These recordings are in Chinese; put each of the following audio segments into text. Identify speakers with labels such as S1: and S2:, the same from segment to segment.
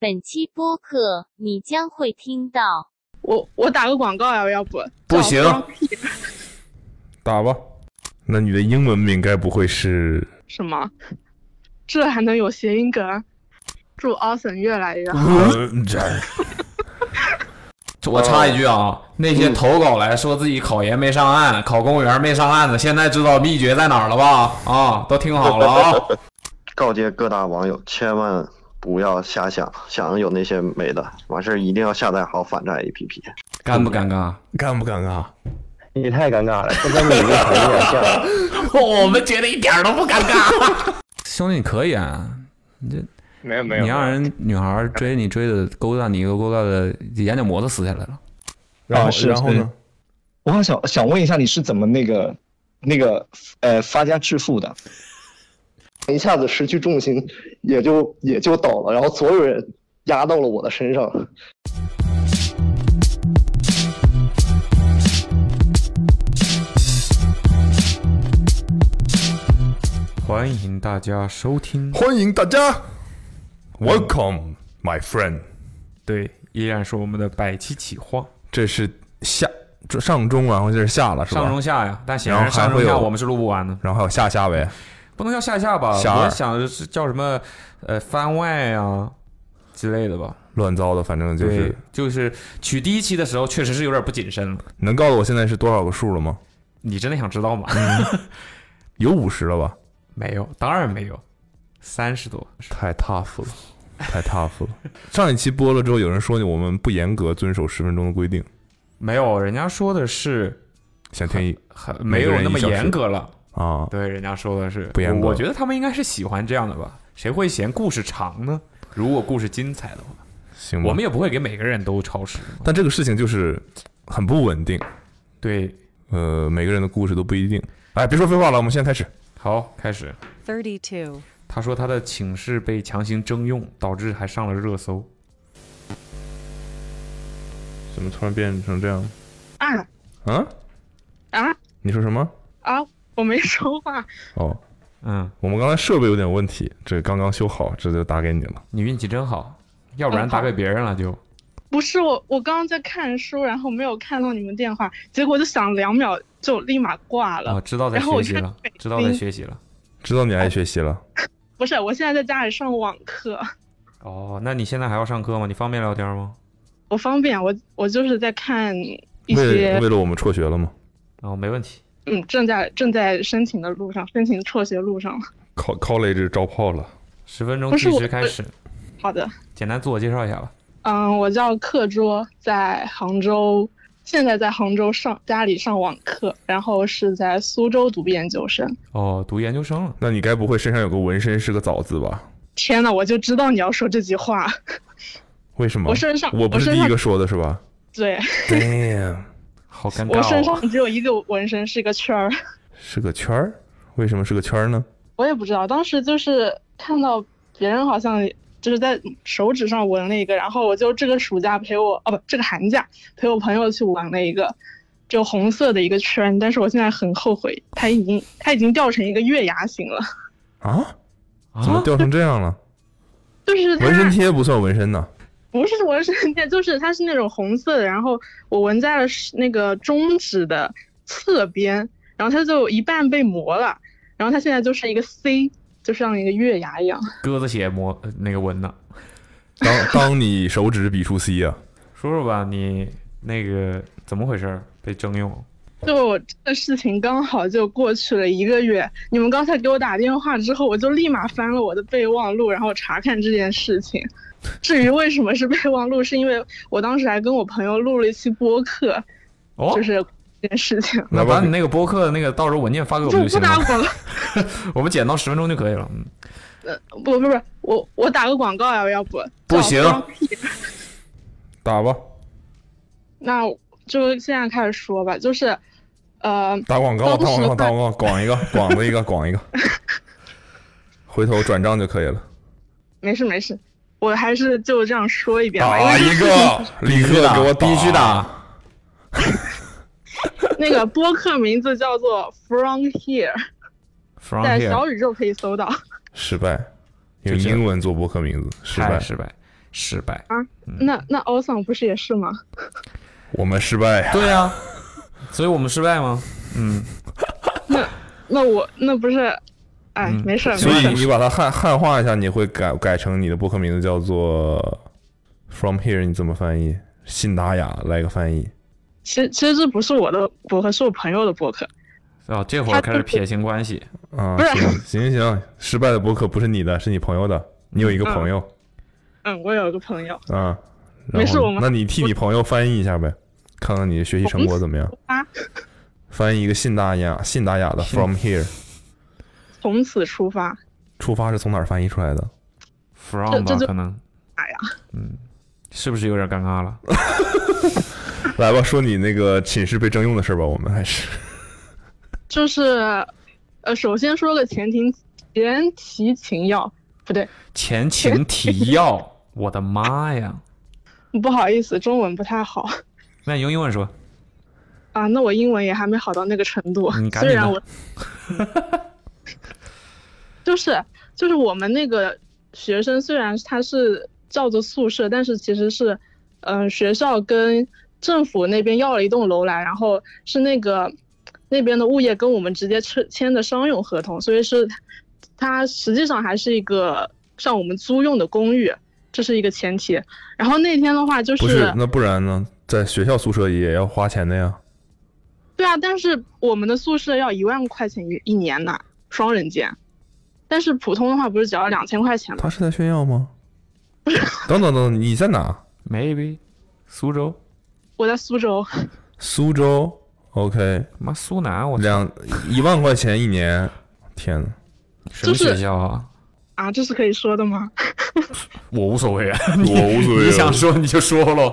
S1: 本期播客你将会听到。
S2: 我我打个广告呀，要不
S3: 不行
S2: 找个屁
S3: 打吧。那你的英文名该不会是？
S2: 什么？这还能有谐音梗？祝 Austin 越来越好。
S3: 嗯这 哦
S4: 我插一句啊，那
S3: 嗯
S4: 些投稿来说自己考研没上岸、考公务员没上岸的，现在知道秘诀在哪儿了吧？啊，都听好了啊！
S5: 告诫各大网友，千万不要瞎想，想有那些没的，完事儿一定要下载好反诈 APP。
S4: 尴不尴尬？
S3: 尴不尴尬？
S6: 你太尴尬了，这跟你的很有点像。
S4: 我们觉得一点都不尴尬。 兄弟，你可以啊，你这
S7: 没有没有，
S4: 你让人女孩追你追的勾搭你，又勾搭的眼角膜都撕下来了。
S3: 然后、
S7: 啊是
S3: 然后
S7: 是
S3: 呢？
S7: 我好想想问一下，你是怎么那个那个呃发家致富的？
S6: 一下子失去重心，也就也就倒了，然后所有人压到了我的身上。
S4: 欢迎大家收听，
S3: 欢迎大家，Welcome my friend，
S4: 对，依然是我们的百期企划，
S3: 这是下这上中，然后这是下了是吧？
S4: 上中下呀，但显
S3: 然
S4: 然
S3: 后还
S4: 上中
S3: 会
S4: 下
S3: 有
S4: 我们是录不完的。
S3: 然后还有下下呗，
S4: 不能叫下下吧？
S3: 下
S4: 我
S3: 二
S4: 想的是叫什么呃番外啊之类的吧。
S3: 乱糟的，反正就是
S4: 对，就是取第一期的时候确实是有点不谨慎了。
S3: 能告诉我现在是多少个数了吗？嗯
S4: 你真的想知道吗？
S3: 有五十了吧？
S4: 没有，当然没有，三十多。
S3: 太 tough 了，太 tough 了。 上一期播了之后，有人说我们不严格遵守十分钟的规定，
S4: 没有，人家说的是
S3: 想听一
S4: 很没
S3: 每个
S4: 有
S3: 人
S4: 那么
S3: 一小时
S4: 严格了。
S3: 啊，
S4: 对，人家说的是
S3: 不严格
S4: 我我觉得他们应该是喜欢这样的吧？谁会嫌故事长呢？如果故事精彩的话，
S3: 行吧。
S4: 我们也不会给每个人都超时。
S3: 但这个事情就是很不稳定，
S4: 对，
S3: 呃，每个人的故事都不一定。哎，别说废话了，我们现在开始。
S4: 好，开始。
S8: 32.
S4: 他说他的寝室被强行征用，导致还上了热搜。
S3: 怎么突然变成这样？
S2: 啊
S3: 啊？
S2: 啊
S3: 你说什么？
S2: 啊！我没说话，
S3: 哦，
S4: 嗯，
S3: 我们刚才设备有点问题，这刚刚修好，这就打给你了。
S4: 你运气真好，要不然打给别人了就。
S2: 不是我，我刚刚在看书，然后没有看到你们电话，结果就想两秒就立马挂了。
S3: 哦
S4: 啊，知道在
S2: 然后
S4: 学
S2: 我
S4: 习
S2: 看
S4: 了
S2: 北，
S4: 知道在
S2: 京
S4: 学习了。
S3: 知道你爱学习了，
S2: 不是，我现在在家里上网课，
S4: 哦，那你现在还要上课吗？你方便聊天吗？
S2: 我方便，我我就是在看一
S3: 为
S2: 些
S3: 为了我们辍学了吗？
S4: 哦，没问题。
S2: 嗯正在正在申请的路上，申请辍学路上。
S3: 考 college 招炮了，
S4: 十分钟
S2: 不是
S4: 计
S2: 我
S4: 时开
S2: 我
S4: 始，
S2: 好的，
S4: 简单自我介绍一下吧。
S2: 嗯，我叫课桌，在杭州，现在在杭州上家里上网课，然后是在苏州读研究生。
S4: 哦，读研究生了，
S3: 那你该不会身上有个纹身是个枣字吧？
S2: 天呐，我就知道你要说这句话。
S3: 为什么？
S2: 我身上
S3: 我不
S2: 我
S3: 是
S2: 身
S3: 第
S2: 上
S3: 一个说的是 吧
S2: 对
S3: ？Damn，
S4: 好尴尬、哦。
S2: 我身上只有一个纹身，是个圈儿。
S3: 是个圈儿，为什么是个圈儿呢？
S2: 我也不知道，当时就是看到别人好像就是在手指上纹了一个，然后我就这个暑假陪我哦不，这个寒假陪我朋友去纹了一个，就红色的一个圈，但是我现在很后悔，它已经它已经掉成一个月牙形了，
S3: 啊？
S4: 啊
S3: 怎么掉成这样了？
S2: 就是它
S3: 纹身贴不算纹身呢。
S2: 不是纹身贴，就是它是那种红色的，然后我纹在了是那个中指的侧边，然后它就一半被磨了，然后它现在就是一个 C，就像一个月牙一样。
S4: 鸽子血磨呃那个纹呢？
S3: 当当你手指比出 C 啊，
S4: 说说吧，你那个怎么回事儿被征用？
S2: 就我这个事情刚好就过去了一个月，你们刚才给我打电话之后，我就立马翻了我的备忘录，然后查看这件事情。至于为什么是备忘录，是因为我当时还跟我朋友录了一期播客，
S4: 哦
S2: 就，是这件事情。
S4: 那
S3: 来吧
S4: 把你那个播客的那个到时候文件发给我
S2: 就
S4: 们就
S2: 不
S4: 行
S2: 打
S4: 了，
S2: 广告，
S4: 我们剪到十分钟就可以了。嗯，
S2: 不不不，我我打个广告呀，要不
S4: 不行
S3: 啊
S2: 叫我放屁
S3: 打吧，
S2: 那就现在开始说吧，就是，呃，
S3: 打广告，打
S2: 当时
S3: 广告，打
S2: 在
S3: 广告，广一个，广子一个，广 一个，回头转账就可以了。
S2: 没事没事，我还是就这样说一遍
S4: 啊
S2: 吧，因为
S3: 打一个，立
S4: 必须
S3: 刻
S4: 打
S3: 给我
S4: 必须打。
S2: 那个播客名字叫做 From Here，
S4: From
S2: 在
S4: here，
S3: 啊
S2: 小宇宙可以搜到。
S3: 失败，用
S4: 就这样
S3: 英文做博客名字失
S4: 太
S3: 败。
S4: 失败。失败。
S3: 嗯
S2: 那那欧桑不是也是吗？
S3: 我们失败呀、
S4: 对哎呀、所以我们失败吗？嗯，
S2: 那我那不是，哎，没事儿，
S3: 嗯所
S2: 没事
S3: 以
S2: 儿。
S3: 你把它汉汉化一下，你会改改成你的博客名字叫做 From Here，你怎么翻译？信达雅来个翻译，
S2: 其实其实这不是我的博客，是我朋友的博客。
S4: 哦，这会儿开始撇清关系。
S3: 啊，
S2: 不是
S3: 行行行，失败的博客不是你的，是你朋友的。你有一个朋友
S2: 嗯，我有一个朋友
S3: 啊，
S2: 没
S3: 然
S2: 事我
S3: 后
S2: 们
S3: 那你替你朋友翻译一下呗，看看你的学习成果怎么样。
S2: 啊，
S3: 翻译一个信达雅，信达雅的 From Here，
S2: 从此出发。
S3: 出发是从哪儿翻译出来的？
S4: From 吧
S2: 这，就
S4: 可能
S2: 哎呀，
S4: 是不是有点尴尬了？
S3: 来吧，说你那个寝室被征用的事儿吧，我们还是
S2: 就是，呃，首先说个前庭前提情要，不对，
S4: 前情提 要，我的妈呀！
S2: 不好意思，中文不太好
S4: 那你用英文说，
S2: 啊。那我英文也还没好到那个程度
S4: 你，嗯赶
S2: 虽
S4: 紧
S2: 然
S4: 的
S2: 我， 就是就是我们那个学生，虽然他是叫做宿舍，但是其实是，嗯、学校跟政府那边要了一栋楼来，然后是那个那边的物业跟我们直接签签的商用合同，所以是它实际上还是一个像我们租用的公寓，这是一个前提。然后那天的话就是
S3: 不是？那不然呢？在学校宿舍也要花钱的呀。
S2: 对啊，但是我们的宿舍要一万块钱一一年呢，双人间。但是普通的话不是只要两千块钱吗？
S3: 他是在炫 耀吗？等等等，你在哪？
S4: Maybe，苏州，
S2: 我在苏州，
S3: 苏州？OK，
S4: 妈苏南，我
S3: 两一万块钱一年，天哪！
S4: 什么
S2: 就是
S4: 学校啊？
S2: 啊，这是可以说的吗？
S4: 我无所谓啊，哦我无所
S3: 谓啊
S4: 你想说你就说喽。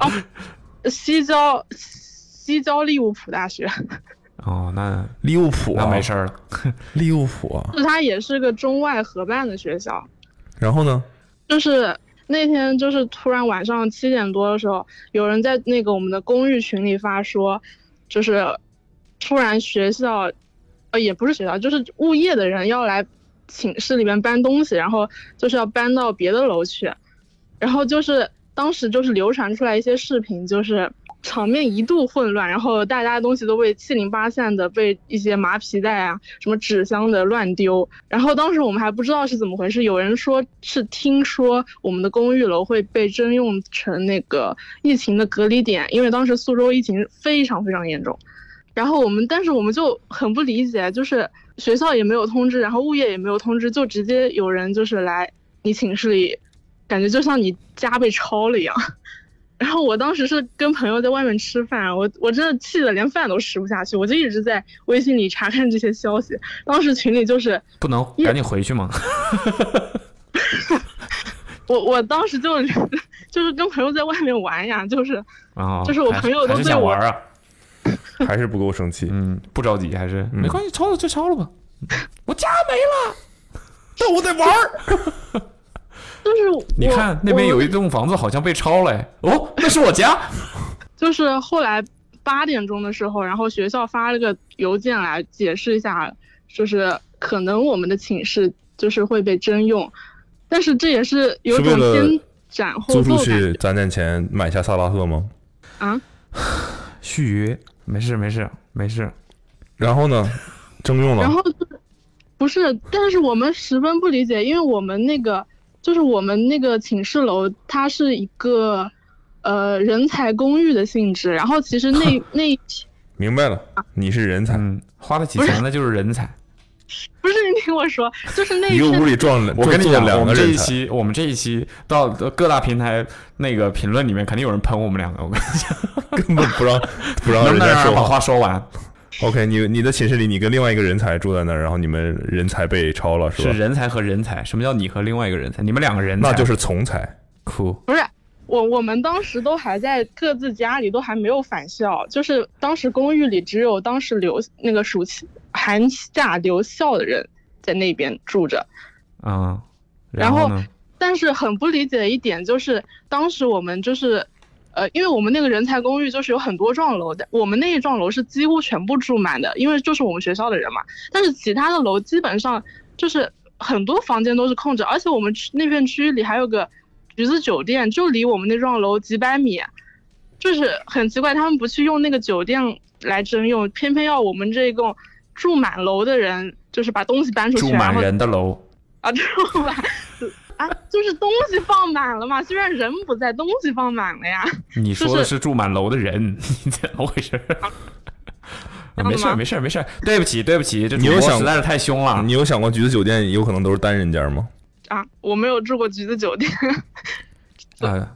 S2: 西交西交利物浦大学，
S4: 哦，那
S3: 利物浦啊，
S4: 那没事， 儿了。
S3: 利物浦啊。
S2: 就是它也是个中外合办的学校。
S3: 然后呢？
S2: 就是那天就是突然晚上七点多的时候，有人在那个我们的公寓群里发说，就是突然学校，呃，也不是学校，就是物业的人要来寝室里面搬东西，然后就是要搬到别的楼去，然后就是当时就是流传出来一些视频，就是。场面一度混乱，然后大家的东西都被七零八散的被一些麻皮袋啊、什么纸箱的乱丢。然后当时我们还不知道是怎么回事，有人说是听说我们的公寓楼会被征用成那个疫情的隔离点，因为当时苏州疫情非常非常严重。然后我们，但是我们就很不理解，就是学校也没有通知，然后物业也没有通知，就直接有人就是来你寝室里，感觉就像你家被抄了一样。 然后我当时是跟朋友在外面吃饭，我我真的气得连饭都吃不下去，我就一直在微信里查看这些消息。当时群里就是
S4: 不能赶紧回去吗？
S2: 我我当时就 就是跟朋友在外面玩呀，就是
S4: 啊，
S2: 就是我
S4: 还
S2: 朋友都
S4: 还是
S2: 对
S4: 想
S2: 我
S4: 玩啊。
S3: 还是不够生气。
S4: 嗯，不着急，还是
S3: 嗯
S4: 没关系，抄了就抄了吧。我
S2: 啊
S4: 家没了，
S3: 但我在玩儿。
S2: 就是我
S4: 你看那边
S2: 我
S4: 有一栋房子好像被抄了，哎哦，那是我家。
S2: 就是后来八点钟的时候，然后学校发了个邮件来解释一下，就是可能我们的寝室就是会被征用，但是这也是有一
S3: 是
S2: 种
S3: 为了
S2: 先斩后
S3: 租出
S2: 奏感觉
S3: 去攒点钱买下萨拉赫吗？
S2: 啊。
S4: 续约，没事没事没事。
S3: 然后 呢？征用
S2: 然
S3: 了，
S2: 后就是不是，但是我们十分不理解，因为我们那个就是我们那个寝室楼，它是一个呃人才公寓的性质，然后其实 那那一批
S3: 明白了，你是人才。
S4: 啊嗯，花得起钱的就是人才。
S2: 不是你听我说，就是那
S3: 一个
S2: 片
S3: 屋里撞了，
S4: 我跟你
S3: 坐
S4: 讲，
S3: 两
S4: 我
S3: 个
S4: 们这一
S3: 人才。
S4: 期，我们这一期到各大平台那个评论里面，肯定有人喷我们两个。我跟你讲，
S3: 根本不让不让
S4: 能
S3: 人
S4: 不能
S3: 家
S4: 让
S3: 说
S4: 人把
S3: 话。
S4: 话说完？
S3: OK，你你的寝室里，你跟另外一个人才住在那儿，然后你们人才被抄了，是
S4: 是
S3: 吧？
S4: 人才和人才，什么叫你和另外一个人才？你们两个人才，
S3: 那就是从才。
S4: 酷。
S2: 不是。我我们当时都还在各自家里，都还没有返校，就是当时公寓里只有当时留那个暑期寒假留校的人在那边住着，
S4: 嗯，
S2: 然
S4: 后
S2: 后
S4: 呢？
S2: 但是很不理解的一点就是，当时我们就是，呃，因为我们那个人才公寓就是有很多幢楼的，我们那一幢楼是几乎全部住满的，因为就是我们学校的人嘛。但是其他的楼基本上就是很多房间都是空着，而且我们区那片区域里还有个橘子酒店，就离我们那幢楼几百米，就是很奇怪，他们不去用那个酒店来征用，偏偏要我们这种住满楼的人，就是把东西搬出
S4: 住
S2: 去，然
S4: 满
S2: 后
S4: 人的楼，
S2: 啊，住满 啊，就是东西放满了嘛，虽然人不在，东西放满了呀。
S4: 你说的
S2: 就是
S4: 是住满楼的人， 你怎么回事？ 啊
S2: 这样
S4: 没事
S2: 吗
S4: 儿没事儿没事儿，对不起对不起，这
S3: 你有
S4: 主播
S3: 想
S4: 实在是太凶了
S3: 你。有想过橘子酒店有可能都是单人间吗？
S2: 啊，我没有住过橘子酒店，
S3: 哎
S4: 嗯，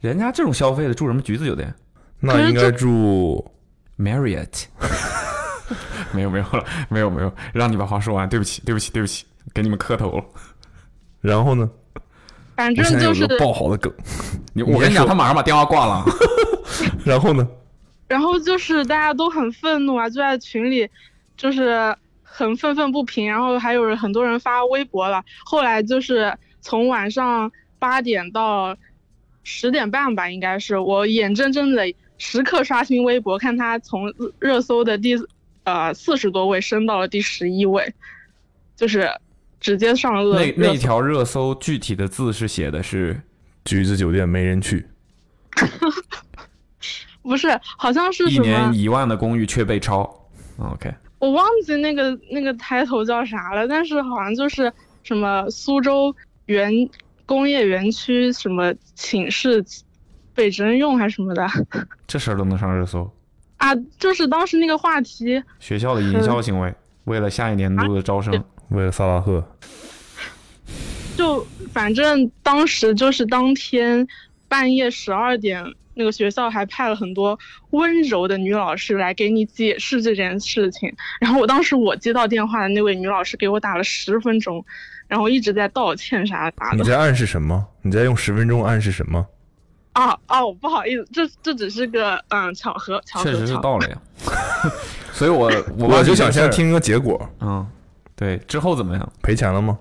S4: 人家这种消费的住什么橘子酒店
S3: 那应该住
S4: Marriott？没有没有了没有没有，让你把话说完，对不起对不起对不起，给你们磕头了。
S3: 然后呢？
S2: 反
S3: 我
S2: 正
S3: 现在
S2: 就
S3: 有
S2: 是
S3: 个爆好的 梗。
S4: 你
S3: 你
S4: 我跟
S3: 先
S4: 你讲，
S3: 说
S4: 他马上把电话挂了。
S3: 然后呢？
S2: 然后就是大家都很愤怒啊，就在群里，就是很愤愤不平，然后还有人很多人发微博了。后来就是从晚上八点到十点半吧，应该是我眼睁睁的时刻刷新微博，看他从热搜的第呃四十多位升到了第十一位，就是直接上热
S4: 那那
S2: 热搜
S4: 条热搜具体的字是写的是
S3: 橘子酒店没人去，
S2: 不是好像是
S4: 一
S2: 什么
S4: 年一万的公寓却被抄。OK，啊
S2: 我忘记那个那个抬头叫啥了，但是好像就是什么苏州园工业园区什么寝室被征用还是什么的
S4: 这事儿都能上热搜，
S2: 啊，就是当时那个话题，
S4: 学校的营销行为，为了下一年度的招生。
S3: 为了萨拉赫，
S2: 就反正当时就是当天半夜十二点，那个学校还派了很多温柔的女老师来给你解释这件事情。然后我当时我接到电话的那位女老师给我打了十分钟，然后一直在道歉啥啥
S4: 啊
S2: 的
S3: 你。在暗示什么？你在用十分钟暗示什么？
S2: 哦哦，不好意思，这这只是个嗯巧合，巧合，
S4: 确实是
S2: 巧合
S4: 道理啊。所以我 我
S3: 我
S4: 忘记这
S3: 就想
S4: 事
S3: 先
S4: 儿，
S3: 听个结果，
S4: 嗯，对，之后怎么样？
S3: 赔钱了吗？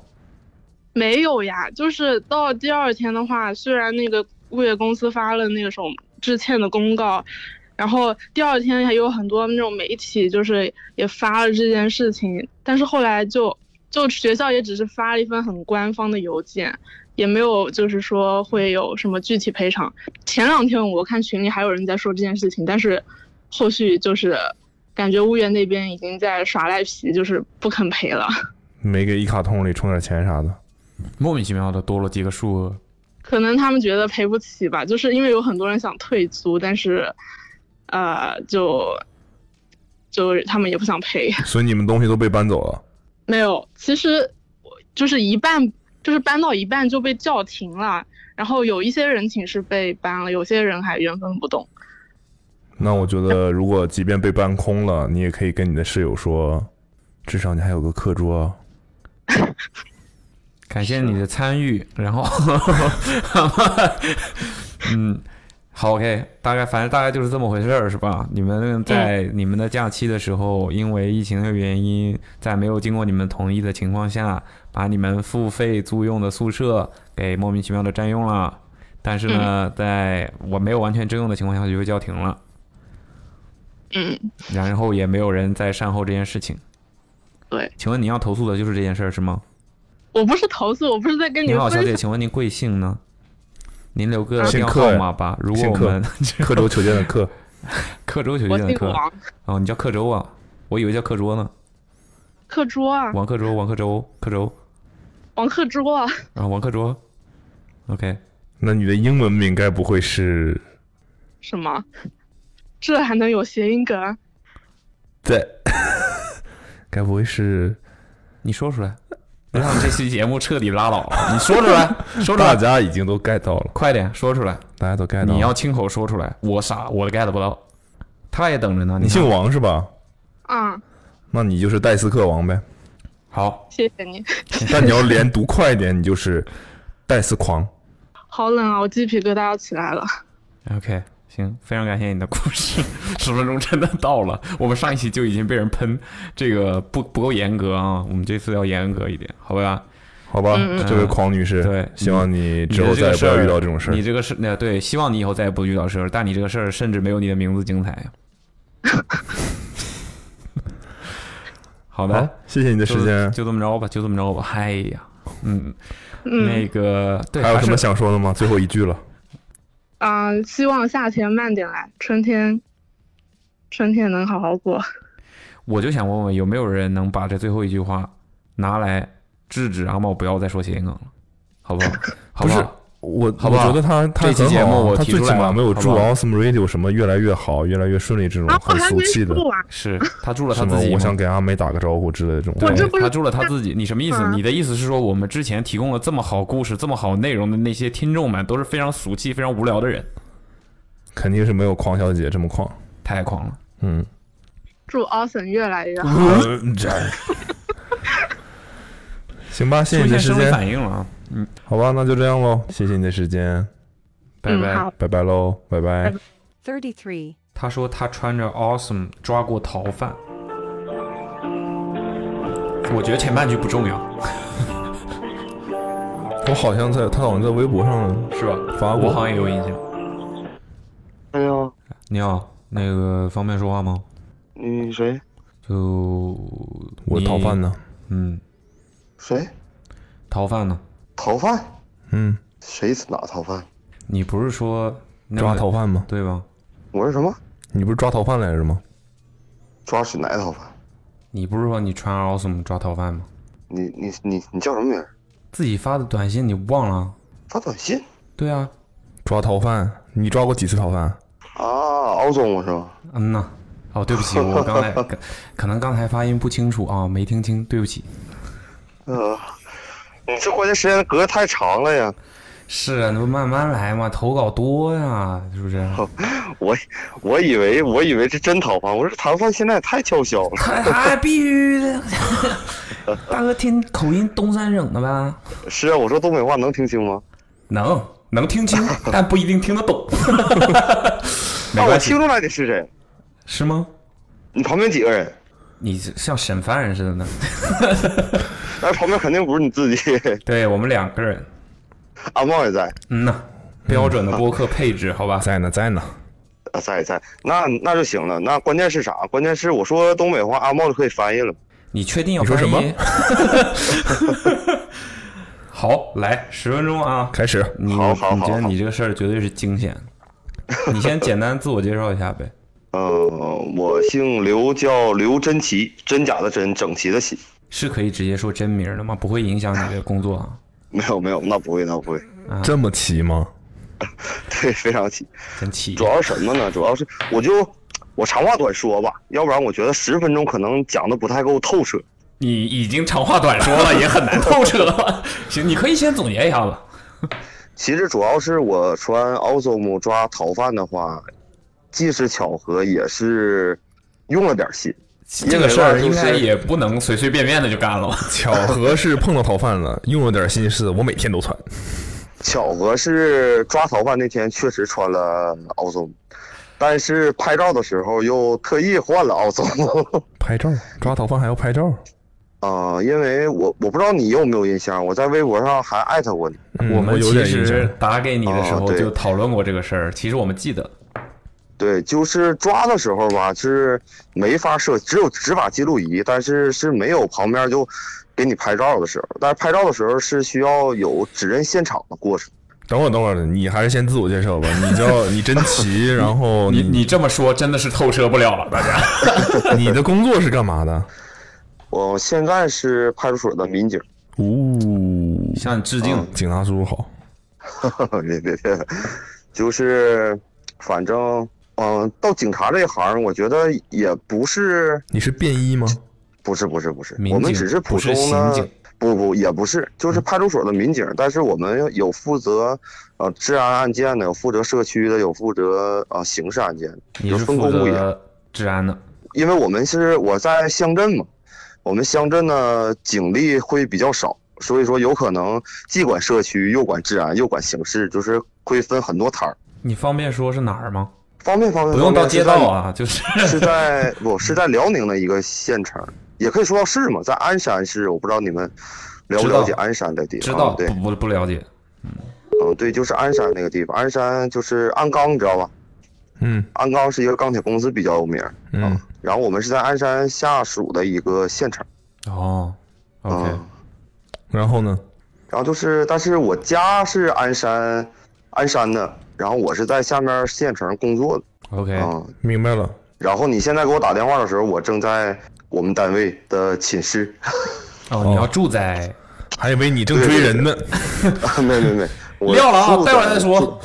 S2: 没有呀，就是到第二天的话，虽然那个物业公司发了那个什么致歉的公告，然后第二天还有很多那种媒体就是也发了这件事情，但是后来就就学校也只是发了一份很官方的邮件，也没有就是说会有什么具体赔偿。前两天我看群里还有人在说这件事情，但是后续就是感觉物业那边已经在耍赖皮，就是不肯赔了。
S3: 没给一卡通里充点钱啥的？
S4: 莫名其妙的多了几个数额，
S2: 可能他们觉得赔不起吧，就是因为有很多人想退租，但是，呃，就就他们也不想赔。
S3: 所以你们东西都被搬走了。
S2: 没有，其实我就是一半，就是搬到一半就被叫停了，然后有一些人寝室被搬了，有些人还原封不动。
S3: 那我觉 得，如果即便被搬空了，你也可以跟你的室友说，至少你还有个课桌啊。
S4: 感谢你的参与。然后， 嗯，好，OK，大概反正大概就是这么回事儿，是吧？你们在你们的假期的时候，因为疫情的原因，在没有经过你们同意的情况下，把你们付费租用的宿舍给莫名其妙的占用了。但是呢，在我没有完全征用的情况下就被叫停了，
S2: 嗯，
S4: 然后也没有人在善后这件事情。
S2: 对，
S4: 请问您要投诉的就是这件事儿是吗？
S2: 我不是投诉，我不是在跟你
S4: 您
S2: 们
S4: 好，小
S2: 分
S4: 姐，
S2: 享。
S4: 请问您贵姓呢？您留个
S2: 啊
S4: 电
S3: 姓
S4: 话
S3: 克
S4: 号
S3: 呀
S4: 码吧。如果
S3: 姓
S4: 我
S3: 克
S4: 们
S3: 刻舟求剑的刻，
S4: 刻舟求
S2: 我
S4: 剑的
S2: 姓
S4: 刻
S2: 王，
S4: 哦，你叫刻舟啊？我以为叫刻桌呢。
S2: 课桌啊，
S4: 王刻舟，王刻舟，刻舟，
S2: 王课桌啊，
S4: 然后王刻桌。OK，
S3: 那你的英文名该不会是
S2: 什么？这还能有谐音啊梗？
S3: 在？ 该不会是
S4: 你说出来，让这期节目彻底拉倒 了。你说出来， 说出
S3: 大
S4: 来，
S3: 家已经都 get 到了，
S4: 快点说出来。
S3: 大家都 get 到了。
S4: 你要亲口说出来，我傻，我 get 不到。他也等着呢。
S3: 你
S4: 看
S3: 姓王是吧？
S2: 啊、
S3: 那你就是戴斯克王呗。
S4: 好，
S2: 谢谢你。
S3: 但你要连读快一点，你就是戴斯狂。
S2: 好冷啊，我鸡皮疙瘩要起来了。
S4: OK，行，非常感谢你的故事，十分钟真的到了。我们上一期就已经被人喷，这个不不够严格啊，我们这次要严格一点，好吧？
S3: 好吧，
S2: 嗯
S3: 这位狂女士，
S4: 对
S3: 希望你之后
S4: 你的
S3: 再
S4: 个
S3: 也
S4: 事
S3: 不
S4: 儿
S3: 要遇到这种事儿
S4: 你。这个事，那对，希望你以后再也不遇到事儿，但你这个事儿甚至没有你的名字精彩。啊好的
S3: 好，，谢谢你的
S4: 就
S3: 时间，
S4: 就这么着吧，就这么着吧。哎呀，嗯，
S2: 嗯
S4: 那个对，
S3: 还有
S4: 还
S3: 什么
S4: 是
S3: 想说的吗？最后一句了，
S2: 啊、希望夏天慢点来，春天，春天能好好过。
S4: 我就想问问有没有人能把这最后一句话拿来制止阿茂不要再说谐音梗了，好 不好？好
S3: 不是
S4: 好？
S3: 我
S4: 好
S3: 我
S4: 不好
S3: 觉得他他
S4: 这期
S3: 很
S4: 节
S3: 好啊
S4: 目我
S3: 他
S4: 提
S3: 最
S4: 出
S3: 起
S4: 来
S3: 码
S4: 了
S3: 没有
S4: 好
S3: 祝
S4: 不好
S3: Awesome Radio 什么越来越好、越来越顺利这种
S2: 啊，我
S3: 很
S2: 还
S3: 俗
S2: 没
S3: 气的
S2: 说，完，
S4: 是他祝了他
S3: 什么
S4: 自己吗，
S3: 我想给阿美打个招呼之类的这种
S2: 我
S3: 话。
S2: 这不是
S4: 他住了他自己，你什么意思？
S2: 啊
S4: 你的意思是说，我们之前提供了这么好故事、这么好内容的那些听众们，都是非常俗气、非常无聊的人，
S3: 肯定是没有狂小姐这么狂。
S4: 太狂了！
S3: 嗯，
S2: 祝 Austin 越来越好。
S4: 嗯
S3: 行吧，谢谢
S4: 出
S3: 你
S4: 现
S3: 的时
S4: 生理
S3: 间，
S4: 反应了啊！嗯，
S3: 好吧，那就这样喽，谢谢你的时间，
S4: 拜
S2: 嗯
S4: 拜。
S2: 好
S3: 拜拜喽，拜
S4: 哎
S3: 拜。
S8: 33.
S4: 他说他穿着 awesome 抓过逃犯，我觉得前半句不重要，
S3: 我好像在，他好像在微博上
S4: 是吧？
S3: 发过
S4: 啊我好像也有印象。
S5: 哎呦，
S4: 你好，那个方便说话吗？
S5: 你谁
S4: 就
S3: 我逃犯？呢，
S4: 嗯，
S5: 谁
S4: 逃犯呢？
S5: 逃犯？
S3: 嗯，
S5: 谁哪逃犯？
S4: 你不是说
S3: 抓逃犯吗？
S4: 对吧？
S5: 我是什么？
S3: 你不是抓逃犯来着吗？
S5: 抓是哪逃犯？
S4: 你不是说你穿 awesome 抓逃犯吗？
S5: 你你你你叫什么名儿？
S4: 自己发的短信你忘了？
S5: 发短信
S4: 对啊，
S3: 抓逃犯，你抓过几次逃犯？
S5: 啊？敖总是吧？
S4: 嗯呐。哦，对不 起，我刚才可可能刚才发音不清楚啊，没听清，对不起。
S5: 呃，你这关键时间隔得太长了呀！
S4: 是啊，那不慢慢来嘛，投稿多呀，是不是？
S5: 我我以为我以为这真逃犯，我说逃犯现在也太叫嚣了。
S4: 还 还必须的， 大哥听口音东三省的吧？
S5: 是啊，我说东北话能听清吗？
S4: 能能 听清，但不一定听得懂。
S5: 啊，
S4: 没
S5: 我
S4: 关系
S5: 听，出来你是谁。
S4: 是吗？
S5: 你旁边几个人？
S4: 你是像审犯人似的呢。
S5: 哎，旁边肯定不是你自己。
S4: 对我们两个人，
S5: 阿茂也在，
S4: 嗯呐，标准的播客配置，好吧？
S3: 啊在呢，在呢。
S5: 啊，在在，那那就行了。那关键是啥？关键是我说东北话，阿茂就可以翻译了。
S4: 你确定要
S3: 你说
S4: 翻
S3: 什么
S4: 译？好，来十分钟啊！
S3: 开始，
S4: 你
S5: 好好
S4: 你觉得
S5: 好
S4: 你这个事儿绝对是惊险。你先简单自我介绍一下呗。
S5: 呃，我姓刘，叫刘真奇，真假的真，整齐的齐。
S4: 是可以直接说真名儿的吗？不会影响你的工作啊？
S5: 没有没有，那不会那不会，
S3: 这么齐吗？
S5: 对，非常齐。
S4: 真气！
S5: 主要是什么呢？主要是我就我长话短说吧，要不然我觉得十分钟可能讲的不太够透彻。
S4: 你已经长话短说了，也很难透 彻了。行，你可以先总结一下吧。
S5: 其实主要是我穿奥索姆抓逃犯的话，既是巧合，也是用了点心。
S4: 这个事儿应该也不能随随便便的就干了吧？
S3: 巧合是碰到逃犯了，用了点心思，我每天都穿。
S5: 巧合是抓逃犯那天确实穿了奥松，但是拍照的时候又特意换了奥松。
S3: 拍照，抓逃犯还要拍照。
S5: 啊、因为我我不知道你有没有印象，我在微博上还艾特过你。
S3: 嗯
S4: 我们
S3: 有
S4: 其
S3: 点印
S4: 实
S3: 象。
S4: 打给你的时
S5: 哦
S4: 候
S5: 对
S4: 就讨论过这个事儿，其实我们记得。
S5: 对，就是抓的时候吧，是没法摄，只有执法记录仪，但是是没有旁边就给你拍照的时候。但是拍照的时候是需要有指认现场的过程。
S3: 等会儿，等会儿，你还是先自我介绍吧。你叫你真 奇，然后
S4: 你你这么说真的是透彻不了了，大家。
S3: 你的工作是干嘛的？
S5: 我现在是派出所的民警，
S3: 呜、
S4: 向你致敬。
S3: 哦警察叔叔好。
S5: 别别别，就是反正嗯、到警察这一行，我觉得也不是
S3: 你是便衣吗？
S5: 不是不是不是，
S4: 民警
S5: 我们只是普通
S4: 不是刑
S5: 的
S4: 警，嗯
S5: 不不也不是，就是派出所的民警，但是我们有负责呃治安案件的，有负责社区的，有负责呃刑事案件的，
S4: 你
S5: 就是分
S4: 负
S5: 工不一样。
S4: 责治安的，
S5: 因为我们是我在乡镇嘛，我们乡镇呢警力会比较少，所以说有可能既管社区又管治安又管刑事，就是会分很多摊儿。
S4: 你方便说是哪儿吗？
S5: 方便方便，
S4: 不用
S5: 方便
S4: 到街
S5: 是在
S4: 道啊，就是
S5: 是 在不是在辽宁的一个县城，也可以说到市嘛，在鞍山市，我不知道你们了不了解
S4: 知道
S5: 鞍山这地
S4: 知
S5: 方。
S4: 道
S5: 对，
S4: 不不不了解。
S5: 嗯，对，就是鞍山那个地方，鞍山就是鞍钢，你知道吧？
S3: 嗯
S5: 鞍钢是一个钢铁公司比较有名，
S3: 嗯，
S5: 然后我们是在鞍山下属的一个县城。
S4: 哦，OK，
S5: 嗯，
S3: 然后呢？
S5: 然后就是，但是我家是鞍山，鞍山的，然后我是在下面县城工作的，
S4: OK，、
S5: 嗯，
S3: 明白了。
S5: 然后你现在给我打电话的时候，我正在我们单位的寝 室，
S4: 哦，你要住在
S3: 还以为你正追人呢，
S5: 没没没，我
S4: 撂了啊
S5: 住
S4: 待会儿
S5: 在
S4: 再说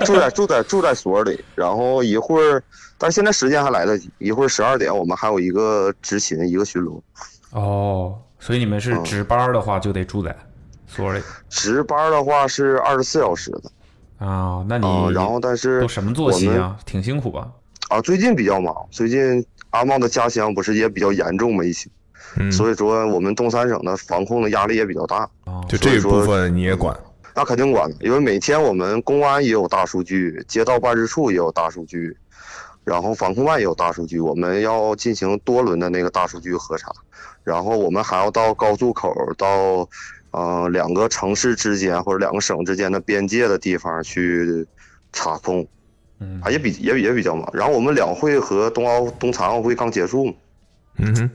S5: 住住在住在住在所里，然后一会儿，但是现在时间还来得及，一会儿十二点我们还有一个执勤，一个巡逻。
S4: 哦，所以你们是
S5: 嗯
S4: 值班的话就得住在所里
S5: 值班的话是二十四小时的
S4: 啊。那你、
S5: 啊、然后但是
S4: 都什么作息
S5: 我们
S4: 啊？挺辛苦吧？
S5: 啊，最近比较忙，最近阿茂的家乡不是也比较严重吗？疫情，
S3: 嗯，
S5: 所以说我们东三省的防控的压力也比较大，
S4: 哦，
S3: 就这一部分你也管。
S5: 嗯那肯定管的，因为每天我们公安也有大数据，街道办事处也有大数据，然后防控办也有大数据，我们要进行多轮的那个大数据核查，然后我们还要到高速口到。呃，两个城市之间或者两个省之间的边界的地方去查控，
S4: 嗯
S5: 啊，也比也比也比较忙。然后我们两会和冬奥冬残奥会刚结束嘛，
S3: 嗯哼，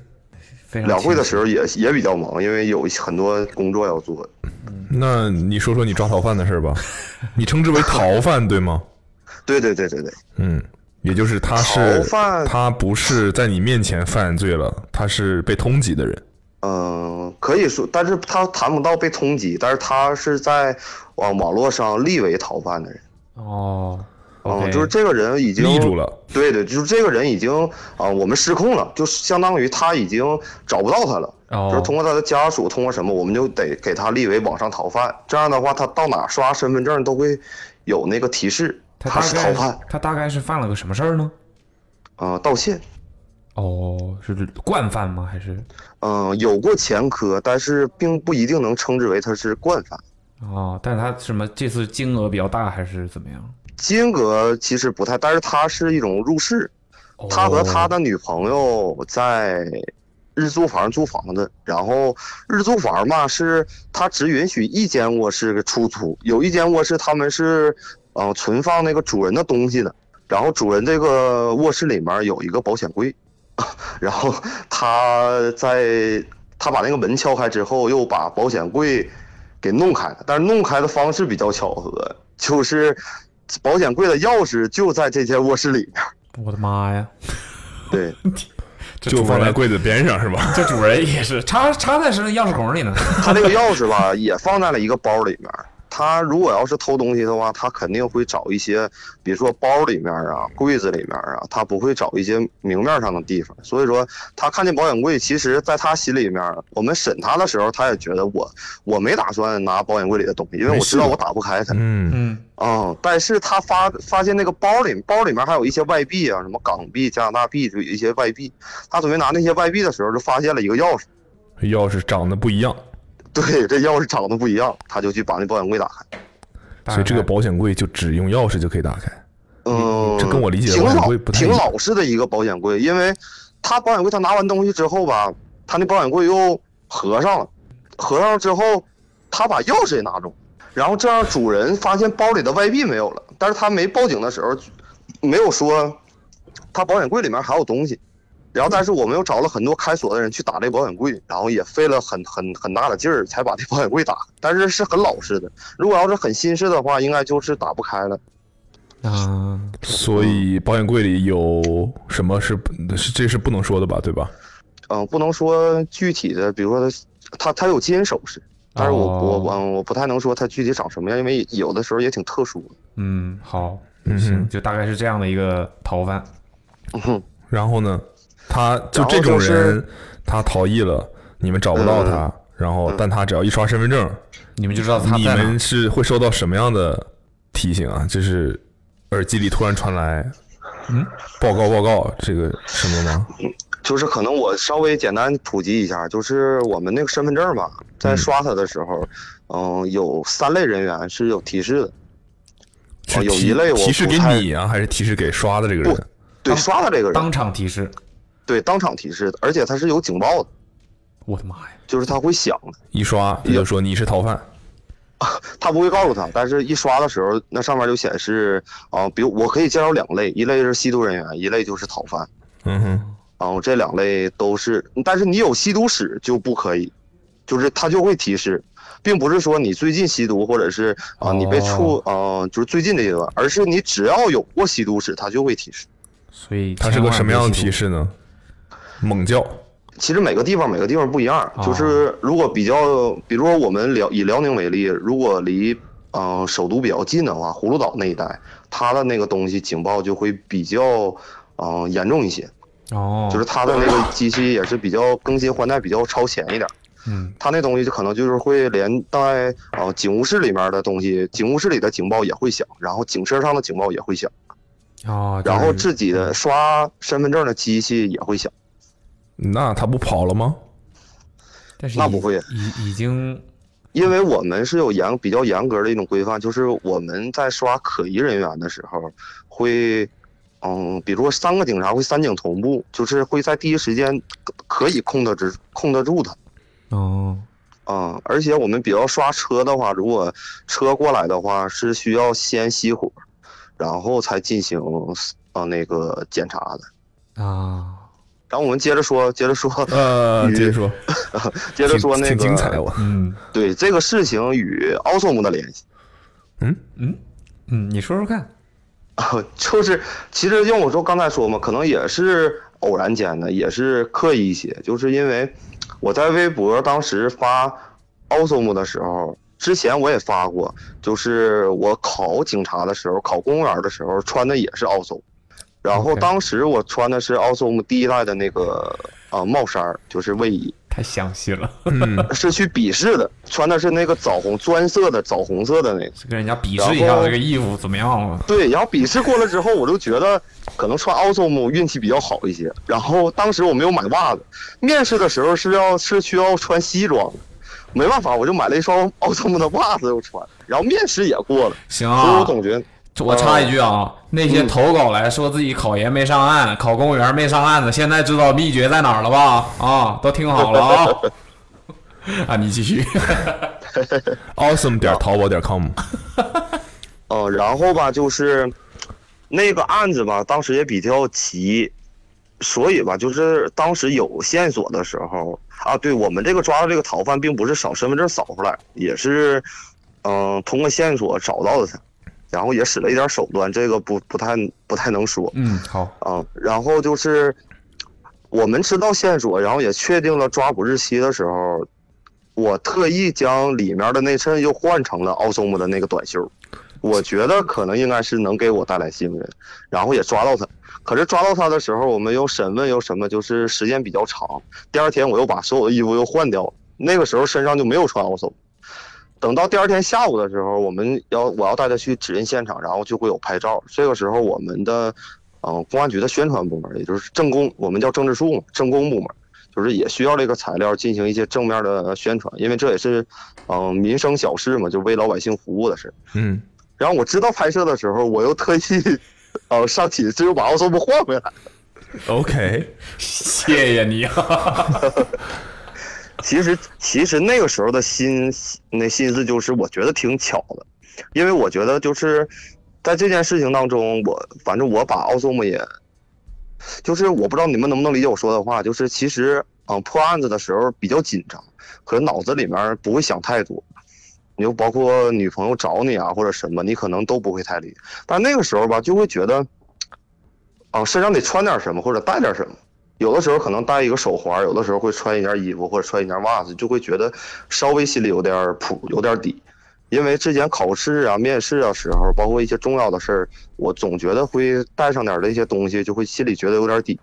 S4: 非常
S5: 两会的
S4: 辛
S5: 时候也也比较忙，因为有很多工作要做。
S3: 那你说说你抓逃犯的事儿 吧，你称之为逃犯对吗？
S5: 对对对对对，
S3: 嗯，也就是他
S5: 逃
S3: 是
S5: 犯
S3: 他不是在你面前犯罪了，他是被通缉的人。
S5: 嗯、可以说，但是他谈不到被通缉，但是他是在网网络上立为逃犯的人。
S4: 苦哦
S5: 嗯、
S4: ，OK，
S5: 就是这个人已经
S3: 立住了。
S5: 对对，就是这个人已经啊、我们失控了，就相当于他已经找不到他了。就是通
S4: 哦
S5: 过他的家属，通过什么，我们就得给他立为网上逃犯。这样的话，他到哪刷身份证都会有那个提示，
S4: 大
S5: 是
S4: 概
S5: 逃犯。
S4: 他大概是犯了个什么事儿呢？
S5: 啊、道歉。
S4: 哦，是惯犯吗？还是
S5: 嗯、有过前科，但是并不一定能称之为他是惯犯。
S4: 哦？但是他什么这次金额比较大还是怎么样？
S5: 金额其实不太，但是他是一种入室。
S4: 哦
S5: 他和他的女朋友在日租房租房子，然后日租房嘛是他只允许一间卧室出租，有一间卧室他们是呃存放那个主人的东西的，然后主人这个卧室里面有一个保险柜， 然后他在他把那个门敲开之后，又把保险柜给弄开了，但是弄开的方式比较巧合，就是保险柜的钥匙就在这间卧室里面，
S4: 我的妈呀！
S5: 对。
S4: 这
S3: 就
S4: 主
S3: 放在
S4: 人
S3: 柜子边上是吧？
S4: 这主人也是插插在是钥匙孔里呢。
S5: 他那个钥匙吧， 也放在了一个包里面。他如果要是偷东西的话，他肯定会找一些，比如说包里面啊、柜子里面啊，他不会找一些明面上的地方。所以说，他看见保险柜，其实在他心里面，我们审他的时候，他也觉得我我没打算拿保险柜里的东西，因为我知道我打不开它。
S3: 嗯，
S4: 嗯，
S5: 嗯，但是他发发现那个包里包里面还有一些外币啊，什么港币、加拿大币，就有一些外币。他准备拿那些外币的时候，就发现了一个钥匙。
S3: 钥匙长得不一样，
S5: 对，这钥匙长得不一样，他就去把那保险柜打开。
S3: 所以这个保险柜就只用钥匙就可以打开。
S5: 嗯，
S3: 这跟我理解的
S5: 挺
S3: 保险
S5: 老
S3: 柜不太
S5: 挺
S3: 一样
S5: 老式的一个保险柜，因为他保险柜他拿完东西之后吧，他那保险柜又合上了，合上了之后，他把钥匙也拿走，然后这样主人发现包里的外币没有了，但是他没报警的时候，没有说他保险柜里面还有东西。然后，但是我们又找了很多开锁的人去打这保险柜，然后也费了很很很大的劲儿才把这保险柜打开，但是是很老式的。如果要是很新式的话，应该就是打不开了。
S4: 啊，
S3: 所
S5: 嗯
S3: 以保险柜里有什么是是这是不能说的吧？对吧？
S5: 嗯、不能说具体的，比如说它它它有金首饰，但是我、
S4: 哦
S5: 我我嗯我不太能说它具体长什么样，因为有的时候也挺特殊的。
S4: 嗯，好，
S3: 嗯
S4: 行，
S3: 哼
S4: 就大概是这样的一个逃犯。
S3: 然后呢，他就
S5: 嗯然后
S3: 这种
S5: 就是嗯
S3: 人，他逃逸了，你们找不到他，然后但他只要一刷身份证，
S4: 嗯你们就知道他
S3: 你
S4: 在哪
S3: 们。是会受到什么样的提醒啊？就是耳机里突然传来，
S4: 嗯，
S3: 报告报告，这个什么吗？
S5: 嗯就是可能我稍微简单普及一下，就是我们那个身份证吧，在刷它的时候，嗯、有三类人员是有提示的。呃
S3: 是
S5: 哦有
S3: 提
S5: 一类我
S3: 提示
S5: 不
S3: 给
S5: 太
S3: 你啊，还是提示给刷的这个
S5: 不
S3: 人？
S5: 对，
S4: 当
S5: 刷它这个人，
S4: 当场提示，
S5: 对，当场提示的，而且它是有警报的，
S4: 我的妈呀！
S5: 就是它会响的，
S3: 一刷他就说你是逃犯，
S5: 它不会告诉他，但是一刷的时候，那上面就显示啊、比如我可以介绍两类，一类是吸毒人员，一类就是逃犯。
S3: 嗯哼，
S5: 然后这两类都是，但是你有吸毒史就不可以，就是它就会提示，并不是说你最近吸毒或者是啊、你被处啊、就是最近这一段，而是你只要有过吸毒史，它就会提示。
S4: 所以
S3: 它是个什么样的提
S4: 示？
S3: 示呢？猛叫，
S5: 其实每个地方每个地方不一样，
S4: 哦
S5: 就是如果比较，比如说我们辽以辽宁为例，如果离嗯、呃首都比较近的话，葫芦岛那一带，它的那个东西警报就会比较嗯、呃严重一些，
S4: 哦，
S5: 就是它的那个机器也是比较更新换代比较超前一点。
S4: 嗯，
S5: 它那东西就可能就是会连带呃警务室里面的东西，警务室里的警报也会响，然后警车上的警报也会响，
S4: 哦，
S5: 然后
S4: 就是
S5: 自己的刷身份证的机器也会响。
S3: 那它不跑了吗？
S4: 但是
S5: 那
S4: 已
S5: 不会
S4: 已已经
S5: 因为我们是有严比较严格的一种规范，就是我们在刷可疑人员的时候，会，嗯，比如说三个警察会三警同步，就是会在第一时间可可以控得住控得住他，
S4: 哦，
S5: 嗯，而且我们比较刷车的话，如果车过来的话，是需要先熄火，然后才进行呃那个检查的。
S4: 啊，
S5: 然后我们接着说，接着说，
S3: 呃，
S5: 与
S3: 接着说，
S5: 接着说
S3: 挺
S5: 那个
S3: 挺精彩我。
S4: 嗯
S5: 对这个事情与奥索姆的联系。
S4: 嗯嗯，你说说看，
S5: 啊， 就是其实用我说刚才说嘛，可能也是偶然间的，也是刻意一些，就是因为我在微博当时发 awesome 的时候，之前我也发过，就是我考警察的时候，考公务员的时候穿的也是 awesome，然后
S4: OK
S5: 当时我穿的是 awesome 第一代的那个呃帽衫儿，就是卫衣，
S4: 太详细了，
S3: 嗯，
S5: 是去笔试的，穿的是那个枣红砖色的枣红色的那个。
S4: 是跟人家比试一下
S5: 然后
S4: 这个义务怎么样了？
S5: 对，然后笔试过了之后，我就觉得可能穿 awesome 运气比较好一些。然后当时我没有买袜子，面试的时候是要是需要穿西装的，没办法，我就买了一双 awesome 的袜子又穿，然后面试也过了。
S4: 行
S5: 所以我
S4: 啊，
S5: 总觉得
S4: 我插一句啊，
S3: 哦
S4: 那些投稿来说自己考研没上岸、考公务员没上岸的，现在知道秘诀在哪儿了吧？啊，都听 好了啊！啊，你继续。
S3: awesome 点淘宝点 com，
S5: 嗯，然后吧，就是那个案子吧，当时也比较急，所以吧，就是当时有线索的时候啊，对我们这个抓到这个逃犯，并不是扫身份证扫出来，也是嗯、通过线索找到的他，然后也使了一点手段，这个不不太不太能说
S4: 嗯， 好，
S5: 啊、然后就是我们知道线索，然后也确定了抓捕日期的时候。我特意将里面的内衬又换成了奥松姆的那个短袖，我觉得可能应该是能给我带来信任，然后也抓到他。可是抓到他的时候，我们又审问又什么，就是时间比较长。第二天我又把所有的衣服又换掉了，那个时候身上就没有穿 also。等到第二天下午的时候，我们要我要带他去指认现场，然后就会有拍照。这个时候，我们的嗯、呃公安局的宣传部门，也就是政工，我们叫政治处嘛，政工部门。就是也需要这个材料进行一些正面的宣传，因为这也是，嗯、民生小事嘛，就为老百姓服务的事。
S3: 嗯，
S5: 然后我知道拍摄的时候，我又特意，呃，上寝室又把奥松姆换回来。
S3: OK，
S4: 谢谢你啊。
S5: 其实，其实那个时候的心，那心思就是我觉得挺巧的，因为我觉得就是在这件事情当中，我反正我把奥松姆也，就是我不知道你们能不能理解我说的话，就是其实，嗯、破案子的时候比较紧张，可是脑子里面不会想太多。你就包括女朋友找你啊，或者什么，你可能都不会太理解。但那个时候吧，就会觉得，啊、身上得穿点什么，或者带点什么。有的时候可能戴一个手环，有的时候会穿一件衣服或者穿一件袜子，就会觉得稍微心里有点谱，有点底。因为之前考试啊、面试啊时候，包括一些重要的事儿，我总觉得会带上点儿这些东西，就会心里觉得有点底。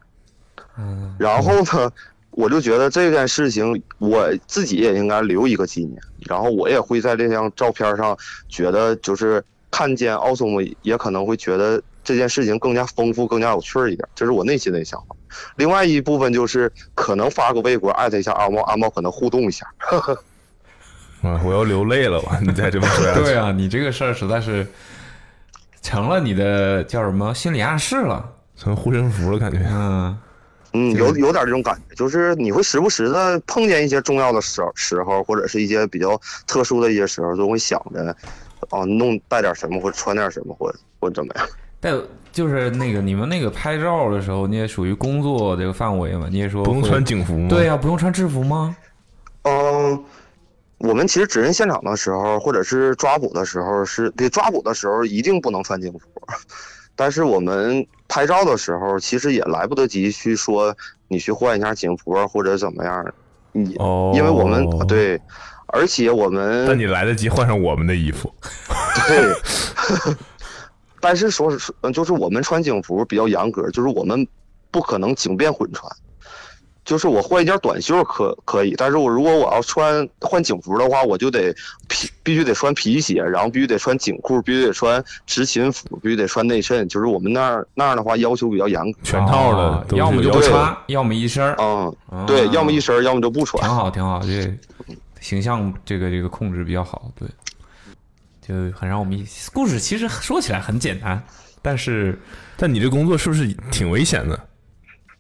S4: 嗯，
S5: 然后呢，我就觉得这件事情我自己也应该留一个纪念，然后我也会在这张照片上觉得就是看见奥松姆，也可能会觉得这件事情更加丰富、更加有趣儿一点，这是我内心的一想法。另外一部分就是可能发个微博艾特一下阿猫，阿猫可能互动一下。
S3: 啊，我要流泪了，我你 再这么说下去，
S4: 对啊，你这个事儿实在是成了你的叫什么心理暗示了。
S3: 成护身符了感觉。
S4: 嗯，
S5: 嗯，有有点这种感觉，就是你会时不时的碰见一些重要的时候时候，或者是一些比较特殊的一些时候，就会想着，啊，弄带点什么，或者穿点什么，或者或者怎么样。
S4: 但就是那个你们那个拍照的时候，你也属于工作这个范围嘛？你也说
S3: 啊不用
S4: 会
S3: 穿警服吗？
S4: 对呀、不用穿制服吗？
S5: 嗯，我们其实指认现场的时候，或者是抓捕的时候，是对抓捕的时候一定不能穿警服， 但是我们拍照的时候，其实也来不得及去说你去换一下警服啊或者怎么样，你
S3: 哦，
S5: 因为我们、啊对，而且我们
S3: 但你来得及换上我们的衣服，
S5: 对，但是说是嗯就是我们穿警服比较严格，就是我们不可能警变混穿。就是我换一件短袖可可以，但是我如果我要穿换警服的话，我就得皮必须得穿皮鞋，然后必须得穿紧裤，必须得穿直琴服，必须得穿内衬。就是我们那儿那儿的话要求比较严格，
S3: 全套的
S4: 哦
S3: 都是
S4: 要么就
S3: 要
S4: 不
S3: 求
S4: 穿，要么一身儿。
S5: 嗯，
S4: 啊
S5: 对，要么一身儿，要么就不穿
S4: 挺。好，挺好，这个形象这个这个控制比较好，对，就很让我们一故事其实说起来很简单， 但是
S3: 但你这工作是不是挺危险的？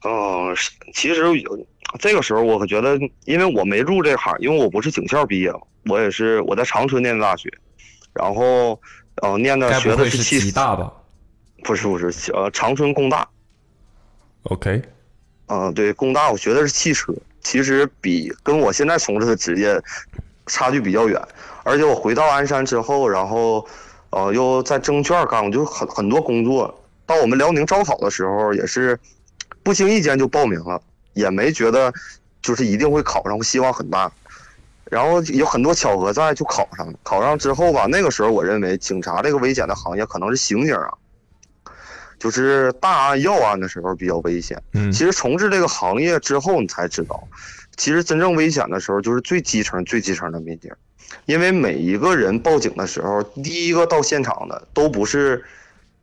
S5: 嗯，是其实有这个时候，我可觉得，因为我没入这行，因为我不是警校毕业，我也是我在长春念的大学，然后呃念的
S4: 该不
S5: 学的
S4: 会是
S5: 汽
S4: 吉大吧？
S5: 不是不是呃长春工大，
S3: OK，
S5: 嗯、对工大我学的是汽车，其实比跟我现在从事的职业差距比较远，而且我回到鞍山之后，然后呃又在证券干过，就是很很多工作。到我们辽宁招考的时候，也是不经意间就报名了，也没觉得就是一定会考上，希望很大。然后有很多巧合在，就考上了。考上之后吧，那个时候我认为警察这个危险的行业可能是刑警啊，就是大案要案的时候比较危险。
S3: 嗯
S5: 其实从事这个行业之后，你才知道，其实真正危险的时候就是最基层、最基层的民警，因为每一个人报警的时候，第一个到现场的都不是。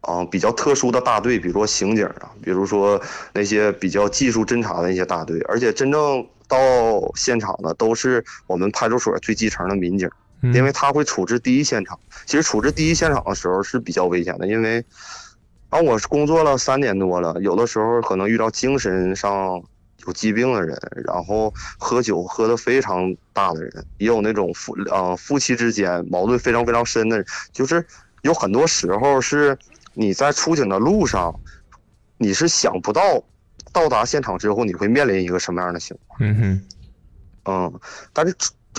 S5: 啊、比较特殊的大队，比如说刑警啊，比如说那些比较技术侦查的那些大队，而且真正到现场的都是我们派出所最基层的民警。
S3: 嗯
S5: 因为他会处置第一现场。其实处置第一现场的时候是比较危险的，因为啊，我是工作了三年多了，有的时候可能遇到精神上有疾病的人，然后喝酒喝得非常大的人，也有那种夫呃夫妻之间矛盾非常非常深的人，就是有很多时候是你在出警的路上，你是想不到到达现场之后你会面临一个什么样的情况。
S3: 嗯哼，
S5: 嗯，但是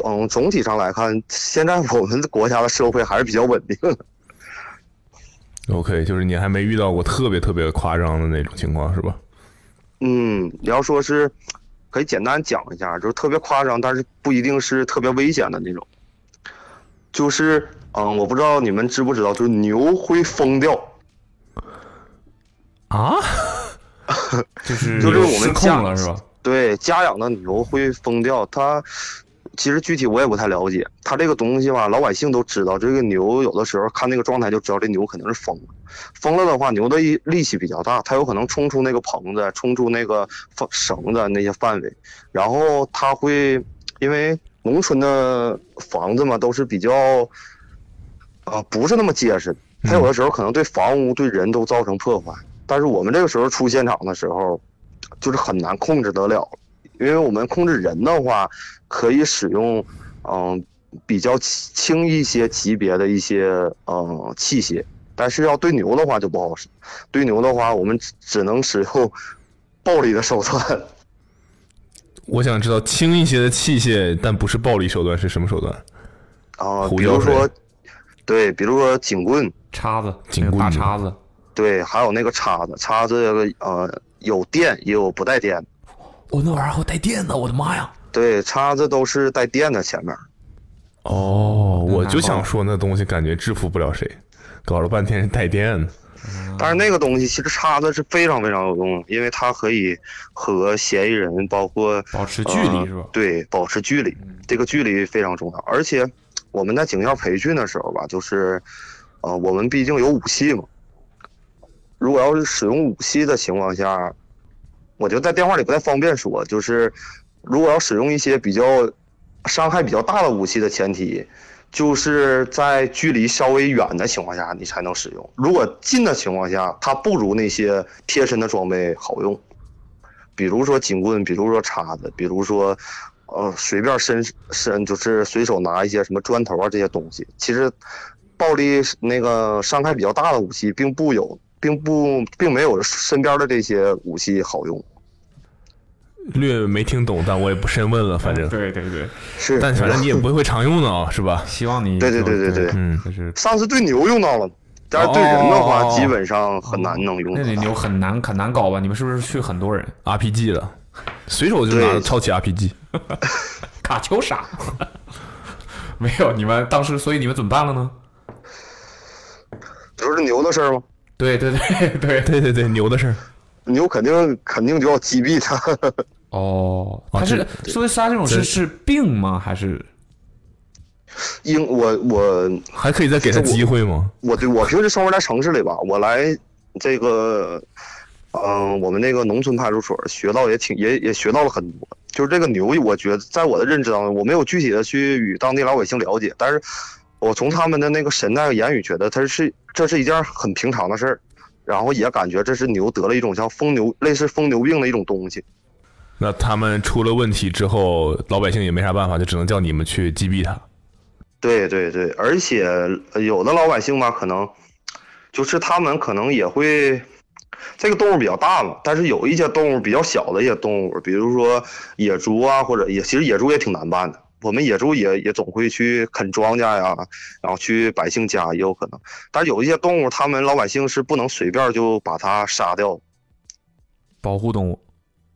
S5: 嗯，总体上来看，现在我们国家的社会还是比较稳定的。
S3: OK，就是你还没遇到过特别特别夸张的那种情况是吧？
S5: 嗯，你要说是，可以简单讲一下，就是特别夸张，但是不一定是特别危险的那种。就是嗯，我不知道你们知不知道，就是牛会疯掉。
S3: 啊，
S4: 就是
S5: 就是我们
S4: 失控
S5: 家
S4: 了是吧？
S5: 对，家养的牛会疯掉。它其实具体我也不太了解，它这个东西吧，老百姓都知道。这个牛有的时候看那个状态就知道这牛肯定是疯了，疯了的话，牛的力力气比较大，它有可能冲出那个棚子，冲出那个放绳子那些范围，然后它会因为农村的房子嘛都是比较啊、不是那么结实的，
S4: 嗯
S5: 它有的时候可能对房屋对人都造成破坏。但是我们这个时候出现场的时候，就是很难控制得了，因为我们控制人的话，可以使用嗯、比较轻轻一些级别的一些嗯器械，但是要对牛的话就不好使，对牛的话我们只只能使用暴力的手段。
S3: 我想知道轻一些的器械，但不是暴力手段是什么手段？
S5: 啊、
S3: 胡
S5: 比
S3: 椒
S5: 如
S3: 水
S5: 说，对，比如说警棍，
S4: 叉子，
S3: 警
S4: 那个
S3: 棍
S4: 大
S3: 子
S4: 叉子，
S5: 对，还有那个叉子，叉子呃有电也有不带电的，
S4: 我那玩意儿还带电的，我的妈呀！
S5: 对，叉子都是带电的前面。
S3: 哦，
S4: 那
S3: 我
S4: 还
S3: 就
S4: 好
S3: 想说那东西感觉制服不了谁，搞了半天是带电的。
S4: 嗯
S5: 但是那个东西其实叉子是非常非常有用的，因为它可以和嫌疑人包括
S4: 保持距离
S5: 呃
S4: 是吧嗯
S5: 对，保持距离，这个距离非常重要。而且我们在警校培训的时候吧，就是，呃，我们毕竟有武器嘛。如果要是使用武器的情况下，我觉得在电话里不太方便说，就是如果要使用一些比较伤害比较大的武器的前提，就是在距离稍微远的情况下你才能使用。如果近的情况下，它不如那些贴身的装备好用，比如说警棍，比如说叉子，比如说。呃，随便伸伸就是随手拿一些什么砖头啊这些东西，其实暴力那个伤害比较大的武器，并不有，并不并没有身边的这些武器好用。
S3: 略没听懂，但我也不深问了，反正。
S4: 对对对，
S5: 是，
S3: 但反正你也不会常用的啊，是吧？
S4: 希望你
S5: 对对
S4: 就
S5: 对对对
S4: 嗯
S3: 嗯，
S4: 就是
S5: 上次对牛用到了，但是对人的话，
S4: 哦
S5: 基本上很难能用
S4: 那
S5: 得
S4: 得
S5: 到。
S4: 牛很难很难搞吧？你们是不是去很多人？
S3: RPG 了，随手就拿
S5: 对
S3: 抄起 RPG。
S4: 卡秋莎，没有你们当时，所以你们怎么办了呢？
S5: 就是牛的事儿吗？
S4: 对对对对，
S3: 对对对，牛的事儿。
S5: 牛肯定肯定就要击毙 它。
S4: 哦，
S3: 啊
S4: 他是
S3: 这
S4: 所以他这种是
S3: 这
S4: 是病吗？还是
S5: 因我我
S3: 还可以再给他机会吗？
S5: 我对我平时生活在城市里吧，我来这个，嗯、我们那个农村派出所学到也挺也也学到了很多。就是这个牛，我觉得在我的认知当中，我没有具体的去与当地老百姓了解，但是我从他们的那个神态和言语，觉得它是这是一件很平常的事儿，然后也感觉这是牛得了一种像疯牛类似疯牛病的一种东西。
S3: 那他们出了问题之后，老百姓也没啥办法，就只能叫你们去击毙他。
S5: 对对对，而且呃有的老百姓吧，可能就是他们可能也会，这个动物比较大嘛，但是有一些动物比较小的一些动物，比如说野猪啊，或者也其实野猪也挺难办的。我们野猪也也总会去啃庄稼呀，然后去百姓家也有可能，但是有一些动物，他们老百姓是不能随便就把它杀掉的，
S4: 保护动物？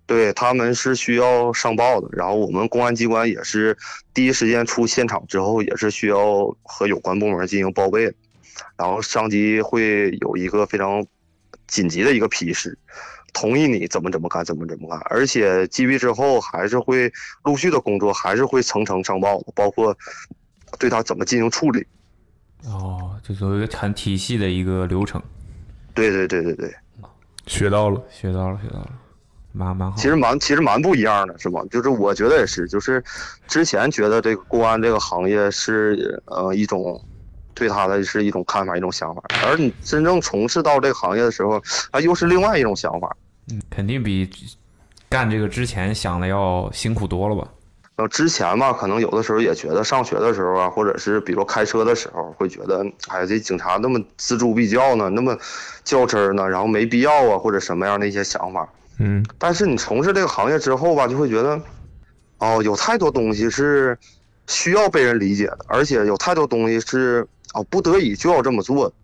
S5: 对他们是需要上报的。然后我们公安机关也是第一时间出现场之后，也是需要和有关部门进行报备的，然后上级会有一个非常紧急的一个批示，同意你怎么怎么干，怎么怎么干。而且击毙之后，还是会陆续的工作，还是会层层上报的，包括对他怎么进行处理。
S4: 哦，这作为一个很体系的一个流程，
S5: 对对对对对，
S3: 学到了，
S4: 学到了学到了，蛮蛮好。
S5: 其实蛮其实蛮不一样的，是吧？就是我觉得也是，就是之前觉得这个公安这个行业是呃一种对他的是一种看法一种想法，而你真正从事到这个行业的时候，啊又是另外一种想法。
S4: 嗯肯定比干这个之前想的要辛苦多了吧？
S5: 呃，之前吧，可能有的时候也觉得上学的时候啊，或者是比如开车的时候，会觉得，哎，这警察那么锱铢必较呢，那么较真儿呢，然后没必要啊，或者什么样的一些想法。
S3: 嗯，
S5: 但是你从事这个行业之后吧，就会觉得，哦，有太多东西是需要被人理解的，而且有太多东西是哦不得已就要这么做的，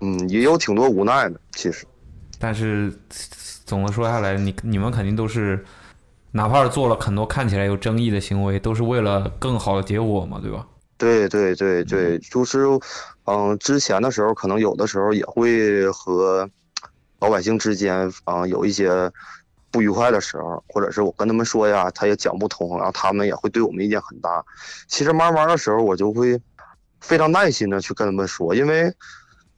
S5: 嗯，也有挺多无奈的。其实，
S4: 但是总的说下来，你你们肯定都是，哪怕是做了很多看起来有争议的行为，都是为了更好的结果嘛，对吧？
S5: 对对对对，就是，嗯、之前的时候可能有的时候也会和老百姓之间啊、有一些不愉快的时候，或者是我跟他们说呀，他也讲不通，然后他们也会对我们意见很大。其实慢慢的时候，我就会非常耐心的去跟他们说，因为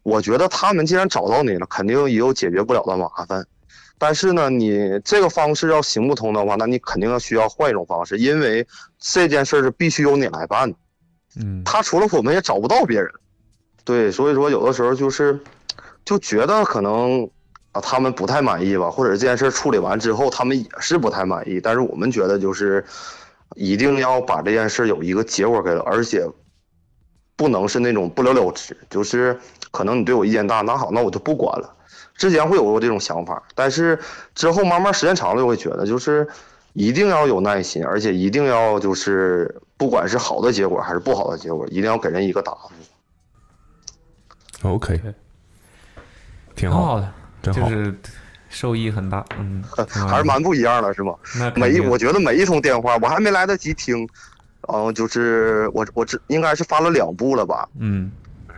S5: 我觉得他们既然找到你了，肯定也有解决不了的麻烦。但是呢，你这个方式要行不通的话，那你肯定要需要换一种方式，因为这件事儿是必须由你来办的。
S4: 嗯，
S5: 他除了我们也找不到别人。对，所以说有的时候就是就觉得可能啊他们不太满意吧，或者这件事儿处理完之后他们也是不太满意，但是我们觉得就是一定要把这件事儿有一个结果给他，而且不能是那种不了了之，就是可能你对我意见大，那好，那我就不管了。之前会有过这种想法，但是之后慢慢时间长了，就会觉得就是一定要有耐心，而且一定要就是不管是好的结果还是不好的结果，一定要给人一个答复。
S4: 嗯
S3: OK，
S4: 对
S3: 挺
S4: 挺
S3: 好，
S4: 好的，
S3: 真
S4: 就
S3: 好。
S4: 是受益很大，嗯，挺 好
S5: 还是蛮
S4: 的
S5: 不一样的，是吗？
S4: 那
S5: 每
S4: 肯
S5: 一
S4: 定
S5: 我觉得每一通电话，我还没来得及听，然后就是我我这应该是发了两部了吧？
S4: 嗯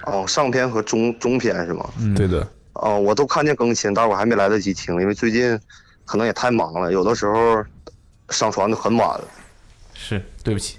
S5: 哦，上篇和中中篇是吗？
S4: 嗯
S3: 对的，
S5: 哦，我都看见更新，但是我还没来得及听，因为最近可能也太忙了，有的时候上传的很晚了。
S4: 是对不起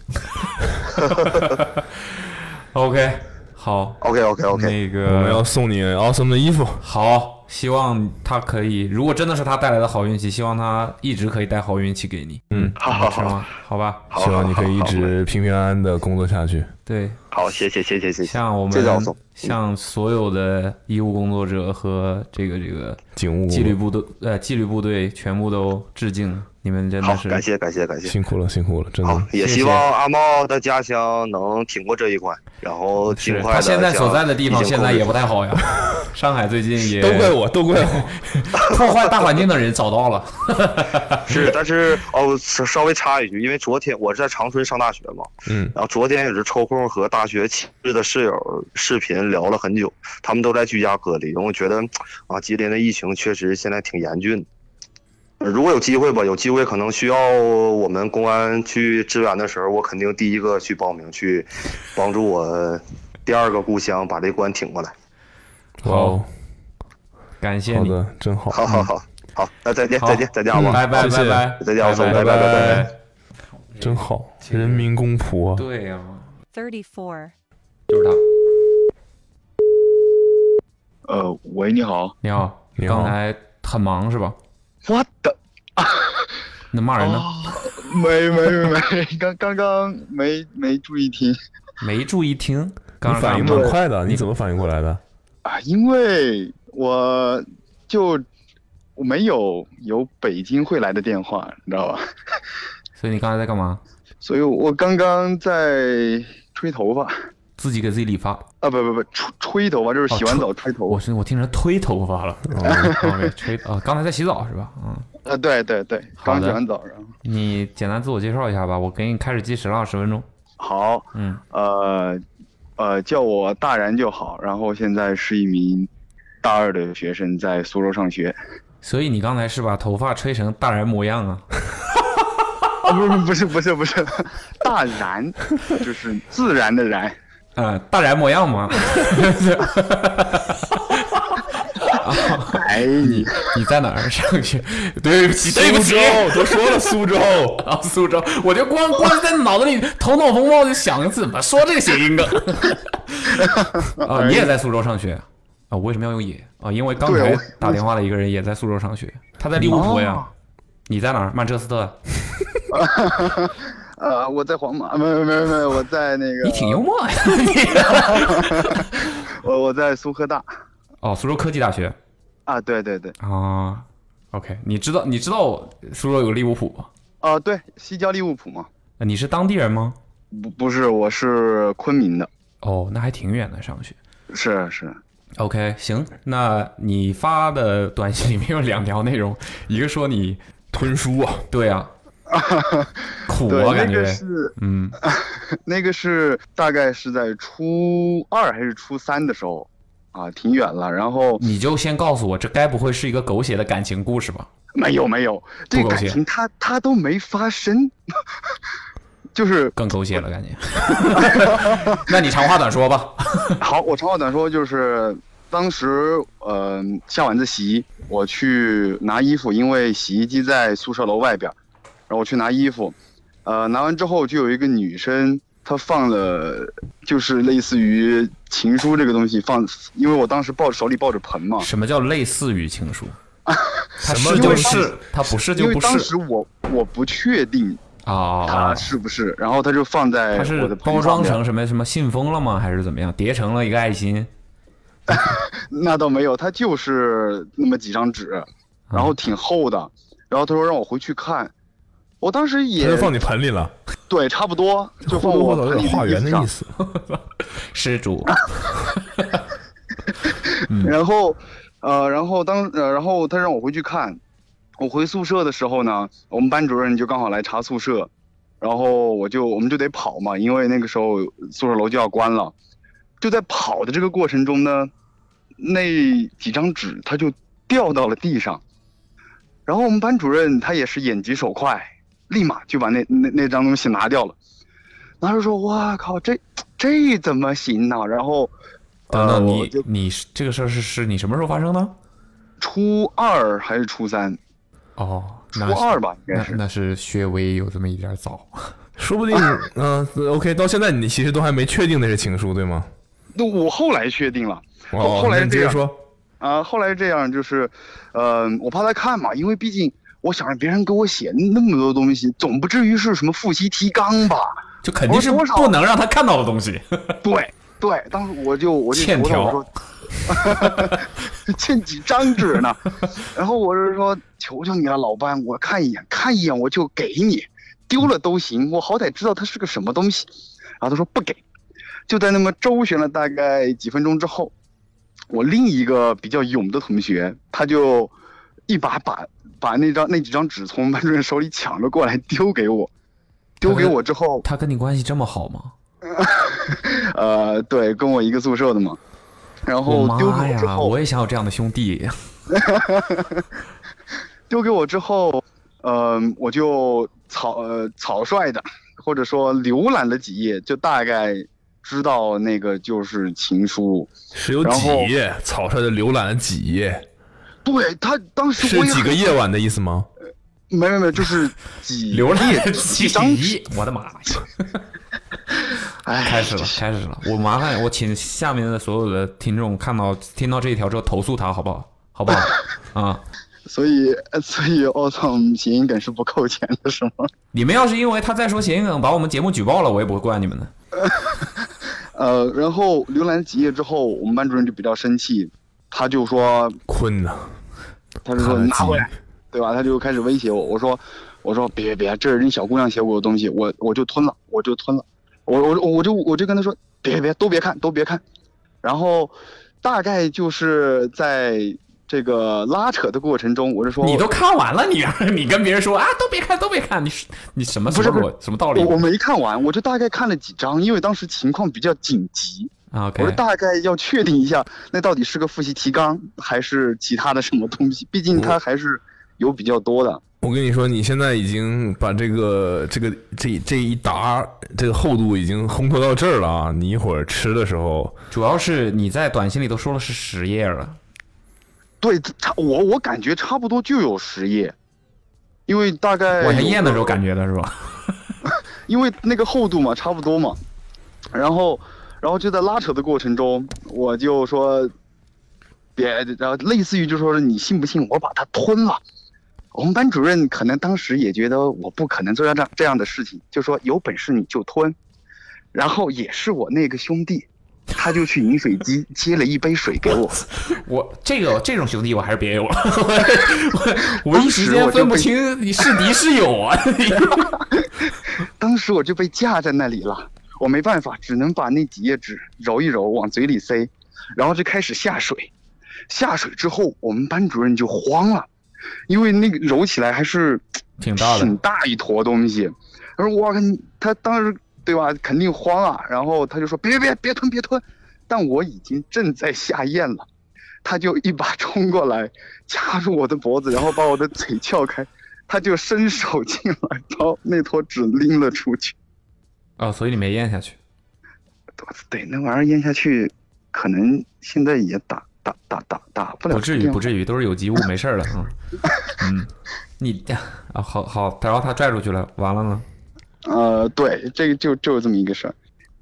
S4: ，OK 好
S5: OK OK OK，
S4: 那
S3: 我们要
S4: 个
S3: 送你 awesome 的衣服。
S4: 好，希望他可以，如果真的是他带来的好运气，希望他一直可以带好运气给你，
S3: 嗯，
S5: 好好
S4: 是
S5: 好
S4: 吗？好吧，
S5: 好，
S3: 希望你可以一
S5: 好好
S3: 直平平安安的工作下去。
S4: 对，
S5: 好，谢谢谢谢谢谢。
S4: 像我
S5: 这叫
S4: 们
S5: 送
S4: 像所有的医务工作者和这个这个
S3: 警务
S4: 纪律部队呃纪律部队全部都致敬，你们真
S5: 好
S4: 的，是
S5: 感谢感谢感谢。
S3: 辛苦了，辛苦了，真
S5: 好
S3: 的，。
S5: 也
S4: 谢
S5: 希
S4: 谢
S5: 望阿茂的家乡能挺过这一关，然后尽
S4: 是
S5: 快
S4: 他
S5: 的。
S4: 现在所在的地方现在也不太好呀。 上海最近也
S3: 都怪我，都怪我。
S4: 破坏大环境的人找到了，
S5: 是，但是哦，稍稍微插一句，因为昨天我是在长春上大学嘛，
S3: 嗯，
S5: 然后昨天也是抽空和大学寝室的室友视频聊了很久，他们都在居家隔离，我觉得啊，吉林的疫情确实现在挺严峻的。如果有机会吧，有机会可能需要我们公安去支援的时候，我肯定第一个去报名，去帮助我第二个故乡把这关挺过来。
S3: 哇哦，
S4: 感谢
S3: 好
S4: 你，嗯
S3: 的，真好。
S5: 好好好好，那再见
S4: 好
S5: 再见再见，啊好吧。
S4: 拜拜
S3: 谢
S4: 拜
S3: 谢
S4: 拜，
S5: 再见阿松
S4: 拜
S5: 拜拜拜
S4: 拜。
S3: 真好，人民公仆啊！
S4: 对呀、
S8: 34.
S4: 就是他。
S7: 呃，喂，你好，
S4: 你好，
S3: 你好
S4: 刚才很忙是吧？
S7: 我的
S4: 那骂人呢？
S7: 哦没没没没，刚刚刚没没注意听
S4: 没注意听，刚
S3: 你
S4: 才
S3: 反应
S4: 干嘛
S3: 蛮快的，你怎么反应过来的？
S7: 啊，因为我就我没有有北京会来的电话，你知道吧？
S4: 所以你刚才在干嘛？
S7: 所以我刚刚在吹头发
S4: 自己给自己理发？
S7: 啊，不不不，吹吹头发就是洗完
S4: 哦
S7: 澡吹头
S4: 我是我听成推头发了。哦， 没吹啊，刚才在洗澡是吧？嗯，
S7: 啊，对对对，
S4: 好的
S7: 刚洗完澡，然后
S4: 你简单自我介绍一下吧，我给你开始计时了，十分钟。
S7: 好，
S4: 嗯，
S7: 呃呃，叫我大然就好。然后现在是一名大二的学生，在苏州上学。
S4: 所以你刚才是把头发吹成大人模样啊？
S7: 啊，不是不是不是不是，大然就是自然的然。
S4: 嗯，大然模样 吗？
S7: 哎，你
S4: 你在哪儿上 学？对不起，对不起，
S3: 都说了 苏州，
S4: 啊，苏州，我就光光在脑子里头脑风暴就想怎么说这个谐 音梗。
S3: 哎
S4: 啊，你也在苏州上学？啊，我为什么要用也？啊，因为刚
S7: 对
S4: 才
S7: 我
S4: 打电话的一个人也在苏州上学，他在利物浦呀
S7: 哦。
S4: 你在哪儿？曼彻斯特。
S7: 呃，我在皇马，没有没有没有，我在那
S4: 你
S7: 个，
S4: 挺幽默 呀。
S7: 我我在苏科大
S4: 哦，苏州科技大学
S7: 啊，对对对，
S4: 啊。OK，你知道你知道我苏州有个利物浦吗？
S7: 啊对，西交利物浦嘛，
S4: 呃你是当地人吗？
S7: 不不是，我是昆明的，
S4: 哦，那还挺远的，上学。
S7: 是啊是，
S4: OK，行，那你发的短信里面有两条内容，一个说你
S3: 吞书啊，
S4: 对啊， 苦
S7: 对，
S4: 啊，感
S7: 那
S4: 觉
S7: 个，是
S4: 嗯，
S7: 那个是大概是在初二还是初三的时候，啊，挺远了，然后
S4: 你就先告诉我，这该不会是一个狗血的感情故事吧？
S7: 没有没有，这
S4: 狗
S7: 个感
S4: 血
S7: 情它它都没发 生，就是
S4: 更狗血了， 感觉。 那你长话短说吧。
S7: 好，我长话短说，就是当时呃下晚自习，我去拿衣服，因为洗衣机在宿舍楼外边儿，然后我去拿衣服，呃，拿完之后就有一个女生，她放了就是类似于情书这个东西放，因为我当时抱手里抱着盆嘛，
S4: 什么叫类似于情 书？他
S3: 什么
S4: 是就
S3: 东
S4: 是，他不是
S7: 因
S4: 就
S7: 为
S4: 不
S7: 当
S4: 是
S7: 时我我不确定
S4: 啊。
S7: 她是不是，然后她就放在
S4: 它是
S7: 我的盆
S4: 包装
S7: 旁边
S4: 成什么什么信封了吗？还是怎么样？叠成了一个爱心？
S7: 那倒没有，他就是那么几张纸，然后挺厚的，然后他说让我回去看，我当时
S3: 他
S7: 也
S3: 就放你盆 里了，
S7: 对，差不多就放
S3: 多
S7: 我
S3: 多少
S7: 盆
S3: 有
S7: 里
S3: 点化缘
S7: 思
S3: 的
S7: 上
S3: 意思。
S4: 施主，
S7: 然后，呃，然后当呃，然后他让我回去看，我回宿舍的时候呢，我们班主任就刚好来查宿舍，然后我就我们就得跑嘛，因为那个时候宿舍楼就要关了，就在跑的这个过程中呢，那几张纸它就掉到了地上，然后我们班主任他也是眼疾手快，立马就把那那那张东西拿掉了，拿着说：“哇靠，这这怎么行呢、然后。
S4: 等
S7: 呃
S4: 等，
S7: 我
S4: 你
S7: 就
S4: 你是这个事儿是是你什么时候发生的？
S7: 初二还是初三？
S4: 哦，
S7: 初
S4: 那
S7: 二吧，应该
S4: 那
S7: 是。
S4: 那是略微有这么一点早。
S3: 说不定，嗯，OK，到现在你其实都还没确定那是情书，对吗？
S7: 那我后来确定了
S3: 哦，
S7: 后
S3: 那
S7: 来是
S3: 你接
S7: 这
S3: 着
S7: 样
S3: 说，
S7: 啊、后来是这样就是，呃，我怕他看嘛，因为毕竟我想着别人给我写那么多东西，总不至于是什么复习提纲吧？
S4: 就肯定是
S7: 我多少
S4: 不能让他看到的东西。
S7: 对，对，当时我就我就
S4: 欠
S7: 我
S4: 条
S7: 说， 欠几张纸呢？然后我是说，求求你了，老班，我看一眼，看一眼我就给你，丢了都行，我好歹知道它是个什么东西。然后他说不给，就在那么周旋了大概几分钟之后，我另一个比较勇的同学，他就一把把把那张那几张纸从班主任手里抢了过来，丢给我。丢给我之后，
S4: 他跟你关系这么好吗？
S7: 呃，对，跟我一个宿舍的嘛。然
S4: 我
S7: 后
S4: 妈
S7: 丢给我之
S4: 呀！
S7: 后，
S4: 我也想有这样的兄弟。
S7: 丢给我之后，呃，我就草呃草率的，或者说浏览了几页，就大概知道那个就是情书。
S3: 是有
S7: 然
S3: 几
S7: 后
S3: 页，草率的浏览了几页，
S7: 对他当时
S3: 是
S7: 我也
S3: 几
S7: 很
S3: 个夜晚的意思吗？
S7: 没没没，就是几
S4: 浏览了几
S7: 几张
S4: 亿，我的妈呀！
S7: 哎，
S4: 开始了，开始了！我麻烦我请下面的所有的听众看到听到这一条之后投诉他，好不好？好不好？啊、
S7: 所以 呃所以奥特曼谐音梗是不扣钱的，是吗？
S4: 你们要是因为他再说谐音梗把我们节目举报了，我也不会怪你们的。
S7: 呃，然后浏览几页之后，我们班主任就比较生气，他就说
S3: 困呐，
S7: 他就
S3: 看
S7: 说
S3: 了
S7: 拿
S3: 几
S7: 回
S3: 页
S7: 来，对吧？他就开始威胁我，我说我说别别别，这是人小姑娘写我的东西，我我就吞了，我就吞了，我我我就我就跟他说别别别都别看都别看，然后大概就是在这个拉扯的过程中，我是说
S4: 你都看完了，你 你跟别人说啊，都别看，都别看，你是你什么什
S7: 不是
S4: 么
S7: 不
S4: 逻什么道理
S7: 我我没看完，我就大概看了几章，因为当时情况比较紧急，
S4: 啊
S7: 我是
S4: ？OK，
S7: 大概要确定一下那到底是个复习提纲还是其他的什么东西，毕竟它还是有比较多的。
S3: 我跟你说，你现在已经把这个这个这这一沓这个厚度已经烘托到这儿了啊！你一会儿吃的时候，
S4: 主要是你在短信里都说了是十页了，
S7: 对，差我我感觉差不多就有十页，因为大概
S4: 我还验的时候
S7: 觉，
S4: 感觉的是吧？
S7: 因为那个厚度嘛，差不多嘛。然后，然后就在拉扯的过程中，我就说别，然后类似于就说你信不信我把它吞了。我们班主任可能当时也觉得我不可能做这样这样的事情，就说有本事你就吞。然后也是我那个兄弟，他就去饮水机接了一杯水给我。
S4: 我这个这种兄弟我还是 别有了，我我一时间
S7: 当时我就
S4: 分不
S7: 被
S4: 清你是敌是友啊！
S7: 当时我就被架在那里了，我没办法，只能把那几页纸揉一揉，往嘴里塞，然后就开始下水。下水之后，我们班主任就慌了，因为那个揉起来还是
S4: 挺大的
S7: 挺大一坨东西。他说：“我靠，你他当时对吧，肯定慌啊。”然后他就说：“别别别，别吞别吞！”但我已经正在下咽了，他就一把冲过来，掐住我的脖子，然后把我的嘴撬开，他就伸手进来，把那坨纸拎了出去。
S4: 啊、所以你没咽下去。
S7: 对，那玩意儿咽下去，可能现在也打打打打打不了。
S4: 不至于，不至于，都是有机物，没事儿的。嗯 嗯，你啊，好好，然后他拽出去了，完了呢？
S7: 于。呃，对，这个就就是这么一个事儿。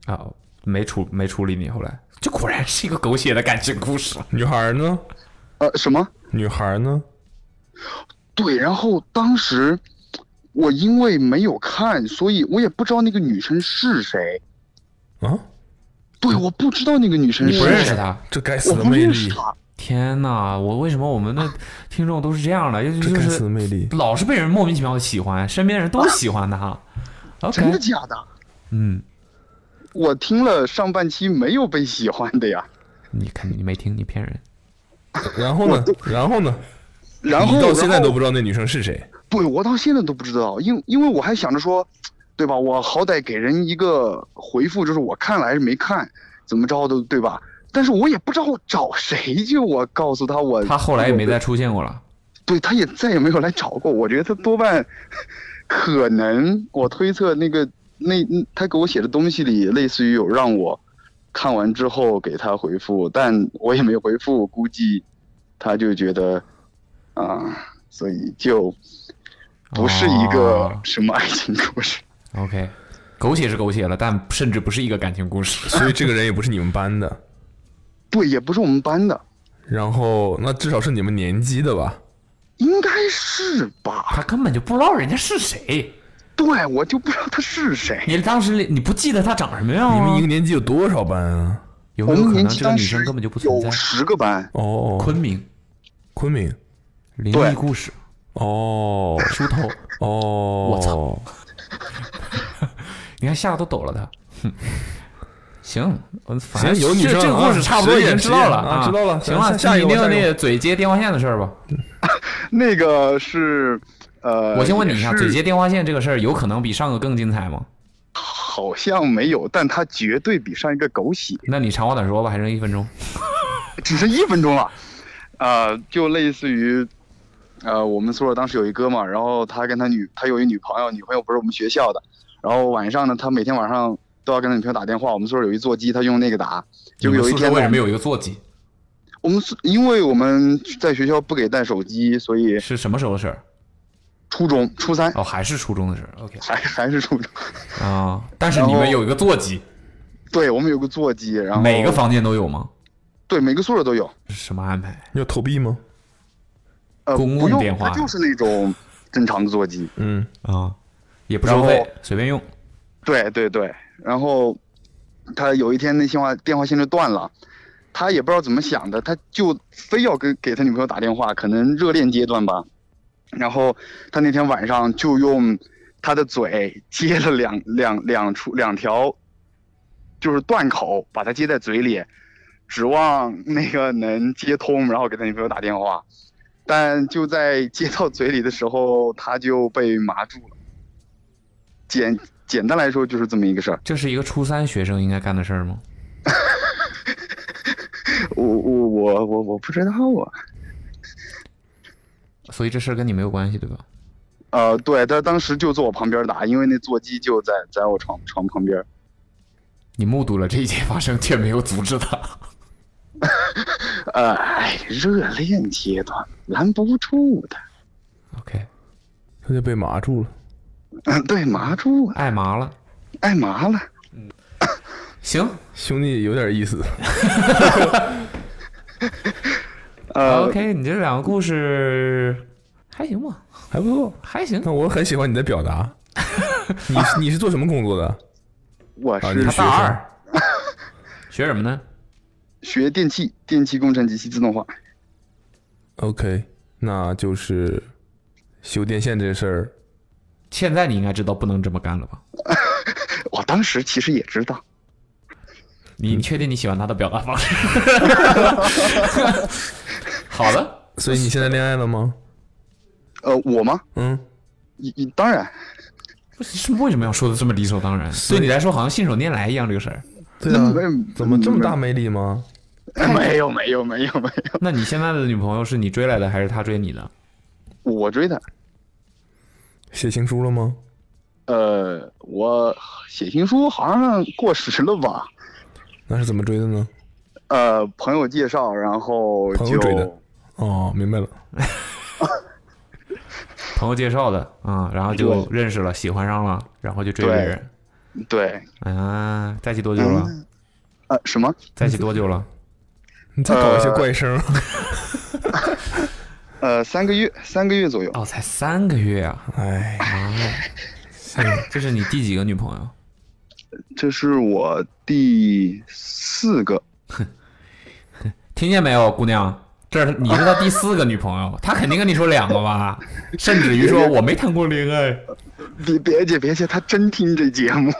S4: 啊，没处没处理你，后来这果然是一个狗血的感情故事。
S3: 女孩呢？
S7: 呃，什么？
S3: 女孩呢？
S7: 对，然后当时我因为没有看，所以我也不知道那个女生是谁。
S3: 啊，
S7: 对，我不知道那个女生
S4: 你
S7: 是
S4: 不
S7: 谁，
S4: 认识他？
S3: 这该
S7: 我
S3: 死的
S7: 不
S3: 魅
S7: 认识
S3: 力，
S7: 她。
S4: 天哪，我为什么我们的听众都是这样的？尤其
S3: 这
S4: 就
S3: 该死的
S4: 是
S3: 魅力，
S4: 老是被人莫名其妙的喜欢，身边人都喜欢他。OK，
S7: 啊真的假的？
S4: 嗯，
S7: 我听了上半期没有被喜欢的呀。
S4: 你肯定你没听，你骗人。
S3: 然后呢？然后呢？
S7: 然后
S3: 你到现在
S7: 然后
S3: 都不知道那女生是谁，
S7: 对我到现在都不知道，因因为我还想着说，对吧？我好歹给人一个回复，就是我看了还是没看，怎么着的，对吧？但是我也不知道我找谁去，我告诉他呃我
S4: 他后来也没再，出现过了。
S7: 对，他也再也没有来找过。我觉得他多半可能，我推测那个那他给我写的东西里，类似于有让我看完之后给他回复，但我也没回复，估计他就觉得啊、所以就不是一个
S4: 哦
S7: 什么爱情故事。
S4: OK，狗血是狗血了，但甚至不是一个感情故事。
S3: 所以这个人也不是你们班 的。
S7: 对，也不是我们班的，
S3: 然后那至少是你们年级的吧？
S7: 应该是吧？
S4: 他根本就不知道人家是谁。
S7: 对，啊哎我就不知道他是谁。
S4: 你当时你不记得他长什么样
S3: 你们一个
S4: 吗？
S3: 年级有多少班啊？
S4: 有
S7: 我
S4: 没有
S7: 们
S4: 可
S7: 年
S4: 能
S7: 级
S4: 这个
S7: 当
S4: 女
S7: 时
S4: 生根本就不存在
S7: 有？十个班，
S3: 哦，
S4: 昆明
S3: 昆明，
S4: 灵
S7: 对
S4: 异故事，
S3: 哦
S4: 梳头，
S3: 哦， 我
S4: 操，你看吓得都抖了他。哼行，我反正
S3: 行有女
S4: 这
S3: 生
S4: 这个
S3: 啊
S4: 故事差不多已经
S3: 实验
S4: 知道了
S3: 实验啊知道了
S4: 行了，
S3: 下下一个
S4: 你
S3: 吧
S4: 那
S3: 下一
S4: 个嘴接电话线的事儿吧。
S7: 那个是呃，
S4: 我先问你一下，
S7: 也是
S4: 嘴接电话线这个事儿，有可能比上个更精彩吗？
S7: 好像没有，但它绝对比上一个狗血，
S4: 那你长话短说吧，还剩一分钟。
S7: 只剩一分钟了，呃，就类似于，呃，我们宿舍当时有一哥们儿，然后他跟他女，他有一女朋友，女朋友不是我们学校的，然后晚上呢，他每天晚上都要跟他女朋友打电话，我们宿舍有一座机，他用那个打，结
S4: 你们
S7: 果有一
S4: 宿舍
S7: 天
S4: 为什么
S7: 有？
S4: 有一个座机？
S7: 我们宿因为我们在学校不给带手机，所以
S4: 是什么时候的事儿？
S7: 初中初三
S4: 哦，还是初中的事儿。OK
S7: 还还是初中，
S4: 啊、但是你
S7: 然
S4: 们
S7: 后
S4: 有一个座机，
S7: 对我们有个座机，然后
S4: 每个房间都有吗？
S7: 对每个宿舍都有，
S4: 是什么安排？
S3: 要投币吗？
S7: 呃，
S4: 公共
S7: 不用
S4: 电话
S7: 它就是那种正常的座机。
S3: 嗯，
S4: 啊、也不收
S7: 然后
S4: 费，随便用。
S7: 对对对，然后他有一天那电话电话线就断了，他也不知道怎么想的，他就非要给给他女朋友打电话，可能热恋阶段吧。然后他那天晚上就用他的嘴接了两两两处两条，就是断口，把它接在嘴里，指望那个能接通，然后给他女朋友打电话。但就在接到嘴里的时候，他就被麻住了。简简单来说就是这么一个事儿。
S4: 这是一个初三学生应该干的事儿吗？
S7: 我我我我我不知道啊。
S4: 所以这事儿跟你没有关系，对吧？
S7: 呃，对，他当时就坐我旁边打，因为那座机就在在我床床旁边。
S4: 你目睹了这一切发生，却没有阻止他。
S7: 呃，哎，热恋阶段拦不住的，
S4: OK，
S3: 他就被麻住了。
S7: 嗯， 对，麻住了，
S4: 爱麻了。
S7: 爱麻了。
S4: 行，
S3: 兄弟有点 意思，
S7: 呃
S4: OK，你这两个故事还行吧，
S3: 还不错。
S4: 还行。
S3: 但我很喜欢你的表 达。你是你是做什么工作的？
S7: 我
S3: 啊，你
S7: 是
S3: 是学
S4: 大
S3: 生
S4: 二。学什么呢？
S7: 学电气，电气工程及其自动化。
S3: OK，那就是修电线这事儿。
S4: 现在你应该知道不能这么干了吧？
S7: 我当时其实也知道，
S4: 你你确定你喜欢他的表达方式？ 好的，
S3: 所以你现在恋爱了吗？
S7: 呃，我吗？
S3: 嗯，
S7: 一一当然，
S4: 不是是为什么要说的这么理所当然？
S3: 所以
S4: 对你来说好像信手拈来一样这个事儿。
S3: 对啊
S7: 那没，
S3: 怎么这么大魅力吗？
S7: 没有没有没有没有，
S4: 那你现在的女朋友是你追来的还是她追你的？
S7: 我追的。
S3: 写情书了吗？
S7: 呃，我写情书好像过时了吧？
S3: 那是怎么追的呢？
S7: 呃，朋友介绍，然后
S3: 朋友
S7: 就
S3: 追的哦，明白了。
S4: 朋友介绍的啊、然后就认识了，喜欢上了，然后就追别
S7: 哎对
S4: 人。
S7: 对，
S4: 啊，在一起多久了？
S7: 呃，什么？
S4: 在一起多久了？
S3: 你再搞一些怪声。
S7: 呃，三个月，三个月左右。
S4: 哦，才三个月啊！
S3: 哎，
S4: 啊，是 这是你第几个女朋友？
S7: 这是我第四个，
S4: 听见没有，姑娘？这是你是他第四个女朋友，他肯定跟你说两个吧，甚至于说我没谈过恋爱，
S7: 别别介别介，他真听这节目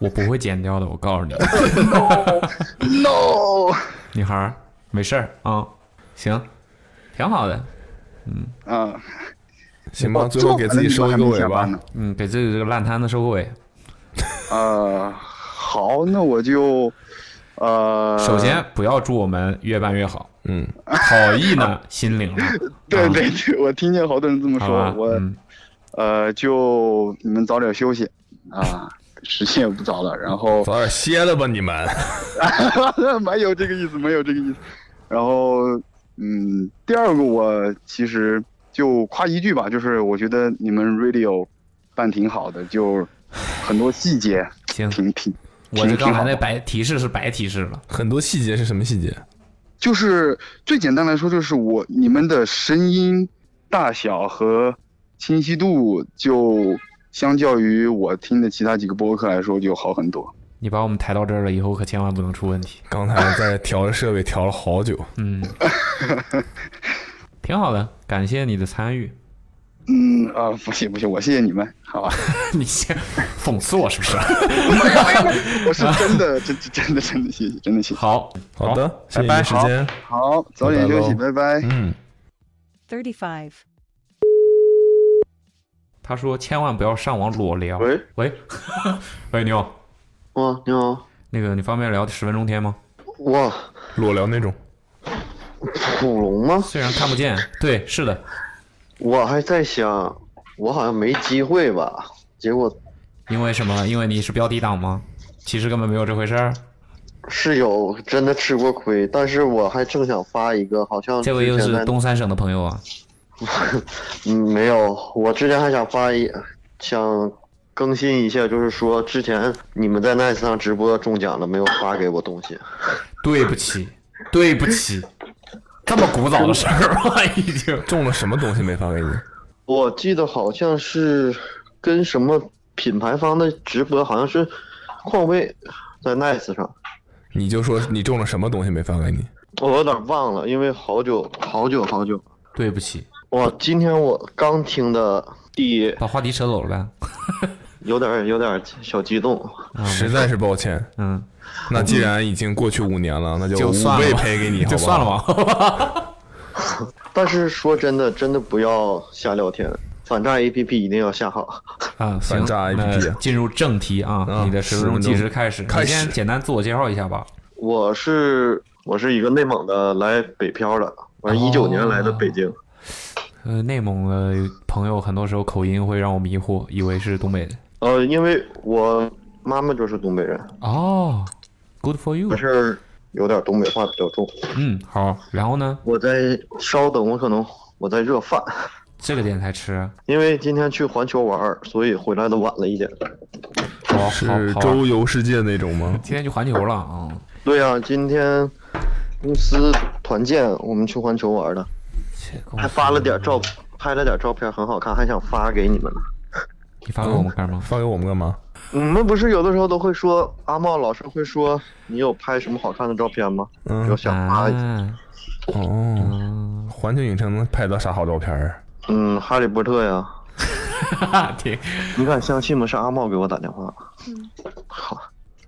S4: 我不会剪掉的，我告诉你，
S7: ？No，
S4: 女孩儿没事儿啊、行，嗯挺好的，
S7: 啊，
S3: 行吧，
S7: 哦
S3: 最后给自己收一个尾
S7: 这么晚了你们还没下
S3: 巴
S7: 班。呢
S4: 嗯，给自己这个烂摊子收个尾。
S7: 呃，好，那我就，呃，
S4: 首先，不要祝我们越办越好，
S3: 嗯，
S4: 好意呢心领了，
S3: 啊
S7: 对对对，我听见好多人这么
S4: 好吧
S7: 说，，我
S4: 嗯，
S7: 呃，就你们早点休息啊，时间也不早了，然后
S3: 早点歇了吧，你 们。
S7: 没有这个意思，没有这个意思。然后，嗯，第二个我其实就夸一句吧，就是我觉得你们 radio 办挺好的，就很多细节
S4: 行，
S7: 挺挺，
S4: 我这
S7: 挺
S4: 刚才
S7: 好
S4: 那
S7: 的
S4: 白提示是白提示了，
S3: 很多细节是什么细节？
S7: 就是最简单来说，就是我你们的声音大小和清晰度就相较于我听的其他几个播客来说就好很多。
S4: 你把我们抬到这儿了，以后可千万不能出问题。
S3: 刚才在调着设备调了好久，
S4: 嗯， 挺好的，感谢你的参与。
S7: 嗯啊，不行不行，我谢谢你们，好吧？
S4: 你先讽刺我是 不是？
S7: 我是真的，真真的真的谢谢，真的谢谢。
S4: 好，
S3: 好的，谢谢你的时间，
S7: 好，早点休息，
S3: 拜
S7: 拜拜。
S3: 嗯，
S8: 35.
S4: 他说千万不要上网裸聊。
S9: 喂，
S4: 喂， 喂，牛，
S9: 哇，你好，
S4: 那个你方便聊十分钟天吗？
S9: 哇，
S3: 裸聊那种，
S9: 恐龙吗？
S4: 虽然看不见，对，是的，
S9: 我还在想，我好像没机会吧？结果
S4: 因为什么？因为你是标题党吗？其实根本没有这回事儿。
S9: 是有真的吃过亏，但是我还正想发一个，好像
S4: 这位又
S9: 之前
S4: 是
S9: 哦在
S4: 东三省的朋友啊，
S9: 嗯，没有，我之前还想发一，想更新一下，就是说之前你们在 Nice 上直播中奖了，没有发给我东西。
S4: 对不起，对不起，这么古早的事儿吗？已经
S3: 中了什么东西没发给你？
S9: 我记得好像是跟什么品牌方的直播，好像是匡威在 Nice 上，
S3: 你就说你中了什么东西没发给你？
S9: 我有点忘了，因为好久好久好久。
S4: 对不起，
S9: 哇，今天我刚听的第，
S4: 把话题扯走了呗。
S9: 有点有点小激动。
S4: 啊
S3: 实在是抱歉，
S4: 嗯，
S3: 那既然已经过去五年了，那就
S4: 就
S3: 五
S4: 算了
S3: 倍
S4: 吧
S3: 赔给 你，
S4: 就算了
S3: 吧。
S4: 吧。
S9: 但是说真的，真的不要瞎聊天，反诈 APP 一定要下好。
S4: 啊，行
S3: 反诈，
S4: 那
S3: APP
S4: 进入正题啊，
S3: 啊
S4: 你的十分钟计时开始，
S3: 开
S4: 你
S3: 始
S4: 先简单自我介绍一下吧。
S9: 我是我是一个内蒙的来北漂的，我是一九年来的
S4: 哦
S9: 北京。
S4: 呃，内蒙的朋友很多时候口音会让我迷惑，以为是东北的。
S9: 呃，因为我妈妈就是东北人，
S4: 哦，Good for you
S9: 可。是有点东北话比较重。
S4: 嗯，好。然后呢，
S9: 我在稍等，我可能我在热饭，
S4: 这个点才吃。
S9: 因为今天去环球玩儿，所以回来的晚了一点。
S4: 好好
S3: 是
S4: 好啊。
S3: 周游世界那种吗？
S4: 今天去环球了啊、嗯
S9: 对呀、今天公司团建，我们去环球玩的，
S4: 切跟我
S9: 还发了点
S4: 说
S9: 照，拍了点照片，很好看，还想发给你们呢。
S4: 你发给我们干嘛？
S3: 发给我们干嘛？
S9: 你们不是有的时候都会说阿茂老师会说你有拍什么好看的照片吗？
S3: 嗯
S9: 有想发一下。
S4: 啊，
S3: 哦，
S4: 嗯，
S3: 环球影城能拍到啥好照片儿？啊
S9: 嗯，哈利波特呀，
S4: 听
S9: 你敢相信吗？是阿茂给我打电话。好，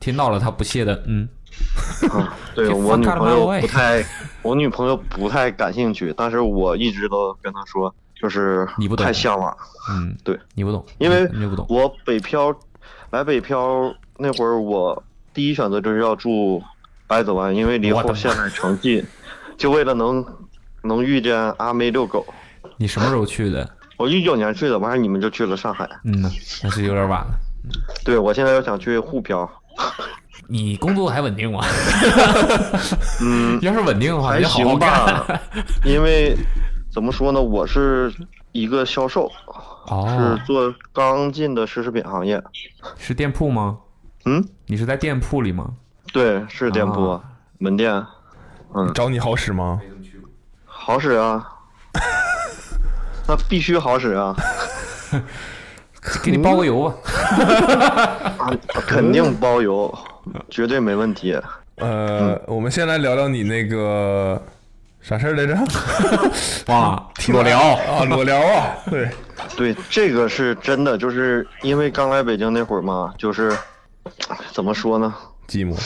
S4: 听到了他不屑的，嗯，
S9: 啊，对
S4: You
S9: 我
S4: fuck
S9: 女
S4: out of my
S9: 朋友
S4: way
S9: 不太，我女朋友不太感兴趣，但是我一直都跟她说，就是
S4: 你不懂
S9: 太向往。
S4: 嗯，
S9: 对，
S4: 你不懂，
S9: 因为
S4: 你你不懂，
S9: 我北漂，来北漂那会儿，我第一选择就是要住百子湾，因为离
S4: 我的
S9: 后
S4: 妈
S9: 县来城近，就为了能能遇见阿妹遛狗。
S4: 你什么时候去 的？
S9: 我一九年去的，完事儿你们就去了上海。
S4: 嗯呐，那是有点晚了。
S9: 对我现在又想去沪漂，
S4: 你工作还稳定吗？
S9: 嗯，
S4: 要是稳定的话，
S9: 还
S4: 你就好好
S9: 行
S4: 干。
S9: 吧， 因为怎么说呢，我是一个销售，
S4: 哦
S9: 是，做刚进的奢侈品行业。
S4: 是店铺吗？
S9: 嗯，
S4: 你是在店铺里 吗？
S9: 对，是店铺、
S4: 啊
S9: 门店，嗯
S3: 找你好使吗？
S9: 好使啊，那必须好使啊。
S4: 给你包个邮吧。
S9: 啊，肯定包邮，绝对没问题。
S3: 呃，我们先来聊聊你那个啥事儿来着？
S4: 忘了
S3: 裸聊 啊，裸聊啊，对，
S9: 对，这个是真的，就是因为刚来北京那会儿嘛，就是唉怎么说呢？
S3: 寂寞。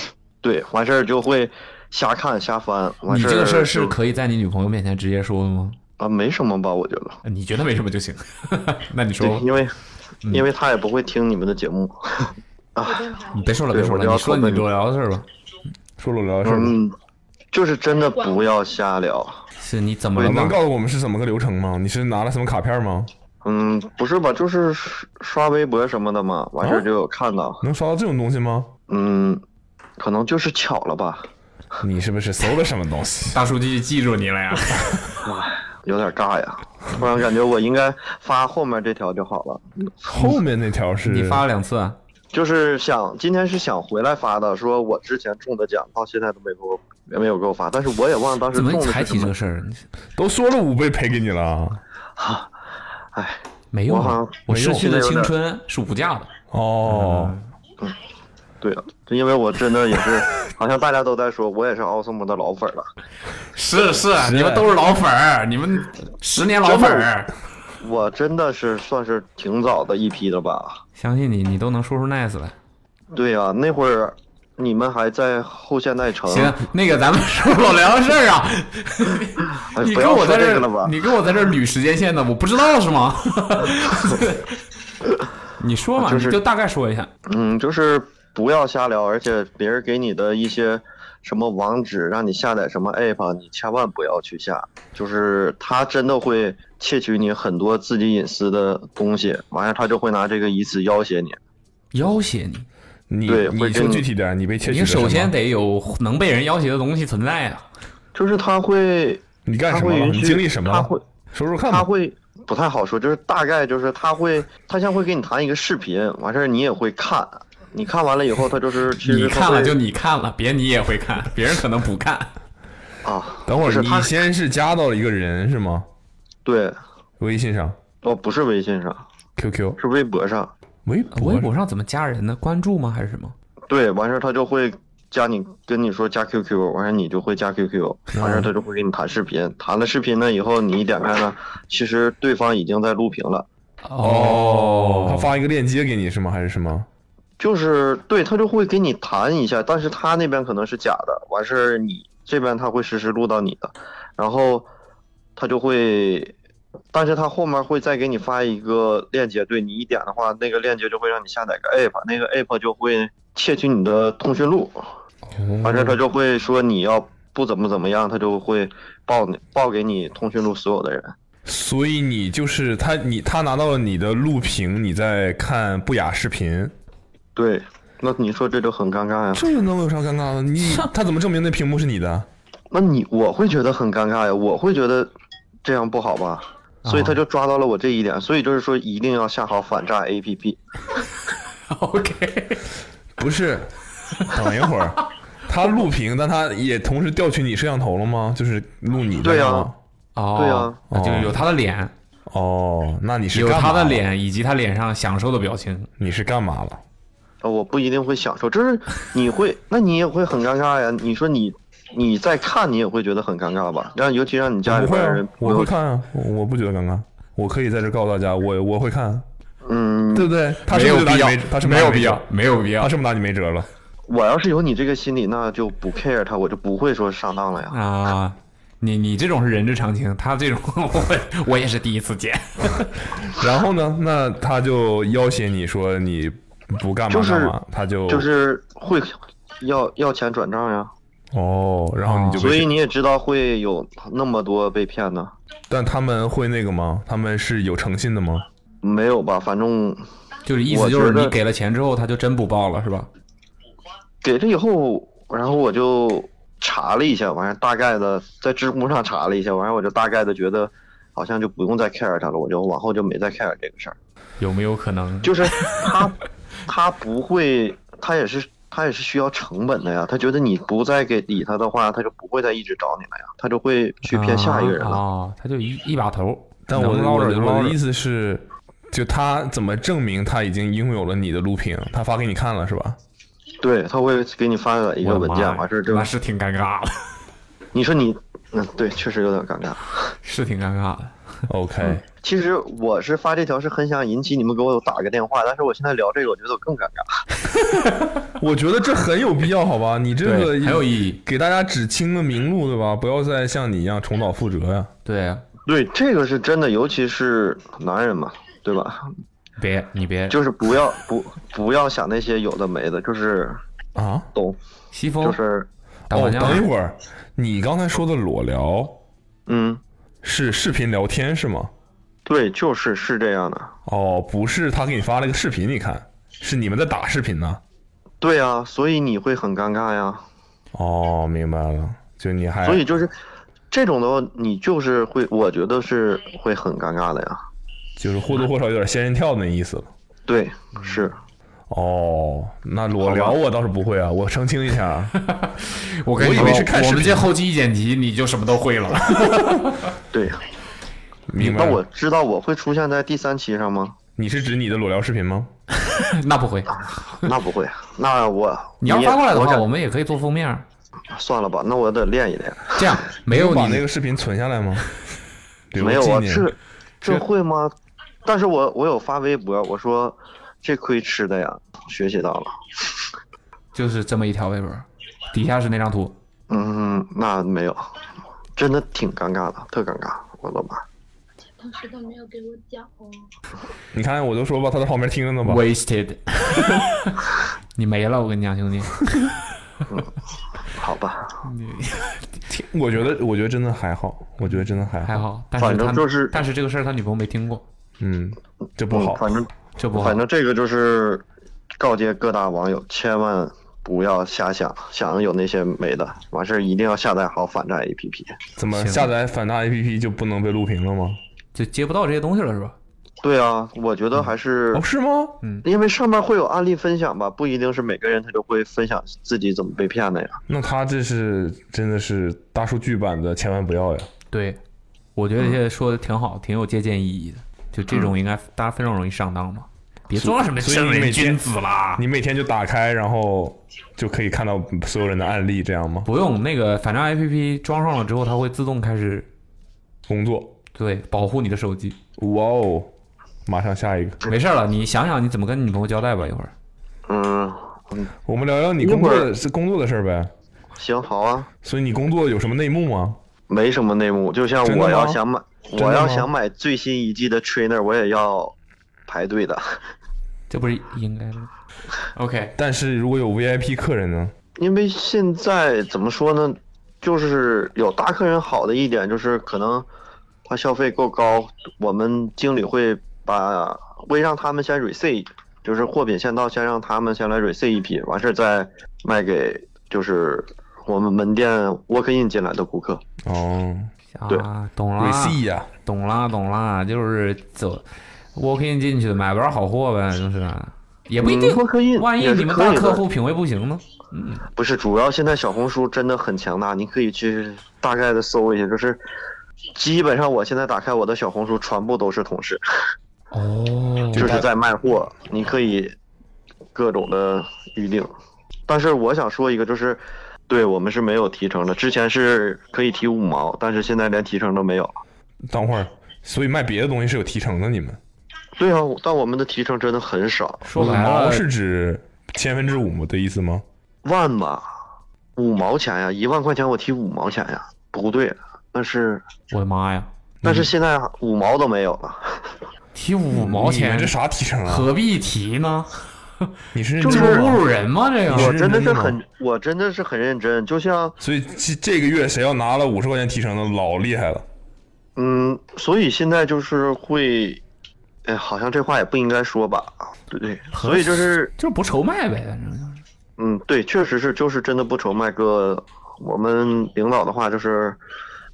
S9: 对，完事儿就会瞎看瞎翻，完
S4: 你
S9: 事儿
S4: 这个事儿是
S9: 就
S4: 可以在你女朋友面前直接说的吗？
S9: 啊，没什么吧？我觉得，
S4: 你觉得没什么就行。 那你
S9: 对
S4: 说，，
S9: 因为
S4: 嗯
S9: 因为他也不会听你们的节目。
S4: 你别说了，别
S9: 对
S4: 说
S9: 我
S4: 了，
S9: 就要
S4: 你说
S9: 拷
S4: 你
S9: 贝你
S4: 裸聊的事儿吧。
S3: 说裸聊
S4: 哦
S3: 的事儿吧，
S9: 嗯，就是真的不要瞎聊。
S4: 是你怎么了
S3: 你能
S4: 吗？
S3: 告诉我们是怎么个流程吗？你是拿了什么卡片吗？
S9: 嗯，不是吧？就是刷刷微博什么的嘛，完
S4: 哦
S9: 事儿就有看到。
S3: 能刷到这种东西吗？
S9: 嗯，可能就是巧了吧，
S3: 你是不是搜了什么东西？
S4: 大数据记住你了 呀！
S9: 有点尬呀。突然感觉我应该发后面这条就好了。
S3: 后面那条是
S4: 你发了两次啊？
S9: 就是想今天是想回来发的，说我之前中的奖到现在都没给我没有给我啊发，但是我也忘了当时
S4: 怎么
S9: 中
S4: 你
S9: 的
S4: 还
S9: 是
S4: 提
S9: 什
S4: 这
S9: 么
S4: 个。事儿？你
S3: 都说了五倍赔给你了。啊
S9: 哎，
S4: 没用
S9: 我好
S4: 啊
S9: 像，
S4: 我
S9: 没
S4: 失
S9: 用
S4: 去的嗯
S9: 现在
S4: 青
S9: 有点
S4: 春是无价的。
S3: 哦，
S9: 对啊，就因为我真的也 是，好像大家都在说，我也是奥斯姆的老粉儿了。
S4: 是是，啊
S9: 啊
S4: 你们都是老粉儿，你们十年老粉儿。
S9: 我真的是算是挺早的一批了吧？
S4: 相信你，你都能说出 nice 来。
S9: 对呀、那会儿你们还在后现代城。
S4: 行，那个咱们说老聊的事儿啊，
S9: 哎
S4: 你
S9: 不
S4: 跟
S9: 要
S4: 我
S9: 说
S4: 在
S9: 这
S4: 这
S9: 个了吧
S4: 儿，？你跟我在这儿捋时间线呢，我不知道是 吗？你说嘛，
S9: 就是
S4: 啊你就大概说一下。
S9: 嗯，就是不要瞎聊，而且别人给你的一些什么网址，让你下载什么 app，你千万不要去下，就是他真的会窃取你很多自己隐私的东西，完了他就会拿这个以此要挟你。
S4: 要挟你，
S3: 你
S9: 对
S3: 你
S9: 会
S3: 说
S9: 跟
S3: 具体点，你被窃取
S4: 你
S3: 了什
S4: 首
S3: 么
S4: 先得有能被人要挟的东西存在啊。
S9: 就是他会，
S3: 你干
S9: 他
S3: 什么
S9: 会
S3: 了？
S9: 允
S3: 你
S9: 许，
S3: 经历什么
S9: 他
S3: 了？
S9: 会，
S3: 说说看吧。
S9: 他会不太好说，就是大概就是他会，他像会给你弹一个视频，完事儿你也会看，你看完了以后，他就是其
S4: 你
S9: 实他
S4: 看了
S9: 会
S4: 就你看了，别你也会看，别人可能不看。
S9: 啊，
S3: 等会
S9: 不
S3: 儿
S9: 是
S3: 你
S9: 他
S3: 先是加到了一个人是吗？
S9: 对，
S3: 微信上、
S9: 哦，不是微信上，
S3: QQ、
S9: 是微博上。
S3: 微博
S4: 呃微博上怎么加人呢？关注吗？还是什么？
S9: 对，完事儿他就会加你，跟你说加 QQ，完事儿你就会加 QQ，完事儿他就会给你弹视频，弹了视频呢以后，你一点开呢，其实对方已经在录屏了，
S3: 哦，他发一个链接给你是吗？还是什么？
S9: 就是对他就会给你弹一下，但是他那边可能是假的，完事儿你这边他会实时录到你的，然后他就会。但是他后面会再给你发一个链接，对你一点的话，那个链接就会让你下载个 app，那个 app 就会窃取你的通讯录，
S4: 嗯
S9: 完事儿他就会说你要不怎么怎么样，他就会报你报给你通讯录所有的人。
S3: 所以你就是他，你他拿到了你的录屏，你在看不雅视频，
S9: 对，那你说这就很尴尬呀？
S3: 这能有啥尴尬的？你他怎么证明那屏幕是你的？
S9: 那你我会觉得很尴尬呀，我会觉得这样不好吧？所
S3: 啊
S9: 以他就抓到了我这一点，所以就是说一定要下好反诈 APP。
S4: OK，
S3: 不是，等一会儿，他录屏，但他也同时调取你摄像头了吗？就是录你的
S9: 对呀
S3: 吗
S4: 哦，
S9: 对啊
S4: 那就有他的脸，
S3: 哦，那你是
S4: 有
S3: 干嘛
S4: 他的
S3: 了，
S4: 脸以及他脸上享受的表情。
S3: 你是干嘛了？
S9: 呃，我不一定会享受，就是你会，那你也会很尴尬呀。你说你你在看，你也会觉得很尴尬吧？让尤其让你家
S3: 我
S9: 里
S3: 不会、
S9: 边
S3: 啊
S9: 人，
S3: 我会，看啊，我我不觉得尴尬，我可以在这告诉大家，我我会看，
S9: 嗯，
S3: 对不对？他
S4: 没
S3: 是
S4: 有
S3: 不是拿
S4: 必
S3: 你
S4: 要
S3: 没，他是不
S4: 没
S3: 是拿
S4: 有
S3: 你
S4: 必
S3: 辙
S4: 要，，没有必要
S3: 他是不是拿你没辙了？
S9: 我要是有你这个心理，那就不 care 他，我就不会说上当了呀。
S4: 啊！你你这种是人之常情，他这种 我我也是第一次见。
S3: 然后呢？那他就要挟你说你不干嘛
S9: 就是
S3: 干嘛，他就
S9: 就是会要要钱转账呀，
S3: 哦，然后你就
S9: 所以
S3: 被，
S9: 你也知道会有那么多被骗的，
S3: 但他们会那个吗？他们是有诚信的吗？
S9: 没有吧？反正
S4: 就是意思就是
S9: 我觉
S4: 你
S9: 得
S4: 给了钱之后，他就真不报了，是吧？
S9: 给了以后，然后我就查了一下，完事儿大概的在知乎上查了一下，完事儿我就大概的觉得好像就不用再 care 他了，我就往后就没再 care 这个事儿。
S4: 有没有可能？
S9: 就是 他他不会，他也是他也是需要成本的呀。他觉得你不再给理他的话，他就不会再一直找你了呀，他就会去骗下一个人
S4: 啊
S9: 了。
S4: 哦，他就一一把头。
S3: 但我
S4: 能
S3: 的
S4: 捞
S3: 我
S4: 着
S3: 的
S4: 就
S3: 我
S4: 捞
S3: 的
S4: 着
S3: 意。思是，就他怎么证明他已经拥有了你的录屏？他发给你看了是吧？
S9: 对，他会给你发一
S4: 我
S9: 个
S4: 的
S9: 文
S4: 妈
S9: 件
S4: 呀，
S9: 完事儿就
S4: 那是挺尴尬的，
S9: 你说你，嗯，对，确实有点尴尬。
S4: 是挺尴尬的。
S3: OK，、
S9: 其实我是发这条是很想引起你们给我打个电话，但是我现在聊这个，我觉得我更尴尬。
S3: 我觉得这很有必要，好吧？你这个
S4: 对，很有意义。
S3: 给大家指清个明路，对吧？不要再像你一样重蹈覆辙呀、
S4: 对啊，
S9: 对，这个是真的，尤其是男人嘛，对吧？
S4: 别你别，
S9: 就是不要不不要想那些有的没的，就是
S3: 啊！
S9: 懂，
S4: 西风
S9: 就是
S4: 打
S3: 哦，
S4: 麻将
S3: 等一会儿，你刚才说的裸聊
S9: 嗯，
S3: 是视频聊天是吗？
S9: 对，就是是这样的。
S3: 哦，不是，他给你发了个视频，你看，是你们在打视频呢。
S9: 对啊，所以你会很尴尬呀。
S3: 哦，明白了，就你
S4: 哎
S3: 还
S9: 所以就是这种的话，你就是会，我觉得是会很尴尬的呀。
S3: 就是或多或少有点仙人跳那意思了。
S9: 对，是
S3: 哦，那裸聊
S9: 好吧
S3: 我倒是不会啊，我澄清一下，
S4: 我跟你
S3: 我以为是
S4: 说，
S3: 看
S4: 我
S3: 视
S4: 们
S3: 频
S4: 这后期一剪辑，你就什么都会了。
S9: 对。
S3: 明白
S9: 那
S3: 了？
S9: 我知道我会出现在第三期上吗？
S3: 你是指你的裸聊视频吗？
S4: 那不会，
S9: 那不会，那我
S4: 嗯你要发过来的
S9: 我
S4: 话，
S9: 想
S4: 我们也可以做封面儿。
S9: 算了吧，那我得练一练。
S4: 这样没
S3: 你
S4: 有
S3: 有把
S4: 你
S3: 那个视频存下 来吗？留
S9: 没有
S3: 纪
S9: 啊，
S3: 念
S9: 这这
S4: 这
S9: 会吗？但是我我有发微博，我说这亏吃的呀，学习到了。
S4: 就是这么一条微博，底下是那张图。
S9: 嗯，那没有，真的挺尴尬的，特尴尬，我的妈！
S10: 当时都没有给我讲哦。
S3: 你看我就说吧，他在旁边听 着呢吧。
S4: Wasted，你没了，我跟你讲，兄弟。
S9: 嗯好吧，
S3: 听 我觉得，我觉得真的还好，我觉得真的还好，
S4: 还好，但
S9: 反
S4: 是
S9: 正
S4: 他，
S9: 就是
S4: 但是这个事儿他女朋友没听过，
S3: 嗯，这不好
S9: 嗯，反正
S4: 这不好。
S9: 反正这个就是告诫各大网友，千万不要瞎想，想有那些没的，完事儿一定要下载好反诈 APP。
S3: 怎么
S4: 行
S3: 下载反诈 APP 就不能被录屏了吗？
S4: 就接不到这些东西了，是吧？
S9: 对啊，我觉得还是
S3: 哦，是吗？
S9: 因为上面会有案例分享吧，不一定是每个人他就会分享自己怎么被骗的呀。
S3: 那他这是真的是大数据版的，千万不要呀！
S4: 对，我觉得这些说的挺好，挺有借鉴意义的。就这种应该大家非常容易上当嘛，别装什么
S3: 嗯所以
S4: 正
S3: 你每
S4: 人君
S3: 天
S4: 子啦。
S3: 你每天就打开，然后就可以看到所有人的案例，这样吗？
S4: 不用那个反诈 APP 装上了之后，它会自动开始
S3: 工作，
S4: 对保护你的手机。
S3: 哇哦！马上下一个，
S4: 没事儿了，你想想你怎么跟女朋友交代吧，一会儿。
S9: 嗯，
S3: 我们聊聊你
S9: 一
S3: 工
S9: 会
S3: 作
S9: 儿
S3: 的是工作的事儿呗。
S9: 行，好啊，
S3: 所以你工作有什么内幕吗？
S9: 没什么内幕，就像
S3: 真的
S9: 我要
S3: 吗
S9: 想买，
S3: 的
S9: 我要
S3: 吗
S9: 想买最新一季的 Trainer，我也要排队的，
S4: 这不是应该吗？OK，
S3: 但是如果有 VIP 客人呢？
S9: 因为现在怎么说呢，就是有大客人好的一点就是可能他消费够高，我们经理会把会让他们先 reset，就是货品先到，先让他们先来 reset 一批，完事儿再卖给就是我们门店 walk in 进来的顾客。
S3: 哦
S9: 对
S4: 啊，懂了。
S3: ，receive 呀，
S4: 懂啦，懂啦，就是走 walk in 进去的，买不着好货呗，就是 也不一定
S9: 嗯，walk in
S4: 万一
S9: 也是
S4: 你们
S9: 可
S4: 大
S9: 以的
S4: 客户品味不行呢？
S9: 不是，主要现在小红书真的很强大，你可以去大概的搜一下，就是基本上我现在打开我的小红书，全部都是同事，
S4: 哦，
S9: 就是在卖货，你可以各种的预定。但是我想说一个，就是对我们是没有提成的，之前是可以提五毛，但是现在连提成都没有了。
S3: 等会儿，所以卖别的东西是有提成的，你们
S9: 对啊，但我们的提成真的很少，
S4: 说白
S3: 毛
S4: 了
S3: 是指千分之五的意思吗？
S9: 万吧，五毛钱呀，一万块钱我提五毛钱呀，不对，那是
S4: 我的妈呀，
S9: 但是现在五毛都没有了。
S4: 提五毛
S3: 你
S4: 钱
S3: 们这啥提成啊？
S4: 何必提呢？
S3: 你是认啊
S4: 这
S3: 真
S4: 不
S3: 吗
S4: 侮辱人吗？这
S3: 你
S9: 我
S4: 个
S3: 是
S9: 真
S3: 认
S9: 的
S3: 真
S9: 是
S3: 的
S4: 啊
S9: 很，我真的是很认真。就像，
S3: 所以这这个月谁要拿了五十块钱提成的，老厉害了。
S9: 嗯，所以现在就是会，哎，好像这话也不应该说吧？对对，所以就是，
S4: 就是不愁卖呗，反正就是
S9: 嗯，对，确实是，就是真的不愁卖个。我们领导的话就是，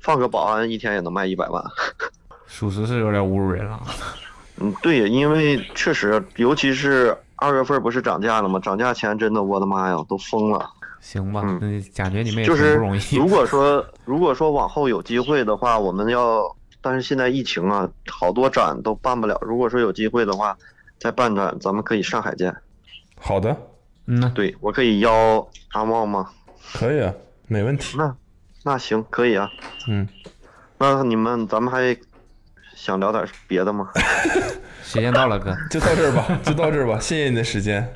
S9: 放个保安一天也能卖一百万。
S4: 属实是有点侮辱人了。
S9: 嗯，对，因为确实，尤其是二月份不是涨价了吗？涨价前真的，我的妈呀，都疯了。
S4: 行吧
S9: 嗯，
S4: 那感觉你们也
S9: 就
S4: 挺
S9: 是
S4: 不容易。
S9: 如果说如果说往后有机会的话，我们要，但是现在疫情啊，好多展都办不了。如果说有机会的话，再办展，咱们可以上海见。
S3: 好的，
S4: 嗯呐，
S9: 对我可以邀阿茂吗？
S3: 可以啊，没问题。
S9: 那那行，可以啊。
S3: 嗯，
S9: 那你们咱们还想聊点别的吗？
S4: 时间到了，哥，
S3: 就到这儿吧，就到这儿吧。谢谢你的时间，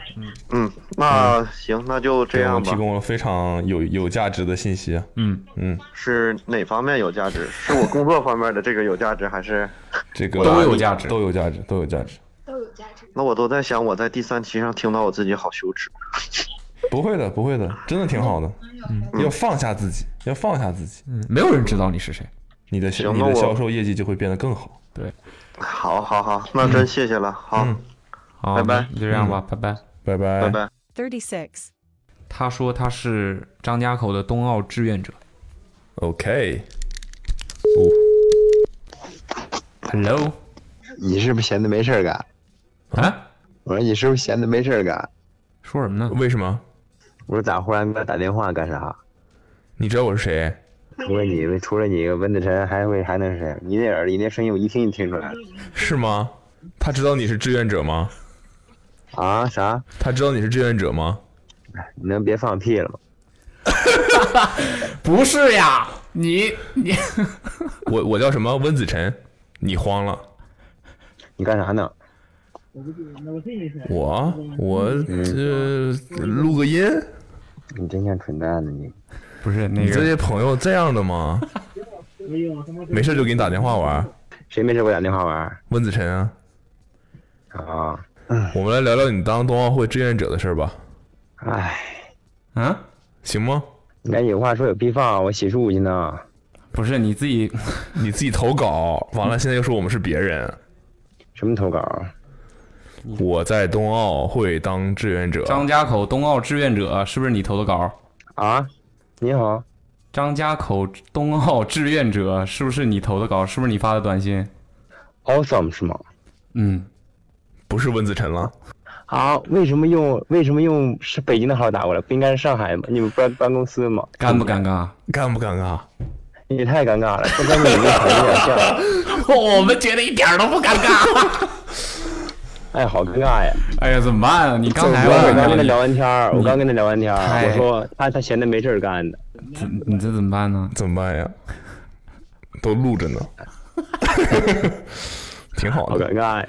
S9: 嗯，那行，那就这
S3: 给我
S9: 样
S3: 们提
S9: 吧。
S3: 供了非常有有价值的信息啊。
S4: 嗯，
S3: 嗯，
S9: 是哪方面有价值？是我工作方面的这个有价值，还是？
S3: 这个
S4: 都有价值
S3: 都有价值，都有价值。
S10: 都有价值。
S9: 那我都在想，我在第三期上听到我自己好羞耻。
S3: 不会的，不会的，真的挺好的。要放下自己，要放下自己，
S4: 嗯没有人知道你是谁。
S3: 你的销
S9: 行
S3: 你
S9: 那
S3: 的
S9: 我
S3: 销售业绩就会变得更好。
S9: 好，好，好，那真谢谢了。好，
S3: 嗯
S4: 好，
S9: 拜拜
S4: 那就这样吧，拜 拜。
S3: 拜拜
S9: 拜拜。
S8: 36.
S4: 他说他是张家口的冬奥志愿者。
S3: OK，
S4: Hello，
S11: 你是不是闲的没事儿干？
S4: 啊，
S11: 我说你是不是闲的没事儿干？
S4: 说什么呢？
S3: 为什么？
S11: 我说咋忽然给我打电话干啥？
S3: 你知道我是谁？
S11: 除了你，除了你，温子晨还会还能是谁？你那 耳朵，你那声音我一听就听出来了。
S3: 是吗？他知道你是志愿者吗？
S11: 啊啥？
S3: 他知道你是志愿者吗？
S11: 你能别放屁了吗？
S4: 不是呀，你你
S3: 我我叫什么？温子晨，你慌了？
S11: 你干啥呢？
S3: 我我这
S11: 嗯
S3: 录个音。
S11: 你真像蠢蛋呢你！
S4: 不是
S3: 你这些朋友这样的吗？没事就给你打电话玩。
S11: 谁没事给我打电话玩？
S3: 温子晨啊。
S11: 啊。
S3: 我们来聊聊你当冬奥会志愿者的事儿吧。
S11: 唉。
S4: 啊？
S3: 行吗？
S11: 你赶紧有话说有屁放，我洗漱去呢。
S4: 不是你自己，
S3: 你自己投稿，完了现在又说我们是别人。
S11: 什么投稿？
S3: 我在冬奥会当志愿者。
S4: 张家口冬奥志愿者是不是你投的稿？
S11: 啊，你好，
S4: 张家口冬奥志愿者是不是你投的稿？是不是你发的短信
S11: ？Awesome 是吗？
S4: 嗯，
S3: 不是温子晨了。
S11: 啊，为什么用为什么用是北京的号打过来？不应该是上海吗？你们办办公司吗？
S4: 尴不尴尬？
S3: 尴不尴尬？
S11: 也太尴尬了，这跟你们好像有点像。
S4: 我们觉得一点儿都不尴 尬。
S11: 哎，好尴尬呀！
S4: 哎呀，怎么办啊？你刚才
S11: 我
S4: 问
S11: 刚跟他
S4: 你
S11: 聊完天儿，我
S4: 你
S11: 刚跟他聊完天儿，
S4: 太
S11: 我说他他闲的没事儿干的，
S4: 你这怎么办呢？
S3: 怎么办哎呀？都录着 呢，挺好的。
S11: 好尴尬呀！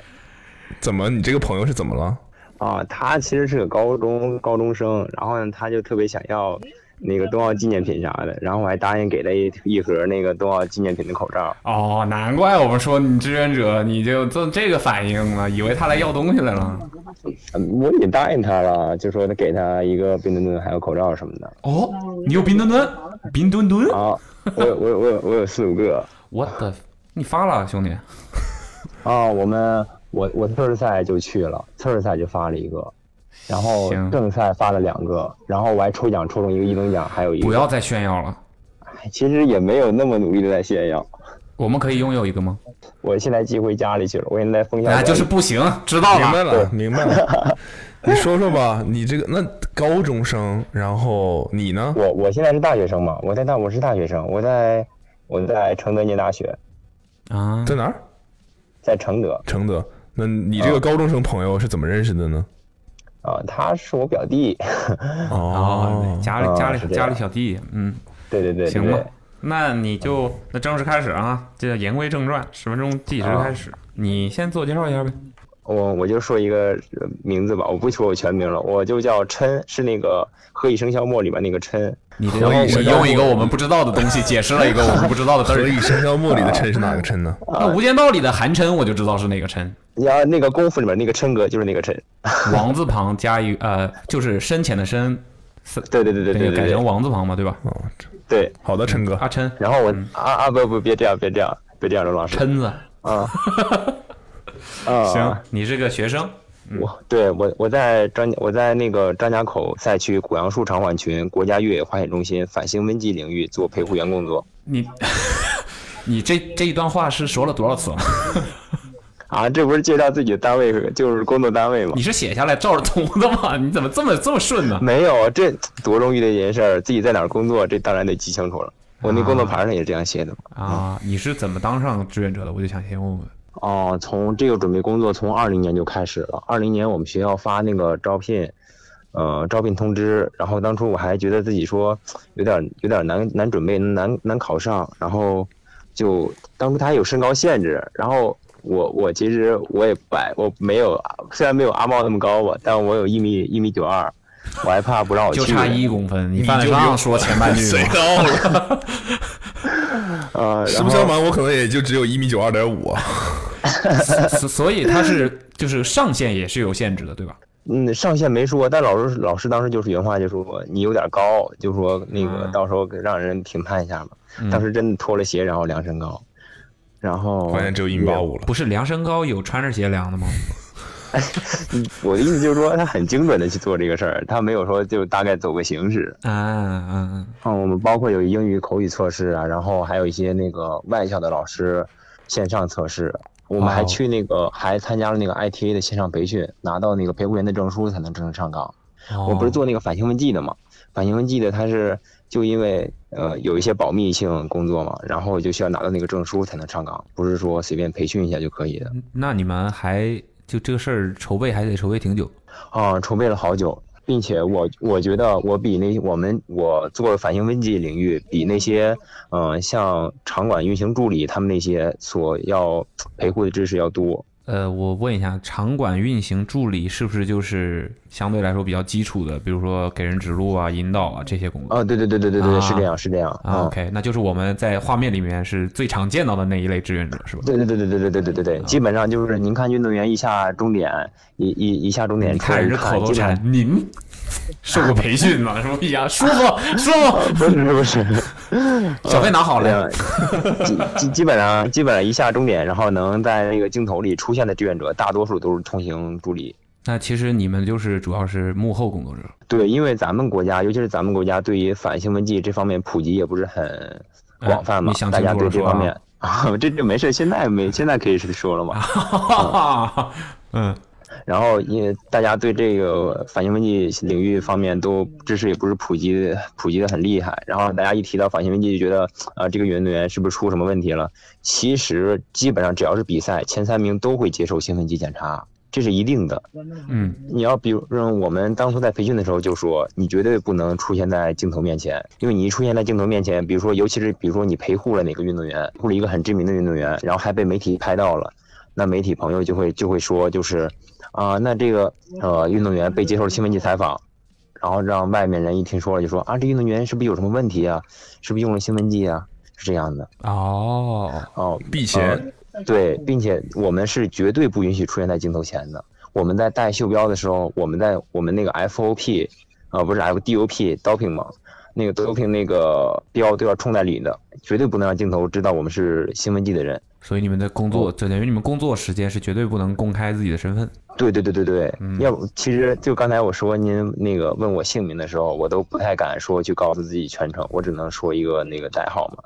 S3: 怎么，你这个朋友是怎么了？
S11: 啊，他其实是个高中高中生，然后呢，他就特别想要那个冬奥纪念品啥的，然后我还答应给了一一盒那个冬奥纪念品的口罩。
S4: 哦，难怪我们说你志愿者，你就做这个反应了，以为他来要东西来了。
S11: 嗯我也答应他了，就说给他一个冰墩墩，还有口罩什么的。
S4: 哦，你有冰墩墩，冰墩墩
S11: 啊！我有我有我有我有四五个。
S4: 我的，你发了，兄弟。
S11: 啊，我们我我测试赛就去了，测试赛就发了一个，然后
S4: 行
S11: 正赛发了两个，然后我还抽奖抽中一个一等奖，还有一个。
S4: 不要再炫耀了，
S11: 哎其实也没有那么努力的在炫耀。
S4: 我们可以拥有一个吗？
S11: 我现在寄回家里去了，我现在在封箱。
S4: 啊，就是不行，知道了，
S3: 明白了，明白了。你说说吧，你这个那高中生，然后你呢？
S11: 我我现在是大学生嘛，我在大我是大学生，我在我在承德念大学，
S4: 啊，
S3: 在哪儿？
S11: 在承德。
S3: 承德。那你这个高中生朋友是怎么认识的呢？
S11: 啊，他是我表 弟。
S3: 哦，
S4: 家里家里
S11: 啊是这
S4: 家
S11: 样
S4: 里小弟，嗯，
S11: 对对对，
S4: 行
S11: 对
S4: 吧，那你就那正式开始啊，这言归正传，十分钟计时
S11: 啊
S4: 开始，你先自我介绍 一下呗。
S11: 我我就说一个呃名字吧，我不说我全名了，我就叫琛，是那个《何以笙箫默》里面那个琛。
S4: 你
S11: 这
S4: 你用一个我们不知道的东西解释了一个我们不知道的字儿。
S3: 何以笙箫默里的琛是哪个琛呢？
S4: 那《无间道》里的韩琛，我就知道是哪个琛，
S11: 呀，那个功夫里面那个琛哥就是那个琛。
S4: 王字旁加一呃，就是深浅的深，是
S11: 对对对对对
S4: 那个
S11: 对
S4: 改
S11: 对
S4: 成王字旁嘛，对吧？
S11: 对，
S3: 哦好的，琛哥，
S4: 阿琛。
S11: 然后我啊啊不不别这样别这样别这样，刘老师。
S4: 琛子
S11: 啊啊
S4: 行，你是个学生，
S11: 我对我我在张我在那个张家口赛区古杨树长缓群国家越野滑雪中心反兴奋剂领域做陪护员工作
S4: 你 你这这一段话是说了多少次了？
S11: 啊，这不是介绍自己的单位就是工作单位吗
S4: 你？是写下来照着读的吗？ 你怎么这么这么顺呢？
S11: 没有，这多容易的一件事儿，自己在哪儿工作，这当然得记清楚了。我那工作牌上也是这样写的嘛。
S4: 啊，你是怎么当上志愿者的？我就想先问问。
S11: 哦，从这个准备工作从二零年就开始了。二零年我们学校发那个招聘，呃，招聘通知。然后当初我还觉得自己说有点有点难难准备，难难考上。然后就当初他还有身高限制，然后我我其实我也不矮，我没有虽然没有阿茂那么高吧，但我有一米一米九二，我还怕不让我去。
S4: 就差一公分，你犯了
S3: 就不
S4: 上
S3: 用
S4: 说前 半句
S3: 谁
S4: 吗？
S3: 高了？
S4: 哦
S11: 呃，
S3: 实
S11: 然
S3: 不
S11: 后
S3: 相瞒，我可能也就只有一米九二点五。啊
S4: 所 所以它是就是上限也是有限制的，对吧？
S11: 嗯，上限没说，但老师老师当时就是原话就说你有点高，就说那个
S4: 嗯
S11: 到时候给让人评判一下嘛。
S4: 嗯
S11: 当时真的脱了鞋，然后量身高，然后
S3: 发现只有一米八五了。
S4: 哦不是量身高有穿着鞋量的吗？
S11: 嗯我的意思就是说，他很精准的去做这个事儿，他没有说就大概走个形式。
S4: 啊啊
S11: 嗯，我们包括有英语口语测试啊，然后还有一些那个外校的老师线上测试。我们还
S4: 哦
S11: 去那个，还参加了那个 ITA 的线上培训，拿到那个陪护员的证书才能正式上岗。
S4: 啊！
S11: 我不是
S4: 哦
S11: 做那个反兴奋剂的嘛，反兴奋剂的它是就因为呃有一些保密性工作嘛，然后就需要拿到那个证书才能上岗，不是说随便培训一下就可以的。
S4: 那你们还就这个事儿筹备还得筹备挺久。
S11: 啊，筹备了好久，并且我我觉得我比那我们我做反兴奋剂领域比那些嗯、呃像场馆运行助理他们那些所要陪护的知识要多。
S4: 呃，我问一下，场馆运行助理是不是就是相对来说比较基础的，比如说给人指路啊、引导啊这些工作？
S11: 啊，对对对对对对，
S4: 啊
S11: 是这样是这样。
S4: 啊
S11: 嗯
S4: OK，那就是我们在画面里面是最常见到的那一类志愿者，是吧？
S11: 对对对对对对对对对对，基本上就是您看运动员一下终点，一一一下终点
S4: 你
S11: 出来
S4: 看
S11: 一
S4: 人家口
S11: 看，
S4: 头
S11: 基本
S4: 禅
S11: 上，
S4: 您受过培训吗？什么逼啊，舒服舒服。
S11: 不是不是，
S4: 小费拿好
S11: 呃
S4: 了。
S11: 基
S4: 啊
S11: 基基本上基本上一下终点，然后能在那个镜头里出现的志愿者，大多数都是通行助理。
S4: 那其实你们就是主要是幕后工作者。
S11: 对，因为咱们国家，尤其是咱们国家对于反兴奋剂这方面普及也不是很广泛嘛，
S4: 你想
S11: 大
S4: 清
S11: 家
S4: 楚
S11: 对
S4: 了
S11: 这
S4: 说
S11: 方
S4: 啊
S11: 面啊，这就没事，现在没现在可以说了嘛。
S4: 嗯，
S11: 然后也大家对这个反兴奋剂领域方面都知识也不是普及普及的很厉害，然后大家一提到反兴奋剂就觉得啊、这个运动员是不是出什么问题了？其实基本上只要是比赛，前三名都会接受兴奋剂检查，这是一定的。
S4: 嗯，
S11: 你要比如让我们当初在培训的时候就说，你绝对不能出现在镜头面前，因为你一出现在镜头面前，比如说尤其是比如说你陪护了哪个运动员，陪护了一个很知名的运动员，然后还被媒体拍到了，那媒体朋友就会就会说就是，啊、那这个呃运动员被接受了兴奋剂采访，然后让外面人一听说了就说啊这运动员是不是有什么问题啊，是不是用了兴奋剂啊，是这样的。
S4: 哦
S11: 哦，
S3: 避嫌，
S11: 呃对，并且我们是绝对不允许出现在镜头前的。我们在戴袖标的时候，我们在我们那个 FOP，呃，不是 FDOP doping 嘛，那个 doping 那个标都要冲在里的，绝对不能让镜头知道我们是兴奋剂的人。
S4: 所以你们的工
S11: 哦
S4: 作，就等于你们工作时间是绝对不能公开自己的身份。
S11: 对对对对对，
S4: 嗯
S11: 要不其实就刚才我说您那个问我姓名的时候，我都不太敢说去告诉自己全称，我只能说一个那个代号嘛。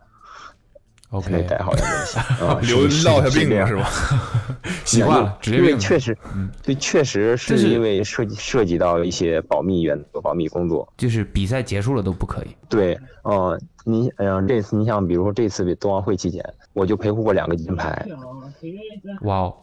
S4: OK，
S11: 代号的东 西，啊
S3: 留
S11: 是
S3: 落下
S11: 是
S3: 病
S11: 这
S3: 了
S11: 样
S3: 是吧？
S4: 习惯了职业
S11: 因为
S4: 病了嗯
S11: 确实，对，确实
S4: 就是
S11: 因为涉及涉及到一些保密原则、保密工作。
S4: 就是比赛结束了都不可以。
S11: 对，嗯，您，嗯，这次你像比如说这次的冬奥会期间，我就陪护过两个金牌，
S4: 哇哦，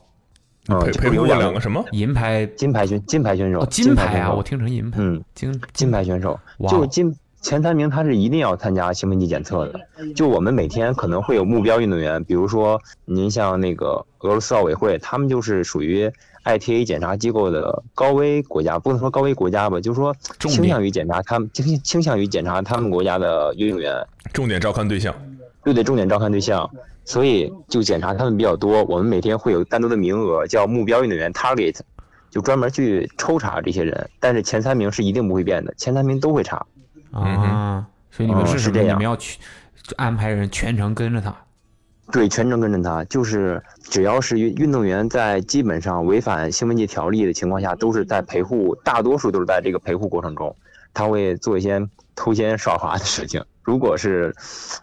S11: 嗯，
S3: 陪陪护过两个什么
S4: 银牌、
S11: 金牌选金牌选手，
S4: 哦，金牌
S11: 选
S4: 啊，
S11: 手
S4: 我听成银牌。
S11: 嗯，
S4: 金
S11: 金牌选手，
S4: 哇哦
S11: 就金前三名，他是一定要参加兴奋剂检测的。就我们每天可能会有目标运动员，比如说您像那个俄罗斯奥委会，他们就是属于 ITA 检查机构的高危国家，不能说高危国家吧，就是说
S3: 重
S11: 倾
S3: 点
S11: 向于检查他们倾倾向于检查他们国家的运动员，
S3: 重点照看对象。
S11: 又得重点照看对象。所以就检查他们比较多，我们每天会有单独的名额叫目标运动员 target，就专门去抽查这些人。但是前三名是一定不会变的，前三名都会查。
S3: 嗯
S4: 啊，所以你们
S11: 哦
S4: 是
S11: 是
S4: 什么？
S11: 这
S4: 你
S11: 样
S4: 们要去就安排人全程跟着他。
S11: 对，全程跟着他，就是只要是运运动员在基本上违反兴奋剂条例的情况下，都是在陪护，大多数都是在这个陪护过程中，他会做一些偷奸耍滑的事情。如果是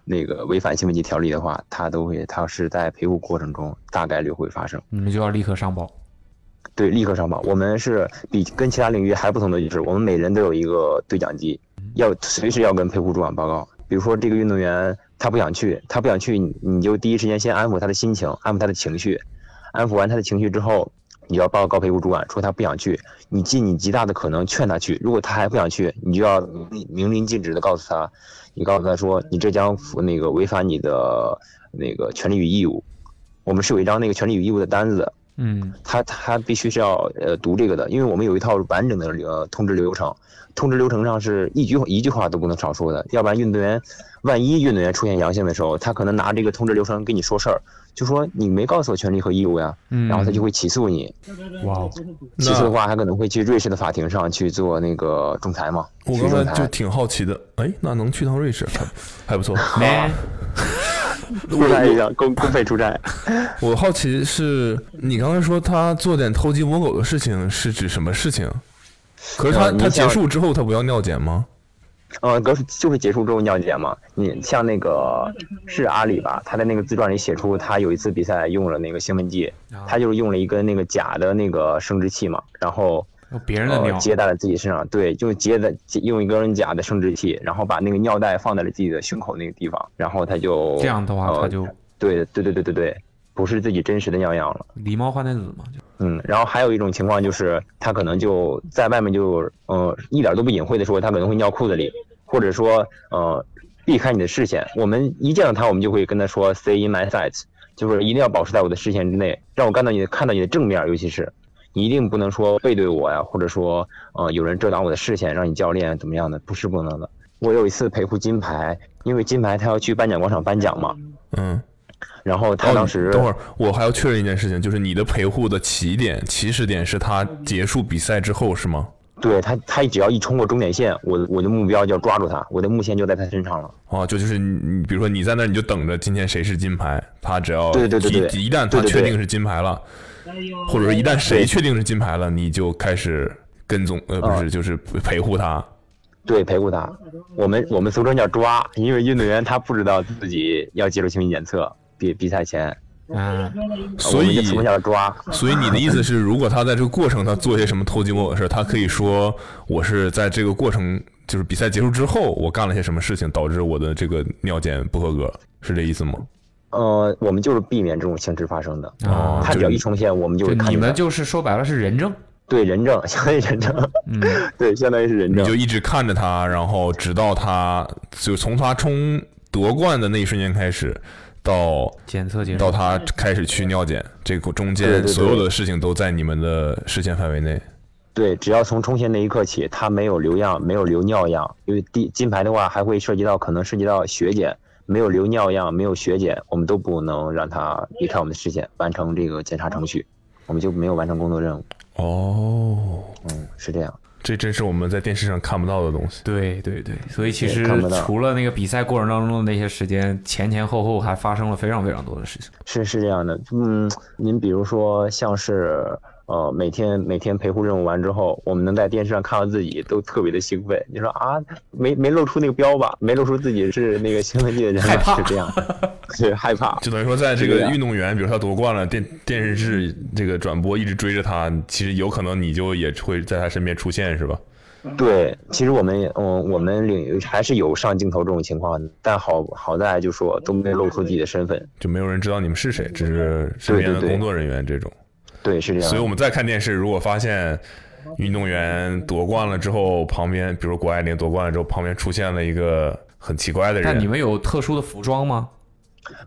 S11: 那个违反兴奋剂条例的话，他都会，他是在陪护过程中大概率会发生。
S4: 你们就要立刻上报。
S11: 对，立刻上报。我们是比跟其他领域还不同的就是，我们每人都有一个对讲机，要随时要跟陪护主管报告。比如说这个运动员他不想去，他不想去，你你就第一时间先安抚他的心情，安抚他的情绪，安抚完他的情绪之后，你要报告陪护主管说他不想去，你尽你极大的可能劝他去。如果他还不想去，你就要明令禁止的告诉他，你告诉他说你这将符那个违反你的那个权利与义务。我们是有一张那个权利与义务的单子的，
S4: 嗯，
S11: 他他必须是要呃读这个的，因为我们有一套完整的呃通知流程，通知流程上是一句一句话都不能少说的，要不然运动员万一运动员出现阳性的时候，他可能拿这个通知流程跟你说事儿，就说你没告诉我权利和义务呀，
S4: 嗯
S11: 然后他就会起诉你，
S4: 哇哦，
S11: 起诉的话还可能会去瑞士的法庭上去做那个仲裁嘛，
S3: 我
S11: 去
S3: 刚
S11: 仲
S3: 才就
S11: 裁。
S3: 挺好奇的，哎，那能去趟瑞士，还还不错。
S4: 没，
S11: 出差一样，公公费出差。
S3: 我好奇是你刚才说他做点偷鸡摸狗的事情是指什么事情？可是他、
S11: 呃你
S3: 他结
S11: 像
S3: 束之后他不要尿检吗？
S11: 呃，格就是结束之后尿检嘛。你像那个是阿里吧，他在那个自传里写出他有一次比赛用了那个兴奋剂，
S4: 啊
S11: 他就是用了一根那个假的那个生殖器嘛，然后
S4: 用别人的尿
S11: 呃、接在了自己身上，对，就接在接用一根假的生殖器，然后把那个尿袋放在了自己的胸口那个地方，然后他就
S4: 这样的话
S11: 呃
S4: 他就
S11: 对对对对对对。不是自己真实的样样了。
S4: 狸猫换太子嘛，
S11: 嗯，然后还有一种情况就是，他可能就在外面就，呃，一点都不隐晦的说，他可能会尿裤子里，或者说，呃，避开你的视线。我们一见到他，我们就会跟他说 “stay in my sight”，就是一定要保持在我的视线之内，让我看到你的看到你的正面，尤其是你一定不能说背对我呀，或者说，呃，有人遮挡我的视线，让你教练怎么样的，不是不能的。我有一次陪护金牌，因为金牌他要去颁奖广场颁奖嘛，
S3: 嗯，
S11: 然后他
S3: 哦
S11: 当时、
S3: 等会儿我还要确认一件事情，就是你的陪护的起点起始点是他结束比赛之后是吗？
S11: 对他，他只要一冲过终点线，我的我的目标就要抓住他，我的目线就在他身上了。
S3: 哦，就就是你，你比如说你在那儿，你就等着今天谁是金牌，他只要
S11: 对对对对
S3: 一
S11: 对
S3: 一旦他
S11: 对对
S3: 确
S11: 对
S3: 定是金牌了，或者说一旦谁确定是金牌了，你就开始跟踪，呃，不
S11: 啊
S3: 是，就是陪护他。
S11: 对，陪护他。我们我们俗称叫抓，因为运动员他不知道自己要接受心理检测，比比赛前，
S4: 嗯，
S3: 所
S11: 我
S3: 以
S11: 们就从小抓。
S3: 所以你的意思是，如果他在这个过程他做些什么偷鸡摸狗的事，他可以说我是在这个过程，就是比赛结束之后，我干了些什么事情导致我的这个尿检不合格，是这意思吗？
S11: 呃，我们就是避免这种情况发生的。
S3: 哦
S11: 嗯他只要一冲线，我们就会看
S4: 你
S11: 见
S4: 们
S11: 他
S4: 就是说白了是人证，
S11: 对人证，相当于人证。
S4: 嗯，
S11: 对，相当于是人
S3: 你就一直看着他，然后直到他就从他冲夺冠的那一瞬间开始，到
S4: 检测结束，
S3: 到他开始去尿检，这个中
S11: 对对
S3: 间
S11: 对
S3: 所有的事情都在你们的视线范围内。
S11: 对，只要从冲线那一刻起，他没有留样，没有留尿样，因为第金牌的话还会涉及到可能涉及到血检，没有留尿样，没有血检，我们都不能让他离开我们的视线，完成这个检查程序，我们就没有完成工作任务。
S3: 哦，
S11: 嗯，是这样。
S3: 这真是我们在电视上看不到的东西。
S4: 对对对，所以其
S11: 对
S4: 实
S11: 看不到
S4: 除了那个比赛过程当中的那些时间，前前后后还发生了非常非常多的事情。
S11: 是是这样的，嗯，您比如说像是呃每天每天陪护任务完之后，我们能在电视上看到自己，都特别的兴奋。你说啊，没没露出那个标吧，没露出自己是那个兴奋剂的人吧，
S3: 害怕
S11: 是这样的， 是害怕，啊
S3: 就等于说，在这
S11: 是
S3: 个
S11: 样
S3: 运动员，比如他夺冠了，电电视剧这个转播一直追着他，其实有可能你就也会在他身边出现，是吧？
S11: 对，其实我们嗯，我们领域还是有上镜头这种情况的，但好好在就说都没有露出自己的身份。
S3: 就没有人知道你们是谁，只是身边的
S11: 对对对
S3: 工作人员这种。
S11: 对，是这样的。
S3: 所以我们再看电视，如果发现运动员夺冠了之后，旁边比如谷爱凌夺冠了之后，旁边出现了一个很奇怪的人，
S4: 但你们有特殊的服装吗？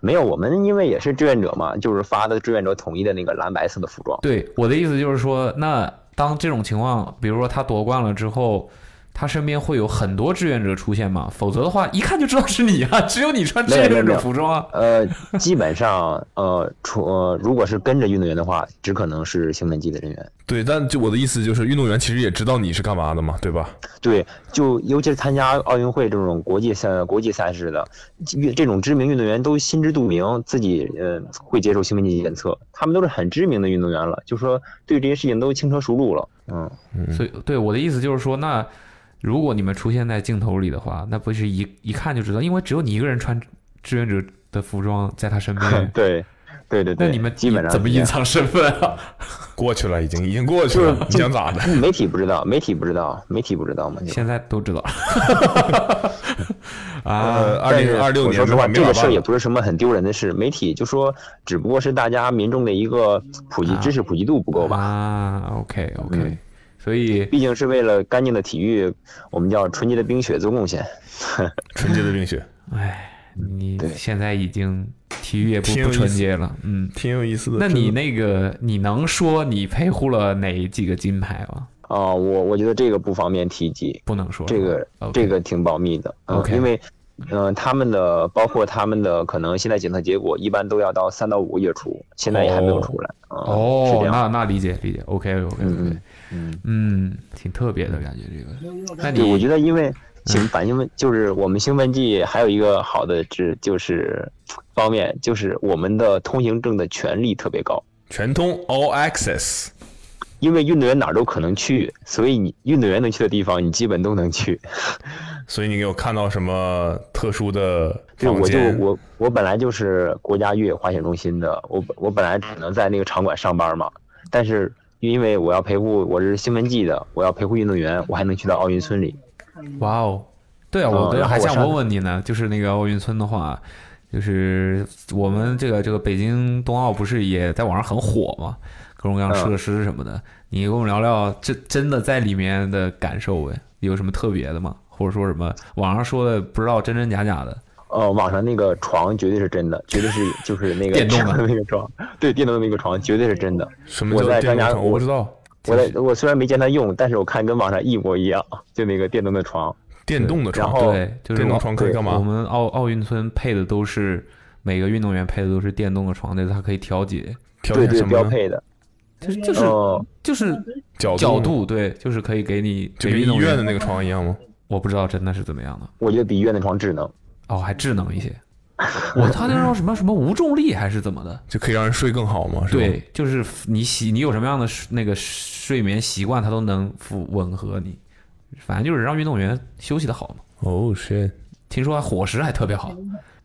S11: 没有，我们因为也是志愿者嘛，就是发的志愿者统一的那个蓝白色的服装。
S4: 对，我的意思就是说，那当这种情况，比如说他夺冠了之后，他身边会有很多志愿者出现吗？否则的话，一看就知道是你啊，只有你穿志
S11: 没有没有
S4: 愿
S11: 没
S4: 者
S11: 有
S4: 服装啊。
S11: 呃，基本上呃，除呃，如果是跟着运动员的话，只可能是兴奋剂的人员。
S3: 对，但就我的意思就是，运动员其实也知道你是干嘛的嘛，对吧？
S11: 对，就尤其是参加奥运会这种国际赛、国际赛事的，运这种知名运动员都心知肚明，自己呃会接受兴奋剂检测，他们都是很知名的运动员了，就说对这些事情都轻车熟路了。嗯，
S4: 所以，对我的意思就是说，那如果你们出现在镜头里的话，那不是一一看就知道，因为只有你一个人穿志愿者的服装在他身 边。
S11: 对，对对对，
S4: 那你们
S11: 基本上
S4: 怎么
S11: 是这
S4: 隐
S11: 样
S4: 藏身份啊？
S3: 过去了，已经已经过去了，你想咋的？
S11: 媒体不知道，媒体不知道，媒体不知道嘛？
S4: 现在都知道了。 啊
S3: 呃，二
S11: 但
S3: 零
S11: 是
S3: 二六
S11: 我
S3: 年
S11: 说实
S3: 没
S11: 话，
S3: 法
S11: 这个事儿
S3: 办
S11: 也不是什么很丢人的事，媒体就说只不过是大家民众的一个普及知识普及度不够吧。
S4: 啊，OK OK，、
S11: 嗯
S4: 所以
S11: 毕竟是为了干净的体育，我们叫纯洁的冰雪做贡献。
S3: 纯洁的冰雪，
S4: 哎你现在已经体育也不
S3: 挺有
S4: 不
S3: 意
S4: 纯
S3: 思
S4: 洁了，嗯。
S3: 挺有意思的。
S4: 那
S3: 真的
S4: 你那个，你能说你陪护了哪几个金牌吗？
S11: 啊、我我觉得这个不方便提及，
S4: 不能说
S11: 这个
S4: OK
S11: 这个挺保密的。嗯
S4: OK
S11: 因为嗯、呃他们的包括他们的可能现在检测结果一般都要到三到五个月出，现在也还没有出来。嗯是
S4: 哦
S11: 这，样
S4: 那那理解理解，OK OK OK，
S11: 嗯
S4: 嗯，挺特别的感觉，这个。那
S11: 对，我
S4: 你嗯
S11: 觉得因为兴反兴奋，就是我们兴奋剂还有一个好的之就是方面，就是我们的通行证的权利特别高，
S3: 全通 all access，
S11: 因为运动员哪儿都可能去，所以你运动员能去的地方，你基本都能去。
S3: 所以你有看到什么特殊的
S11: 对，
S3: 房
S11: 我就
S3: 间？
S11: 我我本来就是国家越野滑雪中心的，我我本来只能在那个场馆上班嘛，但是因为我要陪护我是兴奋剂的，我要陪护运动员，我还能去到奥运村里。
S4: 哇哦，对啊，
S11: 嗯
S4: 我都
S11: 然后
S4: 还
S11: 我
S4: 想
S11: 上
S4: 问问你呢，就是那个奥运村的话，就是我们这个这个北京冬奥不是也在网上很火嘛，各种各
S11: 嗯
S4: 样的设施什么的，你跟我们聊聊这真的在里面的感受呗？有什么特别的吗？或者说什么网上说的不知道真真假假的？
S11: 呃，网上那个床绝对是真的，绝对是就是那个
S4: 电动的
S11: 的那个床，对，电动的那个床绝对是真的。
S3: 什么
S11: 我
S3: 叫
S11: 在
S3: 电
S11: 张
S3: 动
S11: 家，
S3: 床我不知道。
S11: 我在我虽然没见他用，但是我看跟网上一模一样，就那个电动的床。
S3: 电动的
S11: 然后
S4: 对，就是我我们奥奥运村配的都是每个运动员配的都是电动的床，但是它可以调节，
S11: 对对标配的，
S4: 就是 就是
S11: 哦
S4: 就是
S3: 角
S4: 角
S3: 度
S4: 对，就是可以给你
S3: 就
S4: 每个
S3: 跟
S4: 运动
S3: 医院
S4: 员
S3: 的那个床一样吗？
S4: 我不知道真的是怎么样的。
S11: 我觉得比医院的床智能。
S4: 哦，还智能一些。我他那叫什么什么无重力还是怎么的，
S3: 就可以让人睡更好嘛？是吧
S4: 对，就是你习你有什么样的睡那个睡眠习惯，它都能符吻合你。反正就是让运动员休息的好嘛。
S3: 哦，是。
S4: 听说伙食还特别好，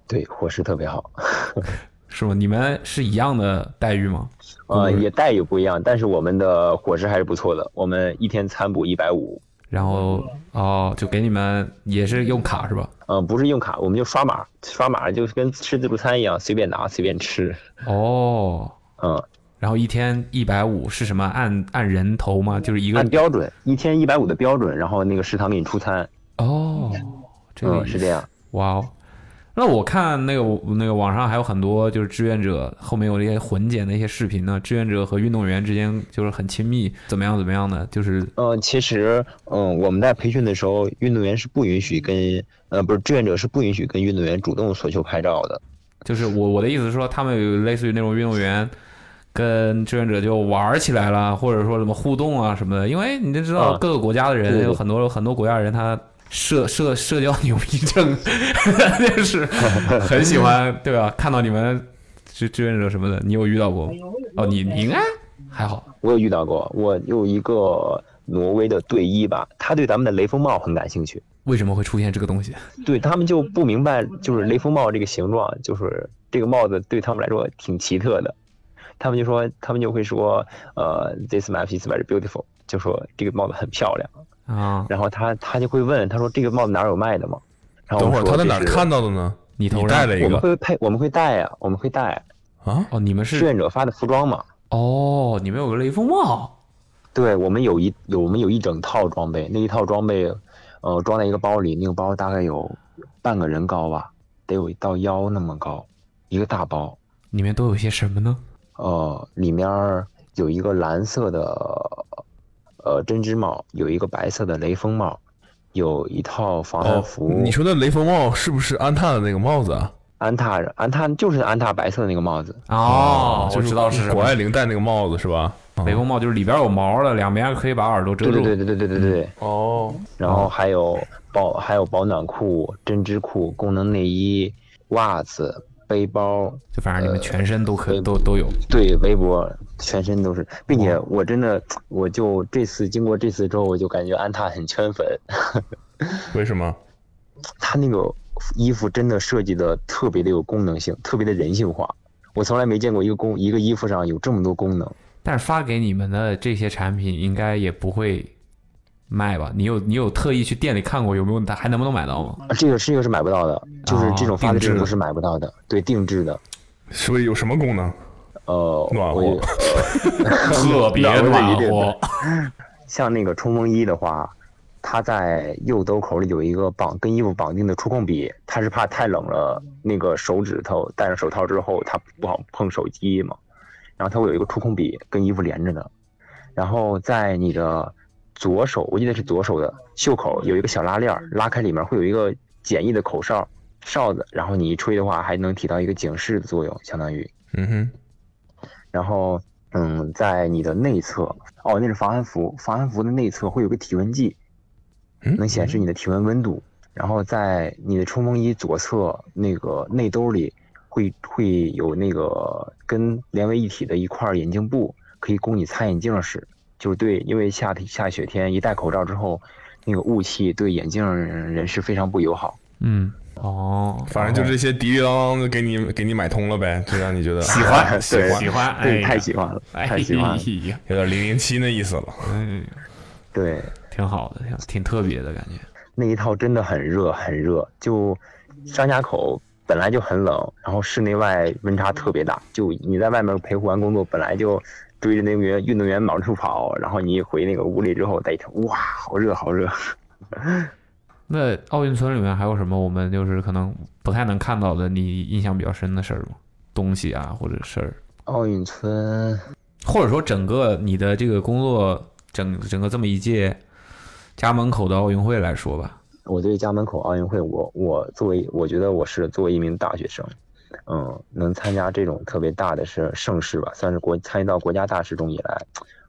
S11: 对，伙食特别好，
S4: 是吗？你们是一样的待遇吗？
S11: 呃，
S4: 嗯
S11: 也待遇不一样，但是我们的伙食还是不错的，我们一天餐补一百五，
S4: 然后哦，就给你们也是用卡是吧？
S11: 呃，不是用卡，我们就刷码，刷码就是跟吃自助餐一样，随便拿随便吃。
S4: 哦，
S11: 嗯，
S4: 然后一天一百五是什么？按按人头吗？就是一个
S11: 按标准，一天一百五的标准，然后那个食堂给你出餐。
S4: 哦，这个
S11: 嗯是这样。
S4: 哇哦，那我看那个那个网上还有很多就是志愿者后面有一些混剪的一些视频呢，志愿者和运动员之间就是很亲密，怎么样怎么样的，就是
S11: 嗯，其实，嗯，我们在培训的时候，运动员是不允许跟，呃，不是志愿者是不允许跟运动员主动索求拍照的。
S4: 就是我我的意思是说，他们有类似于那种运动员跟志愿者就玩儿起来了，或者说什么互动啊什么的，因为你就知道
S11: 嗯
S4: 各个国家的人、
S11: 对对
S4: 有很多很多国家人他。社社社交牛逼症， 就是很喜欢，对吧？看到你们志志愿者什么的，你有遇到过吗？哦，你你应该还好，
S11: 我有遇到过，我有一个挪威的队医吧，他对咱们的雷锋帽很感兴趣，
S4: 为什么会出现这个东西？
S11: 对他们就不明白，就是雷锋帽这个形状，就是这个帽子对他们来说挺奇特的，他们就说，他们就会说，呃，this map is very beautiful，就说这个帽子很漂亮。
S4: 啊，
S11: 然后他他就会问，他说这个帽子哪儿有卖的吗？然后
S3: 等
S11: 我
S3: 会儿
S11: 说
S3: 他在
S11: 这
S3: 哪儿
S11: 是
S3: 看到的呢？
S4: 你
S3: 头上带了一
S11: 我们
S3: 个
S11: 会配，我们会带呀，我们会带
S3: 啊。
S4: 哦，你们是
S11: 志愿者发的服装嘛？
S4: 哦，你们有个雷锋帽。
S11: 对，我们有一有我们有一整套装备，那一套装备，呃，装在一个包里，那个包大概有半个人高吧，得有到腰那么高，一个大包。
S4: 里面都有些什么呢？
S11: 呃，里面儿有一个蓝色的呃针织帽，有一个白色的雷锋帽，有一套防寒
S3: 哦
S11: 服。，
S3: 你说的雷锋帽是不是安踏的那个帽子啊？
S11: 安踏安踏就是安踏白色的那个帽子。
S4: 哦，
S3: 就是谷爱凌戴那个帽子是吧？
S4: 雷锋帽就是里边有毛的，两边可以把耳朵遮
S11: 对
S4: 住。
S11: 对对对对对对对对。
S3: 哦，
S11: 然后还有保还有保暖裤、针织裤、功能内衣、袜子、背包，呃
S4: 就反正你们全身都可以、都都有。
S11: 对，围脖全身都是，并且我真的，我就这次经过这次之后，我就感觉安踏很圈粉。
S3: 为什么？
S11: 他那个衣服真的设计的特别的有功能性，特别的人性化。我从来没见过一个功一个衣服上有这么多功能。
S4: 但是发给你们的这些产品应该也不会卖吧？你有你有特意去店里看过有没有它还能不能买到吗？啊
S11: 啊这个这个是买不到的，就是这种发的
S4: 定制
S11: 制
S4: 的
S11: 服是买不到的，对，定制的。
S3: 是不是有什么功能？
S11: 呃，
S3: 暖和，
S4: 特别暖和。
S11: 像那个冲锋衣的话，它在右兜口里有一个绑跟衣服绑定的触控笔，它是怕太冷了，那个手指头戴上手套之后，它不好碰手机嘛。然后它会有一个触控笔跟衣服连着的，然后在你的左手，我记得是左手的袖口有一个小拉链儿，拉开里面会有一个简易的口哨哨子，然后你一吹的话，还能起到一个警示的作用，相当于。
S3: 嗯哼，
S11: 然后嗯，在你的内侧，哦，那是防寒服，防寒服的内侧会有个体温计，能显示你的体温温度。然后在你的冲锋衣左侧那个内兜里会会有那个跟连为一体的一块眼镜布，可以供你擦眼镜使。就是对，因为夏天下雪天一戴口罩之后，那个雾气对眼镜人是非常不友好。
S4: 嗯，哦，
S3: 反正就这些滴滴当当的给你给你买通了呗，就让你觉得
S4: 喜欢
S3: 喜欢
S4: 对喜欢哎
S11: 对，
S4: 呀
S11: 太喜欢了，太喜欢了。哎
S4: 哎呀
S3: 有点零零七那意思了。
S11: 对，
S4: 挺好的，挺挺特别的感觉。
S11: 那一套真的很热很热，就张家口本来就很冷，然后室内外温差特别大，就你在外面陪护完工作，本来就追着那个运动员往处跑，然后你一回那个屋里之后，再一瞅，哇，好热，好热。
S4: 那奥运村里面还有什么我们就是可能不太能看到的，你印象比较深的事儿吗？东西啊，或者事儿？
S11: 奥运村，
S4: 或者说整个你的这个工作，整整个这么一届家门口的奥运会来说吧，
S11: 我对家门口奥运会，我我作为我觉得我是作为一名大学生，嗯，能参加这种特别大的是盛世吧，算是国参与到国家大事中以来，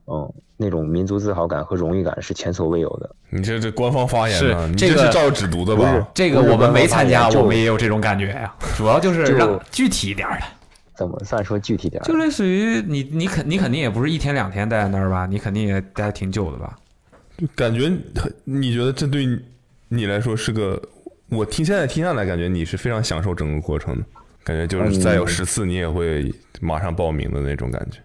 S11: 嗯，那种民族自豪感和荣誉感是前所未有的。
S3: 你这这官方发言呢？
S11: 是
S3: 你
S11: 这
S3: 是
S11: 个
S3: 照着只读的
S11: 不是
S3: 吧？
S4: 这个我们没参加，
S11: 不是
S4: 我们也有这种感觉呀、主要就是
S11: 就
S4: 让具体一点儿的，
S11: 怎么算说具体点儿？
S4: 就类似于你你肯你肯定也不是一天两天待在那儿吧，你肯定也待挺久的吧？
S3: 感觉你觉得这对你来说是个，我听现在听下来感觉你是非常享受整个过程的，感觉就是再有
S11: 嗯
S3: 十次你也会马上报名的那种感觉。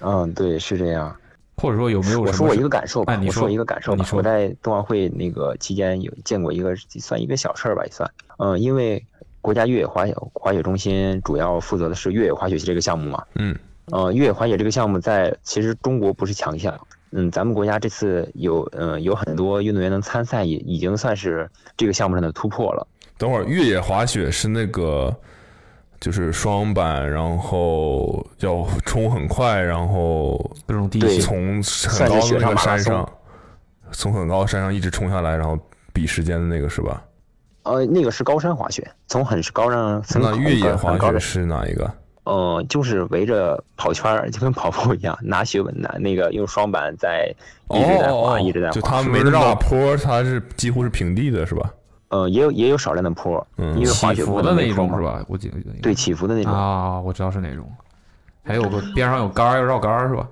S11: 嗯，对，是这样。
S4: 或者说有没有
S11: 我
S4: 什
S11: 说
S4: 么
S11: 我
S4: 是
S11: 一个感受吧，
S4: 哎你
S11: 我
S4: 说
S11: 我一个感受
S4: 你
S11: 吧。
S4: 说
S11: 我在冬奥会那个期间有见过一个算一个小事儿吧，也算。嗯，因为国家越野滑雪滑雪中心主要负责的是越野滑雪这个项目嘛。
S3: 嗯。
S11: 呃，越野滑雪这个项目在其实中国不是强项。嗯，咱们国家这次有呃有很多运动员能参赛，也已经算是这个项目上的突破了。
S3: 等会儿越野滑雪是那个，就是双板，然后要冲很快，然后
S4: 各种地
S11: 对
S3: 从很
S11: 算
S3: 高
S11: 是雪
S3: 的那
S11: 上
S3: 个
S11: 马拉
S3: 山
S11: 松
S3: 上，从很高的山上一直冲下来，然后比时间的那个是吧？
S11: 呃，那个是高山滑雪，从很高上从
S3: 那
S11: 很
S3: 越野
S11: 高
S3: 滑
S11: 很高
S3: 雪
S11: 的
S3: 是哪一个？
S11: 嗯，就是围着跑圈儿，就跟跑步一样，拿雪稳拿那个用双板在一直在滑，
S3: 哦
S11: 一直在滑，
S3: 就它
S11: 是不
S3: 没
S11: 是
S3: 那么大
S11: 绕。
S3: 坡，它是几乎是平地的，是吧？
S11: 呃，也有也有少量的坡，因为滑
S4: 起
S11: 雪
S4: 伏
S11: 不
S4: 的
S11: 能
S4: 那
S11: 没
S4: 一
S11: 坡
S4: 种
S11: 嘛
S4: 是？吧？我记得
S11: 对，起伏的那种。啊
S4: 啊，我知道是哪种，还有个边上有杆儿要绕杆儿是吧？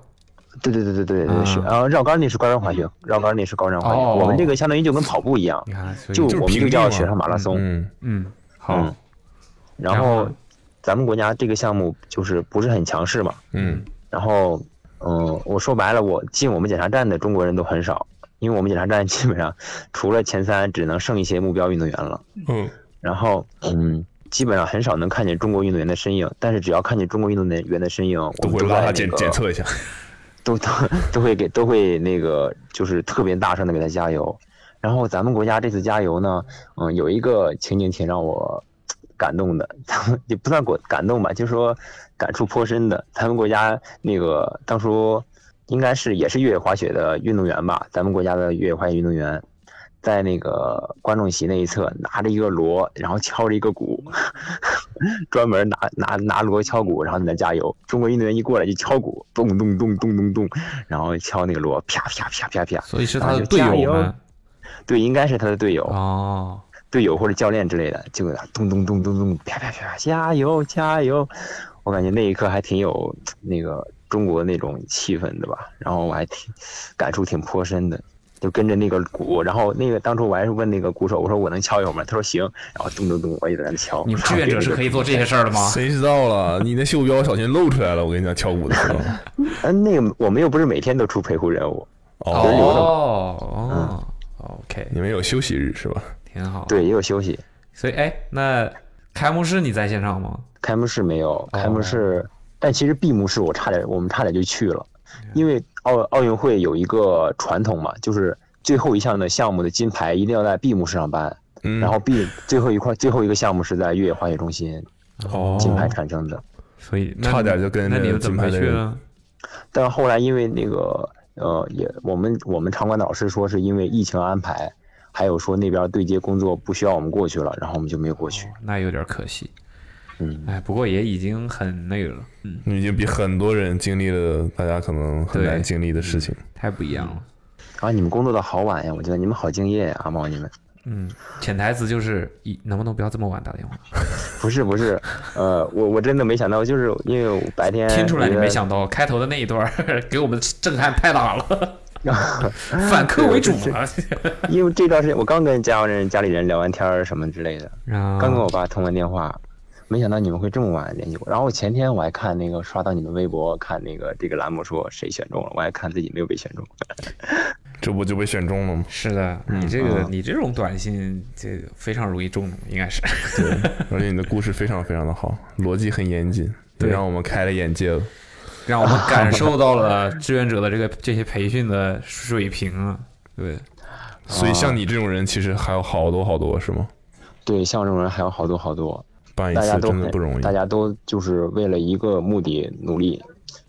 S11: 对对对对对
S4: 啊
S11: 对是。呃，绕杆那是高山滑雪，绕杆那是高山滑雪。
S4: 哦
S11: 我们这个相当于就跟跑步一样，
S4: 啊所以
S11: 就
S4: 就是
S11: 我们
S4: 平
S11: 就
S4: 地
S11: 叫
S4: 嘛
S11: 雪上马拉松。
S3: 嗯
S4: 嗯，好，
S11: 嗯然后咱们国家这个项目就是不是很强势嘛，
S3: 嗯，
S11: 然后嗯，我说白了，我进我们检查站的中国人都很少，因为我们检查站基本上除了前三，只能剩一些目标运动员了。
S3: 嗯，
S11: 然后嗯，基本上很少能看见中国运动员的身影，但是只要看见中国运动员的身影，我
S3: 都
S11: 们
S3: 会
S11: 都
S3: 拉
S11: 在
S3: 他
S11: 那
S3: 检
S11: 个
S3: 检测一下。
S11: 都都都会给都会那个就是特别大声的给他加油。然后咱们国家这次加油呢，嗯，有一个情景挺让我感动的， 也不算感感动吧，就说感触颇深的。咱们国家那个当初应该是也是越野滑雪的运动员吧，咱们国家的越野滑雪运动员。在那个观众席那一侧拿着一个锣，然后敲着一个鼓，
S4: 嗯
S11: 专门拿拿拿锣敲鼓，然后你再加油。中国运动员一过来就敲鼓，咚咚咚咚咚咚，然后敲那个锣，啪啪啪啪啪。
S4: 所以是
S11: 然
S4: 他
S11: 后
S4: 的
S11: 就
S4: 队
S11: 加
S4: 友
S11: 油
S4: 们。
S11: 对，应该是他的队友
S4: 哦，
S11: 队友或者教练之类的，就给他咚咚咚
S3: 嗯
S11: 咚咚，啪啪啪，加油加油！我感觉那一刻还挺有那个中国那种气氛的吧，然后我还挺感触挺颇深的，就跟着那个鼓，然后那个当初我还是问那个鼓手，我说我能敲一会儿吗？他说行，然后咚咚咚，我也在那敲。
S4: 你们志愿者是可以做这些事儿的吗？
S3: 谁知道了？你那袖标小心露出来了，我跟你讲，敲鼓的时候。
S11: 嗯，那个我们又不是每天都出陪护任务，轮流的嗯嘛，
S4: 哦哦，OK，
S3: 你们有休息日是吧？
S4: 挺好。
S11: 对，也有 休息。
S4: 所以哎，那开幕式你在现场吗？
S11: 开幕式没
S4: 哦
S11: 有，开幕式，但其实闭幕式我差点，我们差点就去了，因为奥奥运会有一个传统嘛，就是最后一项的项目的金牌一定要在闭幕式上颁，
S3: 嗯
S11: 然后闭最后一块最后一个项目是在越野滑雪中心
S3: 哦
S11: 金牌产生的，
S4: 所以
S3: 差点就跟
S4: 那你
S3: 着
S4: 们怎
S3: 金
S4: 么
S3: 牌
S4: 没
S3: 的
S4: 去啊
S3: 人
S4: 呢？
S11: 但后来因为那个呃也我们我们场馆的老师说是因为疫情安排，还有说那边对接工作不需要我们过去了，然后我们就没有过去。
S4: 那有点可惜。
S11: 嗯，
S4: 哎，不过也已经很那个了，嗯，
S3: 已经比很多人经历了大家可能很难
S4: 对嗯
S3: 经历的事情。
S4: 太不一样了。
S11: 啊，你们工作的好晚呀，我觉得你们好敬业呀，阿茂你们。
S4: 嗯，潜台词就是，一能不能不要这么晚打电话？
S11: 不是不是，呃，我我真的没想到，就是因呃为我白天
S4: 听出来你
S11: 觉得
S4: 没想到开头的那一段儿 给我们震撼 太大了，反客为主嘛。
S11: 因为这段时间我刚跟家人、家里人聊完天儿什么之 类的，
S4: 啊
S11: 刚跟我爸通完电话，没想到你们会这么晚联系我。然后前天我还看那个刷到你们微博，看那个这个栏目说谁选中了，我还看自己没有被选中。
S3: 这不就被选中了吗？
S4: 是的，你这个
S3: 啊
S4: 你这种短信这个非常容易中，应该是。
S3: 对，而且你的故事非常非常的好，逻辑很严谨，
S4: 对
S3: 让我们开了眼界了，
S4: 让我们感受到了志愿者的这个这些培训的水平啊，对。
S3: 所以像你这种人，其实还有好多好多，是吗？
S11: 啊对，像我这种 人还有好多好多，
S3: 办一
S11: 大家
S3: 次
S11: 都
S3: 真的
S11: 很
S3: 不容易
S11: 大家都就是为了一个目的努力，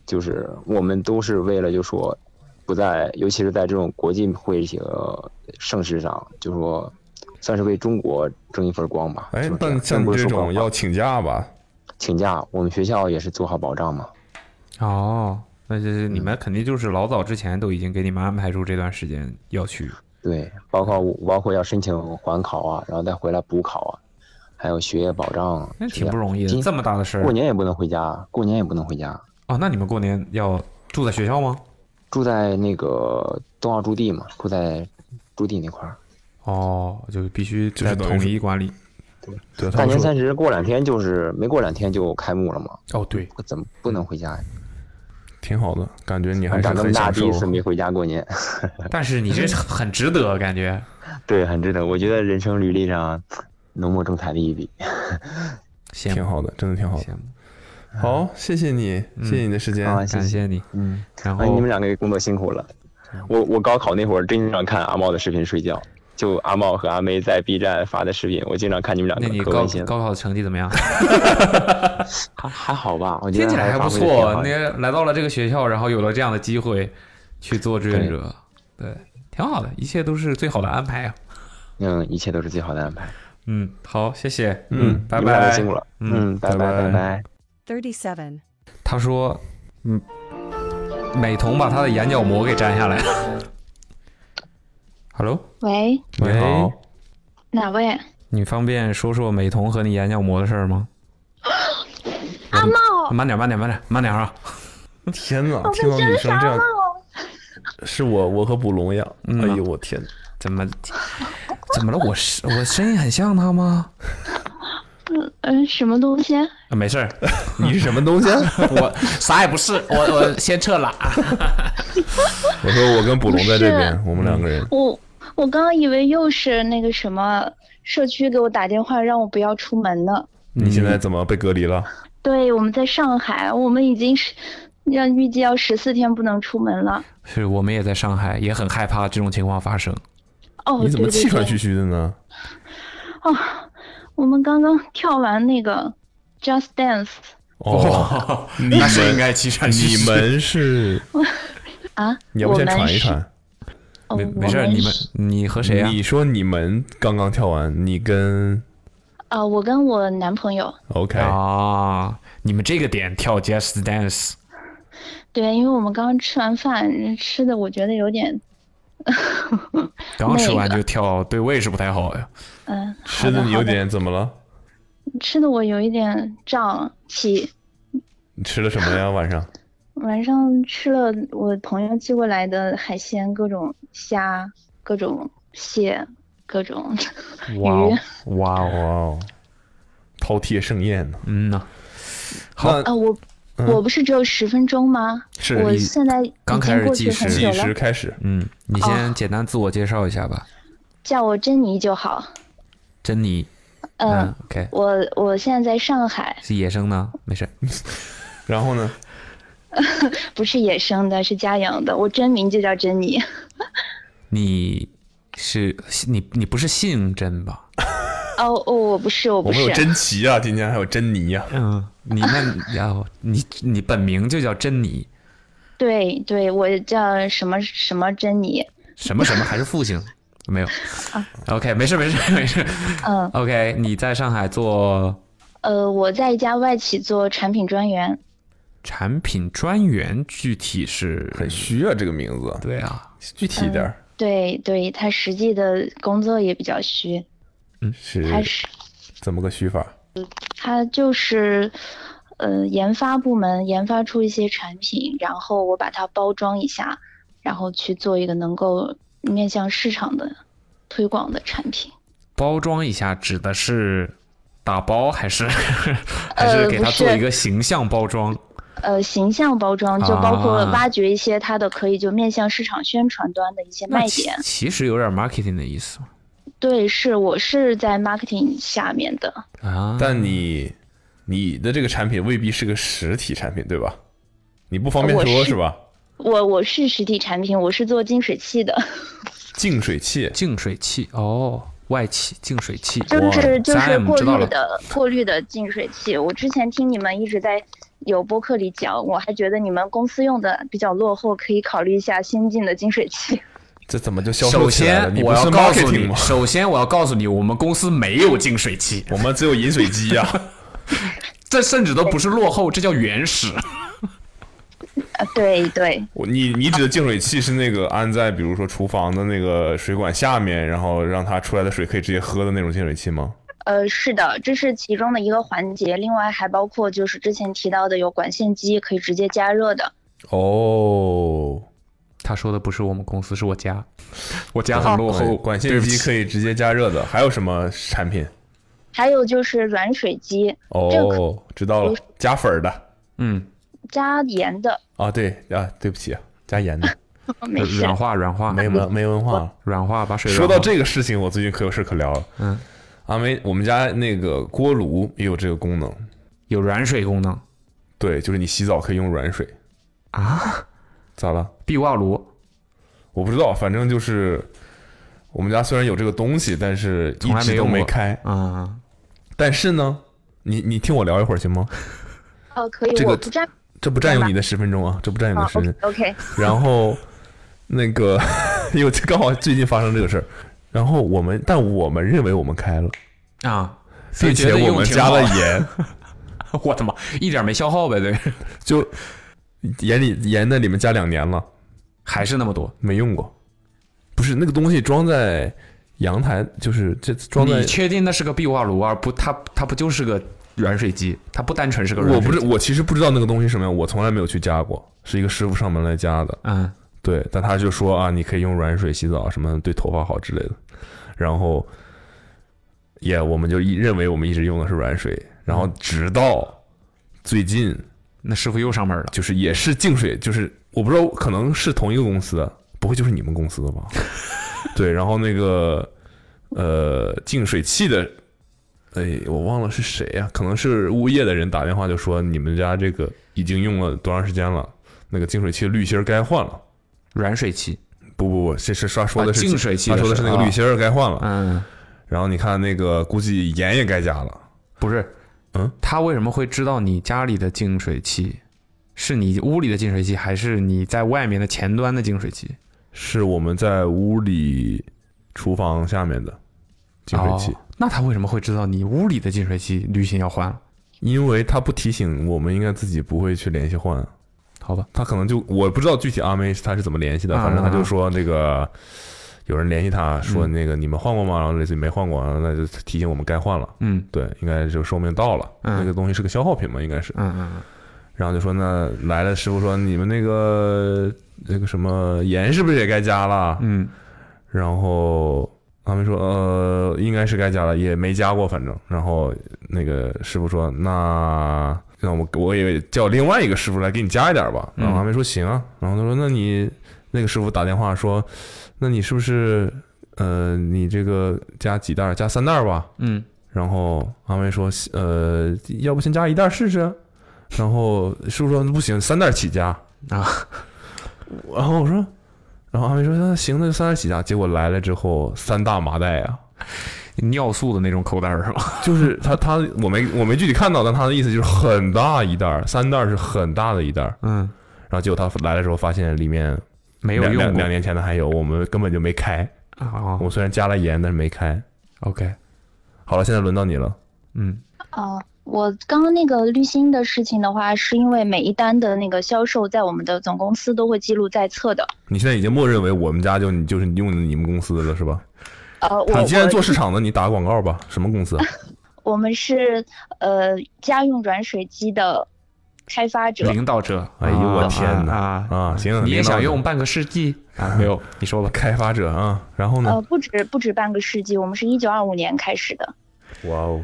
S11: 就是我们都是为了就说不在，尤其是在这种国际会这个盛世上，就说算是为中国争一份光吧。
S3: 哎
S11: 是不，是
S3: 但像
S11: 真
S3: 你
S11: 不是
S3: 这
S11: 说光
S3: 种
S11: 环
S3: 要请假吧？
S11: 请假，我们学校也是做好保障嘛。
S4: 哦，那就是你们肯定就是老早之前都已经给你们安排出这段时间要去。
S11: 对，包括我包括要申请缓考啊，然后再回来补考啊，还有学业保障啊，
S4: 那
S11: 是
S4: 挺
S11: 这
S4: 不
S11: 样
S4: 容易的
S11: 今
S4: 这么大的事儿
S11: 过年也不能回家，过年也不能回家。
S4: 哦，那你们过年要住在学校吗？
S11: 住在那个东奥驻地嘛，住在驻地那块儿。
S4: 哦，就必须
S11: 就是
S4: 在
S11: 等于
S4: 统
S11: 是
S4: 一管理。
S3: 对
S11: 大年三十过两天就是没过两天就开幕了嘛。
S4: 哦，对，
S11: 怎么不能回家呀？
S3: 挺好的，感觉你还是
S11: 长这么
S3: 很
S11: 大
S3: 享
S11: 第一
S3: 受。
S11: 次没回家过年，
S4: 但是你这很值得，感觉。
S11: 对，很值得。我觉得人生履历上浓墨重彩的一笔。
S3: 挺好的，真的挺好
S4: 的。
S3: 好，谢谢你，谢谢你的时间，
S11: 好谢谢感谢
S4: 你。
S11: 嗯，
S4: 然
S11: 哎你
S4: 后嗯
S11: 们两个工作辛苦了。我我高考那会儿经常看阿茂的视频睡觉，就阿茂和阿梅在 B 站发的视频，我经常看你们两个。
S4: 那你
S11: 可
S4: 高
S11: 温馨了
S4: 高考成绩怎么样？
S11: 还还好吧？我觉得
S4: 听起来还不
S11: 发挥得挺
S4: 错
S11: 好。的
S4: 那来到了这个学校，然后有了这样的机会去做志愿者，对，挺好的，一切都是最好的安排啊。
S11: 嗯，一切都是最好的安排。
S4: 嗯，好，谢谢，
S11: 嗯
S4: 拜
S11: 你们两
S4: 拜，
S11: 位辛苦了嗯拜拜拜拜。
S8: 37.
S4: 他说，嗯，美瞳把他的眼角膜给摘下来 了。Hello，
S12: 喂，
S4: 你好，
S12: 哪位？
S4: 你方便说说美瞳和你眼角膜的事儿吗？
S12: 阿茂，
S4: 慢点，慢点，慢点，慢点啊！
S3: 天哪，听到女生这样，是我，我和捕龙一样。哎呦，我天，
S4: 嗯怎么怎么了？我是我声音很像他吗？
S12: 嗯嗯，什么东西？
S4: 啊没事儿， 你是什么东西？啊 我啥也不是，我我先撤了啊。
S3: 我说我跟捕龙在这边
S12: 不，
S3: 我们两个人。
S12: 我我刚刚以为又是那个什么社区给我打电话让我不要出门呢。
S3: 你现在怎么被隔离了？
S12: 对，我们在上海，我们已经是要预计要十四天不能出门了。
S4: 是我们也在上海，也很害怕这种情况发生。
S12: 哦，对对对。
S3: 吁的呢？
S12: 哦，我们刚刚跳完那个 Just Dance
S3: 哦，你
S4: 那是
S3: 们
S4: 应该气喘吁吁
S3: 你们是？
S12: 啊，
S3: 你要不
S12: 我
S3: 先
S12: 们
S3: 喘一
S12: 是
S3: 喘？
S12: 哦我
S3: 没事儿，
S12: 们
S3: 你
S12: 是
S3: 们
S4: 你和谁啊
S3: 你说你们刚刚跳完，你跟
S12: 啊、我跟我男朋友，
S3: OK
S4: 啊，你们这个点跳 Just Dance，
S12: 对，因为我们刚刚吃完饭，嗯吃的我觉得有点，
S4: 刚吃完
S12: 那
S4: 就跳，对胃是不太好呀。
S12: 嗯、
S3: 吃的你有点怎么了？
S12: 吃的我有一点胀气。
S3: 你吃了什么呀？晚上？
S12: 晚上吃了我朋友寄过来的海鲜，各种虾，各种蟹，各种
S3: 哇
S12: 鱼。
S4: 哇
S3: 哦，饕餮盛宴呢？
S4: 嗯呐，
S3: 好
S12: 啊，我
S3: 嗯
S12: 我不是只有十分钟吗？
S4: 是
S12: 我
S4: 你
S12: 现在已
S4: 刚开
S12: 经
S4: 始
S12: 过
S4: 计
S12: 去
S4: 时，
S12: 很久了，哦
S3: 开始。
S4: 嗯，你先简单自我介绍一下吧，
S12: 叫我珍妮就好。
S4: 珍妮。
S12: 嗯，
S4: ，OK，
S12: 我我现在在上海，
S4: 是野生的，没事。
S3: 然后呢？
S12: 不是野生的，是家养的。我真名就叫珍妮。
S4: 你是你你不是姓甄吧？
S12: 哦哦，我不是，我
S3: 我
S12: 不
S3: 们
S12: 是。
S3: 有珍奇啊，今天还有珍妮呀。
S4: 嗯，你那然后你你本名就叫珍妮，
S12: 对对，我叫什么什么珍妮。
S4: 什么什么还是复 姓？没有。OK，没
S3: 啊
S4: 事没事 没事。
S12: 嗯
S4: OK，你在上海做
S12: 呃，我在一家外企做产品专员。
S4: 产品专员，具体是
S3: 很虚啊，这个名字。
S4: 对啊，
S3: 具体一
S12: 嗯
S3: 点儿。
S12: 对对，他实际的工作也比较虚，
S3: 嗯，是
S12: 他是
S3: 怎么个虚法？
S12: 他就是，呃，研发部门研发出一些产品，然后我把它包装一下，然后去做一个能够面向市场的推广的产品。
S4: 包装一下，指的是打包还是 还
S12: 呃
S4: 是给
S12: 不
S4: 它做
S12: 是
S4: 一个形象包装？
S12: 呃形象包装，就包括
S4: 啊
S12: 挖掘一些它的可以就面向市场宣传端的一些
S4: 啊那
S12: 卖
S4: 其
S12: 点。
S4: 其实有点 marketing 的意思嘛
S12: 对，是我是在 marketing 下面的，
S4: 啊，
S3: 但你你的这个产品未必是个实体产品，对吧？你不方便
S12: 我
S3: 说，
S12: 是
S3: 是吧？
S12: 我我是实体产品，我是做净水器的，
S3: 净水器，
S4: 净水器哦，外企净水器，
S12: 就是就
S4: 哇
S12: 是
S4: 3M
S12: 过
S4: 知道
S12: 滤
S4: 了
S12: 的过滤的净水器。我之前听你们一直在有播客里讲，我还觉得你们公司用的比较落后，可以考虑一下先进的净水器。
S3: 这怎么就销售
S4: 首
S3: 起来了？
S4: 先
S3: 你不
S4: 我
S3: 是
S4: 要告诉
S3: marketing
S4: 你，
S3: 吗？
S4: 首先我要告诉你，我们公司没有净水器，
S3: 我们只有饮水机啊呀。
S4: 这甚至都不是落后，这叫原始。
S12: 啊，对对，
S3: 我你你指的净水器是那个安在比如说厨房的那个水管下面，然后让它出来的水可以直接喝的那种净水器吗？
S12: 呃，是的，这是其中的一个环节，另外还包括就是之前提到的有管线机可以直接加热的。
S3: 哦，
S4: 他说的不是我们公司，是我家，我家很落
S12: 哎
S4: 后，
S3: 管管
S4: 对
S3: 线
S4: 不
S3: 机
S4: 起
S3: 可以直接加热的，还有什么产品？
S12: 还有就是软水机，这个
S3: 哦，知道了，加粉儿的
S4: 嗯，
S12: 加盐的，
S3: 啊，对啊，对不起啊，加盐的，
S12: 没事
S4: 软化软化，
S3: 没文没文化，
S4: 软化把水
S3: 说
S4: 软
S3: 到
S4: 化
S3: 这个事情，我最近可有事可聊了。
S4: 嗯，
S3: 阿梅，我们家那个锅炉也有这个功能，
S4: 有软水功能。
S3: 对，就是你洗澡可以用软水。
S4: 啊，
S3: 咋了？
S4: 壁挂炉？
S3: 我不知道，反正就是我们家虽然有这个东西，但是一
S4: 从来没
S3: 直都
S4: 用
S3: 没
S4: 过
S3: 开
S4: 啊。
S3: 但是呢，你你听我聊一会儿行吗？
S12: 呃，可以，
S3: 这
S12: 我
S3: 个
S12: 不占
S3: 这不占用你的十分钟啊，这不占用你
S12: 啊
S3: 的十分钟。
S12: ，OK，
S3: 然后那个， 因为刚好最近发生这个事儿，然后我们但我们认为我们开了，
S4: 啊，
S3: 并且我们加了盐，
S4: 我的妈，一点没消耗呗，对，
S3: 就盐里盐在里面加两年了，
S4: 还是那么多，
S3: 没用过。不是那个东西装在阳台，就是这装在
S4: 你确定那是个壁挂炉啊？不，它它不就是个软水机？它不单纯是个软
S3: 我
S4: 水机。
S3: 不是，我其实不知道那个东西是什么样，我从来没有去加过，是一个师傅上门来加的。
S4: 嗯，
S3: 对，但他就说啊，你可以用软水洗澡，什么对头发好之类的。然后，也、我们就一认为我们一直用的是软水，然后直到最近，
S4: 那师傅又上门了，
S3: 就是也是净水，就是我不知道，可能是同一个公司，不会就是你们公司的吧？对，然后那个呃净水器的，哎，我忘了是谁呀、可能是物业的人打电话就说你们家这个已经用了多长时间了，那个净水器滤芯儿该换了，
S4: 软水器。
S3: 不不不，这是刷说的是
S4: 啊净水器
S3: 他
S4: 的
S3: 说的是
S4: 事
S3: 那个
S4: 啊
S3: 滤芯儿该换了。
S4: 嗯，
S3: 然后你看那个，估计盐也该加了。
S4: 不是，
S3: 嗯，
S4: 他为什么会知道你家里的净水器是你屋里的净水器，还是你在外面的前端的净水器？
S3: 是我们在屋里厨房下面的净水器
S4: 哦，那他为什么会知道你屋里的净水器滤芯要换了？
S3: 因为他不提醒我们，应该自己不会去联系换。
S4: 好吧，
S3: 他可能就我不知道具体阿妹他是怎么联系的，
S4: 啊
S3: 反正他就说那个有人联系他说
S4: 嗯
S3: 那个你们换过吗？然后类似于没换过，然后那就提醒我们该换了。
S4: 嗯，
S3: 对，应该就寿命到了，
S4: 嗯
S3: 那个东西是个消耗品嘛，应该是。
S4: 嗯嗯。
S3: 然后就说那来了，师傅说你们那个那个什么盐是不是也该加了？
S4: 嗯，
S3: 然后他们说呃应该是该加了，也没加过反正。然后那个师傅说那那我我也叫另外一个师傅来给你加一点吧。
S4: 嗯
S3: 然后他们说行啊，然后他说那你那个师傅打电话说那你是不是呃你这个加几袋儿加三袋儿吧？
S4: 嗯，
S3: 然后阿妹说，呃，要不先加一袋试试？然后师傅说不行，三袋起加
S4: 啊。
S3: 然后我说，然后阿妹说那行，那就三袋起加。结果来了之后，三大麻袋啊，
S4: 尿素的那种口袋是吧？
S3: 就是他他我没我没具体看到，但他的意思就是很大一袋儿，三袋是很大的一袋。
S4: 嗯，
S3: 然后结果他来的时候发现里面
S4: 没有
S3: 两
S4: 用
S3: 两
S4: 过
S3: 两年前的还有，我们根本就没开。
S4: 啊
S3: 我虽然加了盐，但是没开。
S4: OK，
S3: 好了，现在轮到你了。
S4: 嗯，
S12: 哦，我刚刚那个滤芯的事情的话，是因为每一单的那个销售在我们的总公司都会记录在册的。
S3: 你现在已经默认为我们家就你就是用你们公司的了，是吧？
S12: 呃，我
S3: 你既然做市
S12: 我
S3: 场的，你打个广告吧。什么 公司啊？
S12: 我们是呃家用软水机的开发者。
S4: 领导者，
S3: 哎呦我
S4: 啊
S3: 天哪！
S4: 啊！
S3: 啊，行，
S4: 你也
S3: 领导
S4: 想
S3: 者
S4: 用半个世纪啊？没有，你说吧。
S3: 开发者啊？然后
S12: 呃，
S3: 呢？
S12: 不止不止半个世纪，我们是一九二五年开始的。
S3: 哇哦，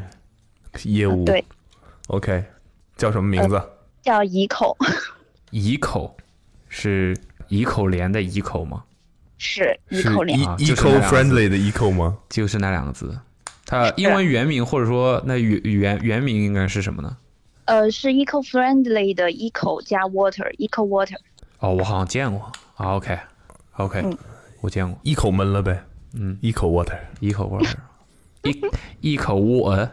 S3: 业务
S12: 对，
S3: 呃 OK，叫什么名字？
S12: 叫乙口，
S4: 乙口是乙口莲的乙口吗？
S12: 是乙
S4: 是
S12: 口莲。
S4: e- 就是那
S3: eco
S4: 两个字
S3: friendly 的 eco 吗？
S4: 就是那两个字。它英文原名或者说那原原原名应该是什么呢？
S12: 呃，是 eco friendly 的 eco 加 water，eco water。
S4: 哦，我好像见过。啊，OK OK，、
S12: 嗯
S4: 我见过。
S3: 一口闷了呗，
S4: 嗯，
S3: 一口 water，
S4: 一口 water，一一口 water。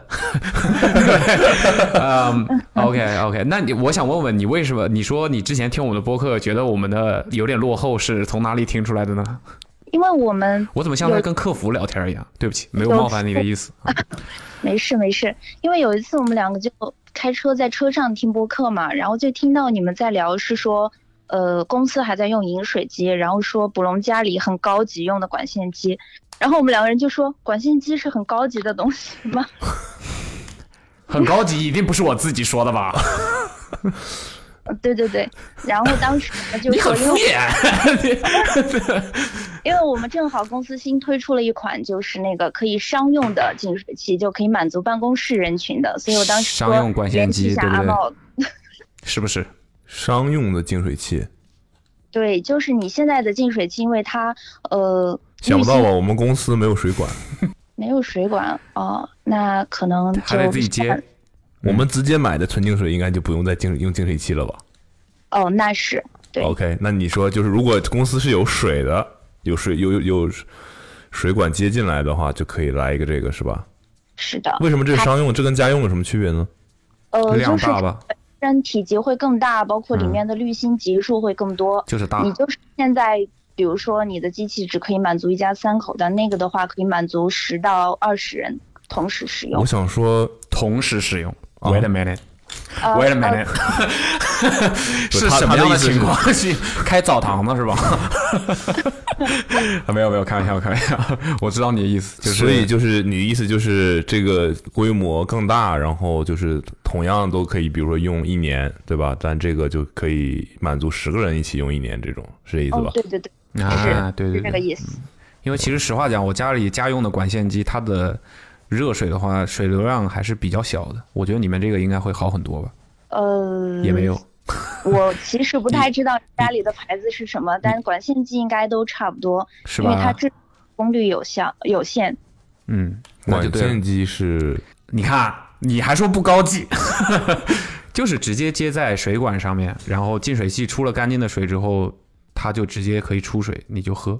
S4: 嗯，OK OK，那你我想问问你为什么？你说你之前听我们的播客，觉得我们的有点落后，是从哪里听出来的呢？
S12: 因为我们
S4: 我怎么像在
S12: 有
S4: 跟客服聊天一样？对不起，没有
S12: 有
S4: 冒犯你的 意思。
S12: 没事没事，因为有一次我们两个就开车在车上听播客嘛，然后就听到你们在聊，是说呃公司还在用饮水机，然后说卜龙家里很高级用的管线机，然后我们两个人就说管线机是很高级的东西吗？
S4: 很高级，一定不是我自己说 的吧？
S12: 呃对对对，然后当时我们就
S4: 你
S12: 说
S4: 很
S12: 因
S4: 敷
S12: 为
S4: 衍。
S12: 因为我们正好公司新推出了一款就是那个可以商用的净水器，就可以满足办公室人群的，所以我当呃时说
S4: 商用管线
S12: 联系
S4: 机
S12: 一下
S4: 对不
S12: 阿
S4: 对
S12: 茂
S4: 是不是？
S3: 商用的净水器，
S12: 嗯对，就是你现在的净水器，因为它呃
S3: 想不到啊，我们公司没有水管，
S12: 没有水管哦，那可能就
S3: 接。我们直接买的纯净水应该就不用再净用净水器了吧
S12: 哦，那是对
S3: ？OK，那你说就是如果公司是有水的，有水有有有水管接进来的话，就可以来一个这个是吧？
S12: 是的。
S3: 为什么这
S12: 它
S3: 商用这跟家用有什么区别呢？
S12: 呃
S3: 量
S12: 就是
S3: 大吧
S12: 本身体积会更大，包括里
S3: 嗯
S12: 面的滤芯级数会更多，
S4: 就是大
S12: 你就是现在。比如说，你的机器只可以满足一家三口，但那个的话可以满足十到二十人同时使用。
S3: 我想说，啊
S4: 同时使用。Wait a minute.
S12: 呃
S4: Wait a minute. 是什么样的情况？ 是开澡堂子是吧？啊没有没有，开玩笑开玩笑，我知道你的意思，就是
S3: 所以就是你的意思就是这个规模更大，然后就是同样都可以，比如说用一年，对吧？但这个就可以满足十个人一起用一年，这种是这意思
S12: 哦
S3: 吧？，
S12: 对对对，
S4: 啊，对对
S12: 是这个
S4: 对，
S12: 意思。
S4: 因为其实实话讲，我家里家用的管线机，它的热水的话，水流量还是比较小的。我觉得你们这个应该会好很多吧？
S3: 嗯
S12: 呃，
S4: 也没有，
S12: 我其实不太知道家里的牌子是什么，但管线机应该都差不多，
S4: 是
S12: 因为它
S4: 吧
S12: 制功率有效有限。
S4: 嗯，那就
S3: 管
S4: 对了
S3: 线机是
S4: 你看，你还说不高级， 就是直接接在水管上面，然后净水器出了干净的水之后，它就直接可以出水，你就喝，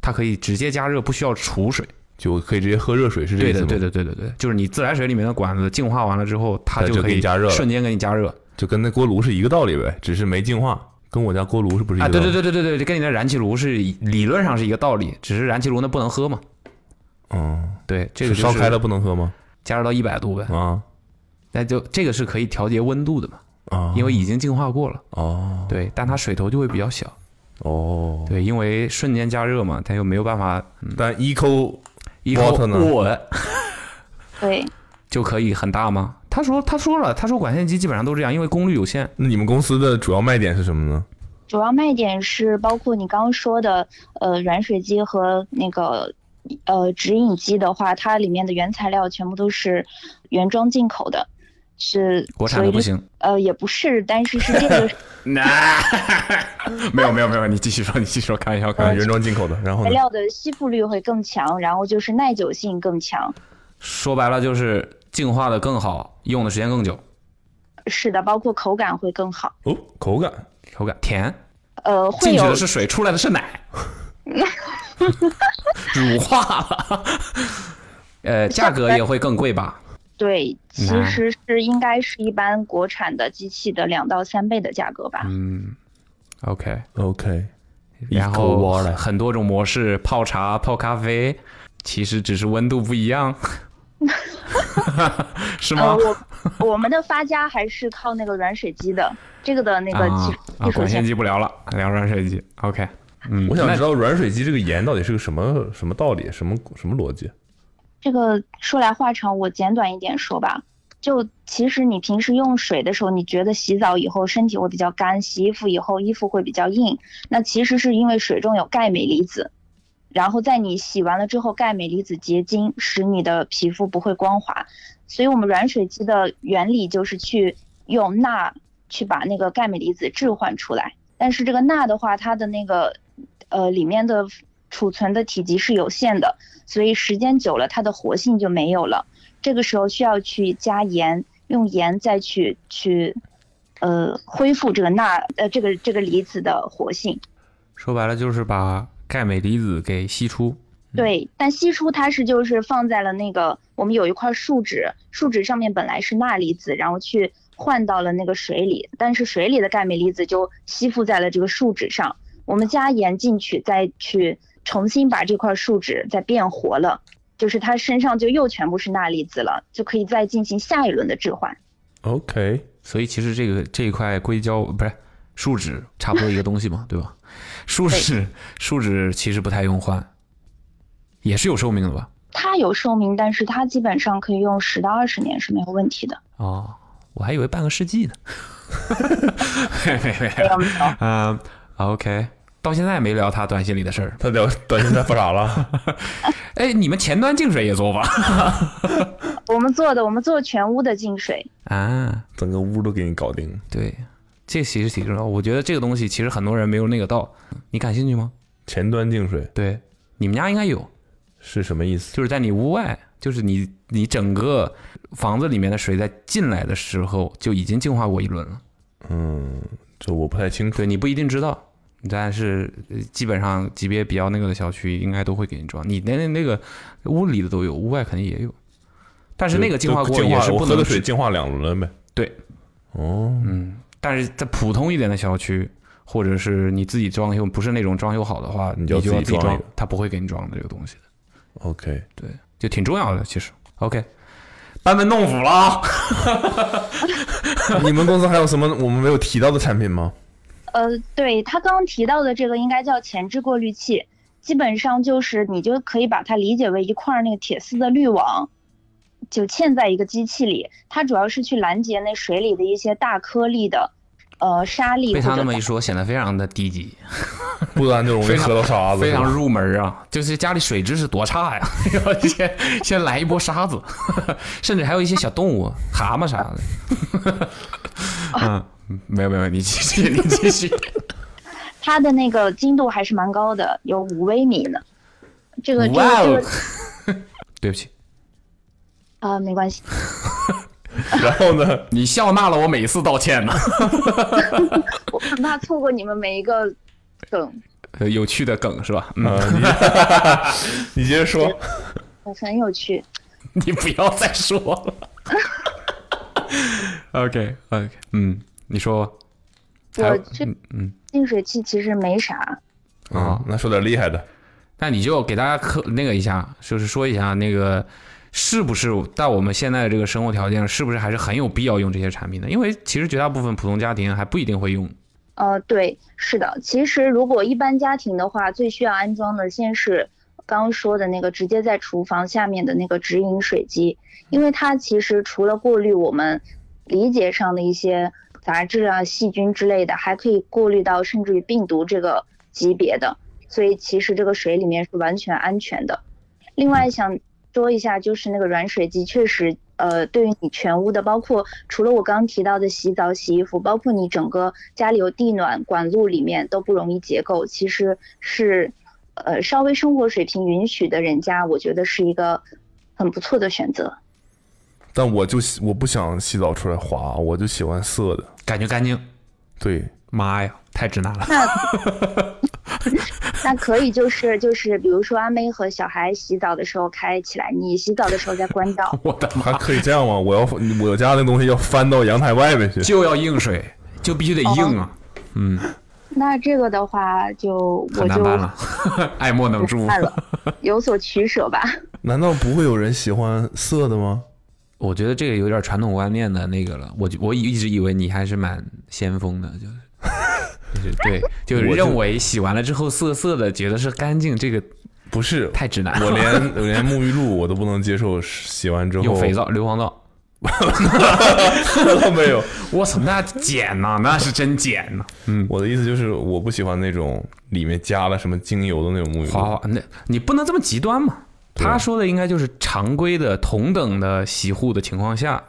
S4: 它可以直接加热，不需要储水。
S3: 就可以直接喝热水，是这
S4: 对
S3: 意思
S4: 的，
S3: 吗？
S4: 对的，对的，对的，就是你自来水里面的管子净化完了之后，它
S3: 它
S4: 就
S3: 就
S4: 可以
S3: 给你加热了
S4: 瞬间给你加热。
S3: 就跟那锅炉是一个道理呗，只是没净化，跟我家锅炉是不是一
S4: 啊，
S3: 个道理？
S4: 对对对对对对，跟你的燃气炉是一理论上是一个道理，只是燃气炉那不能喝嘛，
S3: 嗯，
S4: 对，这个
S3: 是烧开了不
S4: 能
S3: 能喝吗？
S4: 加热到一百度呗
S3: 啊，
S4: 那就这个是可以调节温度的嘛，
S3: 啊，
S4: 因为已经净化过了，
S3: 哦，
S4: 对，但它水头就会比较小，
S3: 哦，
S4: 对，因为瞬间加热嘛，它又没有办法，嗯、
S3: 但 eco
S4: 一口
S3: water 呢
S4: 我
S12: 对，
S4: 就可以很大吗？他说他说了，他说管线机基本上都这样，因为功率有限。
S3: 那你们公司的主要卖点是什么呢？
S12: 主要卖点是包括你刚刚说的，呃，软水机和那个呃直饮机的话，它里面的原材料全部都是原装进口的，是
S4: 国产的不行。
S12: 所以呃，也不是，但是是这 个
S4: 那 没有没有没有，你继续说，你继续说，开玩笑，开玩笑，
S3: 原哎装进口的。然后
S12: 材料的吸附率会更强，然后就是耐久性更强。
S4: 说白了就是净化的更好，用的时间更久，
S12: 是的，包括口感会更好。
S3: 哦，口感
S4: 口感甜，
S12: 呃，会
S4: 进去
S12: 有
S4: 的是水，出来的是 奶，乳化了。呃，价格也会更贵吧？
S12: 对，其
S4: 难
S12: 实是应该是一般国产的机器的两到三倍的价格吧。
S4: 嗯，OK，
S3: OK，
S4: 然
S3: 一口
S4: 后
S3: 窝了
S4: 很多种模式，泡茶、泡咖啡，其实只是温度不一 样， 是吗？
S12: 呃，我我们的发家还是靠那个软水机的，这个的那个技
S4: 啊啊，
S12: 技术
S4: 管线
S12: 线
S4: 机不聊了，聊软水机。OK，嗯，
S3: 我想
S4: 那
S3: 知道软水机这个盐到底是个什么什么道理，什么什么逻辑？
S12: 这个说来话长，我简短一点说吧。就其实你平时用水的时候，你觉得洗澡以后身体会比较干，洗衣服以后衣服会比较硬，那其实是因为水中有钙镁离子，然后在你洗完了之后，钙镁离子结晶，使你的皮肤不会光滑。所以我们软水机的原理就是去用钠去把那个钙镁离子置换出来。但是这个钠的话，它的那个呃里面的储存的体积是有限的，所以时间久了它的活性就没有了。这个时候需要去加盐，用盐再去去呃恢复这个钠呃这个这个离子的活性。
S4: 说白了就是把钙镁离子给析出。
S12: 对，但析出它是就是放在了那个我们有一块树脂，树脂上面本来是钠离子，然后去换到了那个水里，但是水里的钙镁离子就吸附在了这个树脂上。我们加盐进去，再去重新把这块树脂再变活了，就是它身上就又全部是钠离子了，就可以再进行下一轮的置换。
S4: OK，所以其实这个这一块硅胶不是树脂，差不多一个东西 嘛，对吧？树脂树脂其实不太用换，也是有寿命的吧？
S12: 它有寿命，但是它基本上可以用十到二十年是没有问题的。
S4: 哦，我还以为半个世纪呢。没没没有 嗯，OK，到现在没聊他短信里的事儿。
S3: 他聊短信他不少了。
S4: 哎，你们前端净水也做吧？
S12: 我们做的，我们做全屋的净水，
S4: 啊，
S3: 整个屋都给你搞定。
S4: 对，这其实挺重要。我觉得这个东西其实很多人没有那个到，你感兴趣吗？
S3: 前端净水，
S4: 对，你们家应该有。
S3: 是什么意思？
S4: 就是在你屋外，就是你你整个房子里面的水在进来的时候就已经净化过一轮了。
S3: 嗯，这我不太清楚。
S4: 对你不一定知道，但是呃基本上级别比较那个的小区应该都会给你装。你连那那个屋里的都有，屋外肯定也有。但是那个净化过
S3: 就
S4: 也是
S3: 我
S4: 不
S3: 喝
S4: 能
S3: 的水净化两轮呗。
S4: 对，
S3: 哦，
S4: 嗯，但是在普通一点的小区，或者是你自己装修，不是那种装修好的话，你
S3: 就要
S4: 要
S3: 自己
S4: 自己
S3: 装一
S4: 装
S3: 个，
S4: 他不会给你装的这个东西的。
S3: OK，
S4: 对，就挺重要的，其实。OK，班门弄斧了 啊！
S3: 你们公司还有什么我们没有提到的产品吗？
S12: 呃，对他刚刚提到的这个应该叫前置过滤器，基本上就是你就可以把它理解为一块儿那个铁丝的滤网，就嵌在一个机器里，它主要是去拦截那水里的一些大颗粒的，呃，沙粒
S4: 被
S12: 或
S4: 他那
S12: 者
S4: 么一说，显得非常的低级，
S3: 不然就容易喝到沙子
S4: 非常
S3: 是吧
S4: 入门啊！就是家里水质是多差呀， 要先先来一波沙子， 甚至还有一些小动物，蛤蟆啥的。嗯， 没有没有，你继续，你继续。
S12: 它的那个精度还是蛮高的，有五微米呢。这个这
S4: 哇
S12: 个这
S4: 哦
S12: 个！
S4: 对不起，
S12: 啊、没关系。
S3: 然后呢？
S4: 你笑纳了我每一次道歉呢，
S12: 我很怕错过你们每一个梗，
S4: 有趣的梗是吧？嗯，
S3: 呃你 你接着说，
S12: 很有趣。
S4: 你不要再说了。OK OK，嗯，你说吧。还
S12: 我
S4: 有
S12: 这
S4: 嗯
S12: 净水器其实没啥，
S3: 啊，那说点厉害的。
S4: 那你就给大家科那个一下，就是说一下那个是不是在我们现在的这个生活条件，是不是还是很有必要用这些产品的？因为其实绝大部分普通家庭还不一定会用。
S12: 呃，对，是的。其实如果一般家庭的话，最需要安装的先是刚刚说的那个直接在厨房下面的那个直饮水机，因为它其实除了过滤我们理解上的一些杂质啊、细菌之类的，还可以过滤到甚至于病毒这个级别的，所以其实这个水里面是完全安全的。另外想说一下，就是那个软水机确实，呃，对于你全屋的，包括除了我刚刚提到的洗澡、洗衣服，包括你整个家里有地暖管路里面都不容易结构，其实是，呃，稍微生活水平允许的人家，我觉得是一个很不错的选择。
S3: 但我就喜我不想洗澡出来滑，我就喜欢涩的，
S4: 感觉干净。
S3: 对，
S4: 妈呀，太直男了。
S12: 那可以就是就是，比如说阿妹和小孩洗澡的时候开起来，你洗澡的时候再关掉。
S4: 我的
S3: 还可以这样吗？我要我家那东西要翻到阳台外面去，
S4: 就要硬水，就必须得硬啊。嗯，
S12: 那这个的话就
S4: 很
S12: 我
S4: 难
S12: 就
S4: 办了，爱莫能助。
S12: 看了，有所取舍吧。
S3: 难道不会有人喜欢色的吗？
S4: 我觉得这个有点传统观念的那个了。我我一直以为你还是蛮先锋的，就是。 就是对，就是
S3: 我就
S4: 认为洗完了之后涩涩的，觉得是干净，这个
S3: 不是
S4: 太直男了。
S3: 我 连我连沐浴露我都不能接受，洗完之后
S4: 有肥皂、硫磺皂，
S3: 没有。
S4: 我操，那碱呐、那是真碱呐、嗯，
S3: 我的意思就是我不喜欢那种里面加了什么精油的那种沐浴露。
S4: 滑滑，那你不能这么极端嘛。
S3: 对
S4: 他说的应该就是常规的同等的洗护的情况下，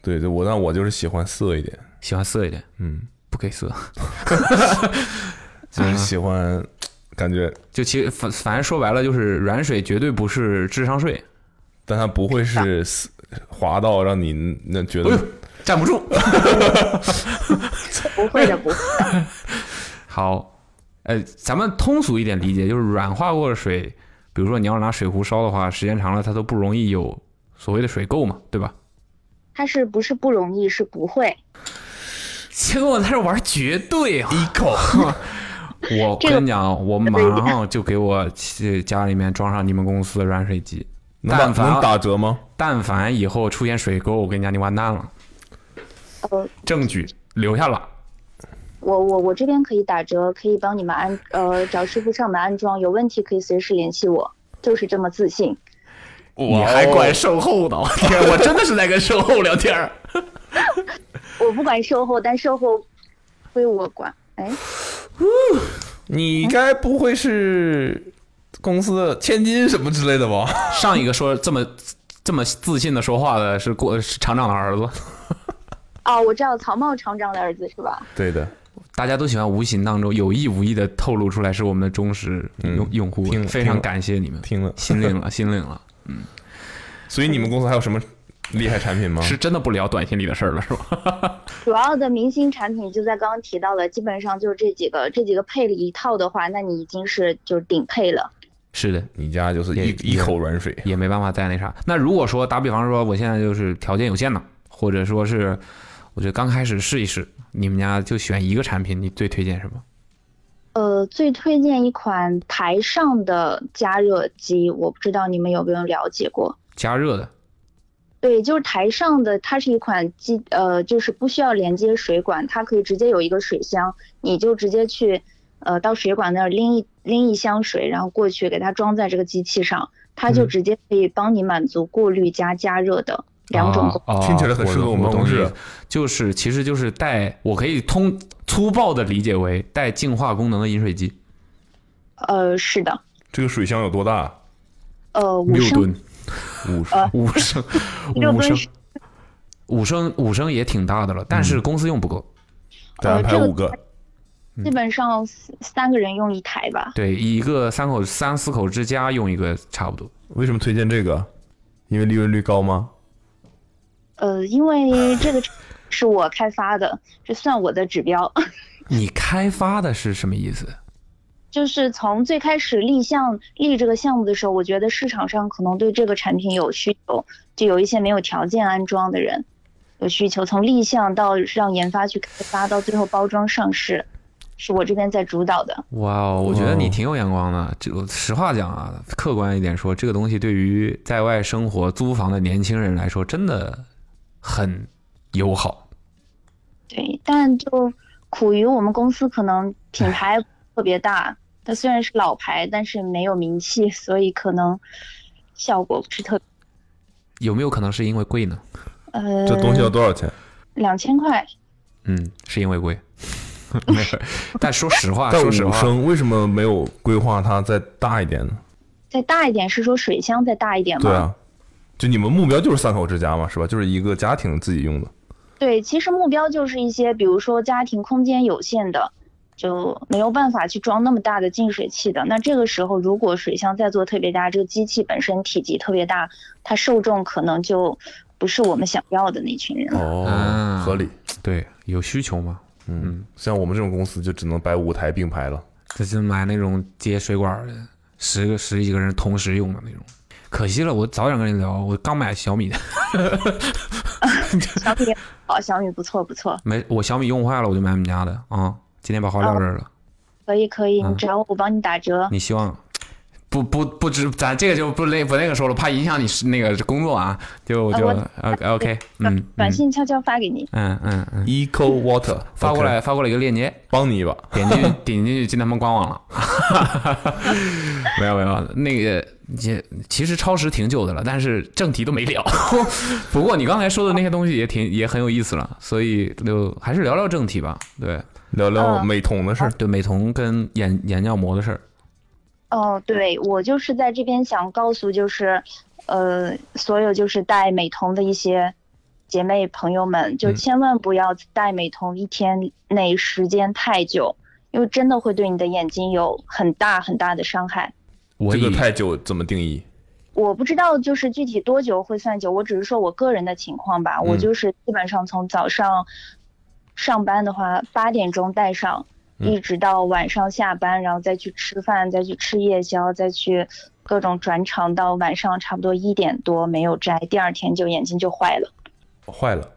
S3: 对对，我但我就是喜欢涩一点。
S4: 喜欢色一点，
S3: 嗯，
S4: 不给色，
S3: 就是喜欢，感觉
S4: 嗯就其实反反正说白了就是软水绝对不是智商税，
S3: 但它不会是滑到让你那觉
S4: 哎
S3: 得
S4: 站不住。
S12: 不会的，不会的。
S4: 好，呃，咱们通俗一点理解，就是软化过的水，比如说你要拿水壶烧的话，时间长了它都不容易有所谓的水垢嘛，对吧？
S12: 它是不是不容易？是不会。
S4: 结果在这玩绝对啊！一 口。我
S12: 这个
S4: 跟你讲，我马上就给我去家里面装上你们公司的软水机。
S3: 能打
S4: 但凡
S3: 能打折吗？
S4: 但凡以后出现水沟，我跟你讲，你完蛋了。
S12: 呃，
S4: 证据留下了。
S12: 我我我这边可以打折，可以帮你们安呃找师傅上门安装，有问题可以随时联系我，就是这么自信。
S4: 你还管售后呢？我天，我真的是在跟售后聊天啊儿。
S12: 我不管售后，但售后归我管。哎，
S3: 你该不会是公司的千金什么之类的吧？
S4: 上一个说这么这么自信的说话的是过是厂长的儿子，
S12: 哦，我知道曹茂厂长的儿子是吧？
S3: 对的，
S4: 大家都喜欢无形当中有意无意的透露出来是我们的忠实用、用户
S3: 嗯听，了
S4: 非
S3: 听
S4: 常
S3: 了
S4: 感谢你们，
S3: 听了
S4: 心 领了，心领了，嗯。
S3: 所以你们公司还有什么厉害产品吗？
S4: 是真的不聊短信里的事儿了，是吧？
S12: 主要的明星产品就在刚刚提到了，基本上就这几个，这几个配了一套的话，那你已经是就是顶配了。
S4: 是的，
S3: 你家就是
S4: 一
S3: 一口软水，
S4: 也没办法再那啥。那如果说打比方说，我现在就是条件有限呢，或者说是我觉得刚开始试一试，你们家就选一个产品，你最推荐什么？
S12: 呃，最推荐一款台上的加热机，我不知道你们有没有了解过。
S4: 加热的，
S12: 对，就是台上的，它是一款机，呃，就是不需要连接水管，它可以直接有一个水箱，你就直接去，呃，到水管那儿拎一拎一箱水，然后过去给它装在这个机器上，它就
S4: 嗯
S12: 直接可以帮你满足过滤加加热的两种功能。
S4: 啊
S3: 听起来很适合我们同，事
S4: 懂就是其实就是带，我可以通粗暴的理解为带净化功能的饮水机。
S12: 呃，是的，
S3: 这个水箱有多大？
S12: 呃，五升，，
S3: 五
S12: 呃
S4: 五升，
S12: 六
S4: 五
S12: 吨
S4: 升
S12: 是，
S4: 五升，五升也挺大的了，但是公司用不够。
S3: 嗯得
S12: 呃
S3: 安排五个，
S12: 基本上三三个人用一台吧。
S4: 对，一个三口三四口之家用一个差不多。
S3: 为什么推荐这个？因为利润率高吗？
S12: 呃，因为这个是我开发的，这算我的指标。
S4: 你开发的是什么意思？
S12: 就是从最开始立项立这个项目的时候，我觉得市场上可能对这个产品有需求，就有一些没有条件安装的人有需求。从立项到让研发去开发，到最后包装上市，是我这边在主导的。
S4: 哇哦，我觉得
S3: 哇
S4: 你
S3: 哦
S4: 挺有眼光的。这我实话讲啊，客观一点说，这个东西对于在外生活租房的年轻人来说，真的很友好。
S12: 对，但就苦于我们公司可能品牌特别大，它虽然是老牌，但是没有名气，所以可能效果不是特别
S4: 有没有可能是因为贵呢？
S12: 呃。
S3: 多少钱？
S12: 两千块，
S4: 嗯，是因为 贵。没事，但说实话，
S3: 但
S4: 说
S3: 五
S4: 实话，
S3: 升为什么没有规划它再大一点呢？
S12: 再大一点是说水箱再大一点吗？
S3: 对啊，就你们目标就是三口之家嘛，是吧？就是一个家庭自己用的。
S12: 对，其实目标就是一些，比如说家庭空间有限的，就没有办法去装那么大的净水器的。那这个时候，如果水箱再做特别大，这个机器本身体积特别大，它受众可能就不是我们想要的那群人了。啊
S3: 哦，合理。
S4: 对，有需求嘛。
S3: 嗯，像我们这种公司就只能摆五台并排了。
S4: 这是买那种接水管的，十个十几个人同时用的那种。可惜了，我早点跟你聊，我刚买小米的，
S12: 小米也好，小米不错不错，
S4: 没我小米用坏了，我就买你们家的啊、今天把话撂这儿了，
S12: 可以可以，
S4: 嗯
S12: 你找我，我帮你打折。
S3: 嗯
S4: 你希望不不不知咱这个就不那不那个说了，怕影响你是那个工作啊，就我
S12: 啊
S4: 就
S12: 我
S4: OK OK，嗯
S12: 短
S4: 嗯
S12: 信悄悄发给你。
S4: 嗯嗯嗯
S3: ，Eco Water
S4: 发过来发过来一个链接，
S3: 帮你一把，
S4: 点进去点进去进他们官网 了。没有没有，那个也其实超时挺久的了，但是正题都没聊。 不过你刚才说的那些东西也挺也很有意思了，所以就还是聊聊正题吧。对，
S3: 聊聊美瞳的事儿，
S4: 对美瞳跟眼眼角膜的事儿。
S12: 哦，对，我就是在这边想告诉，就是，呃，所有就是戴美瞳的一些姐妹朋友们，就千万不要戴美瞳一天内时间太久，因为真的会对你的眼睛有很大很大的伤害。
S3: 这个太久怎么定义？
S12: 我不知道就是具体多久会算久，我只是说我个人的情况吧。
S3: 嗯
S12: 我就是基本上从早上上班的话八点钟戴上，
S3: 嗯
S12: 一直到晚上下班，然后再去吃饭，再去吃夜宵，再去各种转场，到晚上差不多一点多没有摘，第二天就眼睛就坏了。
S4: 坏了，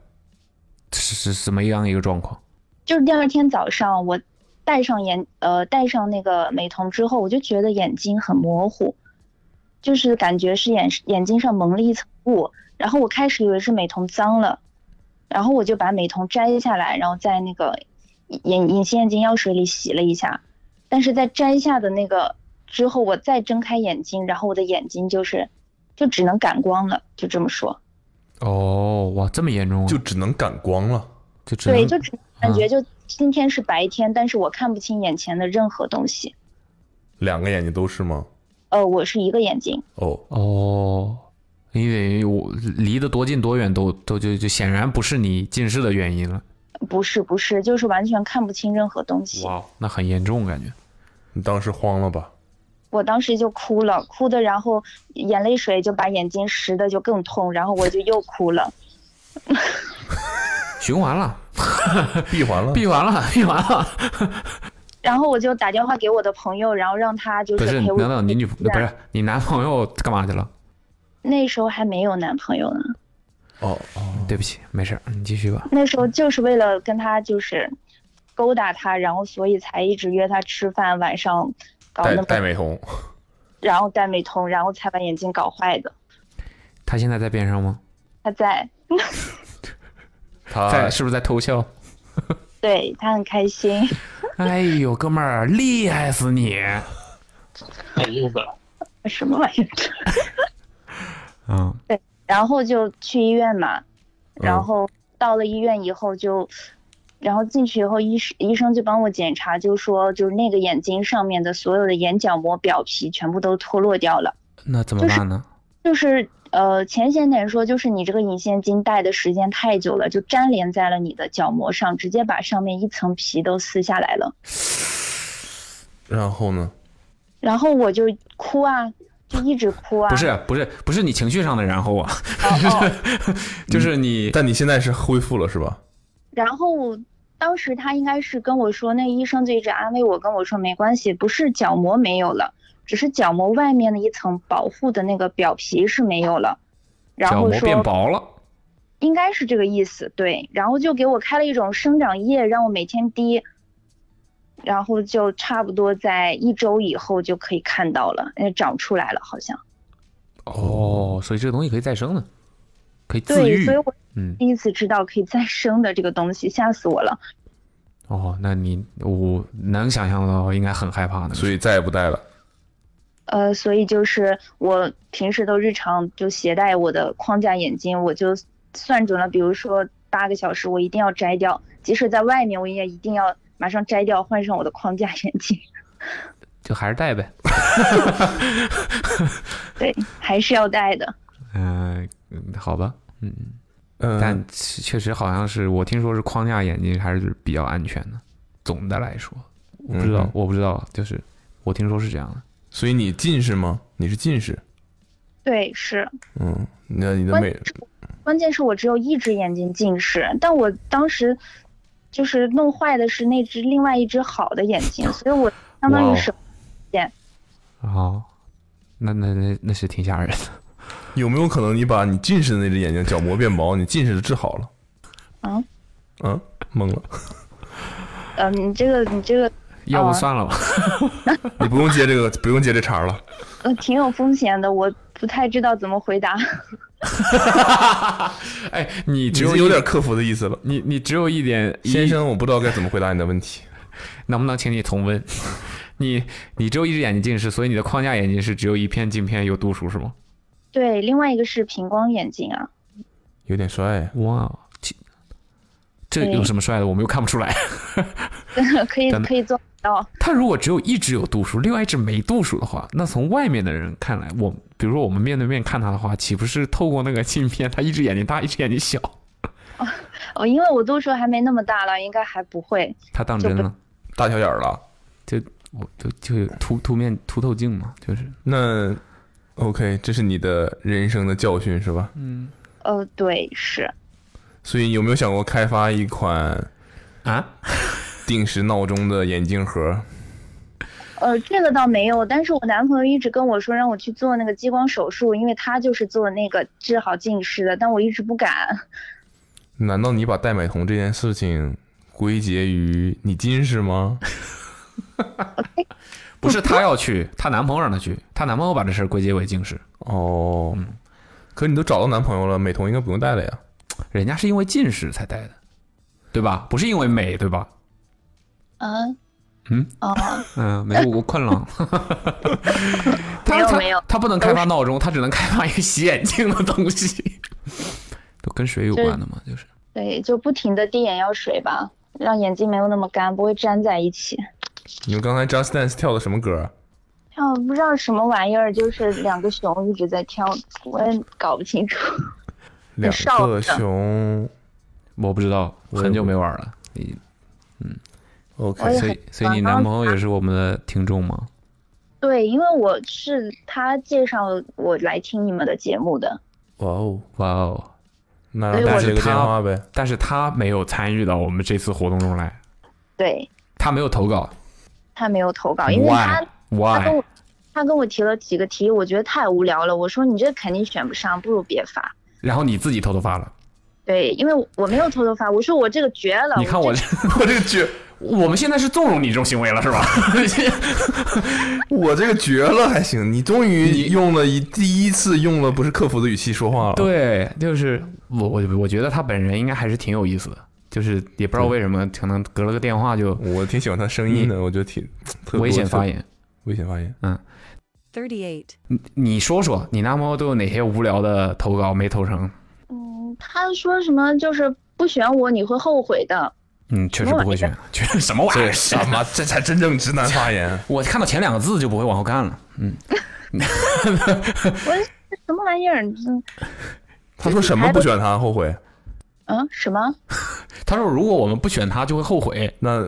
S4: 是是什么样一个状况？
S12: 就是第二天早上我戴上眼呃戴上那个美瞳之后，我就觉得眼睛很模糊，就是感觉是眼眼睛上蒙了一层雾。然后我开始以为是美瞳脏了，然后我就把美瞳摘下来，然后在那个眼隐形眼镜药水里洗了一下。但是在摘下的那个之后，我再睁开眼睛，然后我的眼睛就是就只能感光了，就这么说。
S4: 哦，哇，这么严重、啊，就
S3: 只能感光了，
S4: 就只
S12: 对，
S4: 能
S12: 就只感觉
S4: 啊
S12: 就今天是白天，但是我看不清眼前的任何东西。
S3: 两个眼睛都是吗？
S12: 呃，我是一个眼睛，
S3: 哦
S4: 哦，因为我离得多近多远都都就就显然不是你近视的原因了，
S12: 不是不是，就是完全看不清任何东西。
S4: 哇，
S3: 哦
S4: 那很严重感觉。
S3: 你当时慌了吧？
S12: 我当时就哭了，哭的，然后眼泪水就把眼睛湿的就更痛，然后我就又哭了。
S4: 循环了，
S3: 闭环了，
S4: 闭环了，闭环了。
S12: 然后我就打电话给我的朋友，然后让他就
S4: 不是，
S12: 陪我。
S4: 等等，你女
S12: 对啊
S4: 不是你男朋友干嘛去了？
S12: 那时候还没有男朋友呢，
S3: 哦哦，
S4: 对不起，没事儿，你继续吧。
S12: 那时候就是为了跟他就是勾搭他，然后所以才一直约他吃饭，晚上搞
S3: 戴
S12: 那
S3: 戴
S12: 么，
S3: 美瞳，
S12: 然后戴美瞳，然后才把眼睛搞坏的。
S4: 他现在在边上吗？
S12: 他在，
S3: 他
S4: 在是不是在偷笑？
S12: 对他很开心。
S4: 哎呦，哥们儿，厉害死你！
S13: 哎呦我，
S12: 什么玩意儿？
S4: 嗯，
S12: 对，然后就去医院嘛，
S4: 嗯
S12: 然后到了医院以后就，然后进去以后医生医生就帮我检查，就说就是那个眼睛上面的所有的眼角膜表皮全部都脱落掉了，
S4: 那怎么办呢？
S12: 就是呃浅显点说，就是你这个隐形眼镜戴的时间太久了，就粘连在了你的角膜上，直接把上面一层皮都撕下来了。
S3: 然后呢？
S12: 然后我就哭啊，就一直哭啊。
S4: 不是不是不是你情绪上的然后啊，
S12: 哦
S4: 就是
S12: 嗯
S4: 你，
S3: 但你现在是恢复了是吧？
S12: 然后当时他应该是跟我说，那医生就一直安慰我，跟我说没关系，不是角膜没有了，只是角膜外面的一层保护的那个表皮是没有了，然
S4: 角
S12: 后
S4: 膜变
S12: 说
S4: 薄了。
S12: 应该是这个意思，对，然后就给我开了一种生长液，让我每天滴。然后就差不多在一周以后就可以看到了，呃，长出来了，好像。
S4: 哦，所以这个东西可以再生的，可以自
S12: 对，
S4: 愈
S12: 所以。我
S4: 嗯，
S12: 第一次知道可以再生的这个东西，吓死我了。
S4: 哦，那你我能想象到，应该很害怕的。
S3: 所以再也不戴了。
S12: 呃，所以就是我平时都日常就携带我的框架眼镜，我就算准了，比如说八个小时，我一定要摘掉，即使在外面，我也一定要马上摘掉，换上我的框架眼 镜。
S4: 就还是戴 呗。
S12: 对，还是要戴的。
S4: 嗯、嗯好吧，嗯，但其确实好像是我听说是框架眼镜还是比较安全的，总的来说，我不知道，
S3: 嗯
S4: 我不知道，就是我听说是这样的。
S3: 所以你近视吗？你是近视，
S12: 对，是。
S3: 嗯，那你的
S12: 关
S3: 美
S12: 关键是我只有一只眼睛近视，但我当时就是弄坏的是那只另外一只好的眼睛，所以我相当
S4: 哇哦
S12: 于是眼。
S4: 哦，那那那那是挺吓人的。
S3: 有没有可能你把你近视的那只眼睛角膜变薄，你近视的治好了？
S12: 啊，
S3: 嗯，懵了，
S12: 嗯，你这个你这个，
S4: 要
S12: 哦
S4: 不算了吧？
S3: 你不用接这个，不用接这茬了。
S12: 呃，挺有风险的，我不太知道怎么回 答。
S4: 哎， 你只
S3: 你
S4: 有
S3: 有
S4: 一
S3: 点克服的意思了。
S4: 你你只有一点，
S3: 先生，我不知道该怎么回答你的问题。
S4: 能不能请你重温？ 你你只有一只眼睛近视，所以你的框架眼镜是只有一片镜片有度数是吗？
S12: 对，另外一个是平光眼镜啊，
S3: 有点帅
S4: 哇，哦其这有什么帅的？我们又看不出来。
S12: 可以
S4: 咱们
S12: 可以做到。
S4: 他如果只有一只有度数，另外一只没度数的话，那从外面的人看来，我比如说我们面对面看他的话，岂不是透过那个镜片，他一只眼睛大，一只眼睛小？
S12: 哦，因为我度数还没那么大了，应该还不会。
S4: 他当真了，
S3: 大小眼儿了，
S4: 就我就就有凸凸面凸透镜嘛，就是
S3: 那 OK，这是你的人生的教训是吧？
S4: 嗯，
S12: 呃，对，是。
S3: 所以你有没有想过开发一款
S4: 啊
S3: 定时闹钟的眼镜盒？
S12: 呃，这个倒没有，但是我男朋友一直跟我说让我去做那个激光手术，因为他就是做那个治好近视的，但我一直不敢。
S3: 难道你把戴美瞳这件事情归结于你近视吗？
S4: 不是她要去，她男朋友让她去，她男朋友把这事儿嗯归结为近视。
S3: 哦，可你都找到男朋友了，美瞳应该不用戴了呀。
S4: 人家是因为近视才戴的，对吧？不是因为美，对吧？
S12: 嗯
S4: 嗯
S12: 哦，
S4: 嗯，没有，我困 了。
S12: 没
S4: 他
S12: 有没有，
S4: 他不能开发闹钟，他只能开发一个洗眼镜的东 西，都跟水有哎关的嘛，就是。
S12: 对，就不停的滴眼药水吧，让眼睛没有那么干，不会粘在一起。
S3: 你们刚才 Just Dance 跳的什么歌？
S12: 啊，不知道什么玩意儿，就是两个熊一直在跳，我也搞不 清楚。
S3: 两
S12: 少
S3: 个
S12: 的
S3: 熊，
S4: 我不知道，很久没玩了。你，嗯
S12: 我也
S4: ，OK，
S12: 很
S4: 所以所以你男朋友也是我们的听众吗？
S12: 对，因为我是他介绍我来听你们的节目的。
S3: 哇哦，
S4: 哇哦，
S3: 那
S12: 让他
S4: 但是
S12: 接个
S3: 电
S4: 他
S3: 话呗。
S4: 但是他没有参与到我们这次活动中来，
S12: 对
S4: 他没有投稿。
S12: 他没有投啊稿，因为他
S4: Why？Why？
S12: 他跟我他跟我提了几个题，我觉得太无聊了。我说你这肯定选不上，不如别发。
S4: 然后你自己偷偷发了。
S12: 对，因为我没有偷偷发，我说我这个绝了。
S4: 你看我这 我这个绝，我们现在是纵容你这种行为了是吧？
S3: 我这个绝了，还行，你终于用了一第一次用了不是客服的语气说话了。
S4: 对，就是我我我觉得他本人应该还是挺有意思的，就是也不知道为什么，可能隔了个电话就
S3: 我挺喜欢他声音的，我觉得挺特
S4: 危险发言，
S3: 危险发言。
S14: 38.
S4: 嗯，你你说说，你男朋友都有哪些无聊的投稿没投成？
S12: 嗯，他说什么就是不选我你会后悔的。
S4: 嗯，确实不会选，确实什么玩意儿？
S3: 什么？ 这才真正直男发言。
S4: 我看到前两个字就不会往后看了。嗯，
S12: 我说这什么玩意儿？嗯
S3: 他说什么不选他后悔？
S12: 嗯，什么？
S4: 他说如果我们不选他就会后悔。
S3: 那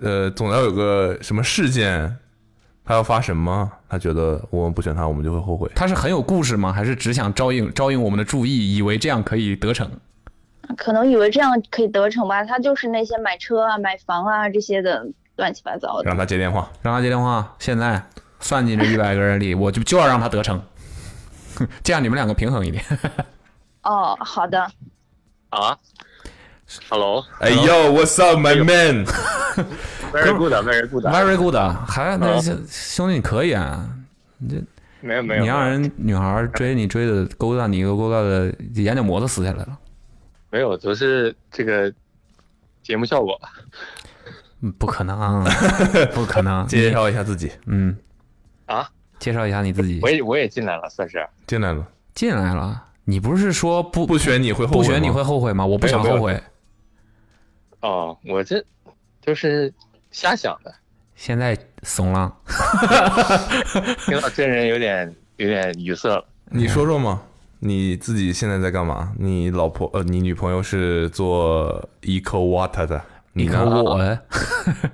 S3: 呃，总要有个什么事件，他要发什么？他觉得我们不选他，我们就会后悔。
S4: 他是很有故事吗？还是只想招引招引我们的注意，以为这样可以得逞？
S12: 可能以为这样可以得逞吧？他就是那些买车啊、买房啊这些的乱七八糟的。
S3: 他接电话，
S4: 让他接电话。现在算计这一百个人里，我就就要让他得逞， 这样你们两个平衡一点。
S12: 哦，好的。
S5: 啊，Hello，
S3: 哎呦，What's up, my man？
S5: ，Very good，Very good，
S4: Very good，还那
S5: 啊
S4: 兄兄弟你可以啊，你这
S5: 没有没有，
S4: 你啊让人女孩追你追的勾搭你又勾搭的眼角膜都撕下来了，
S5: 没有，都是这个节目效果。
S4: 嗯不可 能，不可能。
S3: 介绍一下自己，
S4: 嗯
S5: 啊，
S4: 介绍一下你自己
S5: 我。也我也进来了，算是。
S3: 进来了，
S4: 进来了，你不是说不
S3: 不选你会后悔
S4: 不
S3: 吗
S4: 选你会后悔吗？我不想
S5: 没有
S4: 后
S5: 没有
S4: 悔。
S5: 哦，我这就是瞎想 的，
S4: 现在怂了，
S5: 听到真人有点有点哎语塞了。
S3: 你说说嘛，你自己现在在干嘛？你老婆呃，你女朋友是做 Eco Water 的，你呢？
S4: Eco Water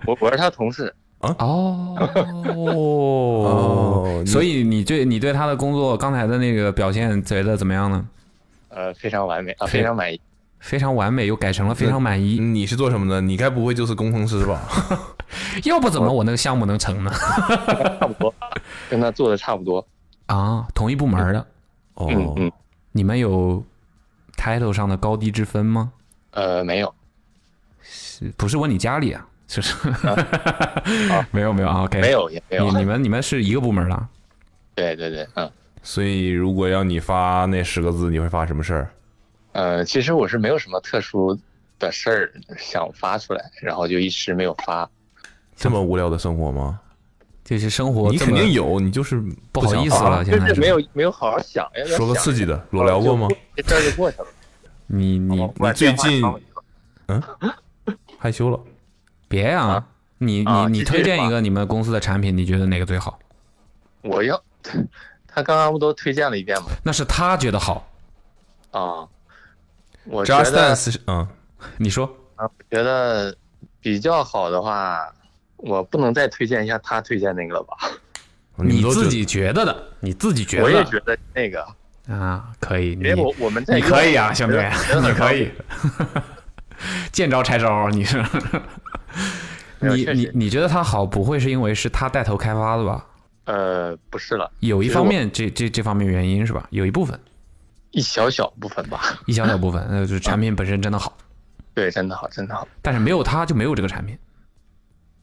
S5: 我我是他同事，
S4: 哦哦所以你对你对他的工作刚才的那个表现觉得怎么样呢？
S5: 呃，非常完美啊，非常满意。
S4: 非常完美，又改成了非常满意。
S3: 你是做什么的？你该不会就是工程师吧？
S4: 要不怎么我那个项目能成呢？
S5: 跟他做的差不多。
S4: 啊，同一部门的。哦
S5: 嗯嗯，
S4: 你们有 title 上的高低之分吗？
S5: 呃，没有，
S4: 是不是问你家里啊？就是 没有没有啊，OK，
S5: 没有也没有
S4: 你你们你们是一个部门的，
S5: 对对对，嗯，
S3: 所以如果要你发那十个字，你会发什么事儿？
S5: 呃，其实我是没有什么特殊的事儿想发出来，然后就一时没有发。
S3: 这么无聊的生活吗？
S4: 就是生活
S3: 你
S4: 这
S3: 肯
S4: 么
S3: 定有，你就是
S4: 不好意思了
S3: 想
S4: 现在
S5: 就是是没有没有好好想呀。
S3: 说个刺激的，裸聊过吗？
S5: 这事儿就过去了。
S4: 你你
S3: 你最近嗯害羞了？
S4: 别呀、你
S5: 啊
S4: 你你
S5: 是这
S4: 推荐
S5: 样
S4: 一个你们公司的产品，你觉得哪个最好？
S5: 我要，他刚刚不都推荐了一遍吗？
S4: 那是他觉得好，
S5: 啊，我觉
S3: Just
S5: 得
S3: Dance，是嗯，
S4: 你说
S5: 啊，我觉得比较好的话，我不能再推荐一下他推荐那个了吧？
S4: 你自己觉得的，你自己觉得，
S5: 我也觉得那个，
S4: 啊，可以，你
S5: 因为我我们在
S4: 你
S5: 用
S4: 可以啊，兄弟
S5: 觉得，觉得
S4: 你
S5: 很
S4: 可以， 见招拆招，你是，你你你觉得它好，不会是因为是他带头开发的吧？
S5: 呃，不是了，
S4: 有一
S5: 其实
S4: 方
S5: 我
S4: 面这这这方面原因是吧？有一部分，
S5: 一小小部分吧。
S4: 一小小部分，那呃就是产品本身真的好，
S5: 对，真的好，真的好
S4: 但是没有它就没有这个产品，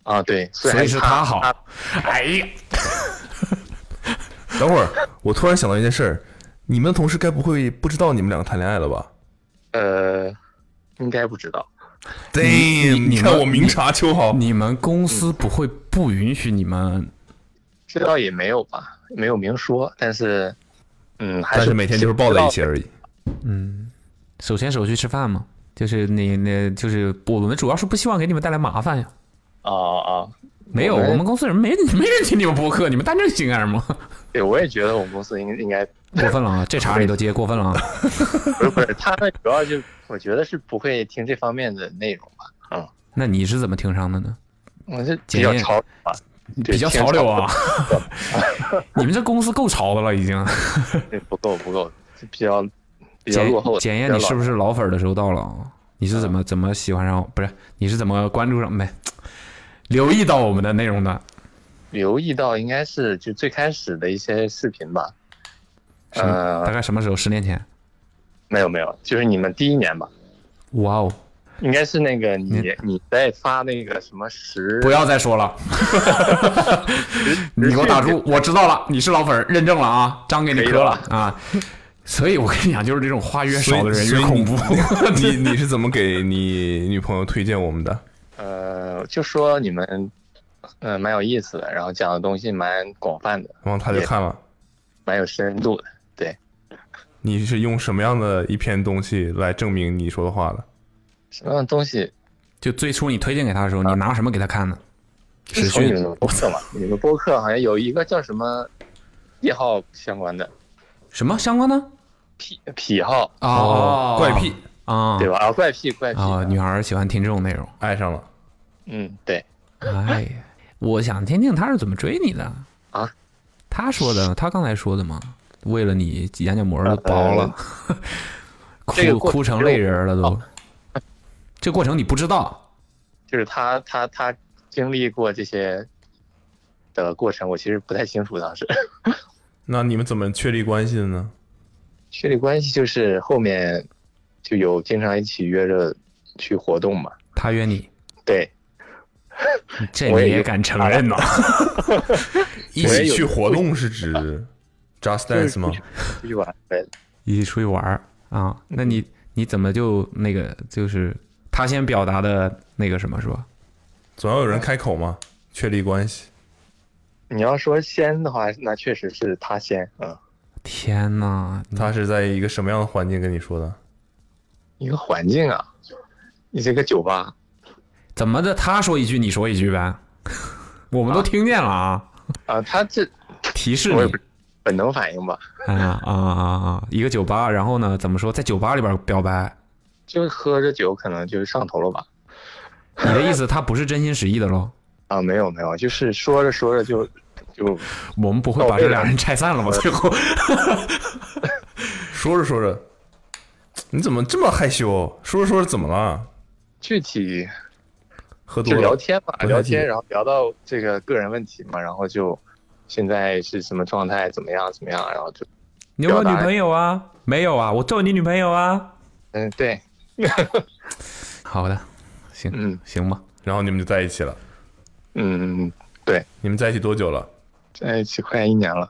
S5: 啊，对，虽
S4: 所
S5: 然
S4: 以是
S5: 他
S4: 它好。哎呀，
S3: 等会儿我突然想到一件事儿，你们同事该不会不知道你们两个谈恋爱了吧？
S5: 呃，应该不知道。
S3: 对，
S4: 你你
S3: 看我明
S4: 察秋毫，你们公司不会不允许你们，
S5: 这倒也没有吧，没有明说，但是，嗯，还
S4: 但是
S5: 是
S4: 每天就是抱在一起而
S3: 已。
S4: 嗯，手牵手去吃饭嘛，就是你那就是我们主要是不希望给你们带来麻烦呀。
S5: 啊啊，
S4: 没有，
S5: 我们
S4: 我们公司 人没没人听你们播客，你们单正经干什 么？
S5: 对，我也觉得我们公司应应该
S4: 过 分了啊！这茬你都接，过分了啊！
S5: 不是不是，他们主要就我觉得是不会听这方面的内容吧，嗯，
S4: 那你是怎么听上的呢？
S5: 我是比
S4: 检
S5: 较
S4: 验
S5: 潮流吧，对
S4: 嗯比较潮流啊！！你们这公司够潮的了，已 经。
S5: 挺潮流不够不够，比较比较
S4: 检
S5: 落后的。嗯
S4: 检验
S5: 比较
S4: 你是不
S5: 老
S4: 是老粉儿的时候到了啊？你是怎么怎么喜欢上？不是，你是怎么关注上？没留意到我们的内容的？
S5: 留意到应该是就最开始的一些视频吧，
S4: 什么
S5: 呃
S4: 大概什么时候？十年前？
S5: 没有没有，就是你们第一年吧，
S4: 哇哦！
S5: 应该是那个你你在发那个什么十，
S4: 不要再说了，你给我打住！我知道了，你是老粉儿，认证了啊，章给你磕了 啊。所以我跟你讲，就是这种话越少的人越恐 怖。
S3: 怖。你你是怎么给你女朋友推荐我们的？
S5: 呃，就说你们，呃，蛮有意思的，然后讲的东西蛮广泛的，
S3: 然后她就
S5: 也
S3: 看了。
S5: 蛮有深度的。对，
S3: 你是用什么样的一篇东西来证明你说的话的？
S5: 什么样的东西？
S4: 就最初你推荐给他的时
S3: 啊
S4: 候，你拿什么给他看呢？
S5: 是
S4: 实
S5: 从你
S4: 讯
S5: 们的播客嘛？你们播客好像有一个叫什么癖好相关的
S4: 什么相关呢？
S5: 癖癖好
S4: 哦，啊，
S5: 对吧？啊，怪癖怪癖，
S4: 啊，女孩儿喜欢听这种内容，
S3: 爱上了。
S5: 嗯，对，
S4: 哎呀，我想听听他是怎么追你的
S5: 啊？
S4: 他说的，他刚才说的嘛，为了你眼角膜都薄了，
S5: 呃 这个
S4: 哭
S5: 过
S4: 哭成泪人了
S5: 哦
S4: 都。 这过程你不知道，
S5: 就是他他他经历过这些的过程，我其实不太清楚当时。
S3: 那你们怎么确立关系的呢？
S5: 确立关系就是后面就有经常一起约着去活动嘛。
S4: 他约你，
S5: 对，
S4: 这
S5: 我
S4: 你
S5: 也
S4: 也
S5: 有啊
S4: 敢承认呐？
S3: 一起去活动是指
S4: 啊
S3: Just
S4: 就是
S3: Dance 吗？
S5: 出去玩呗。
S4: 一起出去玩儿啊？那你你怎么就那个就是他先表达的那个什么是吧？
S3: 总要有人开口嘛，确立关系。
S5: 你要说先的话，那确实是他先，嗯，
S4: 天呐，
S3: 他是在一个什么样的环境跟你说的？
S5: 一个环境啊，你这个酒吧，
S4: 怎么的？他说一句，你说一句呗， 我们都听见了啊。
S5: 啊，他这
S4: 提示
S5: 我也
S4: 你
S5: 不本能反应吧，
S4: 啊啊啊啊！一个酒吧，然后呢，怎么说，在酒吧里边表白？
S5: 就喝着酒可能就上头了吧，
S4: 你的意思，他不是真心实意的喽？
S5: 啊，没有没有，就是说着说着就就
S4: 我们不
S3: 哦
S4: 会把这两人拆散
S3: 呃
S4: 了吧？最 后，
S3: 说着说着，你怎么这么害羞？说着说着怎么了？
S5: 具体
S3: 喝多
S5: 就
S3: 了
S5: 聊天嘛
S3: 不，太
S5: 聊
S3: 记得
S5: 天，然后聊到这个个人问题嘛，然后就现在是什么状态，怎么样怎么样，然后就
S4: 你有没有
S5: 表
S4: 女
S5: 达
S4: 朋友啊？没有啊，我做你女朋友啊。
S5: 嗯，对，
S4: 好的，行，
S5: 嗯，
S4: 行吧。
S3: 然后你们就在一起了。
S5: 嗯，对。
S3: 你们在一起多久了？
S5: 在一起快一年了，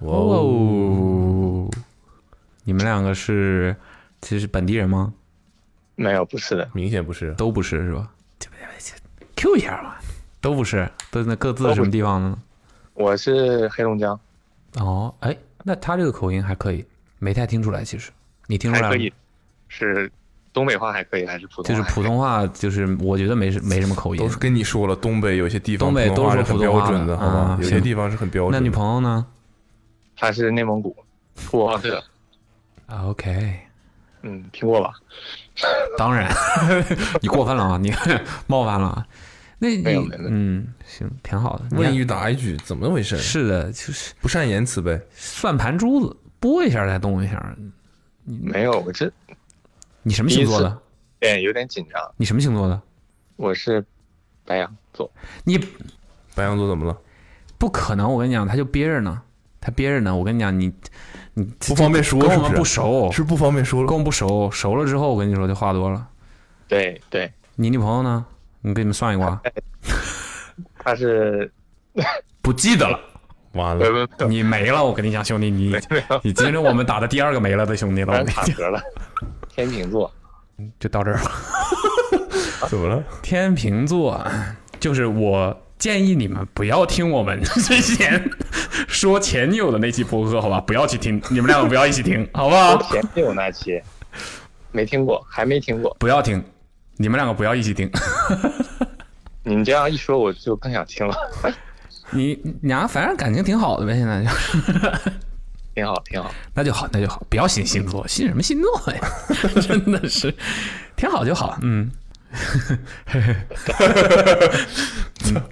S3: 哇
S4: 哦，你们两个是其实本地人吗？
S5: 没有，不是的，
S3: 明显不是，
S4: 都不是是吧？Q 一下嘛，都不是，都那各自是什么地方呢？
S5: 我是黑龙江，
S4: 哦，哎，那他这个口音还可以，没太听出来。其实你听出来
S5: 还
S4: 了
S5: 可
S4: 吗
S5: 以，是东北话还可以，还是普
S4: 就
S5: 通
S4: 是
S5: 话？
S4: 普通话，就是我觉得没什没什么口音。
S3: 都是跟你说了，东北有些地方
S4: 东北
S3: 普通话
S4: 都是
S3: 是很
S4: 普通
S3: 标
S4: 话
S3: 准
S4: 的
S3: 的，好吧
S4: 啊？
S3: 有些
S4: 行
S3: 地方是很标准的。
S4: 那女朋友呢
S5: 她是内蒙古，我是
S4: 啊？OK，
S6: 嗯，听过吧？
S4: 当然， 你过分了啊！你 冒犯了。啊那你
S3: 没有没有
S4: 嗯，行，挺好的。
S3: 问一句
S4: 打一句，怎么回事？是的，就是
S3: 不善言辞呗。
S4: 算盘珠子拨一下再动一下。
S6: 没有，我这
S4: 你什么星座的？？
S6: 对，哎有点紧张。
S4: 你什么星座的？
S6: 我是白羊座，
S4: 你
S3: 白羊座怎么了？
S4: 不可能，我跟你讲，他就憋着呢，他憋着呢。我跟你讲，你你
S3: 不方便说
S4: 跟
S3: 是
S4: 我
S3: 不
S4: 们
S3: 是啊
S4: 不熟，
S3: 是不方便说了，
S4: 跟我们不熟，熟了之后，我跟你说就话多了。
S6: 对对，
S4: 你女朋友呢？你给你们算一 卦，
S6: 他是
S4: 不记得了，呃
S3: 完
S6: 了，
S4: 你没了。我跟你讲，兄弟， 你你今天我们打的第二个没 了的兄弟了，我跟
S6: 打
S4: 你
S6: 折了，天秤座。
S4: 讲，就到这儿 了。
S3: 怎么了？
S4: 天秤座，就是我建议你们不要听我们 之前说前女友的那期播客，好吧？不要去听，你们两个不要一起听，好不好？
S6: 前女友那期没听过，还没听过。
S4: 不要听，你们两个不要一起听。
S6: 你们这样一说，我就更想听了。
S4: 你你俩反正感情挺好的呗，现在就是。
S6: 挺好，挺好。
S4: 那就好，那就好，不要信星座，信什么星座呀？ 真的是，挺好就好，嗯。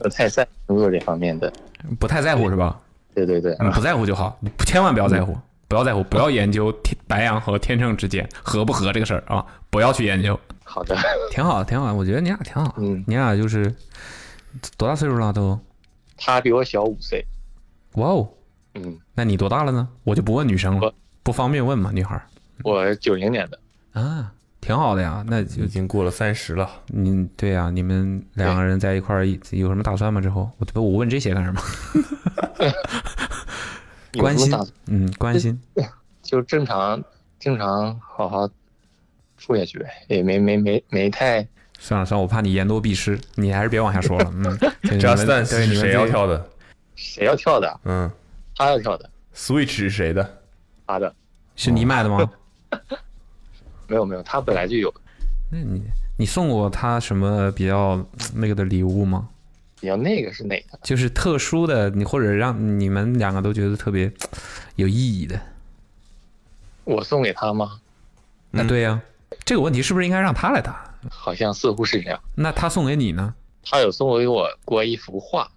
S6: 我太在乎工作这方面的，
S4: 嗯不太在乎是吧？嗯
S6: 对对啊对，
S4: 你不在乎就好，你千万不要在乎，不要在乎，不要研究天白羊和天秤之间合不合这个事儿啊，不要去研究。
S6: 好的，
S4: 挺好，挺好，我觉得你俩挺好，嗯，你俩就是多大岁数了都？
S6: 他比我小五岁。
S4: 哇哦，
S6: 嗯，
S4: 那你多大了呢？我就不问女生了，不方便问嘛，女孩儿
S6: 我九零年的，
S4: 啊，挺好的呀，那就已
S3: 经过了三十了。
S4: 你对呀、你们两个人在一块儿有什么打算吗？之后我我问这些干什 么？
S6: 有
S4: 关
S6: 什么
S4: 心
S6: 打算，
S4: 嗯，关心。
S6: 就正常正常好好处下去呗，也没没没没太
S4: 算了算了，我怕你言多必失，你还是别往下说了。 嗯
S3: Just Dance 是谁要跳？
S4: 对你们对你们
S3: 的？
S6: 谁要跳的？
S3: 嗯
S6: 他要跳的，
S3: ，Switch 是谁的？
S6: 他的
S4: 是你买的吗？
S6: 没有没有，他本来就有。
S4: 那你你送过他什么比较那个的礼物吗？
S6: 你要那个是哪个？
S4: 就是特殊的，你或者让你们两个都觉得特别有意义的。
S6: 我送给他吗？
S3: 嗯
S4: 那对呀、这个问题是不是应该让他来答？
S6: 好像似乎是这样。
S4: 那他送给你呢？
S6: 他有送给我过一幅画，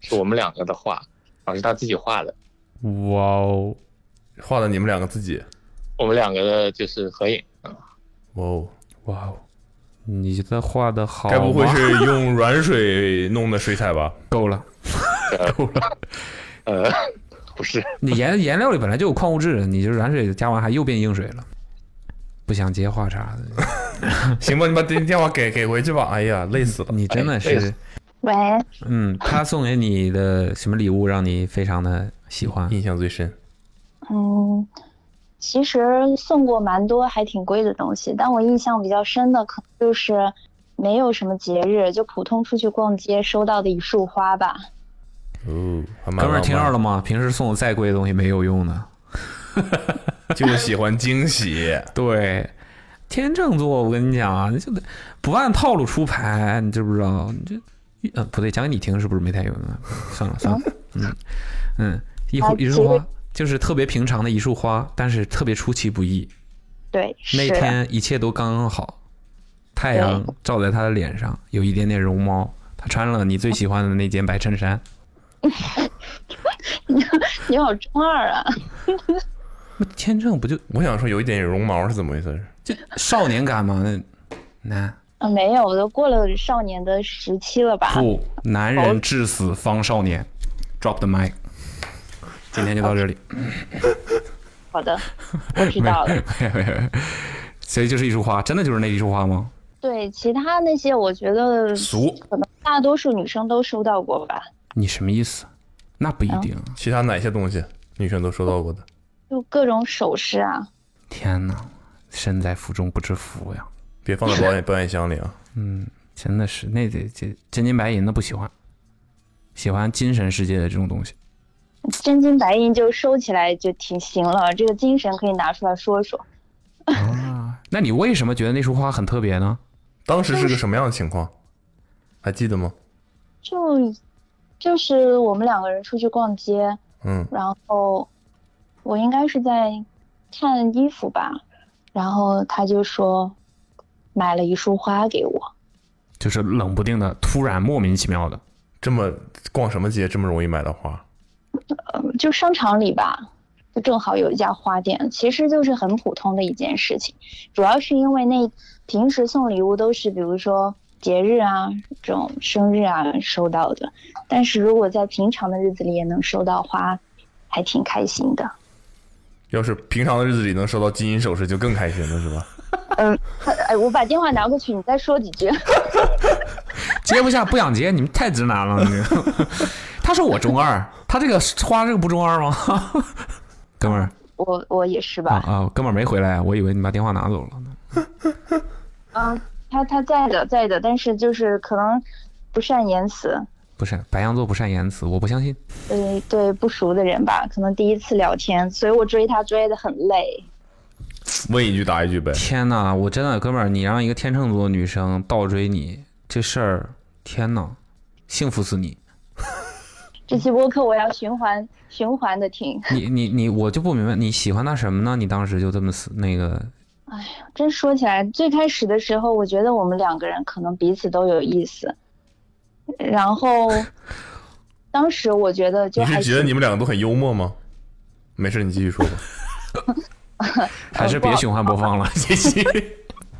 S6: 是我们两个的画，然后是他自己画的，
S4: 哇哦，
S3: 画的你们两个自己。
S6: 我们两个的就是合影。嗯
S3: 哇哦，
S4: 哇哦，你这画的好吗，
S3: 该不会是用软水弄的水彩吧？
S4: 够了，
S6: 够
S4: 了。
S6: 呃，不是，
S4: 你颜颜料里本来就有矿物质，你就是软水加完还又变硬水了。不想接话茬的，
S3: 行吧，你把电电话给给回去吧。哎呀，累死了！
S4: 你真的
S3: 哎累
S4: 是
S3: 死，
S12: 喂，
S4: 嗯，他送给你的什么礼物让你非常的喜欢，
S3: 印象最深？
S12: 嗯，其实送过蛮多还挺贵的东西，但我印象比较深的可能就是没有什么节日，就普通出去逛街收到的一束花吧。
S3: 哦，还
S4: 哥
S3: 蛮
S4: 们儿听到
S3: 浪
S4: 了吗？平时送的再贵的东西没有用 的。
S3: 漫 就喜欢惊喜。
S4: 对，天秤座，我跟你讲啊，你就得不按套路出牌，你知不知道？你这，呃，不对，讲给你听是不是没太有用啊？算了算了， 嗯嗯，一
S12: 啊
S4: 束一
S12: 其
S4: 束
S12: 实
S4: 花就是特别平常的一束花，但是特别出其不意。
S12: 对，
S4: 那
S12: 是的
S4: 天一切都刚刚好，太阳照在他的脸上，有一点点绒毛。他穿了你最喜欢的那件白衬衫，
S12: 你好中二啊！
S4: 天秤不就？
S3: 我想说有一点绒毛是怎么回事？
S4: 就少年感嘛，那那
S12: 啊，没有，我都过了少年的时期了吧？
S4: 不，男人至死方少年。Drop the mic，今天就到这里。
S12: 好的，我知道了。
S4: 没有没有没有所以就是一束花，真的就是那一束花吗？
S12: 对，其他那些我觉得
S4: 俗
S12: 可能大多数女生都收到过吧，
S4: 你什么意思？那不一啊
S12: 定。
S3: 其他哪些东西女生都收到过的？
S12: 就各种首饰啊。
S4: 天哪，身在福中不知福呀！
S3: 别放在保险保险箱里啊！
S4: 嗯，真的是那得这真金白银的不喜欢，喜欢精神世界的这种东西。
S12: 真金白银就收起来就挺行了，这个精神可以拿出来说说。
S4: 那你为什么觉得那束花很特别呢？
S3: 当时是个什么样的情况？还记得吗？
S12: 就就是我们两个人出去逛街，
S3: 嗯，
S12: 然后我应该是在看衣服吧，然后他就说买了一束花给我，
S15: 就是冷不丁的，突然莫名其妙的，
S3: 这么逛什么街这么容易买到花？
S12: 呃，就商场里吧，就正好有一家花店，其实就是很普通的一件事情，主要是因为那平时送礼物都是比如说节日啊这种生日啊收到的，但是如果在平常的日子里也能收到花，还挺开心的。
S3: 要是平常的日子里能收到金银首饰，就更开心了，是吧？
S12: 嗯，哎，我把电话拿过去，你再说几句。
S4: 接不下不想接，你们太直男了。 你们他说我中二，他这个花这个不中二 吗？哥们儿
S12: 我我也是
S4: 啊
S12: 吧，
S4: 啊，哥们儿没回来，我以为你把电话拿走了。
S12: 嗯，他他在的在的，但是就是可能不善言辞，
S4: 不是，白羊座不善言辞，我不相信。
S12: 对对不熟的人吧，可能第一次聊天，所以我追他追的很累。
S3: 问一句答一句呗。
S4: 天哪，我真的哥们儿，你让一个天秤座女生倒追你这事儿，天哪，幸福死你！
S12: 这期播客我要循环循环的听，
S4: 你你你，我就不明白你喜欢他什么呢？你当时就这么死那个，
S12: 哎真说起来，最开始的时候，我觉得我们两个人可能彼此都有意思，然 后当时我觉得就
S3: 你
S12: 还
S3: 是觉得
S12: 挺
S3: 你们两个都很幽默吗？没事，你继续说吧。
S4: 还是别循环播放了，谢谢。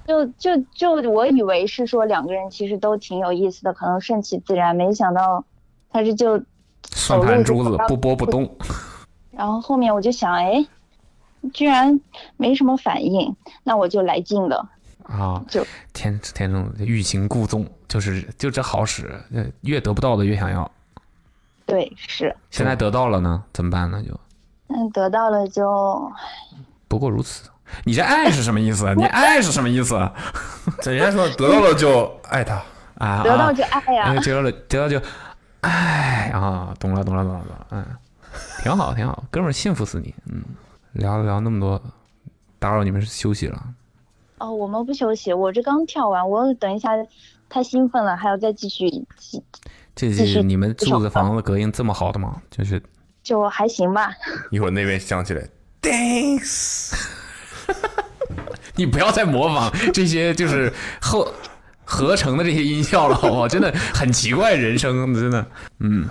S12: 就就就我以为是说两个人其实都挺有意思的，可能顺其自然，没想到他是就，
S4: 算盘珠子不拨不动，
S12: 然后后面我就想，哎，居然没什么反应，那我就来劲了。
S4: 啊，天天秤欲擒故纵，就是就这好使，呃越得不到的越想要。
S12: 对，是，
S4: 现在得到了呢，怎么办呢？就
S12: 嗯，得到了就
S4: 不过如此。你这爱是什么意思？啊你爱是什么意思？
S3: 人家说得到了就爱他
S4: 啊，
S12: 得到就爱呀、
S4: 啊，得到了得到就，哎啊，懂了懂了懂了懂了，嗯，挺好挺好，哥们儿幸福死你，嗯，聊了聊那么多，打扰你们休息了，
S12: 哦，我们不休息，我这刚跳完，我等一下太兴奋了，还要再继续，继
S4: 这
S12: 继
S4: 是
S12: 续
S4: 你们住的房子隔音这么好的吗？就是
S12: 就还行吧。
S3: 一会儿那边响起来，
S4: Thanks，你不要再模仿这些就是后合成的这些音效了，好不好？真的很奇怪，人生真的，嗯，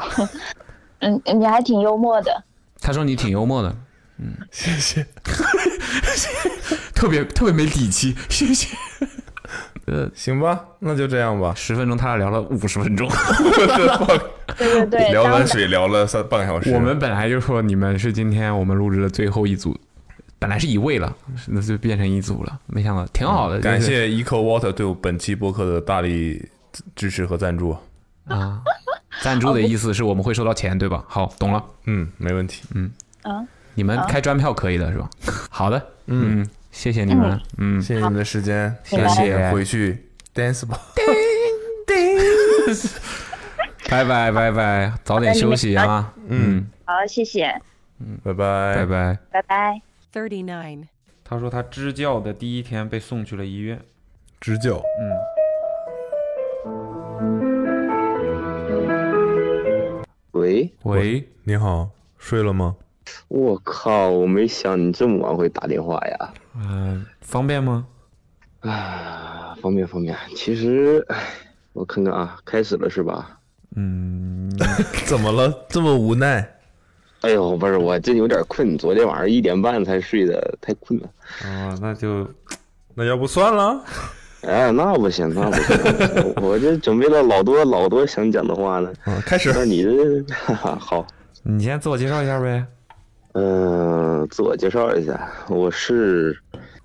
S12: 嗯，你还挺幽默的，
S4: 他说你挺幽默的，嗯，谢谢， 特别特别没底气，谢谢。呃，
S3: 行吧，那就这样吧。哦
S4: 十分钟，他俩聊了五十分钟。
S12: 对对对，
S3: 聊
S12: 当
S3: 完
S12: 然
S3: 水聊了三半个小时。
S4: 我们本来就说你们是今天我们录制的最后一组，本来是一位了，那就变成一组了，没想到挺好的。
S3: 嗯感
S4: 就是
S3: 谢 Eco Water 对我本期播客的大力支持和赞助。
S4: 啊， 赞助的意思是我们会收到钱，对吧？好，懂了。
S3: 嗯，没问题。
S4: 嗯，
S12: 啊，
S4: 你们
S12: 啊
S4: 开专票可以的是吧？好的，嗯，谢谢你们，嗯，
S3: 谢谢你们的时间，
S4: 谢
S3: 赶紧
S4: 谢，
S3: 回去 dance 吧。
S4: 拜拜拜拜，早点休息啊，嗯，
S12: 好，谢谢，
S3: 拜拜
S4: 拜拜。
S12: 拜拜。
S16: 39.
S4: 他说他支教的第一天被送去了医院，
S3: 支教，
S4: 嗯。
S17: 喂
S4: 喂，
S3: 你好，睡了吗？
S17: 我靠，哦我没想你这么晚会打电话呀！
S4: 嗯，方便吗？
S17: 啊，方便方便。其实，唉我看看啊，开始了是吧？
S4: 嗯，
S3: 怎么了？这么无奈？
S17: 哎呦，不是，我真有点困，昨天晚上一点半才睡的，太困了。
S4: 啊，那就
S3: 那要不算了。
S17: 哎，那不行，那不行，那不行我这准备了老多老多想讲的话呢。
S3: 哦开始。
S17: 那你这，哈哈， 好。
S4: 你先自我介绍一下呗。
S17: 嗯，自我介绍一下，我是，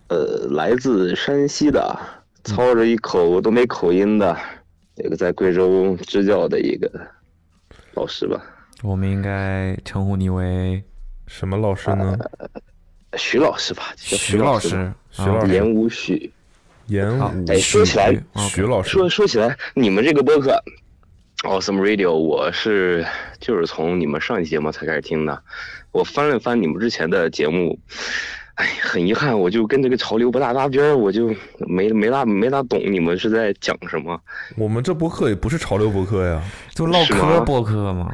S17: 呃，来自山西的，操着一口东北口音的，这个在贵州支教的一个老师吧，
S4: 我们应该称呼你为
S3: 什么老师呢？
S17: 呃徐老师吧，叫
S4: 徐
S17: 老
S4: 老
S17: 师
S4: 师啊
S17: 吧，，
S4: 徐老师，
S17: 言无许，
S3: 言无
S17: 哎，说起来，
S3: 徐老师，
S17: 说说起来，你们这个播客，Awesome Radio，我是就是从你们上一期节目才开始听的。我翻了翻你们之前的节目，哎，很遗憾，我就跟这个潮流不大搭边儿，我就没没大没大懂你们是在讲什么。
S3: 我们这播客也不是潮流播客呀，
S4: 就唠
S17: 是吗
S4: 嗑播客嘛。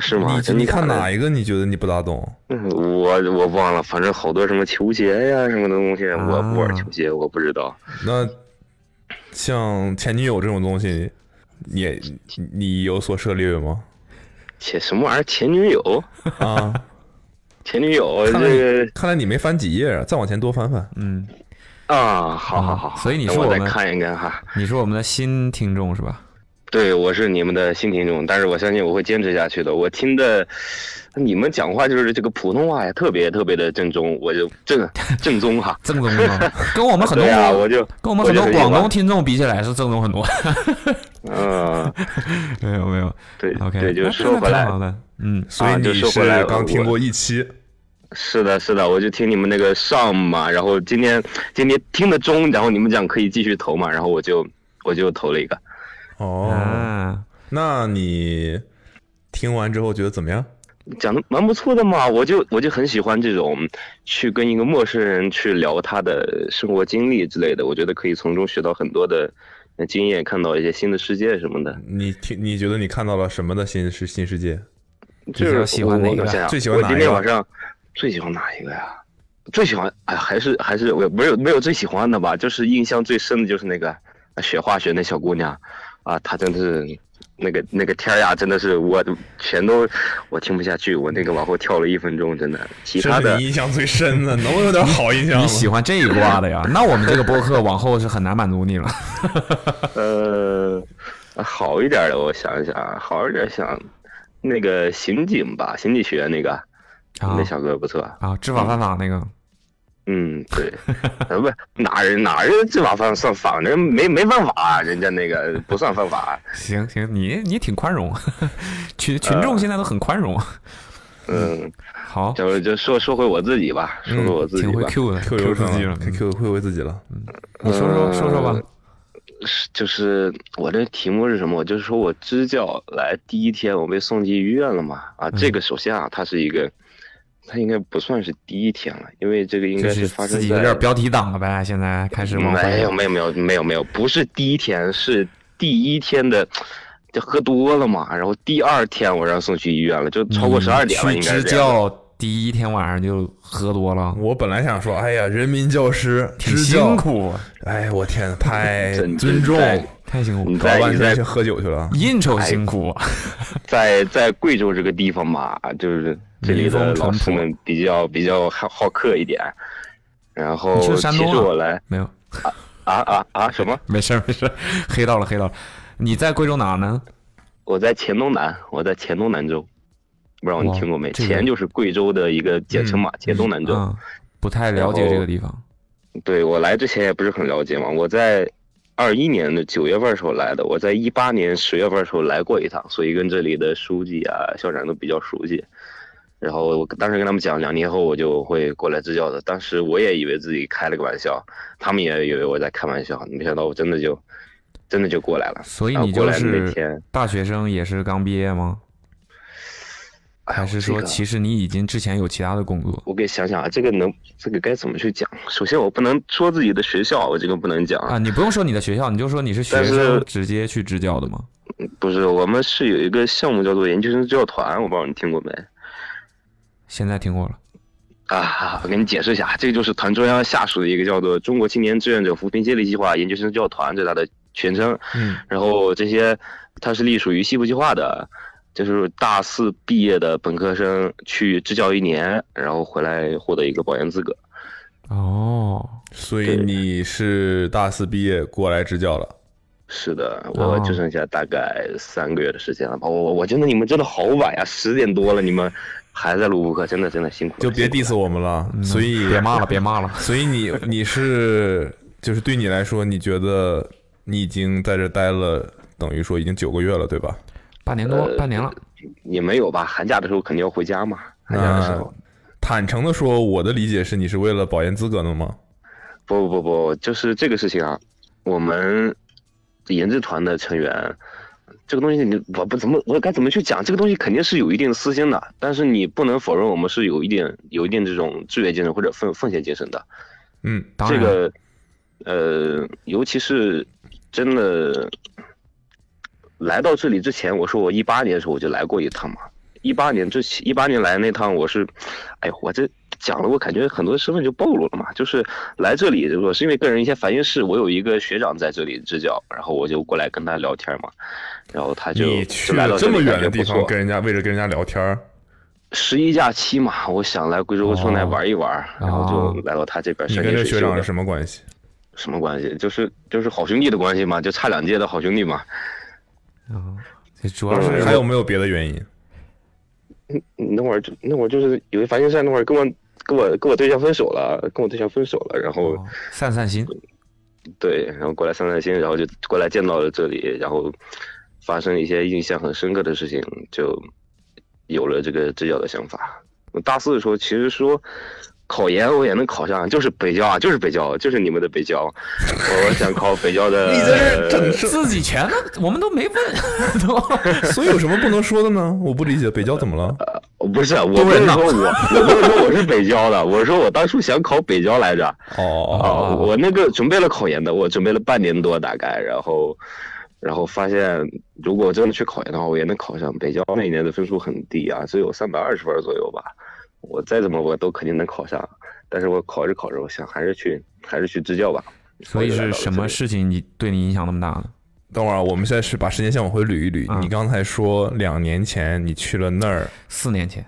S17: 是吗？
S3: 你
S17: 真的
S3: 你看
S17: 假的
S3: 哪一个你觉得你不大懂？
S17: 嗯我我忘了，反正好多什么球鞋呀、什么东西，我不玩
S3: 啊
S17: 球鞋，我不知道。
S3: 那像前女友这种东西，也你有所涉猎吗？
S17: 前什么玩意儿？前女友
S3: 啊？
S17: 前女友
S3: 看来你
S17: 这个
S3: 看来你没翻几页啊，再往前多翻翻。
S4: 嗯，
S17: 啊，好好好，
S4: 所以你
S17: 那
S4: 是
S17: 我
S4: 我
S17: 再
S4: 们
S17: 看一看哈。
S4: 你是我们的新听众 是吧？
S17: 对，我是你们的新听众，但是我相信我会坚持下去的。我听的你们讲话就是这个普通话呀，特别特别的正宗，我就 正正宗哈，
S4: 正宗吗？跟我们很 多
S17: 对啊，我就
S4: 跟我们很多
S17: 就
S4: 广
S17: 喜欢
S4: 东听众比起来是正宗很多。
S17: 嗯，
S4: 没有没有，
S17: 对
S4: OK，
S17: 对，就
S4: 那
S17: 说回
S4: 那挺
S17: 来
S4: 好的，嗯，
S17: 所以啊就你说回是来刚我听过
S3: 一期。
S17: 是的，是的，我就听你们那个上嘛，然后今天今天听得中，然后你们讲可以继续投嘛，然后我就我就投了一个，
S3: 哦，那你听完之后觉得怎么样？
S17: 讲的蛮不错的嘛，我就我就很喜欢这种去跟一个陌生人去聊他的生活经历之类的，我觉得可以从中学到很多的呃经验，看到一些新的世界什么的。
S3: 你听，你觉得你看到了什么的新世新世界？
S17: 就是我我想想
S3: 最喜欢
S17: 我
S3: 哪
S17: 今
S3: 一
S17: 天晚
S3: 个？
S17: 上最喜欢哪一个呀？最喜欢哎，还是还是我没有没有最喜欢的吧，就是印象最深的就是那个学化学那小姑娘，啊，她真的是那个那个天儿呀，真的是我全都我听不下去，我那个往后跳了一分钟，真的。其
S3: 这
S17: 他
S3: 是
S17: 的
S3: 你印象最深的，能有点好印象吗？
S4: 你喜欢这一挂的呀？那我们这个播客往后是很难满足你了。
S17: 呃，好一点的，我想一想，啊，好一点想那个刑警吧，刑警学院那个，那小哥不错
S4: 啊，知法犯法那个，
S17: 嗯，对， 呃不哪人哪人这把犯算犯，人没没犯法，啊人家那个不算犯法。啊
S4: 行行，你你挺宽容，啊群群众现在都很宽容。
S17: 呃
S4: 啊
S17: 嗯，
S4: 好，嗯
S17: 就就说说回我自己吧，说回我自己吧，
S4: 挺会 Q 的
S3: ，Q
S4: 自己
S3: 了，Q 会会自己了。
S4: 你说说说说吧
S17: 嗯。是就是我这题目是什么？我就是说我支教来第一天，我被送进医院了嘛。
S4: 嗯
S17: 啊，这个首先啊，它是一个，它应该不算是第一天了，因为这个应
S4: 就
S17: 该
S4: 是
S17: 发
S4: 自
S17: 生
S4: 己有
S17: 在
S4: 点标题党了呗，现在开始往回
S17: 没有没有没有没有没有，不是第一天，是第一天的，就喝多了嘛，然后第二天我让送去医院了，就超过十二点了，
S4: 你
S17: 应
S4: 嗯去
S17: 该
S4: 支
S17: 是这样。
S4: 教第一天晚上就喝多了。
S3: 我本来想说，哎呀，人民教师
S4: 挺
S3: 支教
S4: 辛苦，啊
S3: 哎，我天，太
S17: 真
S3: 尊重，
S17: 在
S4: 太辛苦
S17: 你
S3: 搞
S17: 在
S3: 半
S17: 你在
S3: 天去喝酒去了，
S4: 应酬辛苦。啊
S17: 在在贵州这个地方嘛，啊就是这里的老师们比较比较好好客一点，然后
S4: 你去山
S17: 其
S4: 东
S17: 实
S4: 啊
S17: 我来
S4: 没有，
S17: 啊啊啊什么？
S4: 没事儿没事儿，黑到了黑到了。你在贵州哪儿呢？
S17: 我在黔东南，我在黔东南州，不知道你
S4: 哇
S17: 听过没？
S4: 这个
S17: 黔就是贵州的一个简称嘛，黔东南州。
S4: 嗯，不太了解这个地方。
S17: 对我来之前也不是很了解嘛，我在二一年的九月份儿时候来的，我在一八年十月份儿时候来过一趟，所以跟这里的书记啊、校长都比较熟悉。然后我当时跟他们讲，两年后我就会过来支教的。当时我也以为自己开了个玩笑，他们也以为我在开玩笑，没想到我真的就真的就过来了。
S4: 所以
S17: 然后
S4: 你
S17: 过
S4: 就
S17: 来的那
S4: 是
S17: 天，哎
S4: 大学生，也是刚毕业吗？还是说，
S17: 这个
S4: 其实你已经之前有其他的工作？
S17: 我给想想啊，这个能这个该怎么去讲？首先我不能说自己的学校，我这个不能讲
S4: 啊，你不用说你的学校，你就说你是学
S17: 但是
S4: 生直接去支教的吗？
S17: 不是，我们是有一个项目叫做研究生支教团，我不知道你听过没
S4: 现在听过了，
S17: 啊？我给你解释一下，这个就是团中央下属的一个叫做中国青年志愿者扶贫接力计划研究生支教团，这是它的全称。
S4: 嗯，
S17: 然后这些它是隶属于西部计划的，就是大四毕业的本科生去支教一年，然后回来获得一个保研资格。
S4: 哦，
S3: 所以你是大四毕业过来支教了，
S17: 是的，
S4: 哦
S17: 我只剩下大概三个月的时间了吧。我我我真的你们真的好晚呀，十点多了，你们还在录播课，真的真的辛苦了。
S3: 就别 diss 我们了。所以
S4: 嗯别骂了别骂了。
S3: 所 以你你是就是对你来说，你觉得你已经在这待了，等于说已经九个月了，对吧？
S4: 半年
S17: 多，
S4: 半年了，
S17: 呃也没有吧？寒假的时候肯定要回家嘛。寒假的时
S3: 那
S17: 候，
S3: 啊坦诚的说，我的理解是你是为了保研资格的吗？
S17: 不不不不，就是这个事情啊，我们研制团的成员，这个东西你我不怎么我该怎么去讲？这个东西肯定是有一定的私心的，但是你不能否认我们是有一定有一定这种志愿精神或者奉奉献精神的。
S3: 嗯，
S4: 当
S17: 这
S4: 然，
S17: 个，呃，尤其是真的来到这里之前，我说我一八年的时候我就来过一趟嘛，一八年这一八年来那趟，我是，哎呦，我这讲了，我感觉很多身份就暴露了嘛。就是来这里，我是因为个人一些烦心事，我有一个学长在这里支教，然后我就过来跟他聊天嘛，然后他就就
S3: 你去
S17: 来
S3: 了
S17: 到
S3: 这
S17: 里
S3: 么远
S17: 感觉
S3: 的
S17: 不
S3: 地方
S17: 错
S3: 跟人家为了跟人家聊天儿，
S17: 十一假期嘛，我想来贵州和春来玩一玩，然后就来到他这边
S3: 哦你
S17: 山
S3: 跟
S17: 清
S3: 这
S17: 水
S3: 学
S17: 秀
S3: 长
S17: 的
S3: 是什么关系？
S17: 什么关系？就是就是好兄弟的关系嘛，就差两届的好兄弟嘛。
S4: 主
S17: 要是
S3: 还有没有别的原因？
S17: 嗯那会儿就那会儿就是有一烦心事儿，那会儿跟我跟我跟我对象分手了，跟我对象分手了，然
S3: 哦
S17: 后、
S4: 散散心。，
S17: 对，然后过来散散心，然后就过来见到了这里，然后发生一些印象很深刻的事情，就有了这个支教的想法。我大四的时候，其实说考研我也能考上，就是北交啊，就是北交，就是你们的北交。我想考北交的
S4: 自己全了，我们都 没问，
S3: 啊所以有什么不能说的呢？我不理解北交怎么了？
S17: 呃不是，我
S3: 都
S17: 不是
S3: 人
S17: 说
S3: 呐
S17: 我，我不是说我是北交的，我说我当初想考北交来着。
S3: 哦
S17: 啊，我那个准备了考研的，我准备了半年多大概，然后，然后发现如果我真的去考研的话，我也能考上。北交那一年的分数很低啊，只有三百二十分左右吧。我再怎么我都肯定能考上，但是我考着考着，我想还是去还是去支教吧。
S4: 所以是什么事情你对你影响那么大呢？啊
S3: 等会儿啊，我们现在是把时间线往回捋一捋。你刚才说两年前你去了那儿，
S4: 四年前，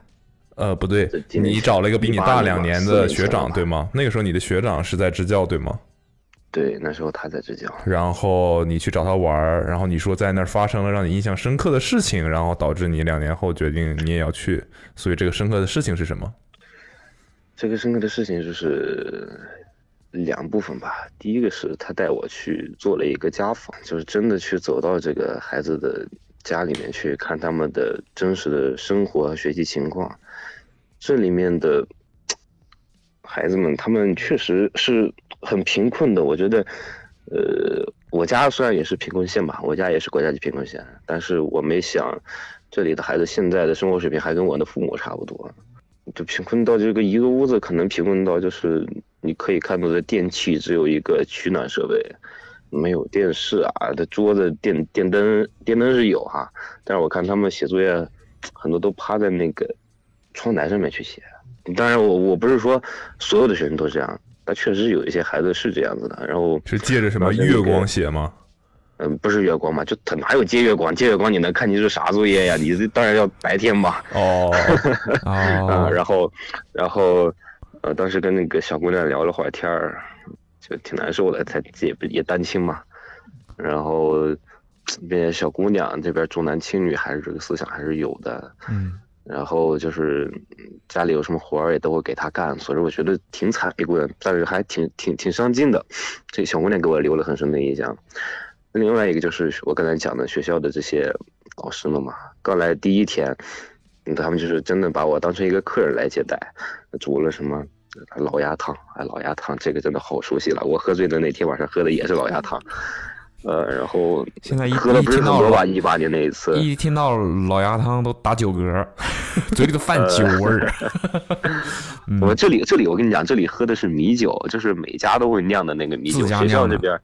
S3: 呃，不对，
S17: 今年
S3: 你找了一个比你
S17: 18
S3: 大
S17: 年
S3: 两
S17: 吧
S3: 年
S17: 四
S3: 的
S17: 年
S3: 学
S17: 前
S3: 长，
S17: 吧
S3: 对吗？那个时候你的学长是在支教，对吗？
S17: 对，那时候他在支教。
S3: 然后你去找他玩儿，然后你说在那儿发生了让你印象深刻的事情，然后导致你两年后决定你也要去。所以这个深刻的事情是什么？
S17: 这个深刻的事情就是两部分吧。第一个是他带我去做了一个家访，就是真的去走到这个孩子的家里面去看他们的真实的生活和学习情况。这里面的孩子们，他们确实是很贫困的。我觉得，呃，我家虽然也是贫困县吧，我家也是国家级贫困县，但是我没想这里的孩子现在的生活水平还跟我的父母差不多。就贫困到这个一个屋子可能贫困到就是你可以看到的电器只有一个取暖设备，没有电视啊，这桌子电电灯电灯是有哈、但是我看他们写作业很多都趴在那个窗台上面去写。当然我，我不是说所有的学生都这样，但确实有一些孩子是这样子的。然后
S3: 是借着什么月光写吗？
S17: 嗯，不是月光嘛，就他哪有借月光？借月光你能看清是啥作业呀？你这当然要白天嘛。
S3: 哦，
S17: 啊，然后，然后，呃，当时跟那个小姑娘聊了会儿天儿，就挺难受的，她自己不也单亲嘛，然后，并且小姑娘这边重男轻女还是这个思想还是有的，
S4: 嗯，
S17: 然后就是嗯家里有什么活儿也都会给她干，所以我觉得挺惨逼姑娘，但是还挺挺挺上进的。这小姑娘给我留了很深的印象。另外一个就是我刚才讲的学校的这些老师们嘛，刚来第一天，嗯他们就是真的把我当成一个客人来接待，煮了什么老鸭汤，哎，老鸭汤这个真的好熟悉了，我喝醉的那天晚上喝的也是老鸭汤，呃，然后
S4: 嗯现在一
S17: 喝的不是很多吧，
S4: 一
S17: 一八年那一次，
S4: 一听到老鸭汤都打酒嗝， 嘴里都泛
S17: 呃
S4: 酒味儿。啊 嗯
S17: 我这里这里我跟你讲，这里喝的是米酒，就是每家都会酿的那个米酒。
S4: 自家
S17: 学校
S4: 酿的
S17: 这边儿，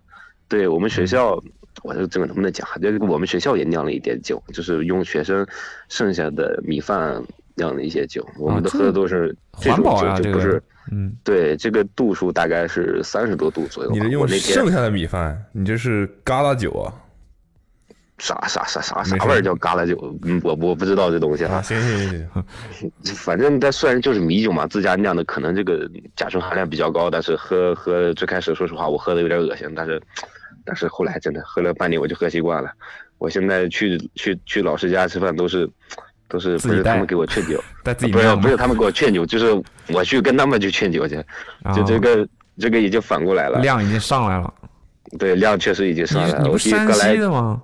S17: 对我们学校，我这这个能不能讲？就是我们学校也酿了一点酒，就是用学生剩下的米饭酿的一些酒。我们的
S4: 这
S17: 喝的都是这
S4: 环
S17: 种
S4: 保
S17: 酒，
S4: 呀
S17: 就
S4: 啊这
S17: 不
S4: 个
S17: 是。
S4: 嗯，
S17: 对，这个度数大概是三十多度左右吧。
S3: 你这用
S17: 我那天
S3: 剩下的米饭，你这是疙瘩酒啊？
S17: 啥啥啥啥
S3: 没
S17: 啥
S3: 事
S17: 味儿叫嘎啦酒？嗯我我不知道这东西啊。
S3: 行行行
S17: 行， 反正它虽然就是米酒嘛，自家酿的，可能这个甲醇含量比较高，但是喝喝最开始说实话我喝的有点恶心，但是但是后来真的喝了半年我就喝习惯了。我现在去去去老师家吃饭都是都是
S4: 自
S17: 不
S4: 己
S17: 是他
S4: 带
S17: 们给我劝酒， 呃
S4: 带自己
S17: 不是
S4: 酿吗
S17: 不是他们给我劝酒，就是我去跟他们去劝酒去，就这个、这个已经反过来了，
S4: 哦量已经上来了。
S17: 对量确实已经上来了。
S4: 你
S17: 哎我
S4: 不
S17: 记得
S4: 山
S17: 刚来
S4: 西的吗？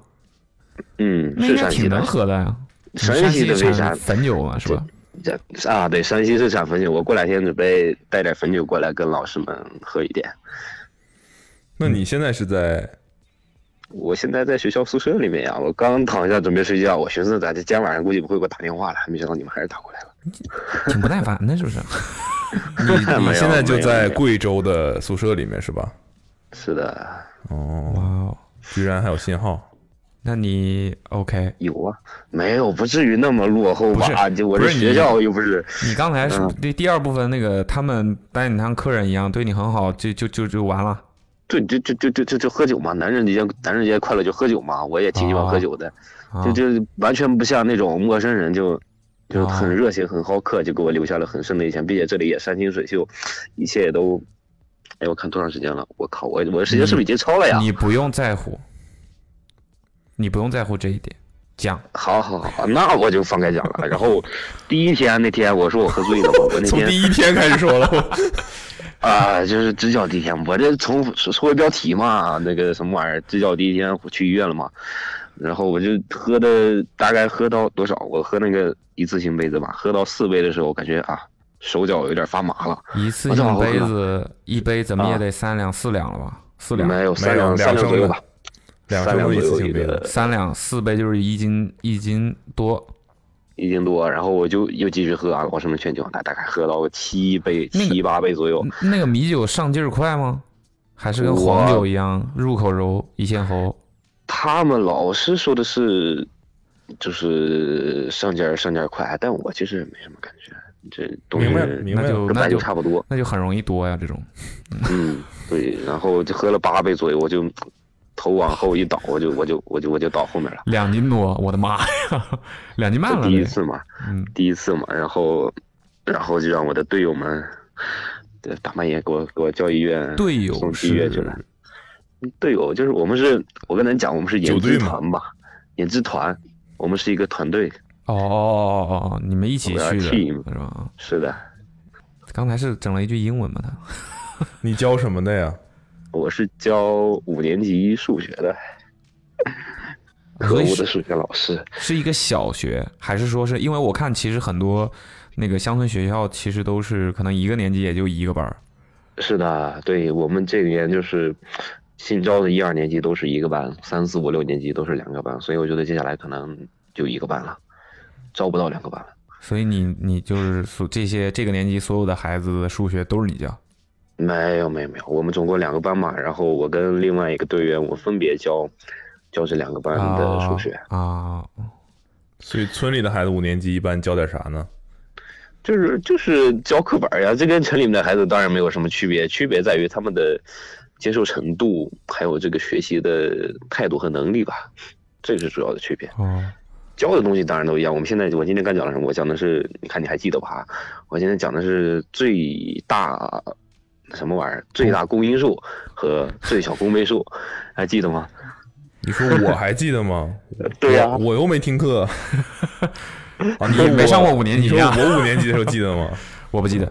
S17: 嗯，
S4: 那
S17: 是
S4: 应该
S17: 山西
S4: 挺
S17: 的
S4: 能，喝的呀。
S17: 山
S4: 山
S17: 西的为
S4: 产
S17: 啥
S4: 汾酒嘛，是吧？
S17: 这啊，对，山西是产汾酒，我过两天准备带点汾酒过来跟老师们喝一点。
S3: 那
S17: 嗯
S3: 你现在是在
S17: 我现在在学校宿舍里面呀、我刚躺下准备睡觉，我寻思咱这今天晚上估计不会给我打电话了，没想到你们还是打过来了。
S4: 挺不耐烦的，是不是？
S3: 你
S17: 没
S3: 你
S17: 有
S3: 现在就
S17: 没有
S3: 在
S17: 没有
S3: 贵州的宿舍里面是吧？
S17: 是的。
S3: 哦，居然还有信号。
S4: 哦那你 OK
S17: 有啊？没有，不至于那么落后
S4: 不是
S17: 吧？就我
S4: 不
S17: 这
S4: 是你
S17: 学校又不是。
S4: 你刚才是
S17: 嗯
S4: 第第二部分那个，他们把你当客人一样对你很好，就就就就完了。
S17: 对，就就就就就就喝酒嘛，男人节男人节快乐就喝酒嘛，我也挺喜欢喝酒的，
S4: 啊
S17: 就就完全不像那种陌生人就就
S4: 啊
S17: 很热情很好客，就给我留下了很深的印象，并且这里也山清水秀，一切也都，哎，我看多长时间了，我靠，我我的时间是不是已经超了呀？
S4: 你不用在乎，你不用在乎这一点，讲。
S17: 好好好，那我就放开讲了。然后第一天那天我说我喝醉了嘛，我那
S3: 从
S17: 天
S3: 第一天开始说了。
S17: 啊，就是只脚第一天，我这重复说说回标题嘛，那个什么玩意儿，只脚第一天我去医院了嘛，然后我就喝的大概喝到多少？我喝那个一次性杯子嘛，喝到四杯的时候，我感觉啊手脚有点发麻了，
S4: 一次
S17: 我正
S4: 性
S17: 啊好喝
S4: 杯
S17: 了
S4: 子一杯怎么也
S17: 啊
S4: 得三两四两了吧？四两
S17: 没有三两三两左右吧，三两左右一个
S4: 三两四杯就是一斤一斤多。
S17: 一斤多，然后我就又继续喝啊，老师们劝酒，大大概喝到七杯
S4: 那个
S17: 七八杯左右，
S4: 那个米酒上劲儿快吗？还是跟
S17: 我
S4: 黄酒一样入口柔一线喉？
S17: 他们老是说的是，就是上劲儿上劲儿快，但我其实没什么感觉。这东西
S4: 明白明白那就
S17: 跟
S4: 那
S17: 白酒
S4: 就
S17: 差不多。
S4: 那就很容易多呀，这种。
S17: 嗯，对。然后就喝了八杯左右，我就头往后一倒，我就我就我就我就倒后面了。
S4: 两斤多，我的妈呀， 两斤半了
S17: 这
S4: 得。
S17: 第一次嘛，
S4: 嗯，
S17: 第一次嘛，然后然后就让我的队友们，对大半夜给我给我叫医院，
S4: 队友
S17: 送去医院去了。队友就是我们是，我跟咱讲，我们是研
S4: 九队
S17: 制
S4: 吗
S17: 团吧，研制团，我们是一个团队。
S4: 哦哦哦哦哦，你们一起
S17: 我要
S4: 去的啊
S17: team
S4: 是吧？
S17: 是的，
S4: 刚才是整了一句英文嘛？他
S3: 你教什么的呀？
S17: 我是教五年级数学的，可
S4: 所以
S17: 恶
S4: 是
S17: 的数学老师。
S4: 是一个小学，还是说是因为我看其实很多那个乡村学校其实都是可能一个年级也就一个班儿
S17: 是的，对我们这边就是新招的一二年级都是一个班，三四五六年级都是两个班，所以我觉得接下来可能就一个班了，招不到两个班了。
S4: 所以你你就是所这些这个年级所有的孩子的数学都是你 教。
S17: 没有没有没有，我们总共两个班嘛，然后我跟另外一个队员，我分别教教这两个班的数学。
S4: 啊。
S3: 所以村里的孩子五年级一般教点啥呢？
S17: 就是就是教课本儿呀，这跟城里面的孩子当然没有什么区别，区别在于他们的接受程度，还有这个学习的态度和能力吧，这是主要的区别。
S4: 哦，
S17: 教的东西当然都一样。我们现在我今天刚讲了什么？我讲的是，你看你还记得吧？我今天讲的是最大什么玩意儿？最
S3: 哦
S17: 大公因数和最小公倍数，还记得吗？
S3: 你说我还记得吗？
S17: 对呀
S3: 我我又没 听课。啊，
S4: 你没上过五年级啊
S3: 你说我五年级的时候记得吗？
S4: 我不记得，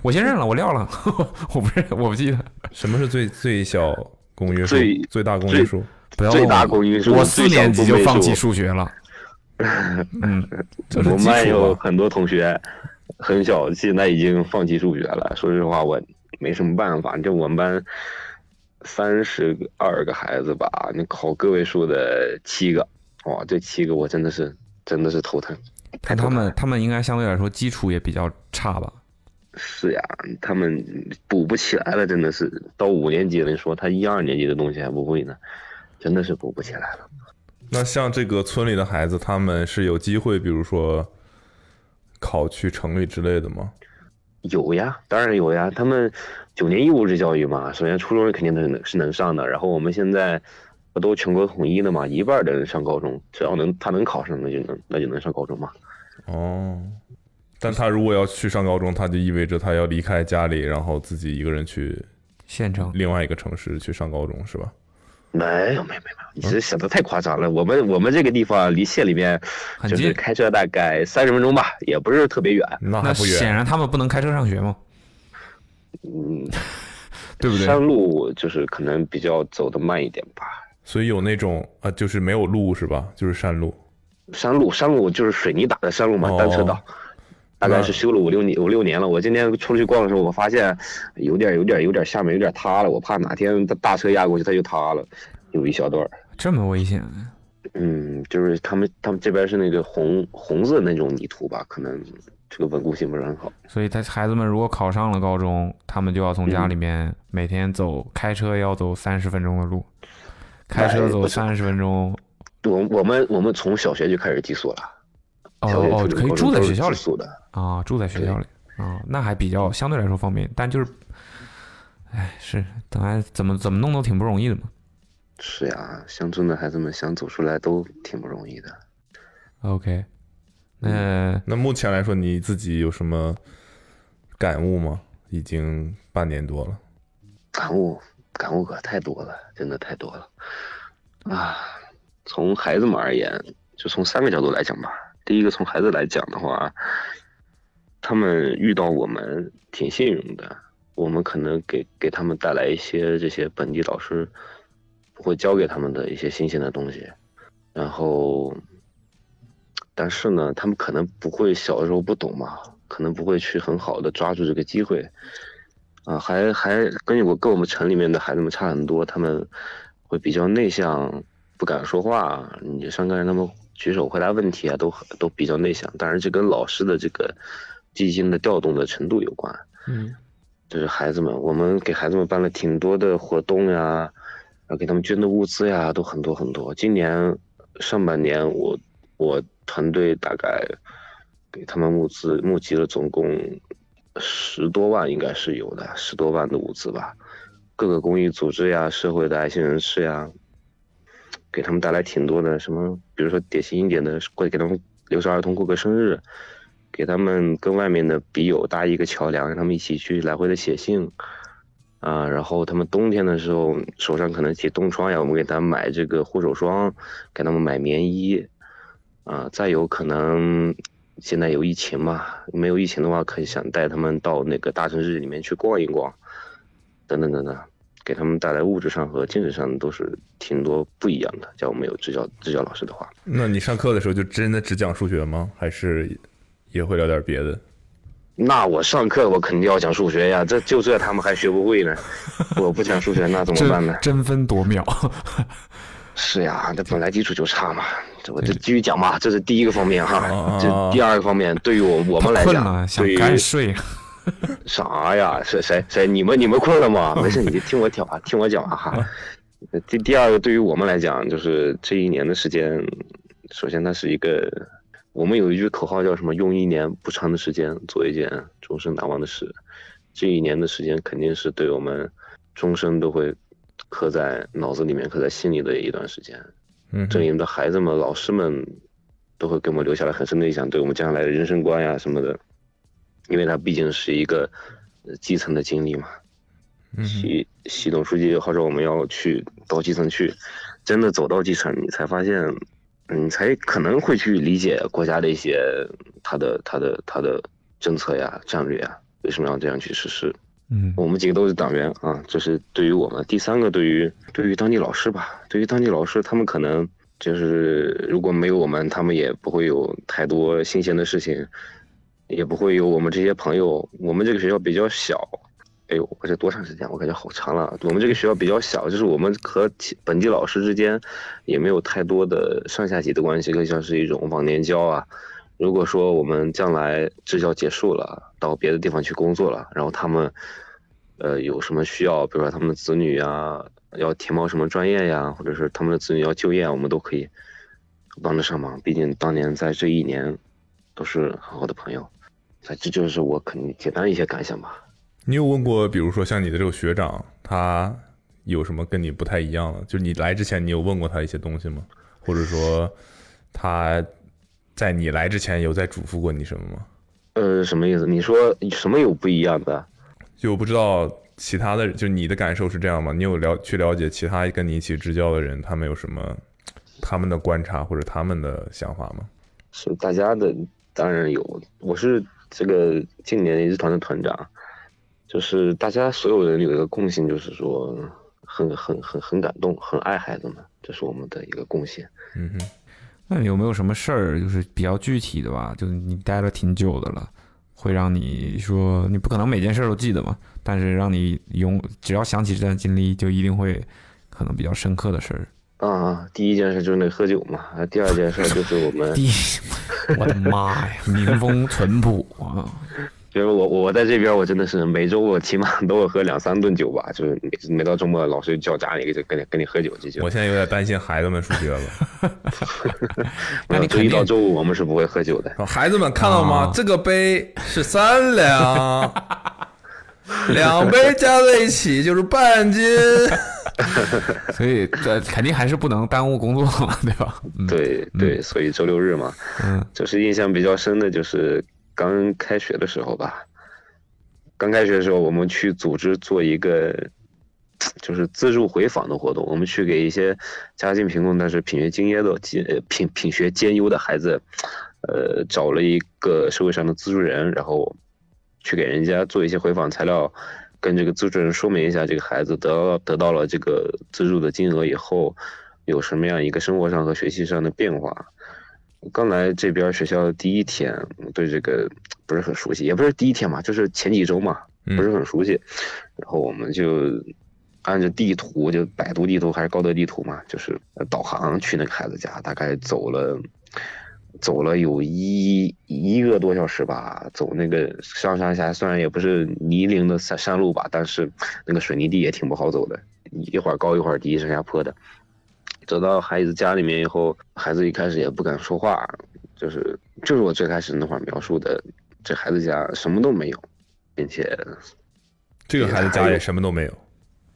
S4: 我先认了，我撂了， 我不认，我不记得。
S3: 什么是最最小公约数？
S17: 最
S3: 最大公约数？
S4: 不要
S17: 最
S4: 问
S17: 大
S4: 我
S17: 公因数
S4: 我
S17: 最
S4: 四
S17: 小
S4: 年级
S17: 公
S4: 就
S17: 倍
S4: 放
S17: 数
S4: 弃数 学了。嗯，这是
S17: 我们
S4: 基
S17: 班
S4: 础
S17: 有
S4: 吧
S17: 很多同学很小，现在已经放弃数学了。说实话，我没什么办法。就我们班三十二个孩子吧，你考个位数的七个，哇，这七个我真的是真的是头疼。
S4: 看他们，他们应该相对来说基础也比较差吧？
S17: 是呀，他们补不起来了，真的是到五年级了，你说他一二年级的东西还不会呢，真的是补不起来了。
S3: 那像这个村里的孩子，他们是有机会，比如说考去城里之类的吗？
S17: 有呀，当然有呀，他们九年义务制教育嘛，首先初中肯定是能是能上的，然后我们现在不都全国统一的嘛，一半儿的人上高中，只要能他能考上，那就能那就能上高中嘛。
S3: 哦，但他如果要去上高中，他就意味着他要离开家里，然后自己一个人去
S4: 县城
S3: 另外一个城市去上高中，是吧？
S17: 没有没有没有，你这想的太夸张了。我们我们这个地方离县里面
S4: 很
S17: 就是
S4: 近
S17: 开车大概三十分钟吧，也不是特别远。
S3: 那
S4: 那显然他们不能开车上学嘛？
S17: 嗯，
S4: 对不对
S17: 山路就是可能比较走得慢一点吧。
S3: 所以有那种啊、就是没有路是吧？就是山路。
S17: 山路，山路就是水泥打的山路嘛，
S3: 哦
S17: 单车道，大概
S3: 那
S17: 是修了五六年五六年了。我今天出去逛的时候，我发现有点有点有点下面有点塌了，我怕哪天大大车压过去它就塌了，有一小段儿。
S4: 这么危险？
S17: 嗯，就是他们他们这边是那个红红色那种泥土吧，可能这个稳固性不是很好。
S4: 所以他孩子们如果考上了高中，他们就要从家里面每天走开车要走三十分钟的路，开车
S17: 哎
S4: 走
S17: 不是
S4: 三十分钟，
S17: 我我们我们从小学就开始寄宿了，
S4: 哦
S17: 小学初
S4: 哦，
S17: 中
S4: 可以
S17: 高中
S4: 住在
S17: 都是
S4: 学校
S17: 寄
S4: 里
S17: 宿的，
S4: 啊，住在学校里啊，那还比较相对来说方便，但就是，哎，是，当然怎么怎么弄都挺不容易的嘛。
S17: 是呀，乡村的孩子们想走出来都挺不容易的。
S4: OK，那
S17: 嗯
S3: 那目前来说，你自己有什么感悟吗？已经半年多了，
S17: 感悟感悟可太多了，真的太多了啊！从孩子们而言，就从三个角度来讲吧。第一个，从孩子来讲的话，他们遇到我们挺幸运的，我们可能给给他们带来一些这些本地老师不会教给他们的一些新鲜的东西，然后，但是呢，他们可能不会小的时候不懂嘛，可能不会去很好的抓住这个机会，啊，还还跟我跟我们城里面的孩子们差很多，他们会比较内向，不敢说话。你上课让他们举手回答问题啊，都很都比较内向。当然，这跟老师的这个基金的调动的程度有关。
S4: 嗯，
S17: 就是孩子们，我们给孩子们办了挺多的活动呀，然后给他们捐的物资呀，都很多很多。今年上半年我，我团队大概给他们募资募集了总共十多万，应该是有的，十多万的物资吧。各个公益组织呀，社会的爱心人士呀，给他们带来挺多的什么，比如说典型一点的，过给他们留守儿童过个生日，给他们跟外面的笔友搭一个桥梁，让他们一起去来回的写信，啊，然后他们冬天的时候手上可能起冻疮呀，我们给他们买这个护手霜，给他们买棉衣，啊，再有可能现在有疫情嘛，没有疫情的话，可以想带他们到那个大城市里面去逛一逛，等等等等，给他们带来物质上和精神上都是挺多不一样的。叫我们有支教支教老师的话，
S3: 那你上课的时候就真的只讲数学吗？还是也会聊点别的？
S17: 那我上课我肯定要讲数学呀，这就这他们还学不会 呢，我不讲数学那怎么办呢
S4: 争？争分夺秒，
S17: 是呀，那本来基础就差嘛，这我就继续讲吧，这是第一个方面哈，这第二个方面对于我我们来
S4: 哦困了
S17: 讲，
S4: 想
S17: 对于
S4: 赶紧睡。
S17: 啥呀？谁谁谁？你们你们困了吗？没事，你就听我讲啊，听我讲啊哈。呃第第二个，对于我们来讲，就是这一年的时间，首先它是一个，我们有一句口号叫什么？用一年不长的时间做一件终身难忘的事。这一年的时间肯定是对我们终身都会刻在脑子里面、刻在心里的一段时间。
S3: 嗯
S17: 这里面的孩子们、老师们都会给我们留下了很深的印象，对我们将来的人生观呀什么的，因为它毕竟是一个呃基层的经历嘛。
S3: 嗯
S17: 习习总书记号召我们要去到基层去，真的走到基层，你才发现，嗯你才可能会去理解国家的一些他的他的他的政策呀、战略呀，为什么要这样去实施。
S4: 嗯，
S17: 我们几个都是党员啊，这是对于我们。第三个，对于对于当地老师吧，对于当地老师，他们可能就是如果没有我们，他们也不会有太多新鲜的事情，也不会有我们这些朋友。我们这个学校比较小，哎呦，我这多长时间？我感觉好长了。啊我们这个学校比较小，就是我们和其本地老师之间也没有太多的上下级的关系，更像是一种忘年交啊。如果说我们将来支教结束了，到别的地方去工作了，然后他们呃有什么需要，比如说他们的子女呀要填报什么专业呀，或者是他们的子女要就业啊，我们都可以帮得上忙。毕竟当年在这一年都是很好的朋友。哎，这就是我肯定简单一些感想吧。
S3: 你有问过，比如说像你的这个学长，他有什么跟你不太一样的？就是你来之前，你有问过他一些东西吗？或者说他在你来之前有在嘱咐过你什么吗？
S17: 呃，什么意思？你说什么有不一样的？
S3: 就我不知道其他的，就你的感受是这样吗？你有了去了解其他跟你一起支教的人，他们有什么他们的观察或者他们的想法吗？
S17: 是大家的当然有，我是这个近年一支团的团长，就是大家所有人有一个共性，就是说很很很很感动，很爱孩子们，这是我们的一个贡献。
S3: 嗯哼，
S4: 那有没有什么事儿就是比较具体的吧？就是你待了挺久的了，会让你说你不可能每件事儿都记得嘛，但是让你永只要想起这段经历，就一定会可能比较深刻的事儿。
S17: 啊，第一件事就是那喝酒嘛，啊第二件事就是我们
S4: 第一，我的妈呀，民风淳朴啊！
S17: 比如我我在这边，我真的是每周我起码 都会喝两三顿酒吧，就是每每到周末老师叫家里就跟你跟你喝酒这就。
S3: 我现在有点担心孩子们数学了。
S17: 那你周一到周五我们是不会喝酒的。
S3: 孩子们看到吗？这个杯是三两， 两杯加在一起就是半斤。
S4: 所以这肯定还是不能耽误工作嘛，对吧？
S17: 对对，所以周六日嘛，
S4: 嗯，
S17: 就是印象比较深的就是刚开学的时候吧。刚开学的时候，我们去组织做一个就是自助回访的活动，我们去给一些家境贫困但是品学兼优的兼呃品品学兼优的孩子，呃，找了一个社会上的资助人，然后去给人家做一些回访材料，跟这个资助人说明一下这个孩子得到得到了这个资助的金额以后有什么样一个生活上和学习上的变化。刚来这边学校的第一天，对这个不是很熟悉，也不是第一天嘛，就是前几周嘛，不是很熟悉。然后我们就按着地图，就百度地图还是高德地图嘛，就是导航去那个孩子家，大概走了走了有一一个多小时吧，走那个上山下，虽然也不是泥泞的山山路吧，但是那个水泥地也挺不好走的，一会儿高一会儿低，上下坡的。走到孩子家里面以后，孩子一开始也不敢说话，就是就是我最开始那会儿描述的，这孩子家什么都没有，并且
S3: 这个孩 子家也什么都没有，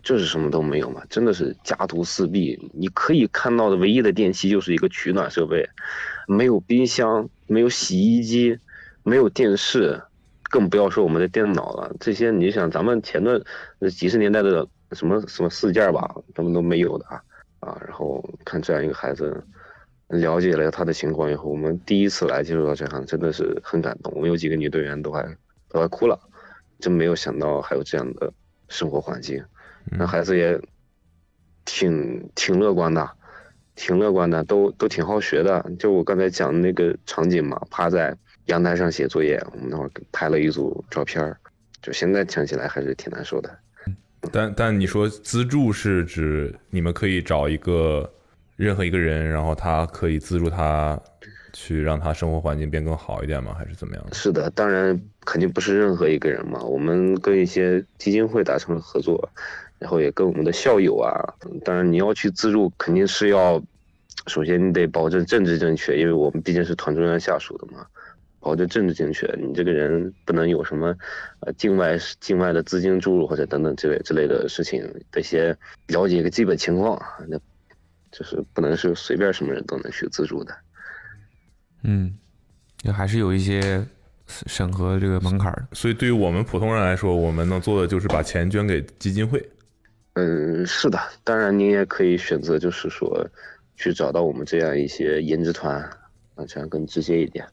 S17: 就是什么都没有嘛，真的是家徒四壁。你可以看到的唯一的电器就是一个取暖设备，没有冰箱，没有洗衣机，没有电视，更不要说我们的电脑了。这些你想，咱们前段呃几十年代的什么什么四件儿吧，他们都没有的啊。啊，然后看这样一个孩子，了解了他的情况以后，我们第一次来接触到这行，真的是很感动。我们有几个女队员都还都还哭了，真没有想到还有这样的生活环境。那孩子也挺挺乐观的，挺乐观的，都都挺好学的。就我刚才讲的那个场景嘛，趴在阳台上写作业，我们那会儿拍了一组照片儿，就现在想起来还是挺难受的。
S3: 但但你说资助是指你们可以找一个任何一个人，然后他可以资助他去让他生活环境变更好一点吗？还是怎么样的？
S17: 是的，当然肯定不是任何一个人嘛，我们跟一些基金会达成了合作，然后也跟我们的校友啊，当然你要去资助，肯定是要，首先你得保证政治正确，因为我们毕竟是团中央下属的嘛，保证政治正确，你这个人不能有什么，呃，境外境外的资金注入或者等等之类之类的事情，这些了解一个基本情况，那就是不能是随便什么人都能去资助的。
S4: 嗯，就还是有一些审核这个门槛的。
S3: 所以对于我们普通人来说，我们能做的就是把钱捐给基金会。
S17: 嗯，是的，当然您也可以选择，就是说去找到我们这样一些研职团，啊，这样更直接一点。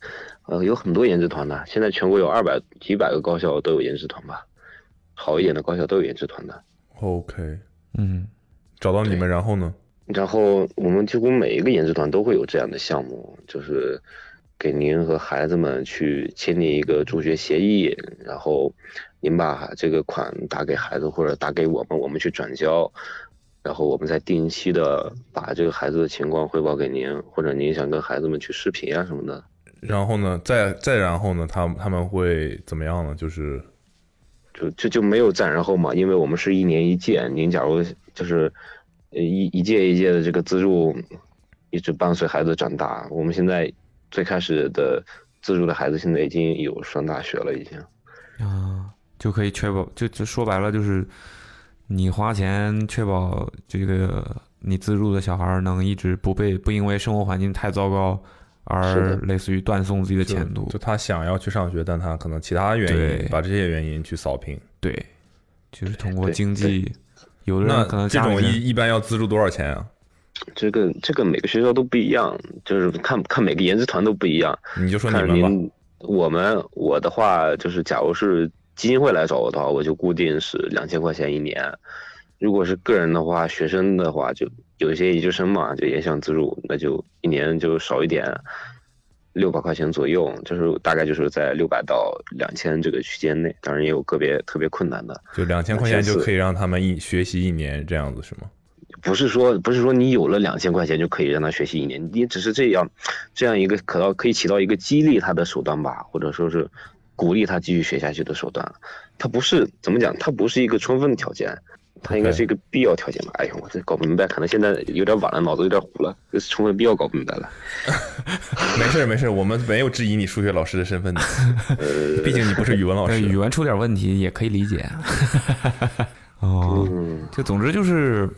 S17: 呃，有很多研职团的，现在全国有二百几百个高校都有研职团吧，好一点的高校都有研职团的。
S3: OK，
S4: 嗯，
S3: 找到你们，然后呢？
S17: 然后我们几乎每一个研职团都会有这样的项目，就是给您和孩子们去签订一个助学协议，然后您把这个款打给孩子或者打给我们，我们去转交，然后我们再定期的把这个孩子的情况汇报给您，或者您想跟孩子们去视频啊什么的。
S3: 然后呢？再再然后呢？他他们会怎么样呢？就是
S17: 就这就没有再然后嘛，因为我们是一年一届，您假如就是呃一一届一届的这个资助，一直伴随孩子长大。我们现在最开始的资助的孩子，现在已经有上大学了，已经。
S4: 啊，就可以确保，就就说白了就是，你花钱确保这个你资助的小孩儿能一直不被不因为生活环境太糟糕
S3: 是
S4: 而
S3: 的
S4: 类似于断送自己的前途。
S3: 就就他想要去上学，但他可能其他原
S4: 对
S3: 因把这些原因去扫平。
S4: 对，就是通过经济，有的
S3: 那
S4: 人可能
S3: 这
S4: 家里
S3: 种
S4: 人
S3: 一一般要资助多少钱啊？
S17: 这个这个每个学校都不一样，就是看看每个研制团都不一样。
S3: 你就说你
S17: 看
S3: 们吧。
S17: 您我们我的话就是，假如是基金会来找我的话，我就固定是两千块钱一年。如果是个人的话，学生的话就有一些研究生嘛，就也想资助，那就一年就少一点，六百块钱左右，就是大概就是在六百到两千这个区间内。当然也有个别特别困难的，
S3: 就两千块钱就可以让他们一学习一年这样子是吗？
S17: 不是说不是说你有了两千块钱就可以让他学习一年，你只是这样，这样一个可到可以起到一个激励他的手段吧，或者说是鼓励他继续学下去的手段了。它不是怎么讲，它不是一个充分的条件，它应该是一个必要条件吧？哎呀，我这搞不明白，可能现在有点晚了，脑子有点糊了，这充分必要搞不明白了。
S3: 没事儿没事儿，我们没有质疑你数学老师的身 份的，毕竟你不是语文老
S4: 对
S3: 师。
S4: 语文出点问题也可以理解。哦，
S17: 嗯
S4: 就总之就是，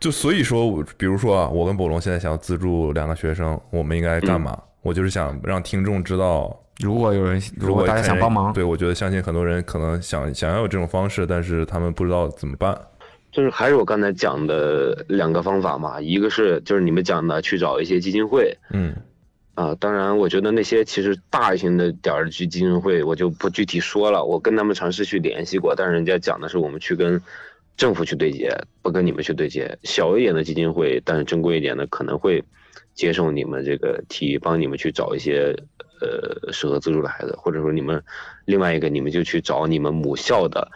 S3: 就所以说我，比如说啊，我跟博龙现在想要资助两个学生，我们应该
S17: 嗯
S3: 干嘛？我就是想让听众知道，
S4: 如果有人，如果大家
S3: 有
S4: 想
S3: 人
S4: 帮忙，
S3: 对我觉得相信很多人可能想想要有这种方式，但是他们不知道怎么办。
S17: 就是还是我刚才讲的两个方法嘛，一个是就是你们讲的去找一些基金会，
S3: 嗯
S17: 啊，当然，我觉得那些其实大型的点儿去基金会，我就不具体说了。我跟他们尝试去联系过，但是人家讲的是我们去跟政府去对接，不跟你们去对接。小一点的基金会，但是珍贵一点的，可能会接受你们这个提议，帮你们去找一些呃适合资助的孩子，或者说你们另外一个，你们就去找你们母校的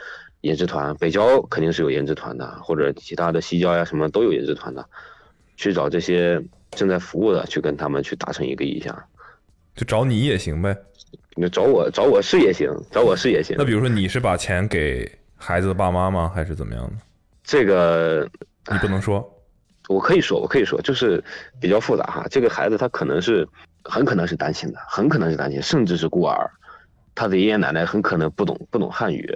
S17: 研职团，北交肯定是有研职团的，或者其他的西交呀什么都有研职团的。去找这些正在服务的，去跟他们去达成一个意向。
S3: 就找你也行呗。
S17: 你找我找我是也行，找我是也行。
S3: 那比如说你是把钱给孩子的爸妈吗？还是怎么样的？
S17: 这个
S3: 你不能说，
S17: 我可以说，我可以说，就是比较复杂哈。这个孩子他可能是很可能是单亲的，很可能是单亲，甚至是孤儿。他的爷爷奶奶很可能不懂不懂汉语。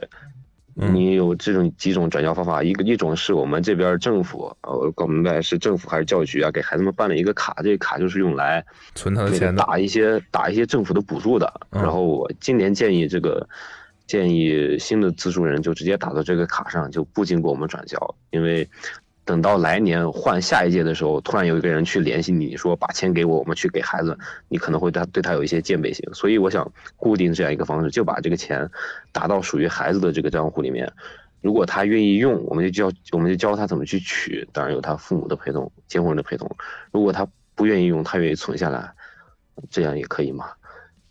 S3: 嗯
S17: 你有这种几种转交方法，一个一种是我们这边政府，呃，我搞不明白是政府还是教育局啊，给孩子们办了一个卡，这个卡就是用来
S3: 存他
S17: 的
S3: 钱的
S17: 打一些打一些政府的补助的。
S3: 嗯
S17: 然后我今年建议这个建议新的资助人就直接打到这个卡上，就不经过我们转交，因为等到来年换下一届的时候，突然有一个人去联系你说把钱给我，我们去给孩子，你可能会对他对他有一些戒备心。所以我想固定这样一个方式，就把这个钱打到属于孩子的这个账户里面。如果他愿意用，我们就教我们就教他怎么去取，当然有他父母的陪同、监护人的陪同。如果他不愿意用，他愿意存下来，这样也可以嘛？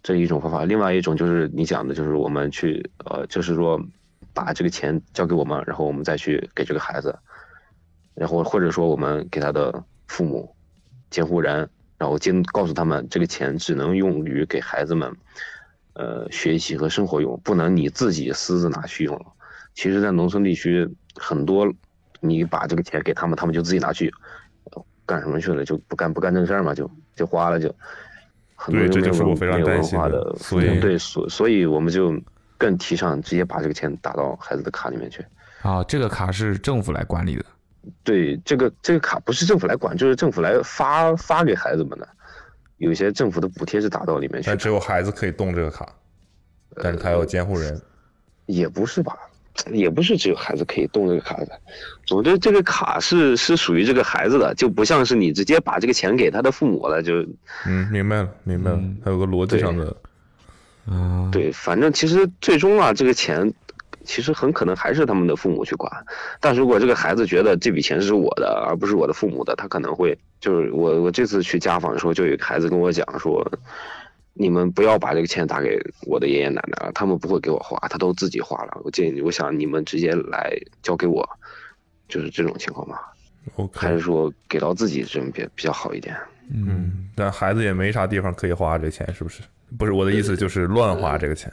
S17: 这一种方法，另外一种就是你讲的，就是我们去呃，就是说把这个钱交给我们，然后我们再去给这个孩子，然后或者说我们给他的父母、监护人，然后监告诉他们这个钱只能用于给孩子们，呃，学习和生活用，不能你自己私自拿去用了。其实，在农村地区，很多你把这个钱给他们，他们就自己拿去干什么去了，就不干不干正事儿嘛，就就花了就。很多
S3: 对
S17: 人
S3: 这就是
S17: 没有
S3: 我非常
S17: 没有
S3: 担
S17: 文
S3: 心
S17: 化
S3: 的
S17: 的，
S3: 所以
S17: 对，所所以我们就更提倡直接把这个钱打到孩子的卡里面去。
S4: 啊，这个卡是政府来管理的。
S17: 对，这个这个卡不是政府来管，就是政府来发发给孩子们的。有些政府的补贴是打到里面去，
S3: 但只有孩子可以动这个卡，但是他有监护人。
S17: 呃也不是吧？也不是只有孩子可以动这个卡的。总之，这个卡是是属于这个孩子的，就不像是你直接把这个钱给他的父母了，就
S3: 嗯，明白了，明白了，还有个逻辑上的，
S4: 嗯，
S17: 对，反正其实最终啊，这个钱其实很可能还是他们的父母去管。但如果这个孩子觉得这笔钱是我的，而不是我的父母的，他可能会就是我我这次去家访的时候，就有一个孩子跟我讲说，你们不要把这个钱打给我的爷爷奶奶了，他们不会给我花，他都自己花了。我建议你，我想你们直接来交给我，就是这种情况吧。还是说给到自己这种比比较好一点。
S3: 嗯，但孩子也没啥地方可以花这钱，是不是？不是我的意思，就是乱花这个钱。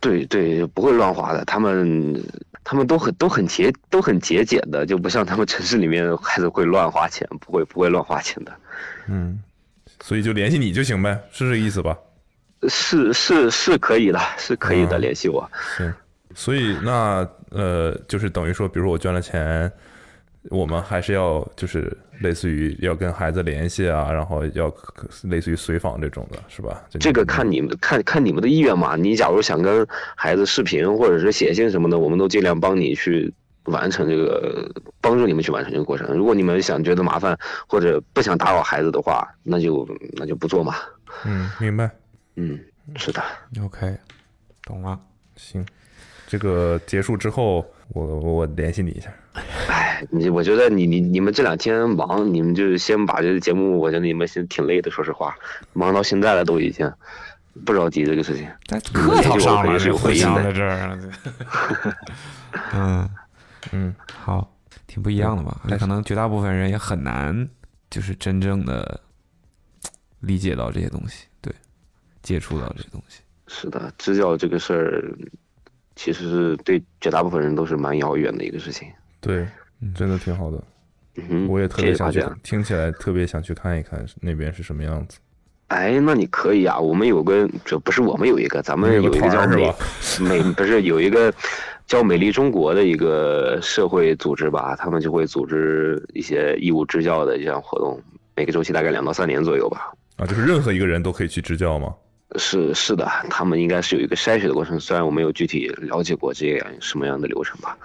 S17: 对对，不会乱花的。他们他们都很都很节都很节俭的，就不像他们城市里面孩子会乱花钱，不会不会乱花钱的。
S3: 嗯，所以就联系你就行呗，是这意思吧？
S17: 是是是可以的，是可以的，联系我。
S3: 是，所以那呃，就是等于说，比如说我捐了钱，我们还是要就是类似于要跟孩子联系啊，然后要类似于随访这种的，是吧？就
S17: 这个看你们看看你们的意愿嘛。你假如想跟孩子视频或者是写信什么的，我们都尽量帮你去完成这个，帮助你们去完成这个过程。如果你们想觉得麻烦或者不想打扰孩子的话，那就那就不做嘛。
S3: 嗯，明白。
S17: 嗯，是的。
S4: OK，懂了。
S3: 行，这个结束之后，我我联系你一下。
S17: 你我觉得你你你们这两天忙，你们就先把这个节目，我觉得你们现在挺累的，说实话，忙到现在了都已经，不着急这嗯个事情。
S4: 但
S17: 客
S4: 套上了，
S17: 是有
S4: 互
S17: 回应
S4: 相在
S17: 的。啊
S4: 这 儿。嗯
S3: 嗯，
S4: 好，挺不一样的吧？
S17: 嗯
S4: 那可能绝大部分人也很难，就是真正的理解到这些东西，对，接触到这些东西。
S17: 是的，支教这个事儿，其实是对绝大部分人都是蛮遥远的一个事情。
S3: 对，真的挺好的。
S17: 嗯哼
S3: 我也特
S17: 谢
S3: 别
S17: 谢
S3: 想
S17: 夸
S3: 去
S17: 奖，
S3: 听起来特别想去看一看那边是什么样子。
S17: 哎，那你可以啊，我们有个，这不是我们有一个，咱们
S3: 有
S17: 有
S3: 个
S17: 一个
S3: 团
S17: 叫
S3: 儿是
S17: 美
S3: 吧
S17: 美，不是有一个叫美丽中国的一个社会组织吧，他们就会组织一些义务支教的这样活动，每个周期大概两到三年左右吧。
S3: 啊，就是任何一个人都可以去支教吗？
S17: 是是的，他们应该是有一个筛选的过程，虽然我没有具体了解过这样什么样的流程吧，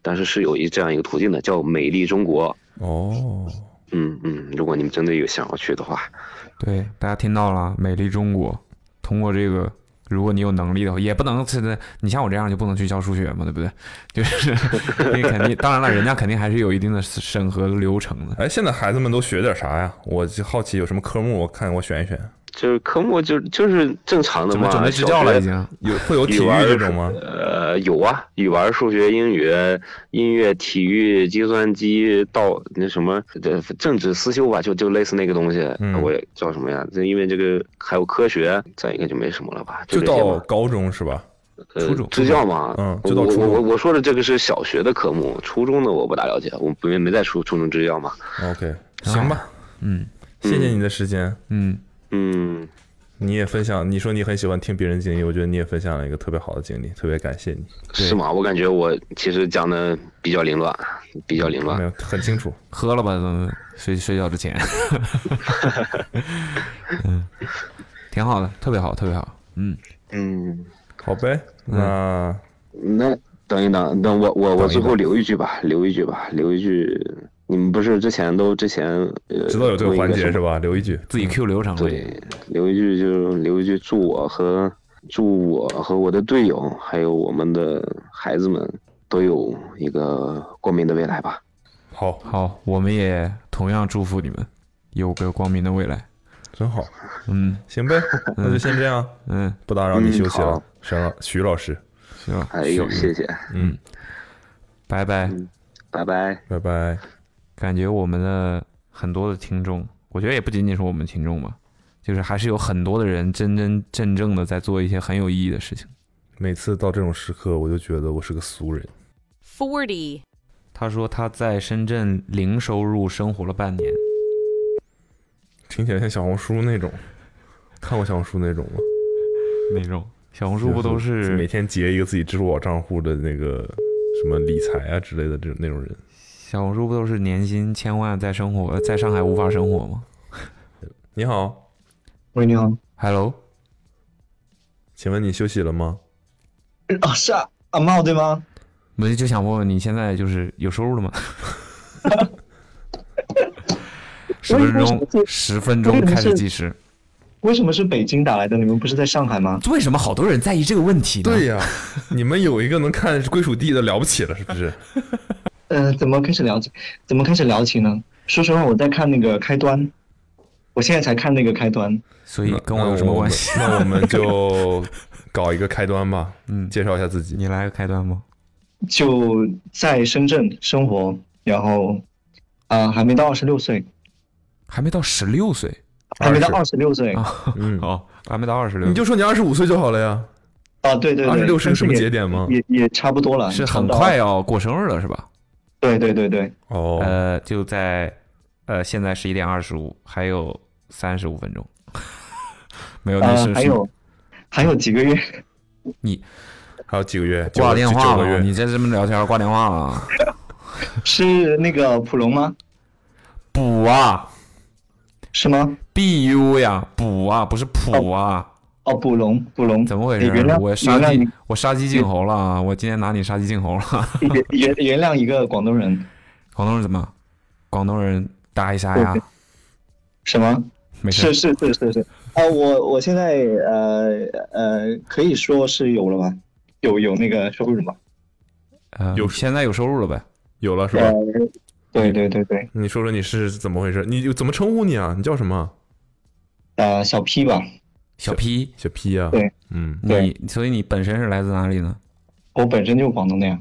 S17: 但是是有一这样一个途径的，叫美丽中国。
S3: 哦，
S17: 嗯嗯，如果你们真的有想要去的话，
S4: 对，大家听到了，啊美丽中国，通过这个，如果你有能力的话，也不能现在你像我这样就不能去教数学嘛，对不对？就是 你肯定，当然了，人家肯定还是有一定的审核流程的。
S3: 哎，现在孩子们都学点啥呀？我就好奇有什么科目，我看我选一选。
S17: 就是科目就就是正常的
S3: 怎么
S17: 嘛，
S3: 准备支
S17: 小
S3: 教了
S17: 学
S3: 已经有会有体育
S17: 玩
S3: 这种吗
S17: 呃，有啊，语文、数学、英语、音乐、体育、计算机、到那什么呃政治思修吧，就就类似那个东西，
S3: 嗯
S17: 我也叫什么呀？这因为这个还有科学，再一个就没什么了吧，
S3: 就
S17: 这些
S3: 到
S17: 吧。
S3: 高中是吧？
S17: 呃
S3: 初中
S17: 支教嘛，
S3: 嗯，
S17: 我
S3: 就到
S17: 我
S3: 初
S17: 我
S3: 中。
S17: 我说的这个是小学的科目，初中的我不大了解，我没没在初初中支教嘛。
S3: OK，行吧，
S4: 嗯，
S3: 谢谢你的时间，
S4: 嗯
S17: 嗯，
S3: 你也分享，你说你很喜欢听别人经历，我觉得你也分享了一个特别好的经历，特别感谢你。
S17: 是吗？我感觉我其实讲的比较凌乱，比较凌乱。
S3: 没有，很清楚。
S4: 喝了吧，咱们睡睡觉之 前。嗯，挺好的，特别好，特别好。嗯
S17: 嗯，
S3: 好呗，那
S17: 那等一等，等我我
S3: 等
S17: 我
S3: 一
S17: 最后
S3: 等
S17: 留一句吧，留一句吧，留一句。你们不是之前都之前呃，
S3: 知道有这个
S17: 问一
S3: 环节
S17: 什
S3: 是
S17: 么？
S3: 吧？留一句，嗯
S4: 自己 Q 流程。
S17: 对，留一句就是留一句，祝我和祝我和我的队友，还有我们的孩子们都有一个光明的未来吧。
S3: 好，
S4: 好，我们也同样祝福你们有个光明的未来。
S3: 真好，
S4: 嗯，
S3: 行呗， 那就先这样，
S4: 嗯，
S3: 不打扰你
S4: 嗯
S3: 休息了
S4: 好，
S3: 沈老徐老师，
S4: 行了，
S17: 哎呦
S4: 许
S17: 谢谢，
S3: 嗯，
S4: 拜拜，
S17: 拜拜，
S3: 拜拜。
S4: 感觉我们的很多的听众，我觉得也不仅仅是我们听众吧，就是还是有很多的人真真正正的在做一些很有意义的事情。
S3: 每次到这种时刻，我就觉得我是个俗人。
S18: 40.
S4: 他说他在深圳零收入生活了半年，
S3: 听起来像小红书那种，看过小红书那种吗？
S4: 那种小红书不都是
S3: 每天截一个自己支付宝账户的那个什么理财啊之类的这种那种人？
S4: 小红书不都是年薪千万在生活，在上海无法生活吗？
S3: 你好，
S4: 喂，你好，Hello，
S3: 请问你休息了吗？
S6: 啊，是啊，阿茂对吗？
S4: 我就想问问你现在就是有收入 了吗？十分钟，十分钟开始计时。
S6: 为什么是北京打来的？你们不是在上海吗？
S4: 为什么好多人在意这个问题 呢？
S3: 对呀、你们有一个能看归属地的了不起了，是不是？
S6: 嗯、怎么开始聊起？怎么开始聊起呢？说实话，我在看那个开端，我现在才看那个开端。
S4: 所以跟
S3: 那
S4: 我有什么关系？
S3: 们那我 们就搞一个开端吧，
S4: 嗯，
S3: 介绍一下自己。
S4: 你来个开端吗？
S6: 就在深圳生活，然后啊、还没到二十六岁，
S4: 还没到十六岁，
S6: 还没到二十六岁啊
S4: 啊，
S3: 嗯，
S4: 哦，还没到二十六，
S3: 你就说你二十五岁就好了呀。
S6: 啊对对对，
S3: 26是个什么
S6: 但也
S3: 节点吗
S6: 也也差不多了，
S4: 是
S6: 差
S4: 很
S6: 不多
S4: 快。哦要过生日了，是吧？
S6: 对对对对，
S3: 哦，
S4: 呃，就在呃，现在十一点二十五，还有三十五分钟，没有，那是
S6: 呃，还有还有几个 月，
S4: 你
S3: 还有几个月？
S4: 挂
S3: 九
S4: 电
S3: 九
S4: 话
S3: 个
S4: 了，
S3: 月
S4: 你在这么聊天挂电话了，
S6: 是那个普龙吗？
S4: 补啊，
S6: 是吗
S4: ？BU 呀，补啊，不是普啊，
S6: 哦，捕龙，捕 龙，
S4: 怎么回
S6: 你原
S4: 事？
S6: 谅
S4: 我杀
S6: 原谅
S4: 鸡
S6: 你，
S4: 我杀鸡儆猴了啊，我今天拿你杀鸡儆猴了。
S6: 原原原谅一个广东人，
S4: 广东人怎么？广东人打一下呀
S6: 对？ 什么？
S4: 没事
S6: 是是是是是，啊，我我现在呃呃，可以说是有了吧，有有那个收入吧，
S4: 呃，有现在有收入了呗？
S3: 有了是吧
S6: 呃？，对对对对，
S3: 你说说你是怎么回事？你怎么称呼你啊？你叫什么？
S6: 呃，小 P 吧，
S4: 小 P，
S3: 小 P 啊，
S6: 对，
S3: 嗯，
S4: 你所以你本身是来自哪里呢？
S6: 我本身就是广东的呀，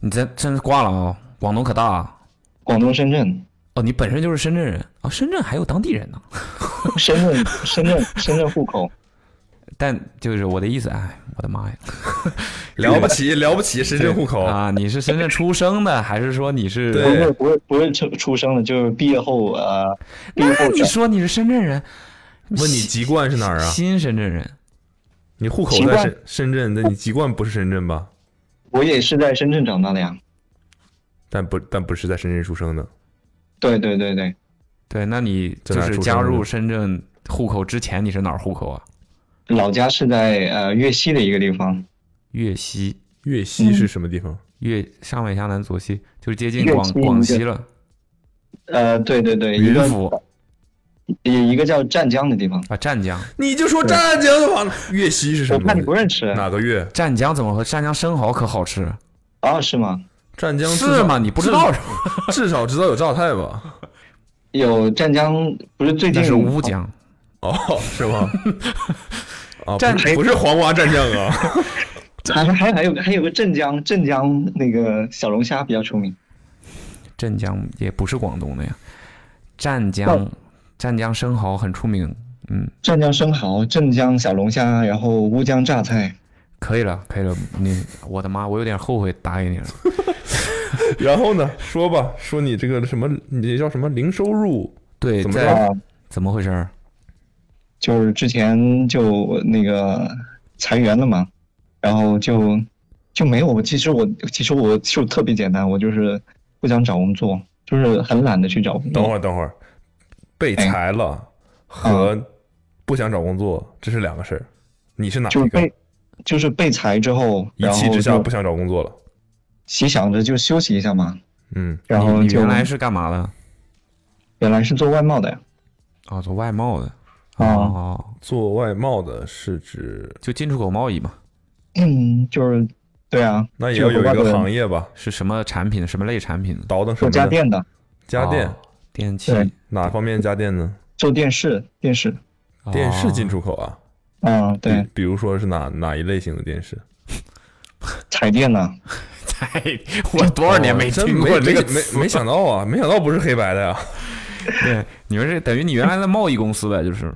S4: 你真真是挂了啊、广东可大、啊，
S6: 广东深圳。
S4: 哦，你本身就是哦 深圳人啊、深圳还有当地人呢。
S6: 深圳深圳深圳户口，
S4: 但就是我的意思，哎，我的妈呀，
S3: 了不起了不起深圳户口
S4: 啊！你是深圳出生的，还是说你是？
S6: 不是不是不是出出生的，就是毕业后呃，毕业
S4: 那
S6: 后
S4: 你
S6: 转
S4: 说你是深圳人？
S3: 问你籍贯是哪儿啊？
S4: 新深圳人。
S3: 你户口
S6: 籍
S3: 在
S6: 贯
S3: 深深圳，但你籍贯不是深圳吧？
S6: 我也是在深圳长大的呀。
S3: 但不但不是在深圳出生的。
S6: 对对对对，
S4: 对，那你
S3: 在
S4: 就
S3: 哪儿
S4: 是
S3: 出
S4: 加
S3: 生
S4: 入
S3: 的
S4: 深圳户口之前，你是哪儿户口啊？
S6: 老家是在呃粤西的一个地方，嗯
S4: 粤西，
S3: 粤西是什么地方？
S4: 粤嗯上北下南左西，就是接近
S6: 粤
S4: 广
S6: 西
S4: 广
S6: 一个
S4: 西了，
S6: 呃对对对，一
S4: 云
S6: 个
S4: 浮
S6: 一一个叫湛江的地方
S4: 啊，湛江。
S3: 你就说湛江的话，粤西是什么？
S6: 我看你不认识
S3: 哪个粤？
S4: 湛江怎么和湛江生蚝可好吃？
S6: 啊，是吗？
S3: 湛江
S4: 是吗？你不知道是吗？
S3: 至少知道有赵太吧？
S6: 有湛江不是最近
S4: 那是乌江，
S3: 哦，是吗？啊，
S6: 湛
S3: 不是不是黄瓜湛江啊，
S6: 还还还有还有个镇江，镇江那个小龙虾比较出名。
S4: 镇江也不是广东的呀。湛
S6: 哦
S4: 江，湛江生蚝很出名。嗯，
S6: 湛江生蚝、镇江小龙虾，然后乌江榨菜。
S4: 可以了，可以了。你，我的妈，我有点后悔打给你了。
S3: 然后呢？说吧，说你这个什么，你这叫什么零收入？
S4: 对，
S3: 怎么
S6: 啊
S4: 在
S3: 着？
S4: 怎么回事儿？
S6: 就是之前就那个裁员了嘛，然后就就没有。其实我其实我就特别简单，我就是不想找工作，就是很懒得去找工
S3: 等会
S6: 作。
S3: 儿，等会儿，被
S6: 哎
S3: 裁
S6: 啊
S3: 了和不想找工作，这是两个事儿。你是哪
S6: 就是
S3: 一个？
S6: 被就是被裁之后，
S3: 一
S6: 然
S3: 气
S6: 后
S3: 之下
S6: 就
S3: 不想找工作了。
S6: 心想着就休息一下嘛。
S3: 嗯，
S6: 然后
S4: 你你
S6: 就
S4: 原来是干嘛的？
S6: 原来是做外贸的呀。
S4: 哦，做外贸的。
S6: 啊，
S4: 哦，
S3: 做外贸的是指
S4: 就进出口贸易嘛？
S6: 嗯，就是对啊，
S3: 那也
S6: 就
S3: 要
S6: 是
S3: 有一
S6: 外国
S3: 个
S6: 人
S3: 行业吧？
S4: 是什么产品？什么类产品？
S3: 倒腾什
S6: 做
S3: 么？
S6: 家电的，
S3: 家电
S4: 哦、电器、
S6: 对
S3: 哪方面家电呢？
S6: 做电视，电视，
S4: 哦
S3: 电视进出口啊？
S6: 嗯，对
S3: 比，比如说是哪哪一类型的电视？
S6: 彩电呢，
S4: 哎，我多少年没
S3: 真
S4: 听
S3: 没
S4: 过这个
S3: 没没
S4: 词
S3: 没想到啊，没想到不是黑白的呀、
S4: 对，你们是等于你原来在贸易公司呗，就是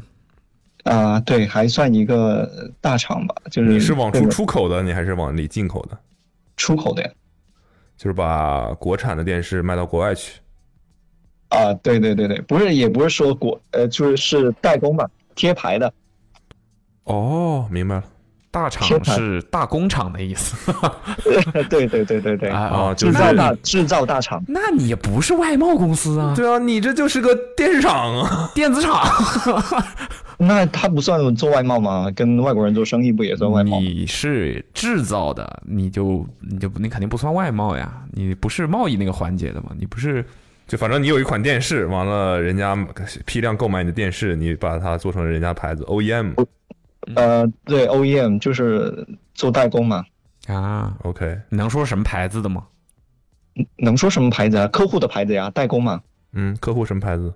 S6: 啊、对，还算一个大厂吧，就是
S3: 你是往
S6: 这
S3: 出
S6: 个
S3: 出口的，你还是往里进口的？
S6: 出口的呀，
S3: 就是把国产的电视卖到国外去。
S6: 啊、对对对对，不是，也不是说国，呃，就是是代工吧，贴牌的，
S3: 哦，明白了
S4: 大厂是大工厂的意思
S6: 对对对对对，
S4: 啊
S3: 啊，
S6: 制
S3: 就是
S6: 造大制造大厂，
S4: 那你也不是外贸公司啊，
S3: 对啊，你这就是个电视厂啊。
S4: 电子 厂。
S6: 那他不算做外贸吗？跟外国人做生意不也算外贸？
S4: 你是制造的，你就你就你肯定不算外贸呀，你不是贸易那个环节的嘛，你不是
S3: 就反正你有一款电视，完了人家批量购买你的电视，你把它做成人家牌子 E OEM。
S6: 呃，对，OEM 就是做代工嘛，
S4: 啊，
S3: OK，
S4: 你能说什么牌子的吗？
S6: 能说什么牌子啊？客户的牌子呀，代工嘛，
S3: 嗯，客户什么牌子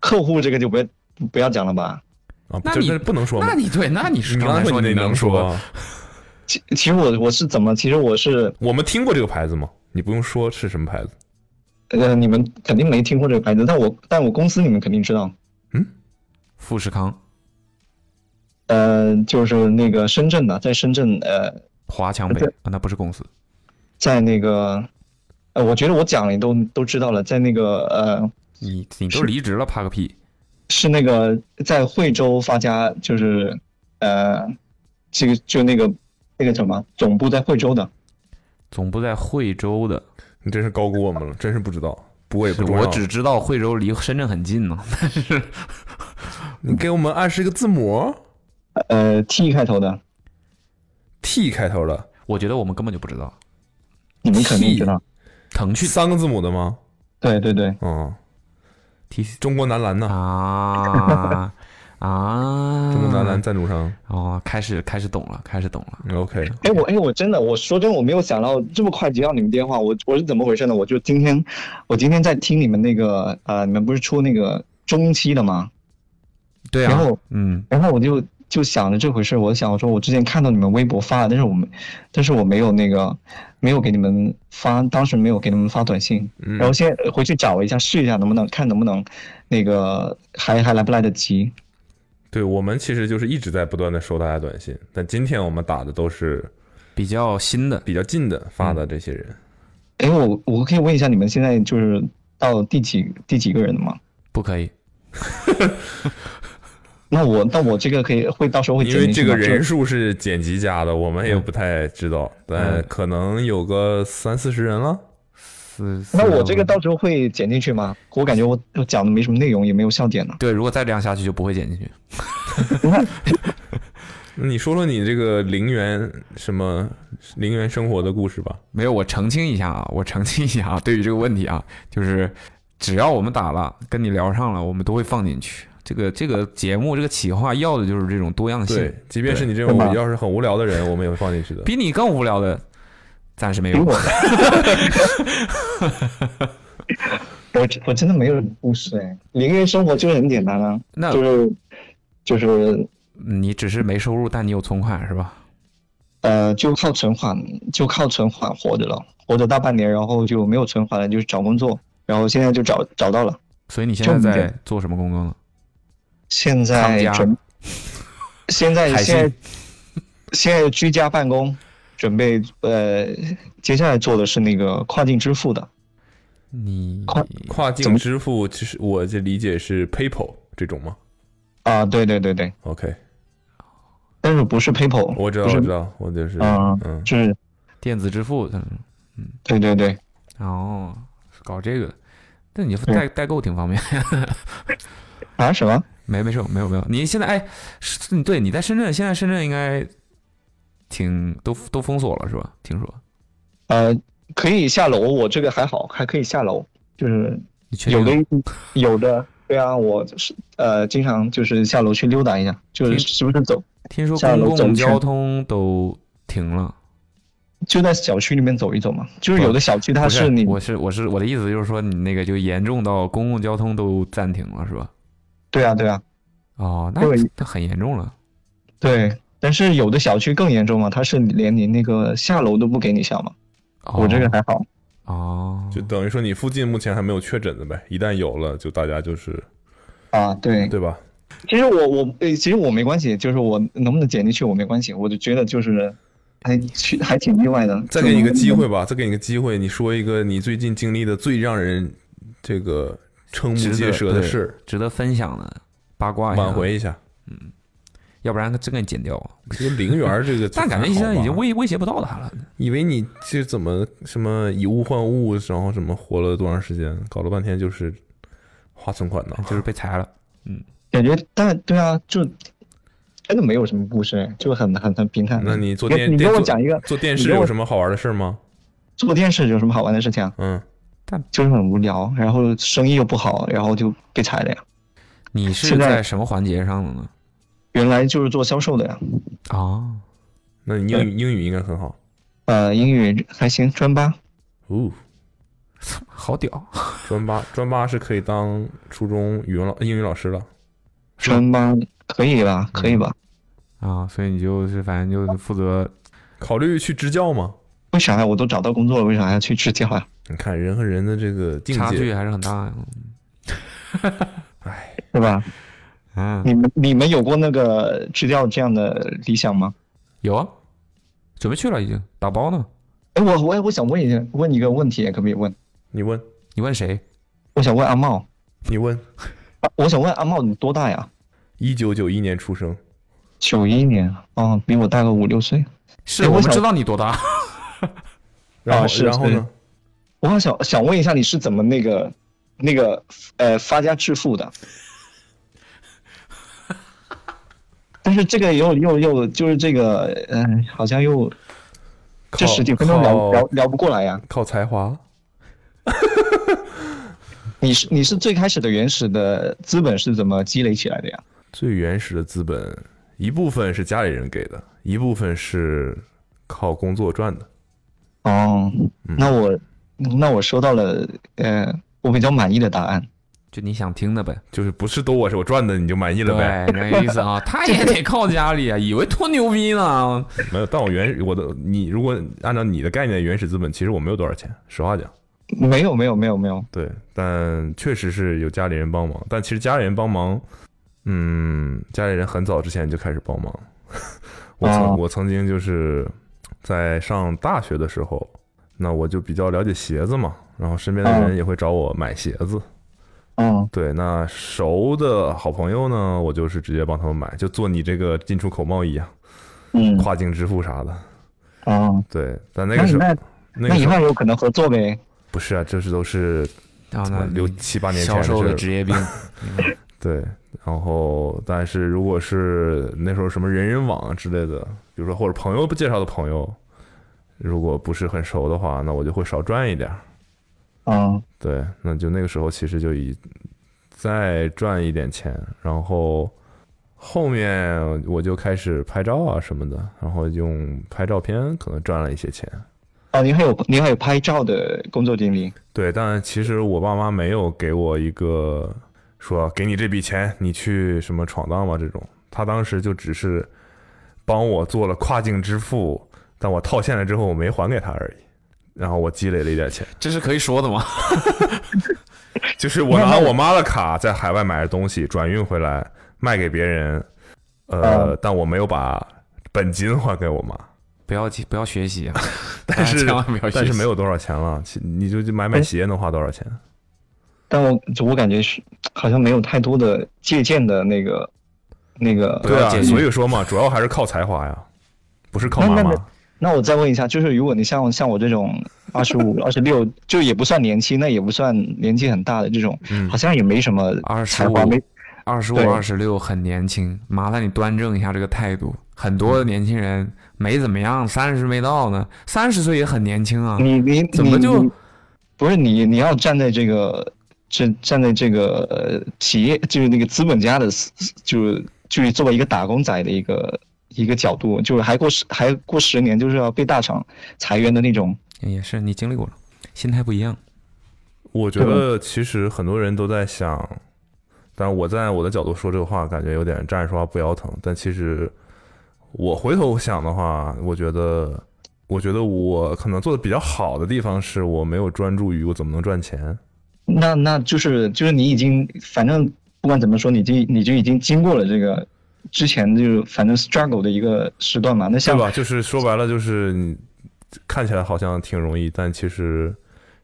S6: 客户这个就不要不要讲了吧。
S3: 啊？
S4: 那
S3: 这
S4: 你
S3: 这不能说吗
S4: 那？你对，那你是
S3: 你
S4: 刚才
S3: 说
S4: 说
S3: 你
S4: 你
S3: 能
S4: 能
S3: 说啊？
S6: 其其实我我是怎么？其实我是
S3: 我们听过这个牌子吗？你不用说是什么牌子。
S6: 呃，你们肯定没听过这个牌子，但我但我公司你们肯定知道，
S4: 富士康、
S6: 呃，就是那个深圳的，在深圳呃，
S4: 华强北啊，那不是公司，
S6: 在那个呃，我觉得我讲了你都都知道了，在那个呃
S4: 你你都
S6: 是
S4: 离职了，怕个屁！
S6: 是那个在惠州发家，就是呃这个就那个那个叫什么总部在惠州的，
S4: 总部在惠州的，
S3: 你真是高估我们了，真是不知道。不过也不重要。
S4: 我只知道惠州离深圳很近呢，但是
S3: 你给我们暗示一个字母
S6: 呃 T 开头的，
S3: ，T 开头的，
S4: 我觉得我们根本就不知道。
S6: 你们肯定知道，
S4: 腾讯
S3: 三个字母的吗？
S6: 对对对，
S3: 嗯，
S4: T
S3: 中国男篮呢？
S4: 啊啊，
S3: 中国男篮赞助商。
S4: 哦，开始开始懂了，开始懂了。
S3: OK，
S6: 哎，我哎，我真的，我说真，我没有想到这么快接到你们电话，我我是怎么回事呢？我就今天，我今天在听你们那个，呃，你们不是出那个中期的吗？
S4: 对
S6: 然后，
S4: 嗯，
S6: 然后我就就想着这回事，我想我说我之前看到你们微博发了，但是我们，但是我没有那个，没有给你们发，当时没有给你们发短信，
S4: 嗯
S18: 嗯
S6: 然后现在回去找一下，试一下能不能看能不能那个还还来不来得及。
S3: 对我们其实就是一直在不断的收大家短信，但今天我们打的都是
S4: 比较新的、嗯
S3: 比较近的发的这些人。
S6: 哎，我我可以问一下，你们现在就是到第几第几个人了吗？
S4: 不可以。
S6: 那我那我这个可以会到时候会
S3: 因
S6: 剪
S3: 为
S6: 进去
S3: 这
S6: 吗
S3: 个人数是剪辑加的，我们
S4: 嗯
S3: 也不太知道，但
S6: 嗯
S3: 可能有个三四十人了。
S4: 四
S6: 那我这个到时候会剪进去吗？我感觉我我讲的没什么内容，也没有笑点呢。
S4: 对，如果再这样下去就不会剪进去。
S3: 你说说你这个零元什么零元生活的故事吧？
S4: 没有，我澄清一下啊，我澄清一下啊，对于这个问题啊，就是只要我们打了，跟你聊上了，我们都会放进去。这个这个节目这个企划要的就是这种多样性。
S3: 对，即便是你这
S4: 对
S3: 种要是很无聊的人，我们也会放进去的。
S4: 比你更无聊的，暂时没有。
S6: 我我真的没有故事哎，零元生活就是很简单啊，
S4: 那
S6: 就是就是
S4: 你只是没收入，但你有存款是吧？
S6: 呃，就靠存款，就靠存款活着了，活着大半年，然后就没有存款了，就是找工作，然后现在就找找到了，
S4: 所以你现在
S6: 就
S4: 在做什么工作呢？
S6: 现
S4: 康
S6: 在
S4: 家
S6: 准，现在
S4: 海信
S6: 现在现在居家办公，准备呃，接下来做的是那个跨境支付的，
S4: 你
S6: 跨
S3: 跨
S6: 嗯怎
S3: 境
S6: 么
S3: 支付，其实我这理解是 PayPal 这种吗
S6: 啊，对对对对
S3: ？OK，
S6: 但是不是 PayPal，
S3: 我知道，
S6: 不是
S3: 我知道，我就是，
S6: 啊
S3: 嗯，
S6: 就是
S4: 电子支付，嗯嗯，
S6: 对对对。
S4: 哦，是搞这个的，那你
S6: 对
S4: 代代购挺方便。
S6: 啊什么？
S4: 没没事，没有没有。你现在哎，是你对你在深圳，现在深圳应该挺都都封锁了是吧？听说
S6: 呃，可以下楼，我这个还好，还可以下楼，就是
S4: 确定
S6: 有的有的，对啊，我是呃经常就是下楼去溜达一下，就是
S4: 听
S6: 时不时走，
S4: 听说
S6: 下
S4: 公
S6: 楼走
S4: 共
S6: 一
S4: 交
S6: 圈，
S4: 通都停了，
S6: 就在小区里面走一走嘛，就是有的小区它
S4: 不是
S6: 是你
S4: 我是我是我的意思就是说你那个就严重到公共交通都暂停了是吧？
S6: 对啊对啊
S4: 哦，那
S6: 对
S4: 那很严重了。
S6: 对，但是有的小区更严重嘛，它是连你那个下楼都不给你下嘛，我这个还好，
S4: 哦，
S3: 就等于说你附近目前还没有确诊的呗，一旦有了，就大家就是
S6: 啊，对
S3: 对吧？
S6: 其实我我呃，其实我没关系，就是我能不能剪进去我没关系，我就觉得就是还去还挺意外的。
S3: 再给你一个机会吧，再给你个机会，你说一个你最近经历的最让人这个瞠目
S4: 值
S3: 结
S4: 得
S3: 舌的
S4: 对
S3: 事儿，
S4: 值得分享的八卦，
S3: 挽回一下。
S4: 嗯，要不然真给你剪掉。啊
S3: 这个零元儿这个
S4: 但感觉现在已经威威胁不到他了。
S3: 以为你这怎么什么以物换物，然后什么活了多长时间，搞了半天就是花存款呢，
S4: 就是被裁了。嗯，
S6: 感觉但对啊，就真的没有什么故事，就很很很平淡。
S3: 那你做
S6: 你
S3: 电，
S6: 你给
S3: 电
S6: 我
S3: 做
S6: 讲一个
S3: 做电
S6: 你
S3: 视
S6: 给我
S3: 有什么好玩的事儿吗？
S6: 做电视有什么好玩的事情啊？
S3: 嗯，
S4: 但
S6: 就是很无聊，然后生意又不好，然后就被裁了呀。
S4: 你是
S6: 现在
S4: 在什么环节上的呢？
S6: 原来就是做销售的呀，
S4: 哦，
S3: 那你英语英语应该很好。
S6: 呃，英语还行，专八。
S3: 哦，
S4: 好屌！
S3: 专八专八是可以当初中语文老英语老师了。
S6: 专八可以吧？可以吧？
S4: 啊，所以你就是反正就是负责
S3: 考虑去支教吗？
S6: 为啥呀？我都找到工作了，为啥还要去支教呀？
S3: 你看人和人的这个境界
S4: 差距还是很大 呀。
S6: 是吧？
S4: 嗯，
S6: 你们你们有过那个支教这样的理想吗？
S4: 有啊，准备去了已经，打包呢。
S6: 哎，我我我想问一下，问一个问题，可不可以问？
S3: 你问，
S4: 你问谁？
S6: 我想问阿茂。
S3: 你问。
S6: 啊我想问阿茂，你多大呀？
S3: 一九九一年出生，
S6: 九一年啊，哦比我大个五六岁。
S4: 是
S6: 哎
S4: 我
S6: 我
S4: 们
S6: 想
S4: 知道你多大。
S3: 然后、
S6: 啊是
S3: 然后
S6: 是
S3: 呢？
S6: 我好想想问一下，你是怎么那个那个呃发家致富的？但是这个又又又就是这个呃，好像又这
S3: 靠
S6: 十几分钟
S3: 靠
S6: 聊聊聊不过来啊呀。
S3: 靠才华。
S6: 你是你是最开始的原始的资本是怎么积累起来的呀？
S3: 最原始的资本，一部分是家里人给的，一部分是靠工作赚的。
S6: 哦，
S3: 嗯
S6: 那我那我收到了呃我比较满意的答案。
S4: 就你想听的呗，
S3: 就是不是都我是我赚的，你就满意了呗？
S4: 对，那个意思啊，他也得靠家里啊，以为多牛逼呢。
S3: 没有，但我原我的你，如果按照你的概念，原始资本其实我没有多少钱，实话讲。
S6: 没有没有没有没有，
S3: 对，但确实是有家里人帮忙，但其实家里人帮忙，嗯，家里人很早之前就开始帮忙。 我
S6: 哦
S3: 曾我曾经就是在上大学的时候，那我就比较了解鞋子嘛，然后身边的
S6: 嗯
S3: 人也会找我买鞋子。
S6: 嗯
S3: 对，那熟的好朋友呢，我就是直接帮他们买，就做你这个进出口贸易啊，
S6: 嗯
S3: 跨境支付啥的。
S6: 哦，
S3: 对，但
S6: 那
S3: 那个
S6: 你
S3: 时候
S6: 那，
S3: 个
S6: 那以
S3: 时
S6: 后
S3: 候
S6: 有可能合作呗？
S3: 不是啊，这是都是
S4: 啊，
S3: 那六七八年前
S4: 销售的
S3: 事儿
S4: 职业 病嗯
S3: 对，然后但是如果是那时候什么人人网啊之类的，比如说或者朋友介绍的朋友，如果不是很熟的话，那我就会少赚一点儿。
S6: 嗯
S3: 对，那就那个时候其实就已再赚一点钱，然后后面我就开始拍照啊什么的，然后用拍照片可能赚了一些钱。
S6: 哦，您还有您还有拍照的工作经历？
S3: 对，但其实我爸妈没有给我一个说给你这笔钱，你去什么闯荡吧这种。他当时就只是帮我做了跨境支付，但我套现了之后我没还给他而已。然后我积累了一点钱，
S4: 这是可以说的吗？
S3: 就是我拿我妈的卡在海外买的东西转运回来卖给别人，呃，但我没有把本金还给我妈。
S4: 不要急不要学 习啊！
S3: 但是
S4: 千万不要学习
S3: 但是没有多少钱了，其你就就买买鞋能花多少钱？
S6: 但我我感觉是好像没有太多的借鉴的那个那个。
S3: 对啊，所以说嘛，主要还是靠才华呀，不是靠
S6: 那
S3: 妈
S6: 那
S3: 妈。
S6: 那那我再问一下，就是如果你像像我这 种二十五、二十六，就也不算年轻，那也不算年纪很大的这种，
S3: 嗯
S6: 好像也没什么才
S3: 哦
S4: 25
S6: 华，没
S4: 二十五、
S6: 对
S4: 二十六很年轻，麻烦你端正一下这个态度。很
S6: 嗯
S4: 多年轻人没怎么样，三十没到呢，三十岁也很年轻啊。
S6: 你你
S4: 怎么
S6: 你
S4: 就
S6: 你不是你你要站在这个站站在这个呃企业就是那个资本家的思，就是就是作为一个打工仔的一个一个角度，就是还过十还过十年就是要被大厂裁员的那种。
S4: 哎也是你经历过了，心态不一样。
S3: 我觉得其实很多人都在想，但我在我的角度说这个话，感觉有点站着说话不腰疼。但其实我回头想的话，我觉得，我觉得我可能做的比较好的地方是我没有专注于我怎么能赚钱。
S6: 那那就是就是你已经反正不管怎么说，你就你就已经经过了这个之前就是反正 struggle 的一个时段嘛。那
S3: 对
S6: 像
S3: 吧？就是说白了，就是你看起来好像挺容易，但其实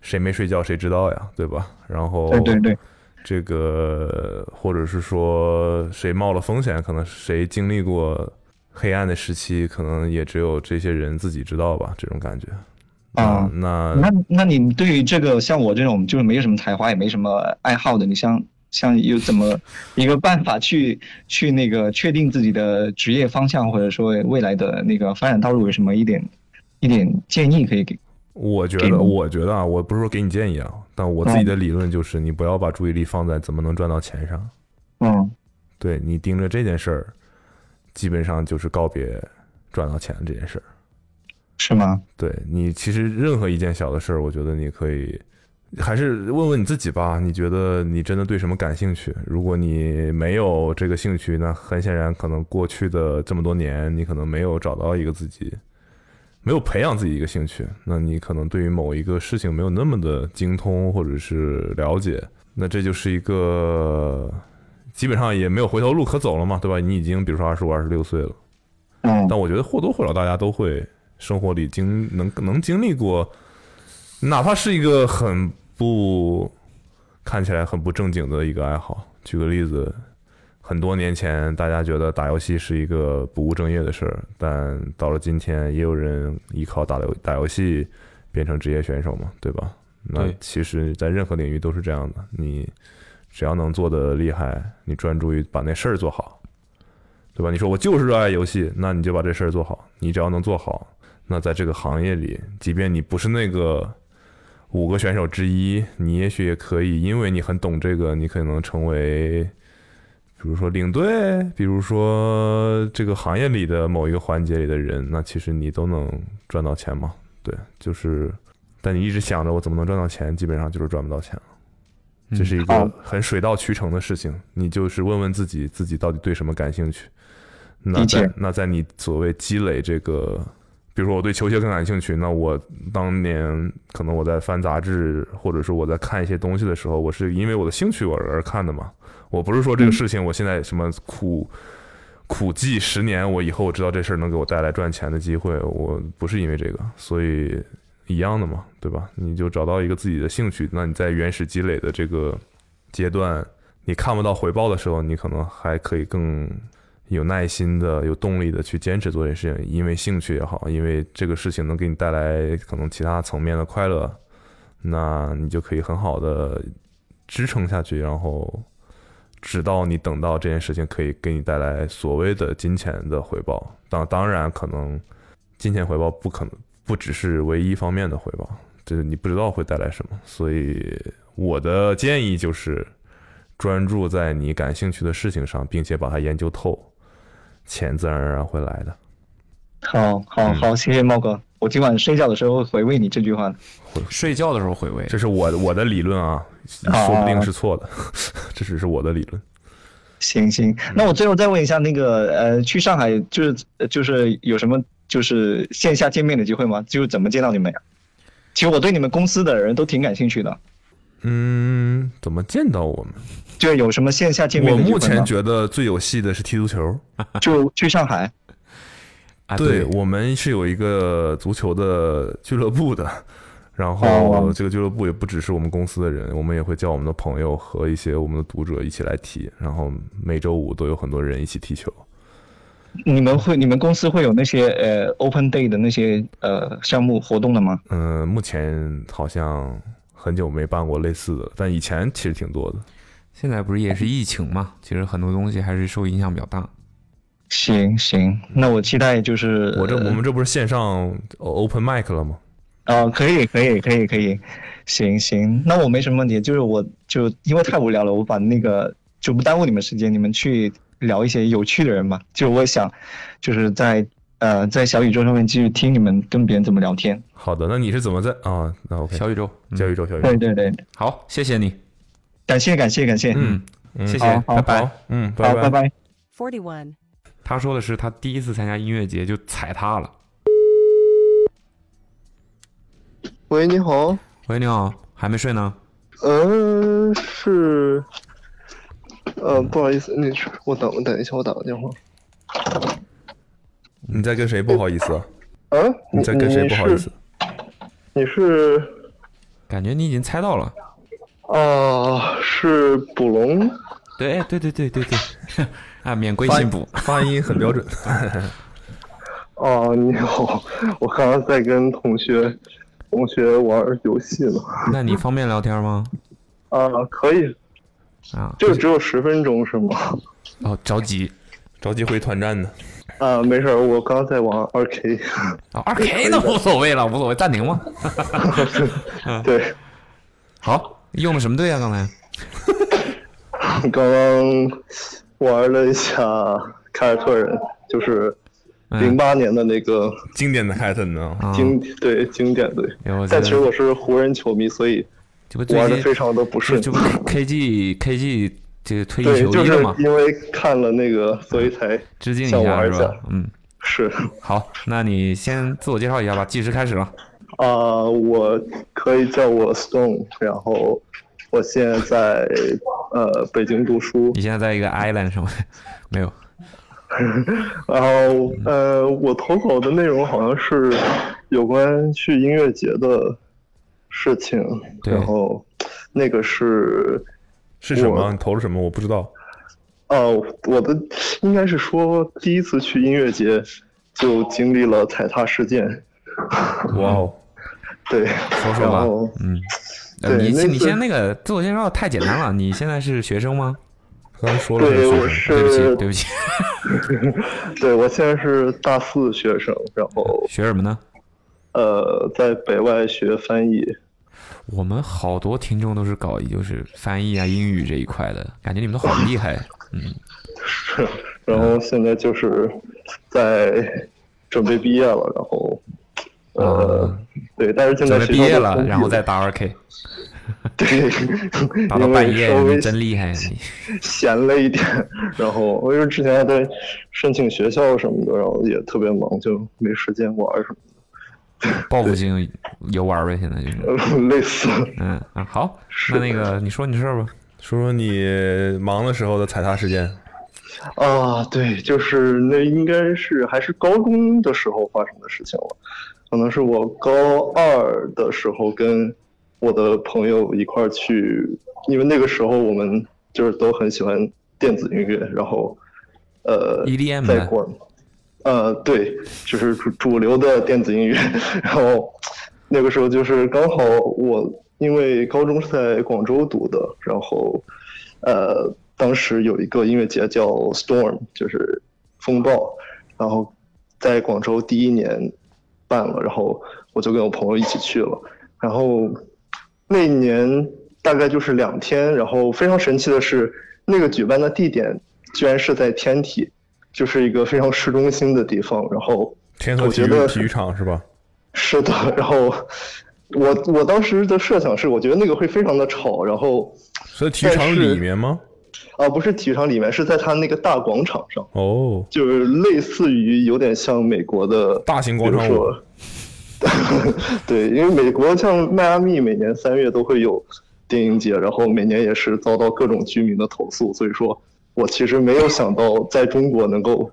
S3: 谁没睡觉谁知道呀，对吧？然后
S6: 对对对，
S3: 这个或者是说谁冒了风险，可能谁经历过黑暗的时期，可能也只有这些人自己知道吧，这种感觉。
S6: 啊、
S3: 那
S6: 那那你对于这个像我这种就是没有什么才华也没什么爱好的，你像像有怎么一个办法去去那个确定自己的职业方向，或者说未来的那个发展道路有什么一点一点建议可以给？
S3: 我觉
S6: 给
S3: 得，
S6: 你
S3: 我觉得啊，我不是说给你建议啊，但我自
S6: 嗯
S3: 己的理论就是，你不要把注意力放在怎么能赚到钱上。
S6: 嗯
S3: 对你盯着这件事儿，基本上就是告别赚到钱这件事儿。
S6: 是吗？
S3: 对你，其实任何一件小的事儿，我觉得你可以还是问问你自己吧。你觉得你真的对什么感兴趣？如果你没有这个兴趣，那很显然，可能过去的这么多年，你可能没有找到一个自己，没有培养自己一个兴趣。那你可能对于某一个事情没有那么的精通或者是了解，那这就是一个基本上也没有回头路可走了嘛，对吧？你已经比如说二十五、二十六岁了。
S6: 嗯，
S3: 但我觉得或多或少大家都会生活里经能能经历过，哪怕是一个很不看起来很不正经的一个爱好。举个例子，很多年前大家觉得打游戏是一个不务正业的事儿，但到了今天，也有人依靠打游打游戏变成职业选手嘛，对吧？那
S4: 对
S3: 其实，在任何领域都是这样的，你只要能做的厉害，你专注于把那事儿做好，对吧？你说我就是热爱游戏，那你就把这事儿做好。你只要能做好，那在这个行业里，即便你不是那个五个选手之一，你也许也可以，因为你很懂这个，你可能成为，比如说领队，比如说这个行业里的某一个环节里的人，那其实你都能赚到钱嘛。对，就是，但你一直想着我怎么能赚到钱，基本上就是赚不到钱了。这是一个很水到渠成的事情，你就是问问自己，自己到底对什么感兴趣。那
S6: 理
S3: 在
S6: 解
S3: 那在你所谓积累这个比如说我对球鞋更感兴趣，那我当年可能我在翻杂志，或者说我在看一些东西的时候，我是因为我的兴趣而而看的嘛。我不是说这个事情我现在什么苦苦记十年，我以后知道这事儿能给我带来赚钱的机会，我不是因为这个，所以一样的嘛，对吧？你就找到一个自己的兴趣，那你在原始积累的这个阶段，你看不到回报的时候，你可能还可以更有耐心的、有动力的去坚持做这件事情，因为兴趣也好，因为这个事情能给你带来可能其他层面的快乐，那你就可以很好的支撑下去，然后直到你等到这件事情可以给你带来所谓的金钱的回报。当当然，可能金钱回报不可能不只是唯一方面的回报，就是你不知道会带来什么。所以我的建议就是专注在你感兴趣的事情上，并且把它研究透，钱自然而然会来的。
S6: 好好
S3: 嗯
S6: 好，谢谢猫哥，我今晚睡觉的时候会回味你这句话的。
S3: 睡觉的时候回味，这是我我的理论啊，说不定是错的， 这只是我的理论。
S6: 行行，
S3: 嗯
S6: 那我最后再问一下，那个呃，去上海就是呃就是有什么就是线下见面的机会吗？就是怎么见到你们呀？其实我对你们公司的人都挺感兴趣的，
S3: 嗯，怎么见到我们？
S6: 就有什么线下见面
S3: 我
S6: 的机会
S3: 目
S6: 吗？
S3: 前觉得最有戏的是踢足球，
S6: 就去上海。
S3: 啊
S6: 对
S3: 对我们是有一个足球的俱乐部的，然后
S6: 哦
S3: 这个俱乐部也不只是我们公司的人，我们也会叫我们的朋友和一些我们的读者一起来踢，然后每周五都有很多人一起踢球。
S6: 你们会你们公司会有那些呃 open day 的那些呃项目活动的吗？
S3: 嗯，目前好像很久没办过类似的了，但以前其实挺多的。
S4: 现在不是也是疫情嘛，其实很多东西还是受影响比较大。
S6: 行行，那我期待就是呃
S3: 我这我们这不是线上 open mic 了吗？
S6: 哦，可以可以可以可以，行行，那我没什么问题，就是我就因为太无聊了，我把那个就不耽误你们时间，你们去聊一些有趣的人吧。就我想，就是在呃在小宇宙上面继续听你们跟别人怎么聊天。
S3: 好的，那你是怎么在啊？那 OK，小
S4: 宇宙，
S3: 小宇宙，小宇宙，
S6: 嗯对对对，
S4: 好，谢谢你，
S6: 感谢感谢感谢，
S4: 嗯，谢谢
S6: 好，好
S4: 拜拜
S6: 好
S4: 嗯
S6: 好
S4: 拜拜
S6: 拜拜。
S7: 41.
S4: 他说的是他第一次参加音乐节就踩踏了。
S18: 喂，你好，
S4: 喂，你好，还没睡呢？
S18: 嗯、是，呃，不好意思，你我等我等一下，我打个电话。
S3: 你在跟谁不好意思啊？
S18: 啊，
S6: 呃
S3: 你在跟谁不好意思？
S18: 你是
S4: 感觉你已经猜到了。
S18: 啊、是捕龙，
S4: 对，哎对对对对对， 啊，免贵姓补，
S3: 发音很标准。
S18: 哦、你好，我刚刚在跟同学同学玩游戏呢。
S4: 那你方便聊天吗？
S18: 啊、可以，
S4: 啊，
S18: 就只有十分钟是吗？
S4: 哦，着急，
S3: 着急回团战呢。
S18: 啊、没事儿，我刚在玩二 K。
S4: 哦二 K 那无所谓了，无所谓，暂停 嘛。嗯
S18: 对，
S4: 好，用的什么队啊？刚才
S18: 刚刚玩了一下凯尔特人，就是
S4: 嗯
S18: 零八年的那个
S3: 经典的凯尔特人
S4: 哦
S3: 啊
S18: 经、对经典队
S4: 哎我。觉得
S18: 但其实我是湖人球迷，所以
S4: 不最近
S18: 玩的非常的不顺。
S4: 这不 KG KG 这个退役
S18: 对，
S4: 球
S18: 就
S4: 衣了
S18: 是
S4: 吗？
S18: 因为看了那个，所以才
S4: 致敬一
S18: 想
S4: 下
S18: 玩
S4: 是
S18: 一下。
S4: 吧？嗯，
S18: 是。
S4: 好，那你先自我介绍一下吧，计时开始了。
S18: 啊、我可以叫我 Stone，然后我现在在呃北京读书。
S4: 你现在在一个 island 上面， 没 有？
S18: 然后呃，我投稿的内容好像是有关去音乐节的事情，
S3: 对
S18: 然后那个是
S3: 是什么？
S18: 我
S3: 你投了什么？我不知道。
S18: 哦，我的应该是说第一次去音乐节就经历了踩踏事件。
S3: 哇哦！
S18: 对，
S4: 说说
S18: 然
S4: 吧
S18: 后，
S4: 嗯，呃
S18: 对
S4: 你
S18: 那
S4: 先你
S18: 次
S4: 先那个自我介绍太简单了，你现在是学生吗？
S3: 刚才说
S18: 了对是学我生对不起是
S4: 对不 起，
S18: 对我现在是大四学生，然后
S4: 学什么呢？
S18: 呃，在北外学翻译。
S4: 我们好多听众都是搞就是翻译啊、英语这一块的，感觉你们都好厉害。嗯，
S18: 是， 然后现在就是在准备毕业了，然后呃，对，但是现在
S4: 啊准备
S18: 学
S4: 毕
S18: 校
S4: 业
S18: 都
S4: 了，
S18: 封闭
S4: 然后再打二 K。
S18: 对，
S4: 打到
S18: 因为
S4: 半夜，
S18: 稍微
S4: 你真厉害，你
S18: 闲了一点，然后我就之前还在申请学校什么的，然后也特别忙，就没时间玩什么的。
S4: 报复性游玩呗，现在就是，
S18: 累死了。
S4: 嗯啊，好，那那个你说你事儿吧，
S3: 说说你忙的时候的踩踏事件。
S18: 啊，对，就是那应该是还是高中的时候发生的事情了，可能是我高二的时候跟我的朋友一块儿去，因为那个时候我们就是都很喜欢电子音乐，然后呃
S4: EDM
S18: 在
S4: 呗
S18: 国呃对，就是主主流的电子音乐， 然后那个时候就是刚好我因为高中是在广州读的，然后呃，当时有一个音乐节叫 Storm，就是风暴，然后在广州第一年办了，然后我就跟我朋友一起去了，然后那一年大概就是两天，然后非常神奇的是，那个举办的地点居然是在天体，就是一个非常市中心的地方，然后
S3: 天河
S18: 我
S3: 体
S18: 觉
S3: 育
S18: 得
S3: 体育场是吧？
S18: 是的，然后我我当时的设想是，我觉得那个会非常的吵，然后
S3: 所以体育场里面吗？
S18: 啊，不是体育场里面，是在它那个大广场上，
S3: 哦，
S18: 就是类似于有点像美国 的
S3: 大型广场舞
S18: 比如说对，因为美国像迈阿密每年三月都会有电影节，然后每年也是遭到各种居民的投诉，所以说我其实没有想到在中国能够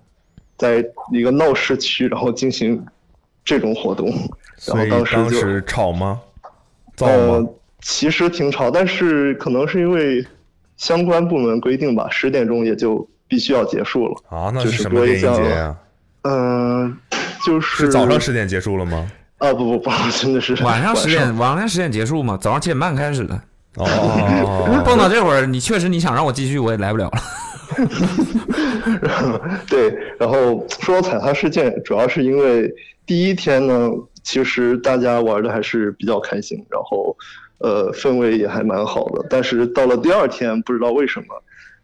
S18: 在一个闹市区，然后进行这种活动，然
S3: 所
S18: 后
S3: 以
S18: 当时就
S3: 当时吵吗？造
S18: 呃
S3: 吗？，
S18: 其实挺吵，但是可能是因为相关部门规定吧，十点钟也就必须要结束了。
S3: 啊，那
S18: 就是
S3: 什
S18: 播
S3: 么电
S18: 一
S3: 影
S18: 下
S3: 节啊呀？
S18: 嗯、就是
S3: 是早上十点结束了吗？
S18: 啊，不不不，真的是
S4: 晚上
S18: 晚
S4: 十
S18: 上
S4: 点，晚上十点结束嘛，早上七点半开始的。
S3: 哦
S4: 蹦到这会儿，你确实你想让我继续，我也来不了 了。
S18: 对，然后说到踩踏事件，主要是因为第一天呢，其实大家玩的还是比较开心，然后呃氛围也还蛮好的。但是到了第二天，不知道为什么，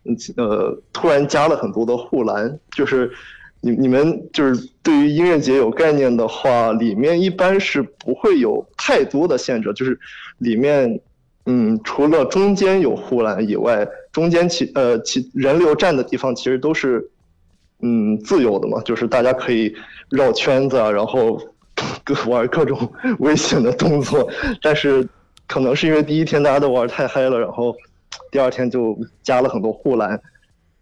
S18: 嗯呃突然加了很多的护栏，就是你你们就是对于音乐节有概念的话，里面一般是不会有太多的限制，就是里面嗯，除了中间有护栏以外，中间其呃其人流站的地方其实都是嗯自由的嘛，就是大家可以绕圈子啊，然后各 玩各种危险的动作，但是可能是因为第一天大家都玩太嗨了，然后第二天就加了很多护栏，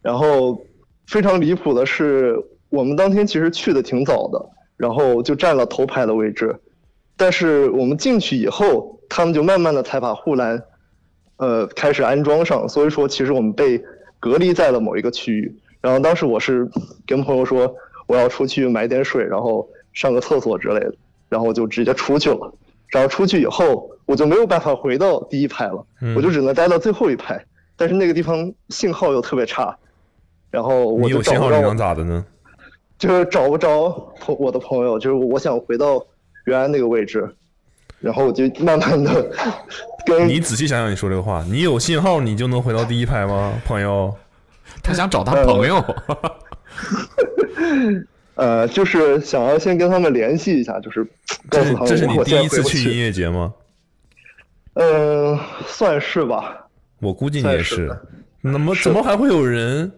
S18: 然后非常离谱的是，我们当天其实去的挺早的，然后就占了头排的位置，但是我们进去以后，他们就慢慢的才把护栏，呃，开始安装上。所以说，其实我们被隔离在了某一个区域。然后当时我是跟朋友说，我要出去买点水，然后上个厕所之类的，然后就直接出去了。然后出去以后，我就没有办法回到第一排了，
S3: 嗯
S18: 我就只能待到最后一排。但是那个地方信号又特别差，然后我
S3: 你
S18: 就
S3: 有
S18: 找
S3: 信
S18: 不
S3: 号
S18: 着
S3: 你能咋的呢？
S18: 就是找不着朋我的朋友，就是我想回到原来那个位置，然后我就慢慢的跟
S3: 你仔细想想，你说这个话，你有信号你就能回到第一排吗，朋友？
S4: 他想找他朋友，
S18: 呃，就是想要先跟他们联系一下，就是告
S3: 这
S18: 诉
S3: 是
S18: 他们
S3: 这是你
S18: 我
S3: 第
S18: 现
S3: 一
S18: 在
S3: 次
S18: 回不
S3: 去
S18: 去
S3: 音乐节吗？
S18: 嗯、算是吧。
S3: 我估计你也是。怎么怎么还会有人，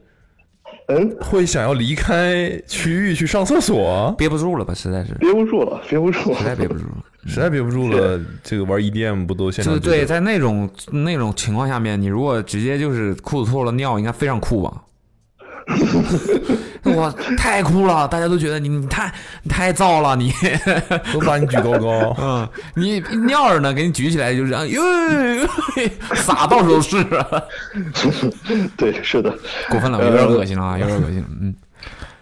S18: 嗯，
S3: 会想要离开区域去上厕所？
S4: 憋不住了吧，实在是
S18: 憋不住了，憋不住了，
S4: 实在憋不住 了，
S3: 实在憋不住了。这个玩 EDM 不都现
S4: 就
S3: 场
S4: 是
S3: 组织
S4: 对，在那种那种情况下面，你如果直接就是裤子脱了尿，应该非常酷吧？哇，太酷 了！大家都觉得你你太你太燥了， 你
S3: 都把你举高 高。
S4: 嗯，你尿着呢，给你举起来就是啊哟， 撒到处都是。啊
S18: 对，是的， 呃
S4: 过分了，有点恶心了啊，有点恶心了。嗯，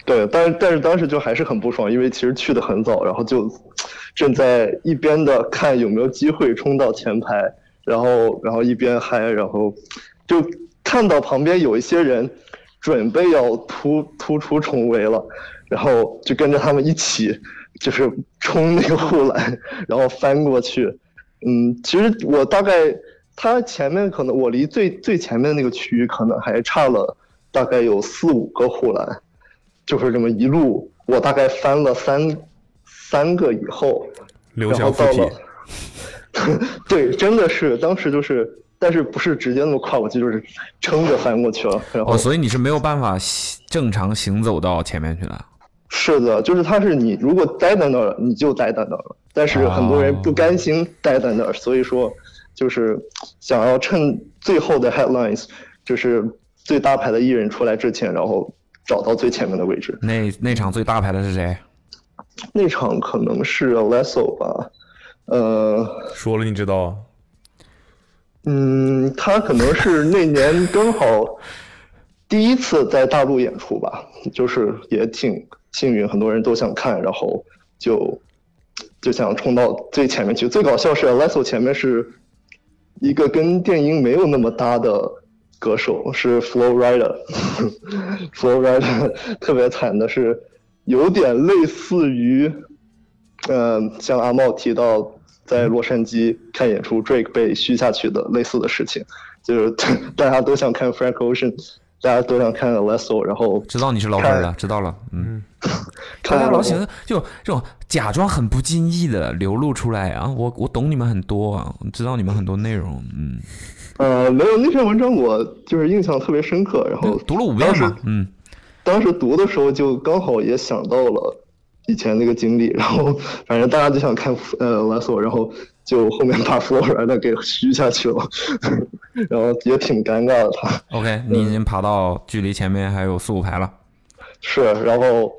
S18: 对，但是但是当时就还是很不爽，因为其实去的很早，然后就正在一边的看有没有机会冲到前排，然后然后一边嗨，然后就看到旁边有一些人准备要突突出重围了，然后就跟着他们一起就是冲那个护栏，然后翻过去。嗯，其实我大概他前面可能我离最最前面的那个区域可能还差了大概有四五个护栏。就是这么一路，我大概翻了三三个以后，
S3: 刘
S18: 然后
S3: 翔附
S18: 到
S3: 体
S18: 了，对，真的是当时就是但是不是直接那么跨过去，就是撑着翻过去了。然后
S4: 哦，所以你是没有办法正常行走到前面去的。
S18: 是的，就是它是你如果待在那儿了，你就待在那儿了。但
S4: 啊
S18: 是很多人不甘心待在那儿，所以说就是想要趁最后的 headlines，就是最大牌的艺人出来之前，然后找到最前面的位置。
S4: 那那场最大牌的是谁？
S18: 那场可能是 Alesso 吧，呃，
S3: 说了你知道，
S18: 嗯，他可能是那年刚好第一次在大陆演出吧，就是也挺幸运，很多人都想看，然后就就想冲到最前面去。最搞笑是 Alesso 前面是一个跟电音没有那么搭的歌手，是 Flow Rider，Flow Rider 特别惨的是。有点类似于，呃，像阿茂提到在洛杉矶看演出，Drake 被虚下去的类似的事情，就是 大家都想看 Frank Ocean，大家都想看 Alesso，然后
S4: 知道你是老粉了，知道了，嗯，大
S18: 看
S4: 家
S18: 了
S4: 老喜欢就这种假装很不经意的流露出来啊，我我懂你们很多啊，我知道你们很多内容，嗯，
S18: 呃，没有那篇文章我就是印象特别深刻，然后
S4: 读了五遍嘛，嗯，
S18: 当时读的时候就刚好也想到了以前那个经历，然后反正大家就想看呃 Alesso，然后就后面把 Flow Rider 给虚下去了， 然后也挺尴尬的他。
S4: OK，你已经爬到距离前面还有四五排了。
S18: 是，然后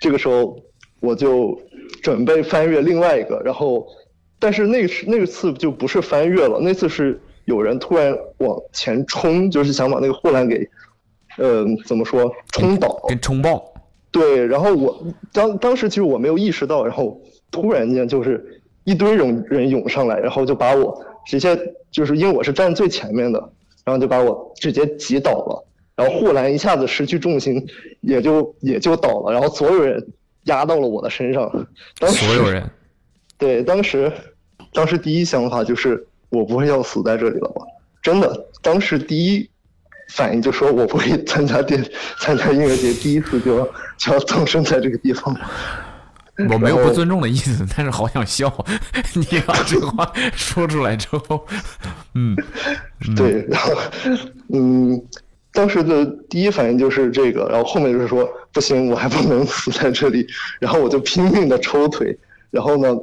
S18: 这个时候我就准备翻越另外一个，然后但是那是那次就不是翻越了，那次是有人突然往前冲，就是想把那个护栏给，呃，怎么说，冲倒，
S4: 给冲爆。
S18: 对，然后我当当时其实我没有意识到，然后突然间就是一堆人人涌上来，然后就把我直接就是因为我是站最前面的，然后就把我直接挤倒了，然后护栏一下子失去重心，也就也就倒了，然后所有人压到了我的身上。当时
S4: 所有人，
S18: 对，当时当时第一想法就是我不会要死在这里了吧？真的，当时第一反应就说我不会参加电参加音乐节，第一次就要就要 葬身在这个地方。嗯
S4: 我没有不尊重的意思，但是好想笑。 你把这话说出来之后，嗯，
S18: 对， 然后嗯，当时的第一反应就是这个，然后后面就是说不行，我还不能死在这里，然后我就拼命的抽腿，然后呢，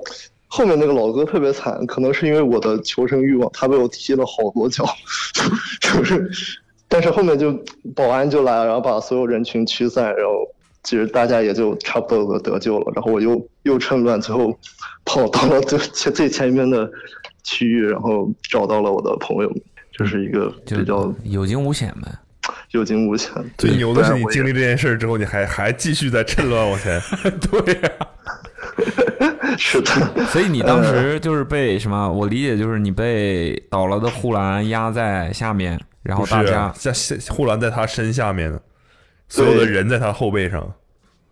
S18: 后面那个老哥特别惨，可能是因为我的求生欲望，他被我踢了好多脚， 就是，但是后面就保安就来了，然后把所有人群驱散，然后其实大家也就差不多得救了，然后我又又趁乱最后跑到了最前最前面的区域，然后找到了我的朋友们。就是一个比较
S4: 有惊无险呗，
S18: 有惊无险。
S3: 最
S18: 对
S3: 牛的是
S18: 不然
S3: 你
S18: 我也
S3: 经历这件事儿之后，你还还继续在趁乱往前。对呀、
S18: 是的。
S4: 所以你当
S3: 呃
S4: 时就是被什么？我理解就是你被倒了的护栏压在下面，然后大家
S3: 在护栏在他身下面呢，所有的人在他后背上。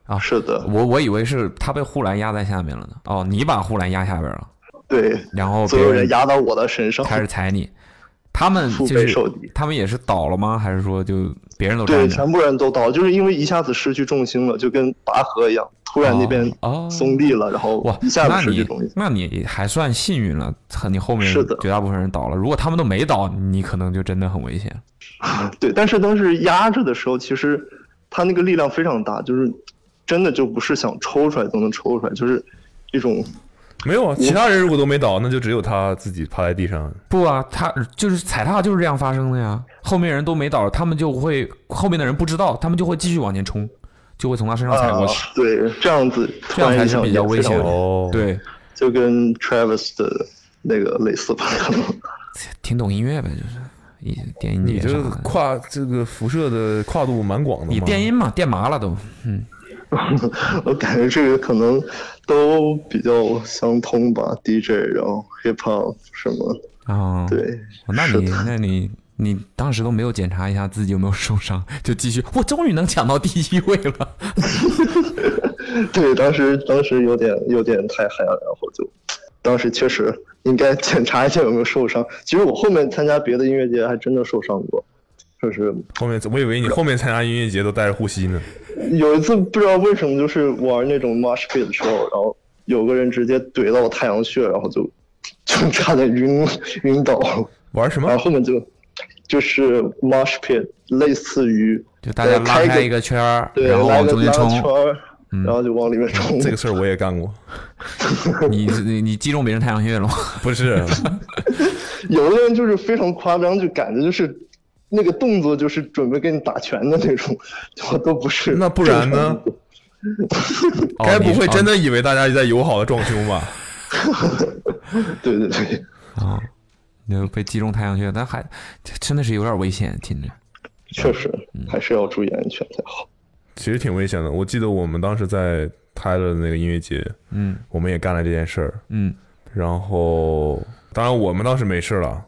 S4: 啊，
S18: 是的，
S4: 我我以为是他被护栏压在下面了呢。哦，你把护栏压下边了，
S18: 对，
S4: 然后
S18: 所
S4: 别
S18: 有人压到我的身上，
S4: 开始踩你。他们
S18: 腹
S4: 就
S18: 背
S4: 是
S18: 受
S4: 他们也是倒了吗？还是说就别人都
S18: 对，
S4: 站着？
S18: 全部人都倒，就是因为一下子失去重心了，就跟拔河一样，突然那边
S4: 哦
S18: 松力了，然后一下子
S4: 那
S18: 失去
S4: 你
S18: 重心。
S4: 那你还算幸运了，你后面
S18: 是的
S4: 绝大部分人倒了。如果他们都没倒，你可能就真的很危险。
S18: 对，但是当时压着的时候，其实他那个力量非常大，就是真的就不是想抽出来都能抽出来，就是一种
S3: 没有啊，其他人如果都没倒，那就只有他自己趴在地上。
S4: 不啊，他就是踩踏就是这样发生的呀。后面人都没倒，他们就会后面的人不知道，他们就会继续往前冲，就会从他身上踩过去。
S18: 啊对，这样子突
S4: 这样
S18: 然
S4: 才
S18: 一
S4: 是
S18: 下
S4: 比较
S18: 也
S4: 危
S18: 非常
S4: 险的。哦
S18: 危险
S4: 对，
S18: 就跟 Travis 的那个类似吧，可能。
S4: 听懂音乐呗，就是一电音
S3: 你
S4: 节啥
S3: 这
S4: 的
S3: 个跨这个辐射的跨度蛮广的嘛。
S4: 你电音嘛，电麻了都。嗯，
S18: 我感觉这个可能都比较相通吧，DJ，然后 hip hop 什么的。
S4: 啊，
S18: 对，
S4: 那
S18: 是
S4: 你
S18: 的
S4: 那你你当时都没有检查一下自己有没有受伤，就继续，我终于能抢到第一位了。
S18: 对，当时当时有点有点太嗨了，然后就，当时确实应该检查一下有没有受伤。其实我后面参加别的音乐节还真的受伤过，就是
S3: 后面我以为你后面参加音乐节都带着护膝呢。
S18: 有一次不知道为什么，就是玩那种 mosh pit 的时候，然后有个人直接怼到我太阳穴，然后就就差点晕晕倒了。
S3: 玩什么？
S18: 然后后面就就是 mosh pit，类似于呃
S4: 就大家拉
S18: 开
S4: 开一个圈儿
S18: 对，
S4: 然后
S18: 拉
S4: 往
S18: 个
S4: 中间
S18: 拉
S4: 冲
S18: 个
S4: 嗯
S18: 圈儿，然后 就往里面冲。
S3: 这个事儿我也干 过。
S4: 你你你击中别人太阳穴了吗？
S3: 不是，
S18: 有的人就是非常夸张，就感觉就是那个动作就是准备给你打拳的那种，就都不是。
S3: 那不然呢？
S4: 哦
S3: 该不会真的以为大家在友好的撞胸吧？
S18: 对对对，
S4: 啊， 你就被击中太阳穴，但还真的是有点危险，听着。
S18: 确实，
S4: 嗯
S18: 还是要注意安全才好。
S3: 其实挺危险的。我记得我们当时在泰勒的那个音乐节，
S4: 嗯，
S3: 我们也干了这件事儿，
S4: 嗯，
S3: 然后当然我们当时没事了，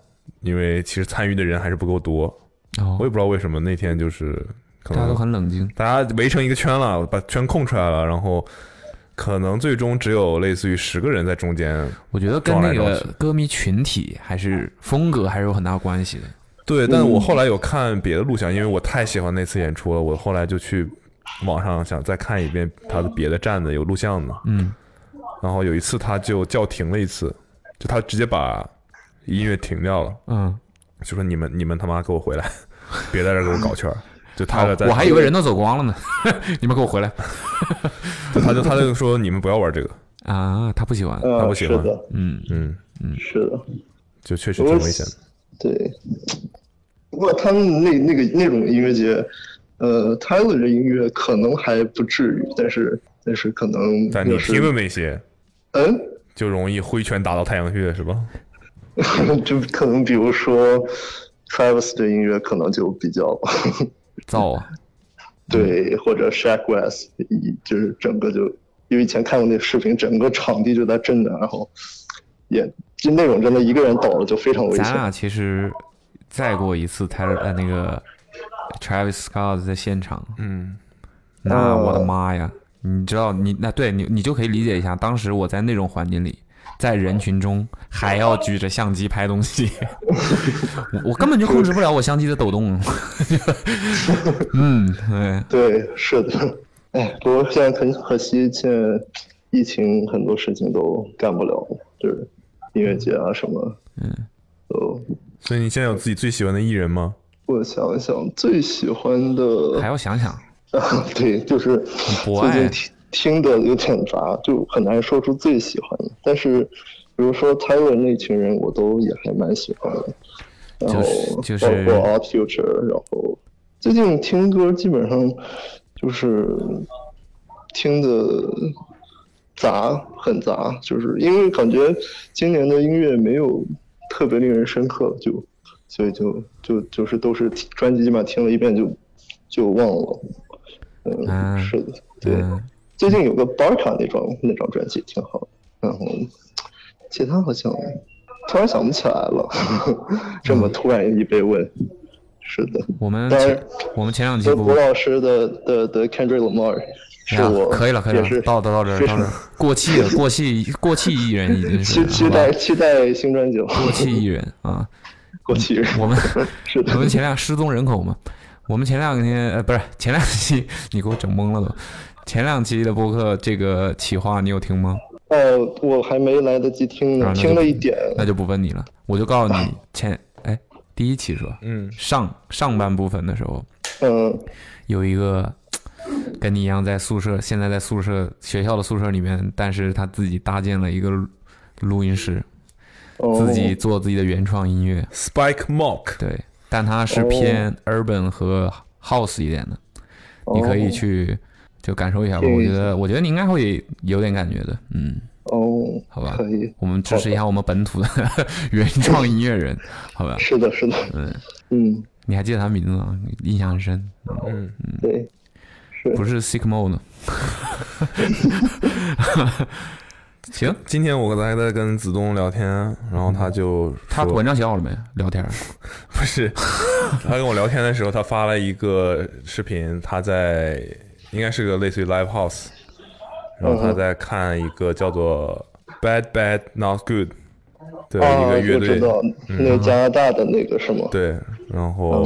S3: 因为其实参与的人还是不够多，
S4: 哦
S3: 我也不知道为什么那天就是可能
S4: 大家都很冷静，
S3: 大家围成一个圈了，把圈空出来了，然后可能最终只有类似于十个人在中间，
S4: 我觉得跟那个歌迷群体还是风格还是有很大关系的。
S3: 对，
S4: 嗯
S3: 但我后来有看别的录像，因为我太喜欢那次演出了，我后来就去网上想再看一遍他的别的站的有录像的，
S4: 嗯，
S3: 然后有一次他就叫停了一次，就他直接把音乐停掉了，
S4: 嗯，
S3: 就说你们你们他妈给我回来，别在这儿给我搞圈儿，就他
S4: 哦
S3: 在，
S4: 我还以为人都走光了呢， 你们给我回来。
S3: 对 他就他就说你们不要玩这个
S4: 啊，他不喜欢，
S3: 他不喜欢，
S4: 嗯
S3: 嗯
S4: 嗯，
S18: 是的，
S3: 就确实挺危险的。
S18: 对，不过他们那那个那种音乐节，呃，Tyler 的音乐可能还不至于，但是但是可能
S3: 但
S18: 就
S3: 你
S18: 是
S3: 听的那些，
S18: 嗯，
S3: 就容易挥拳打到太阳穴是吧？
S18: 就可能比如说 Travis 的音乐可能就比较
S4: 燥啊，
S18: 对，或者 Shaq West，一就是整个就，因为以前看过那视频，整个场地就在震的，然后也就那种真的一个人倒了就非常危
S4: 咱
S18: 险。
S4: 俩其实在过一次泰勒呃那个 Travis Scott 在现场，
S3: 嗯，
S4: 那
S18: 哦
S4: 我的妈呀！你知道你那对你你就可以理解一下，当时我在那种环境里，在人群中还要举着相机拍东 西，我我根本就控制不了我相机的抖 动。嗯，对，
S18: 对，是的，哎，不过现在很可惜，现在疫情很多事情都干不了了，就是音乐节啊什么。
S4: 嗯，
S18: 哦，
S3: 所以你现在有自己最喜欢的艺人吗？
S18: 我想想，最喜欢的
S4: 还要想想，
S18: 啊，对，就是
S4: 博
S18: 最
S4: 爱
S18: 近听听的有点杂，就很难说出最喜欢的。但是，比如说 Tyler 那群人，我都也还蛮喜欢的。然后
S4: 就是就
S18: 包
S4: 是
S18: 括 Odd Future，然后最近听歌基本上就是听的杂，很杂，就是因为感觉今年的音乐没有特别令人深刻，就所以就就就是都是听专辑基本上听了一遍就就忘了。嗯，是的，对。最近有个 Barca 那张那张专辑挺好的，然后其他好像突然想不起来了， 这么突然一被问，是的。
S4: 嗯我们
S18: 当
S4: 前
S18: 然，
S4: 我们前两期
S18: 德
S4: 不哎
S18: 国老师的的的 Kendrick Lamar 是
S4: 呀
S18: 我
S4: 可以了，可以
S18: 也是
S4: 了，到到到这儿
S18: 非
S4: 到这儿
S18: 常，
S4: 过气了，过气过气艺人已经 是
S18: 期期
S4: 好吧
S18: 待期待新专辑了，
S4: 过气艺人啊，
S18: 过气人，
S4: 我们
S18: 是的
S4: 我们前两失踪人口嘛，我们前两天呃不是前两期你给我整懵了都，前两期的播客这个企划你有听吗？
S18: 哦，我还没来得及听
S4: 啊
S18: 呢，
S4: 那就
S18: 听了一点，
S4: 那就不问你了，我就告诉
S18: 啊
S4: 你前哎第一期是吧？
S3: 嗯，
S4: 上上半部分的时候，
S18: 嗯，
S4: 有一个跟你一样在宿舍，现在在宿舍学校的宿舍里面，但是他自己搭建了一个录录音室，
S3: 哦
S4: 自己做自己的原创音乐。
S3: Spike Mock，
S4: 对，但它是
S3: 哦
S4: 偏 urban 和 house 一点的，你可以
S3: 哦
S4: 去就感受一下吧。
S18: 嗯
S4: 我觉得，我觉得你应该会有点感觉的，嗯。
S18: 哦，
S4: 好吧，
S18: 可以，
S4: 我们支持一下我们本土的 原创音乐人，好吧？
S18: 是的，是的，
S4: 嗯
S18: 嗯，
S4: 你还记得他名字吗？印象很深。
S3: 嗯
S4: 嗯，
S18: 对，
S4: 不是 Sigmo 呢？ 行，
S3: 今天我刚才在跟子东聊天，然后他就
S4: 嗯他
S3: 说
S4: 文章写好了没？聊天儿？
S3: 不是，他跟我聊天的时候，他发了一个视频，他在应该是个类似于 live house，然后他在看一个叫做 Bad Bad Not Good 的一
S18: 啊，
S3: 个乐
S18: 我
S3: 队
S18: 知道，，那个
S3: 嗯
S18: 加拿大的那个是吗？
S3: 对，然后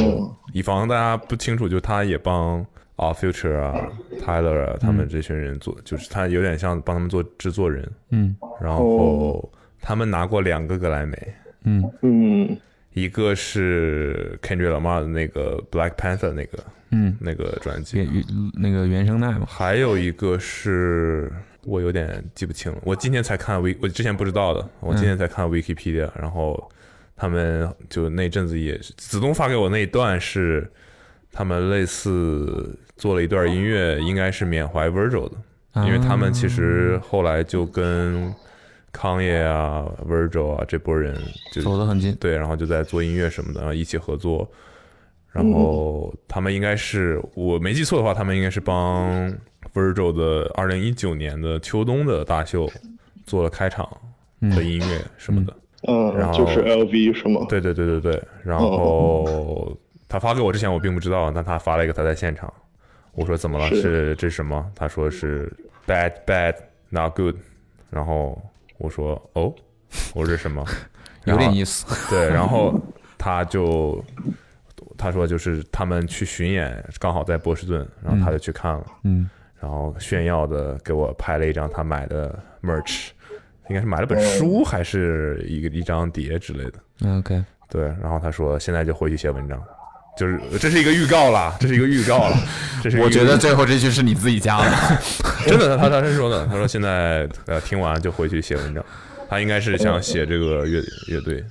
S3: 以防大家不清楚，就他也帮啊 Future 啊 Tyler 啊他们这群人做，就是他有点像帮他们做制作人，
S4: 嗯
S3: 然后他们拿过两个格莱美，
S4: 嗯
S18: 嗯，
S3: 一个是 Kendrick Lamar 的那个 Black Panther 那个，
S4: 嗯，
S3: 那个专辑，
S4: 那个原声带嘛。
S3: 还有一个是我有点记不清了，我今天才看 V，我之前不知道的，我今
S4: 嗯
S3: 天才看 Wikipedia，、然后他们就那阵子也是子东发给我那一段是他们类似做了一段音乐，应该是缅怀 Virgil 的，因为他们其实后来就跟康业啊、Virgil 啊这波人就
S4: 走得很近，
S3: 对，然后就在做音乐什么的，然后一起合作。然后他们应该是我没记错的话，他们应该是帮 Virgil 的二零一九年的秋冬的大秀做了开场
S4: 嗯
S3: 的音乐什么的。然 后
S18: 嗯，就是 LV 是吗？嗯
S3: 对对对对对，然后他发给我之前我并不知道，但他发了一个他在现场，我说怎么了？
S18: 是
S3: 是这是什么？他说是 bad bad not good，然后我说哦，我说这是什么？
S4: 有点
S3: 然后
S4: 意思
S3: 对，然后他就他说就是他们去巡演，刚好在波士顿，然后他就去看了，
S4: 嗯，
S3: 然后炫耀的给我拍了一张他买的 merch，应该是买了
S18: 嗯
S3: 本书还是一个一张碟之类的。
S4: 嗯 OK，
S3: 对，然后他说现在就回去写文章，就是这是一个预告啦，这是一个预告了， 这是一个
S4: 我觉得
S3: 预告
S4: 最后这句是你自己加的。
S3: 真的，他他是说的，他说现在呃听完就回去写文章，他应该是想写这个乐乐队，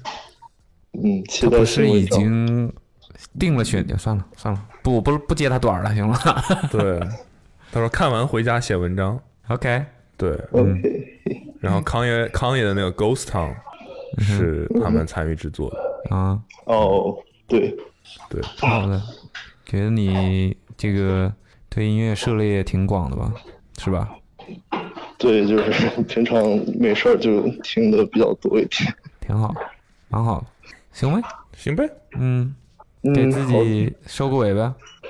S18: 嗯，
S4: 他
S18: 期待
S4: 不是
S18: 新闻
S4: 已
S18: 上
S4: 经定了选题？算了算了，不，我不不接他短儿了，行吗？
S3: 对，他说看完回家写文章
S4: ，OK，
S3: 对，
S18: 嗯，
S3: 然后康爷康爷的那个 Ghost Town 是他们参与制作的，
S4: 啊，
S18: 哦，对，
S3: 对，
S4: 好的。觉得你这个对音乐涉猎也挺广的吧？是吧？
S18: 对，就是平常没事儿就听的比较多一点。
S4: 挺好，蛮好的，行呗，
S3: 行呗，
S4: 嗯，
S18: 嗯
S4: 给自己收个尾呗。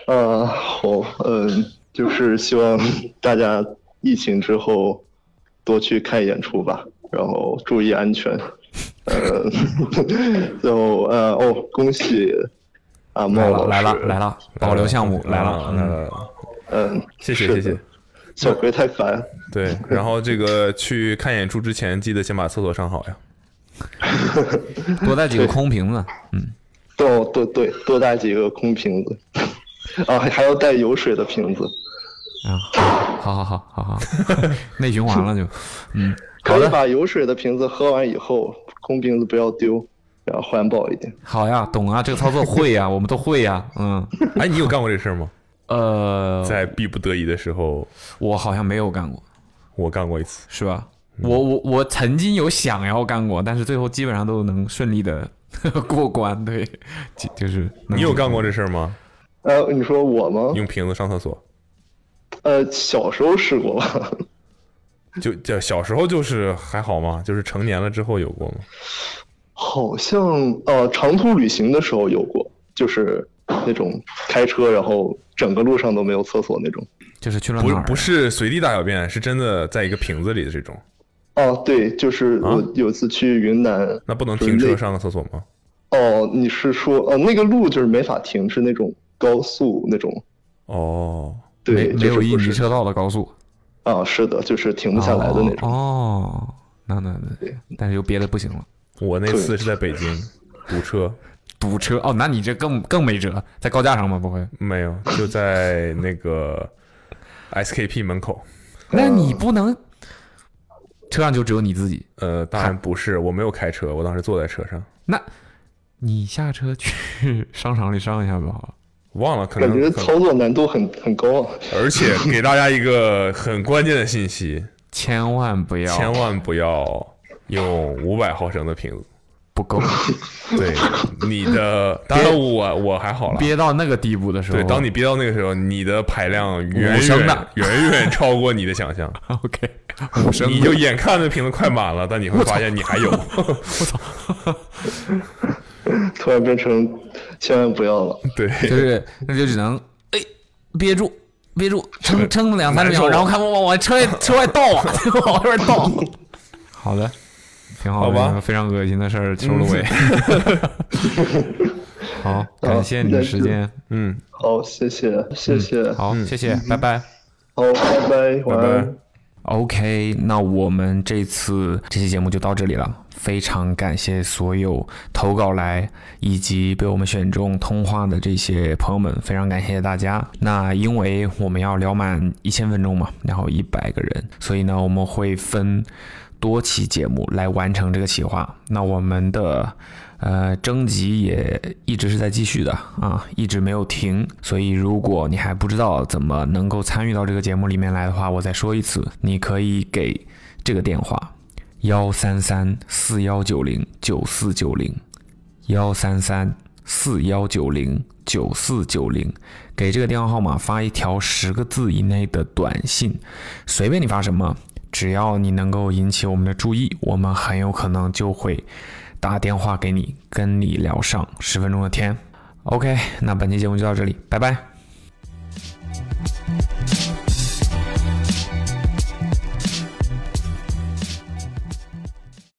S18: 啊，好，嗯，就是希望大家疫情之后多去看演出吧，然后注意安全。 呃，然后呃，哦，恭喜阿
S4: 来
S18: 茂
S4: 了
S18: 老师呃
S4: 来了来了，保留项目来了
S3: 来
S4: 嗯
S3: 了，
S18: 嗯，
S3: 谢谢
S18: 是
S3: 谢
S18: 的
S3: 谢，
S18: 小葵太烦。
S3: 对，然后这个去看演出之前记得先把厕所上好呀，
S4: 多带几个空瓶子，
S18: 多多对多带几个空瓶子，啊，还还要带有水的瓶子，
S4: 啊，好好好好 好，内循环了就，嗯，
S18: 可以把有水的瓶子喝完以后，空瓶子不要丢，然后环保一点。
S4: 好呀，懂啊，这个操 作会呀，我们都会呀，嗯，
S3: 哎，你有干过这事吗？
S4: 呃，
S3: 在逼不得已的时候，
S4: 我好像没有干过，
S3: 我干过一次，嗯
S4: 是吧？我我我曾经有想要干过，但是最后基本上都能顺利的 过关，对，就就是
S3: 你有干过这事儿吗？
S18: 呃，你说我吗？
S3: 用瓶子上厕所，
S18: 呃，小时候试过吧，
S3: 就就小时候就是还好吗？就是成年了之后有过吗？
S18: 好像呃长途旅行的时候有过，就是那种开车然后整个路上都没有厕所那种。
S4: 就是去了
S3: 不
S4: 哪儿啊
S3: 不是随地大小便，是真的在一个瓶子里的这种，
S18: 哦，对，就是我有一次去云南，
S3: 啊那不能
S18: 就是
S3: 停车
S18: 那
S3: 上个厕所吗？
S18: 哦，你是说呃那个路就是没法停，是那种高速那种
S3: 哦，
S18: 对
S4: 没
S18: 就是
S4: 没有一
S18: 不
S4: 级
S18: 是
S4: 车道的高速，
S18: 啊，是的，就是停不下来的那
S4: 哦，
S18: 种。
S4: 哦那那那，但是又憋的不行了。
S3: 我那次是在北京堵车，
S4: 堵车哦，那你这更更没
S18: 呃
S4: 辙，在高架上吗？不会，
S3: 没有，就在 那个 SKP 门口。
S4: 那你不能车上就只有你自己。
S3: 呃，当然不是，我没有开车，我当时坐在车上，
S4: 那你下车去商场里上一下不好了？
S3: 忘了，可
S18: 感
S3: 能
S18: 觉
S3: 可
S18: 操作难度很很高啊。
S3: 而且给大家一个很关键的信息，
S4: 千万不要，
S3: 千万不要用五百毫升的瓶子，
S4: 不够。
S3: 对，你的当然我我还好了，
S4: 憋到那个地步的时候，
S3: 对，当你憋到那个时候，你的排量远
S4: 五升
S3: 远
S4: 的
S3: 远远超过你的想象。
S4: OK，五升的
S3: 你就眼看着瓶子快满了，但你会发现你还 有。
S18: 突然变成千万不要了。
S3: 对，
S4: 就是那就只能哎憋住。憋住，撑撑两三
S18: 难
S4: 秒，
S18: 受啊
S4: 然后看我往往车外车外倒啊， 往外边倒。好的，挺好的，
S3: 好吧
S4: 这个非常恶心的事儿收了尾。
S3: 嗯
S4: 好，感谢你的时间，嗯，
S18: 嗯好，谢谢，谢谢，
S4: 好，谢谢，拜拜。
S18: 好，拜拜，晚安。
S4: OK，那我们这次这期节目就到这里了。非常感谢所有投稿来以及被我们选中通话的这些朋友们，非常感谢大家。那因为我们要聊满一千分钟嘛，然后一百个人，所以呢，我们会分多期节目来完成这个企划。那我们的呃征集也一直是在继续的啊，一直没有停。所以如果你还不知道怎么能够参与到这个节目里面来的话，我再说一次，你可以给这个电话幺三三四幺九零九四九零幺三三四幺九零九四九零，给这个电话号码发一条十个字以内的短信，随便你发什么，只要你能够引起我们的注意，我们很有可能就会打电话给你，跟你聊上十分钟的天。OK，那本期节目就到这里，拜拜。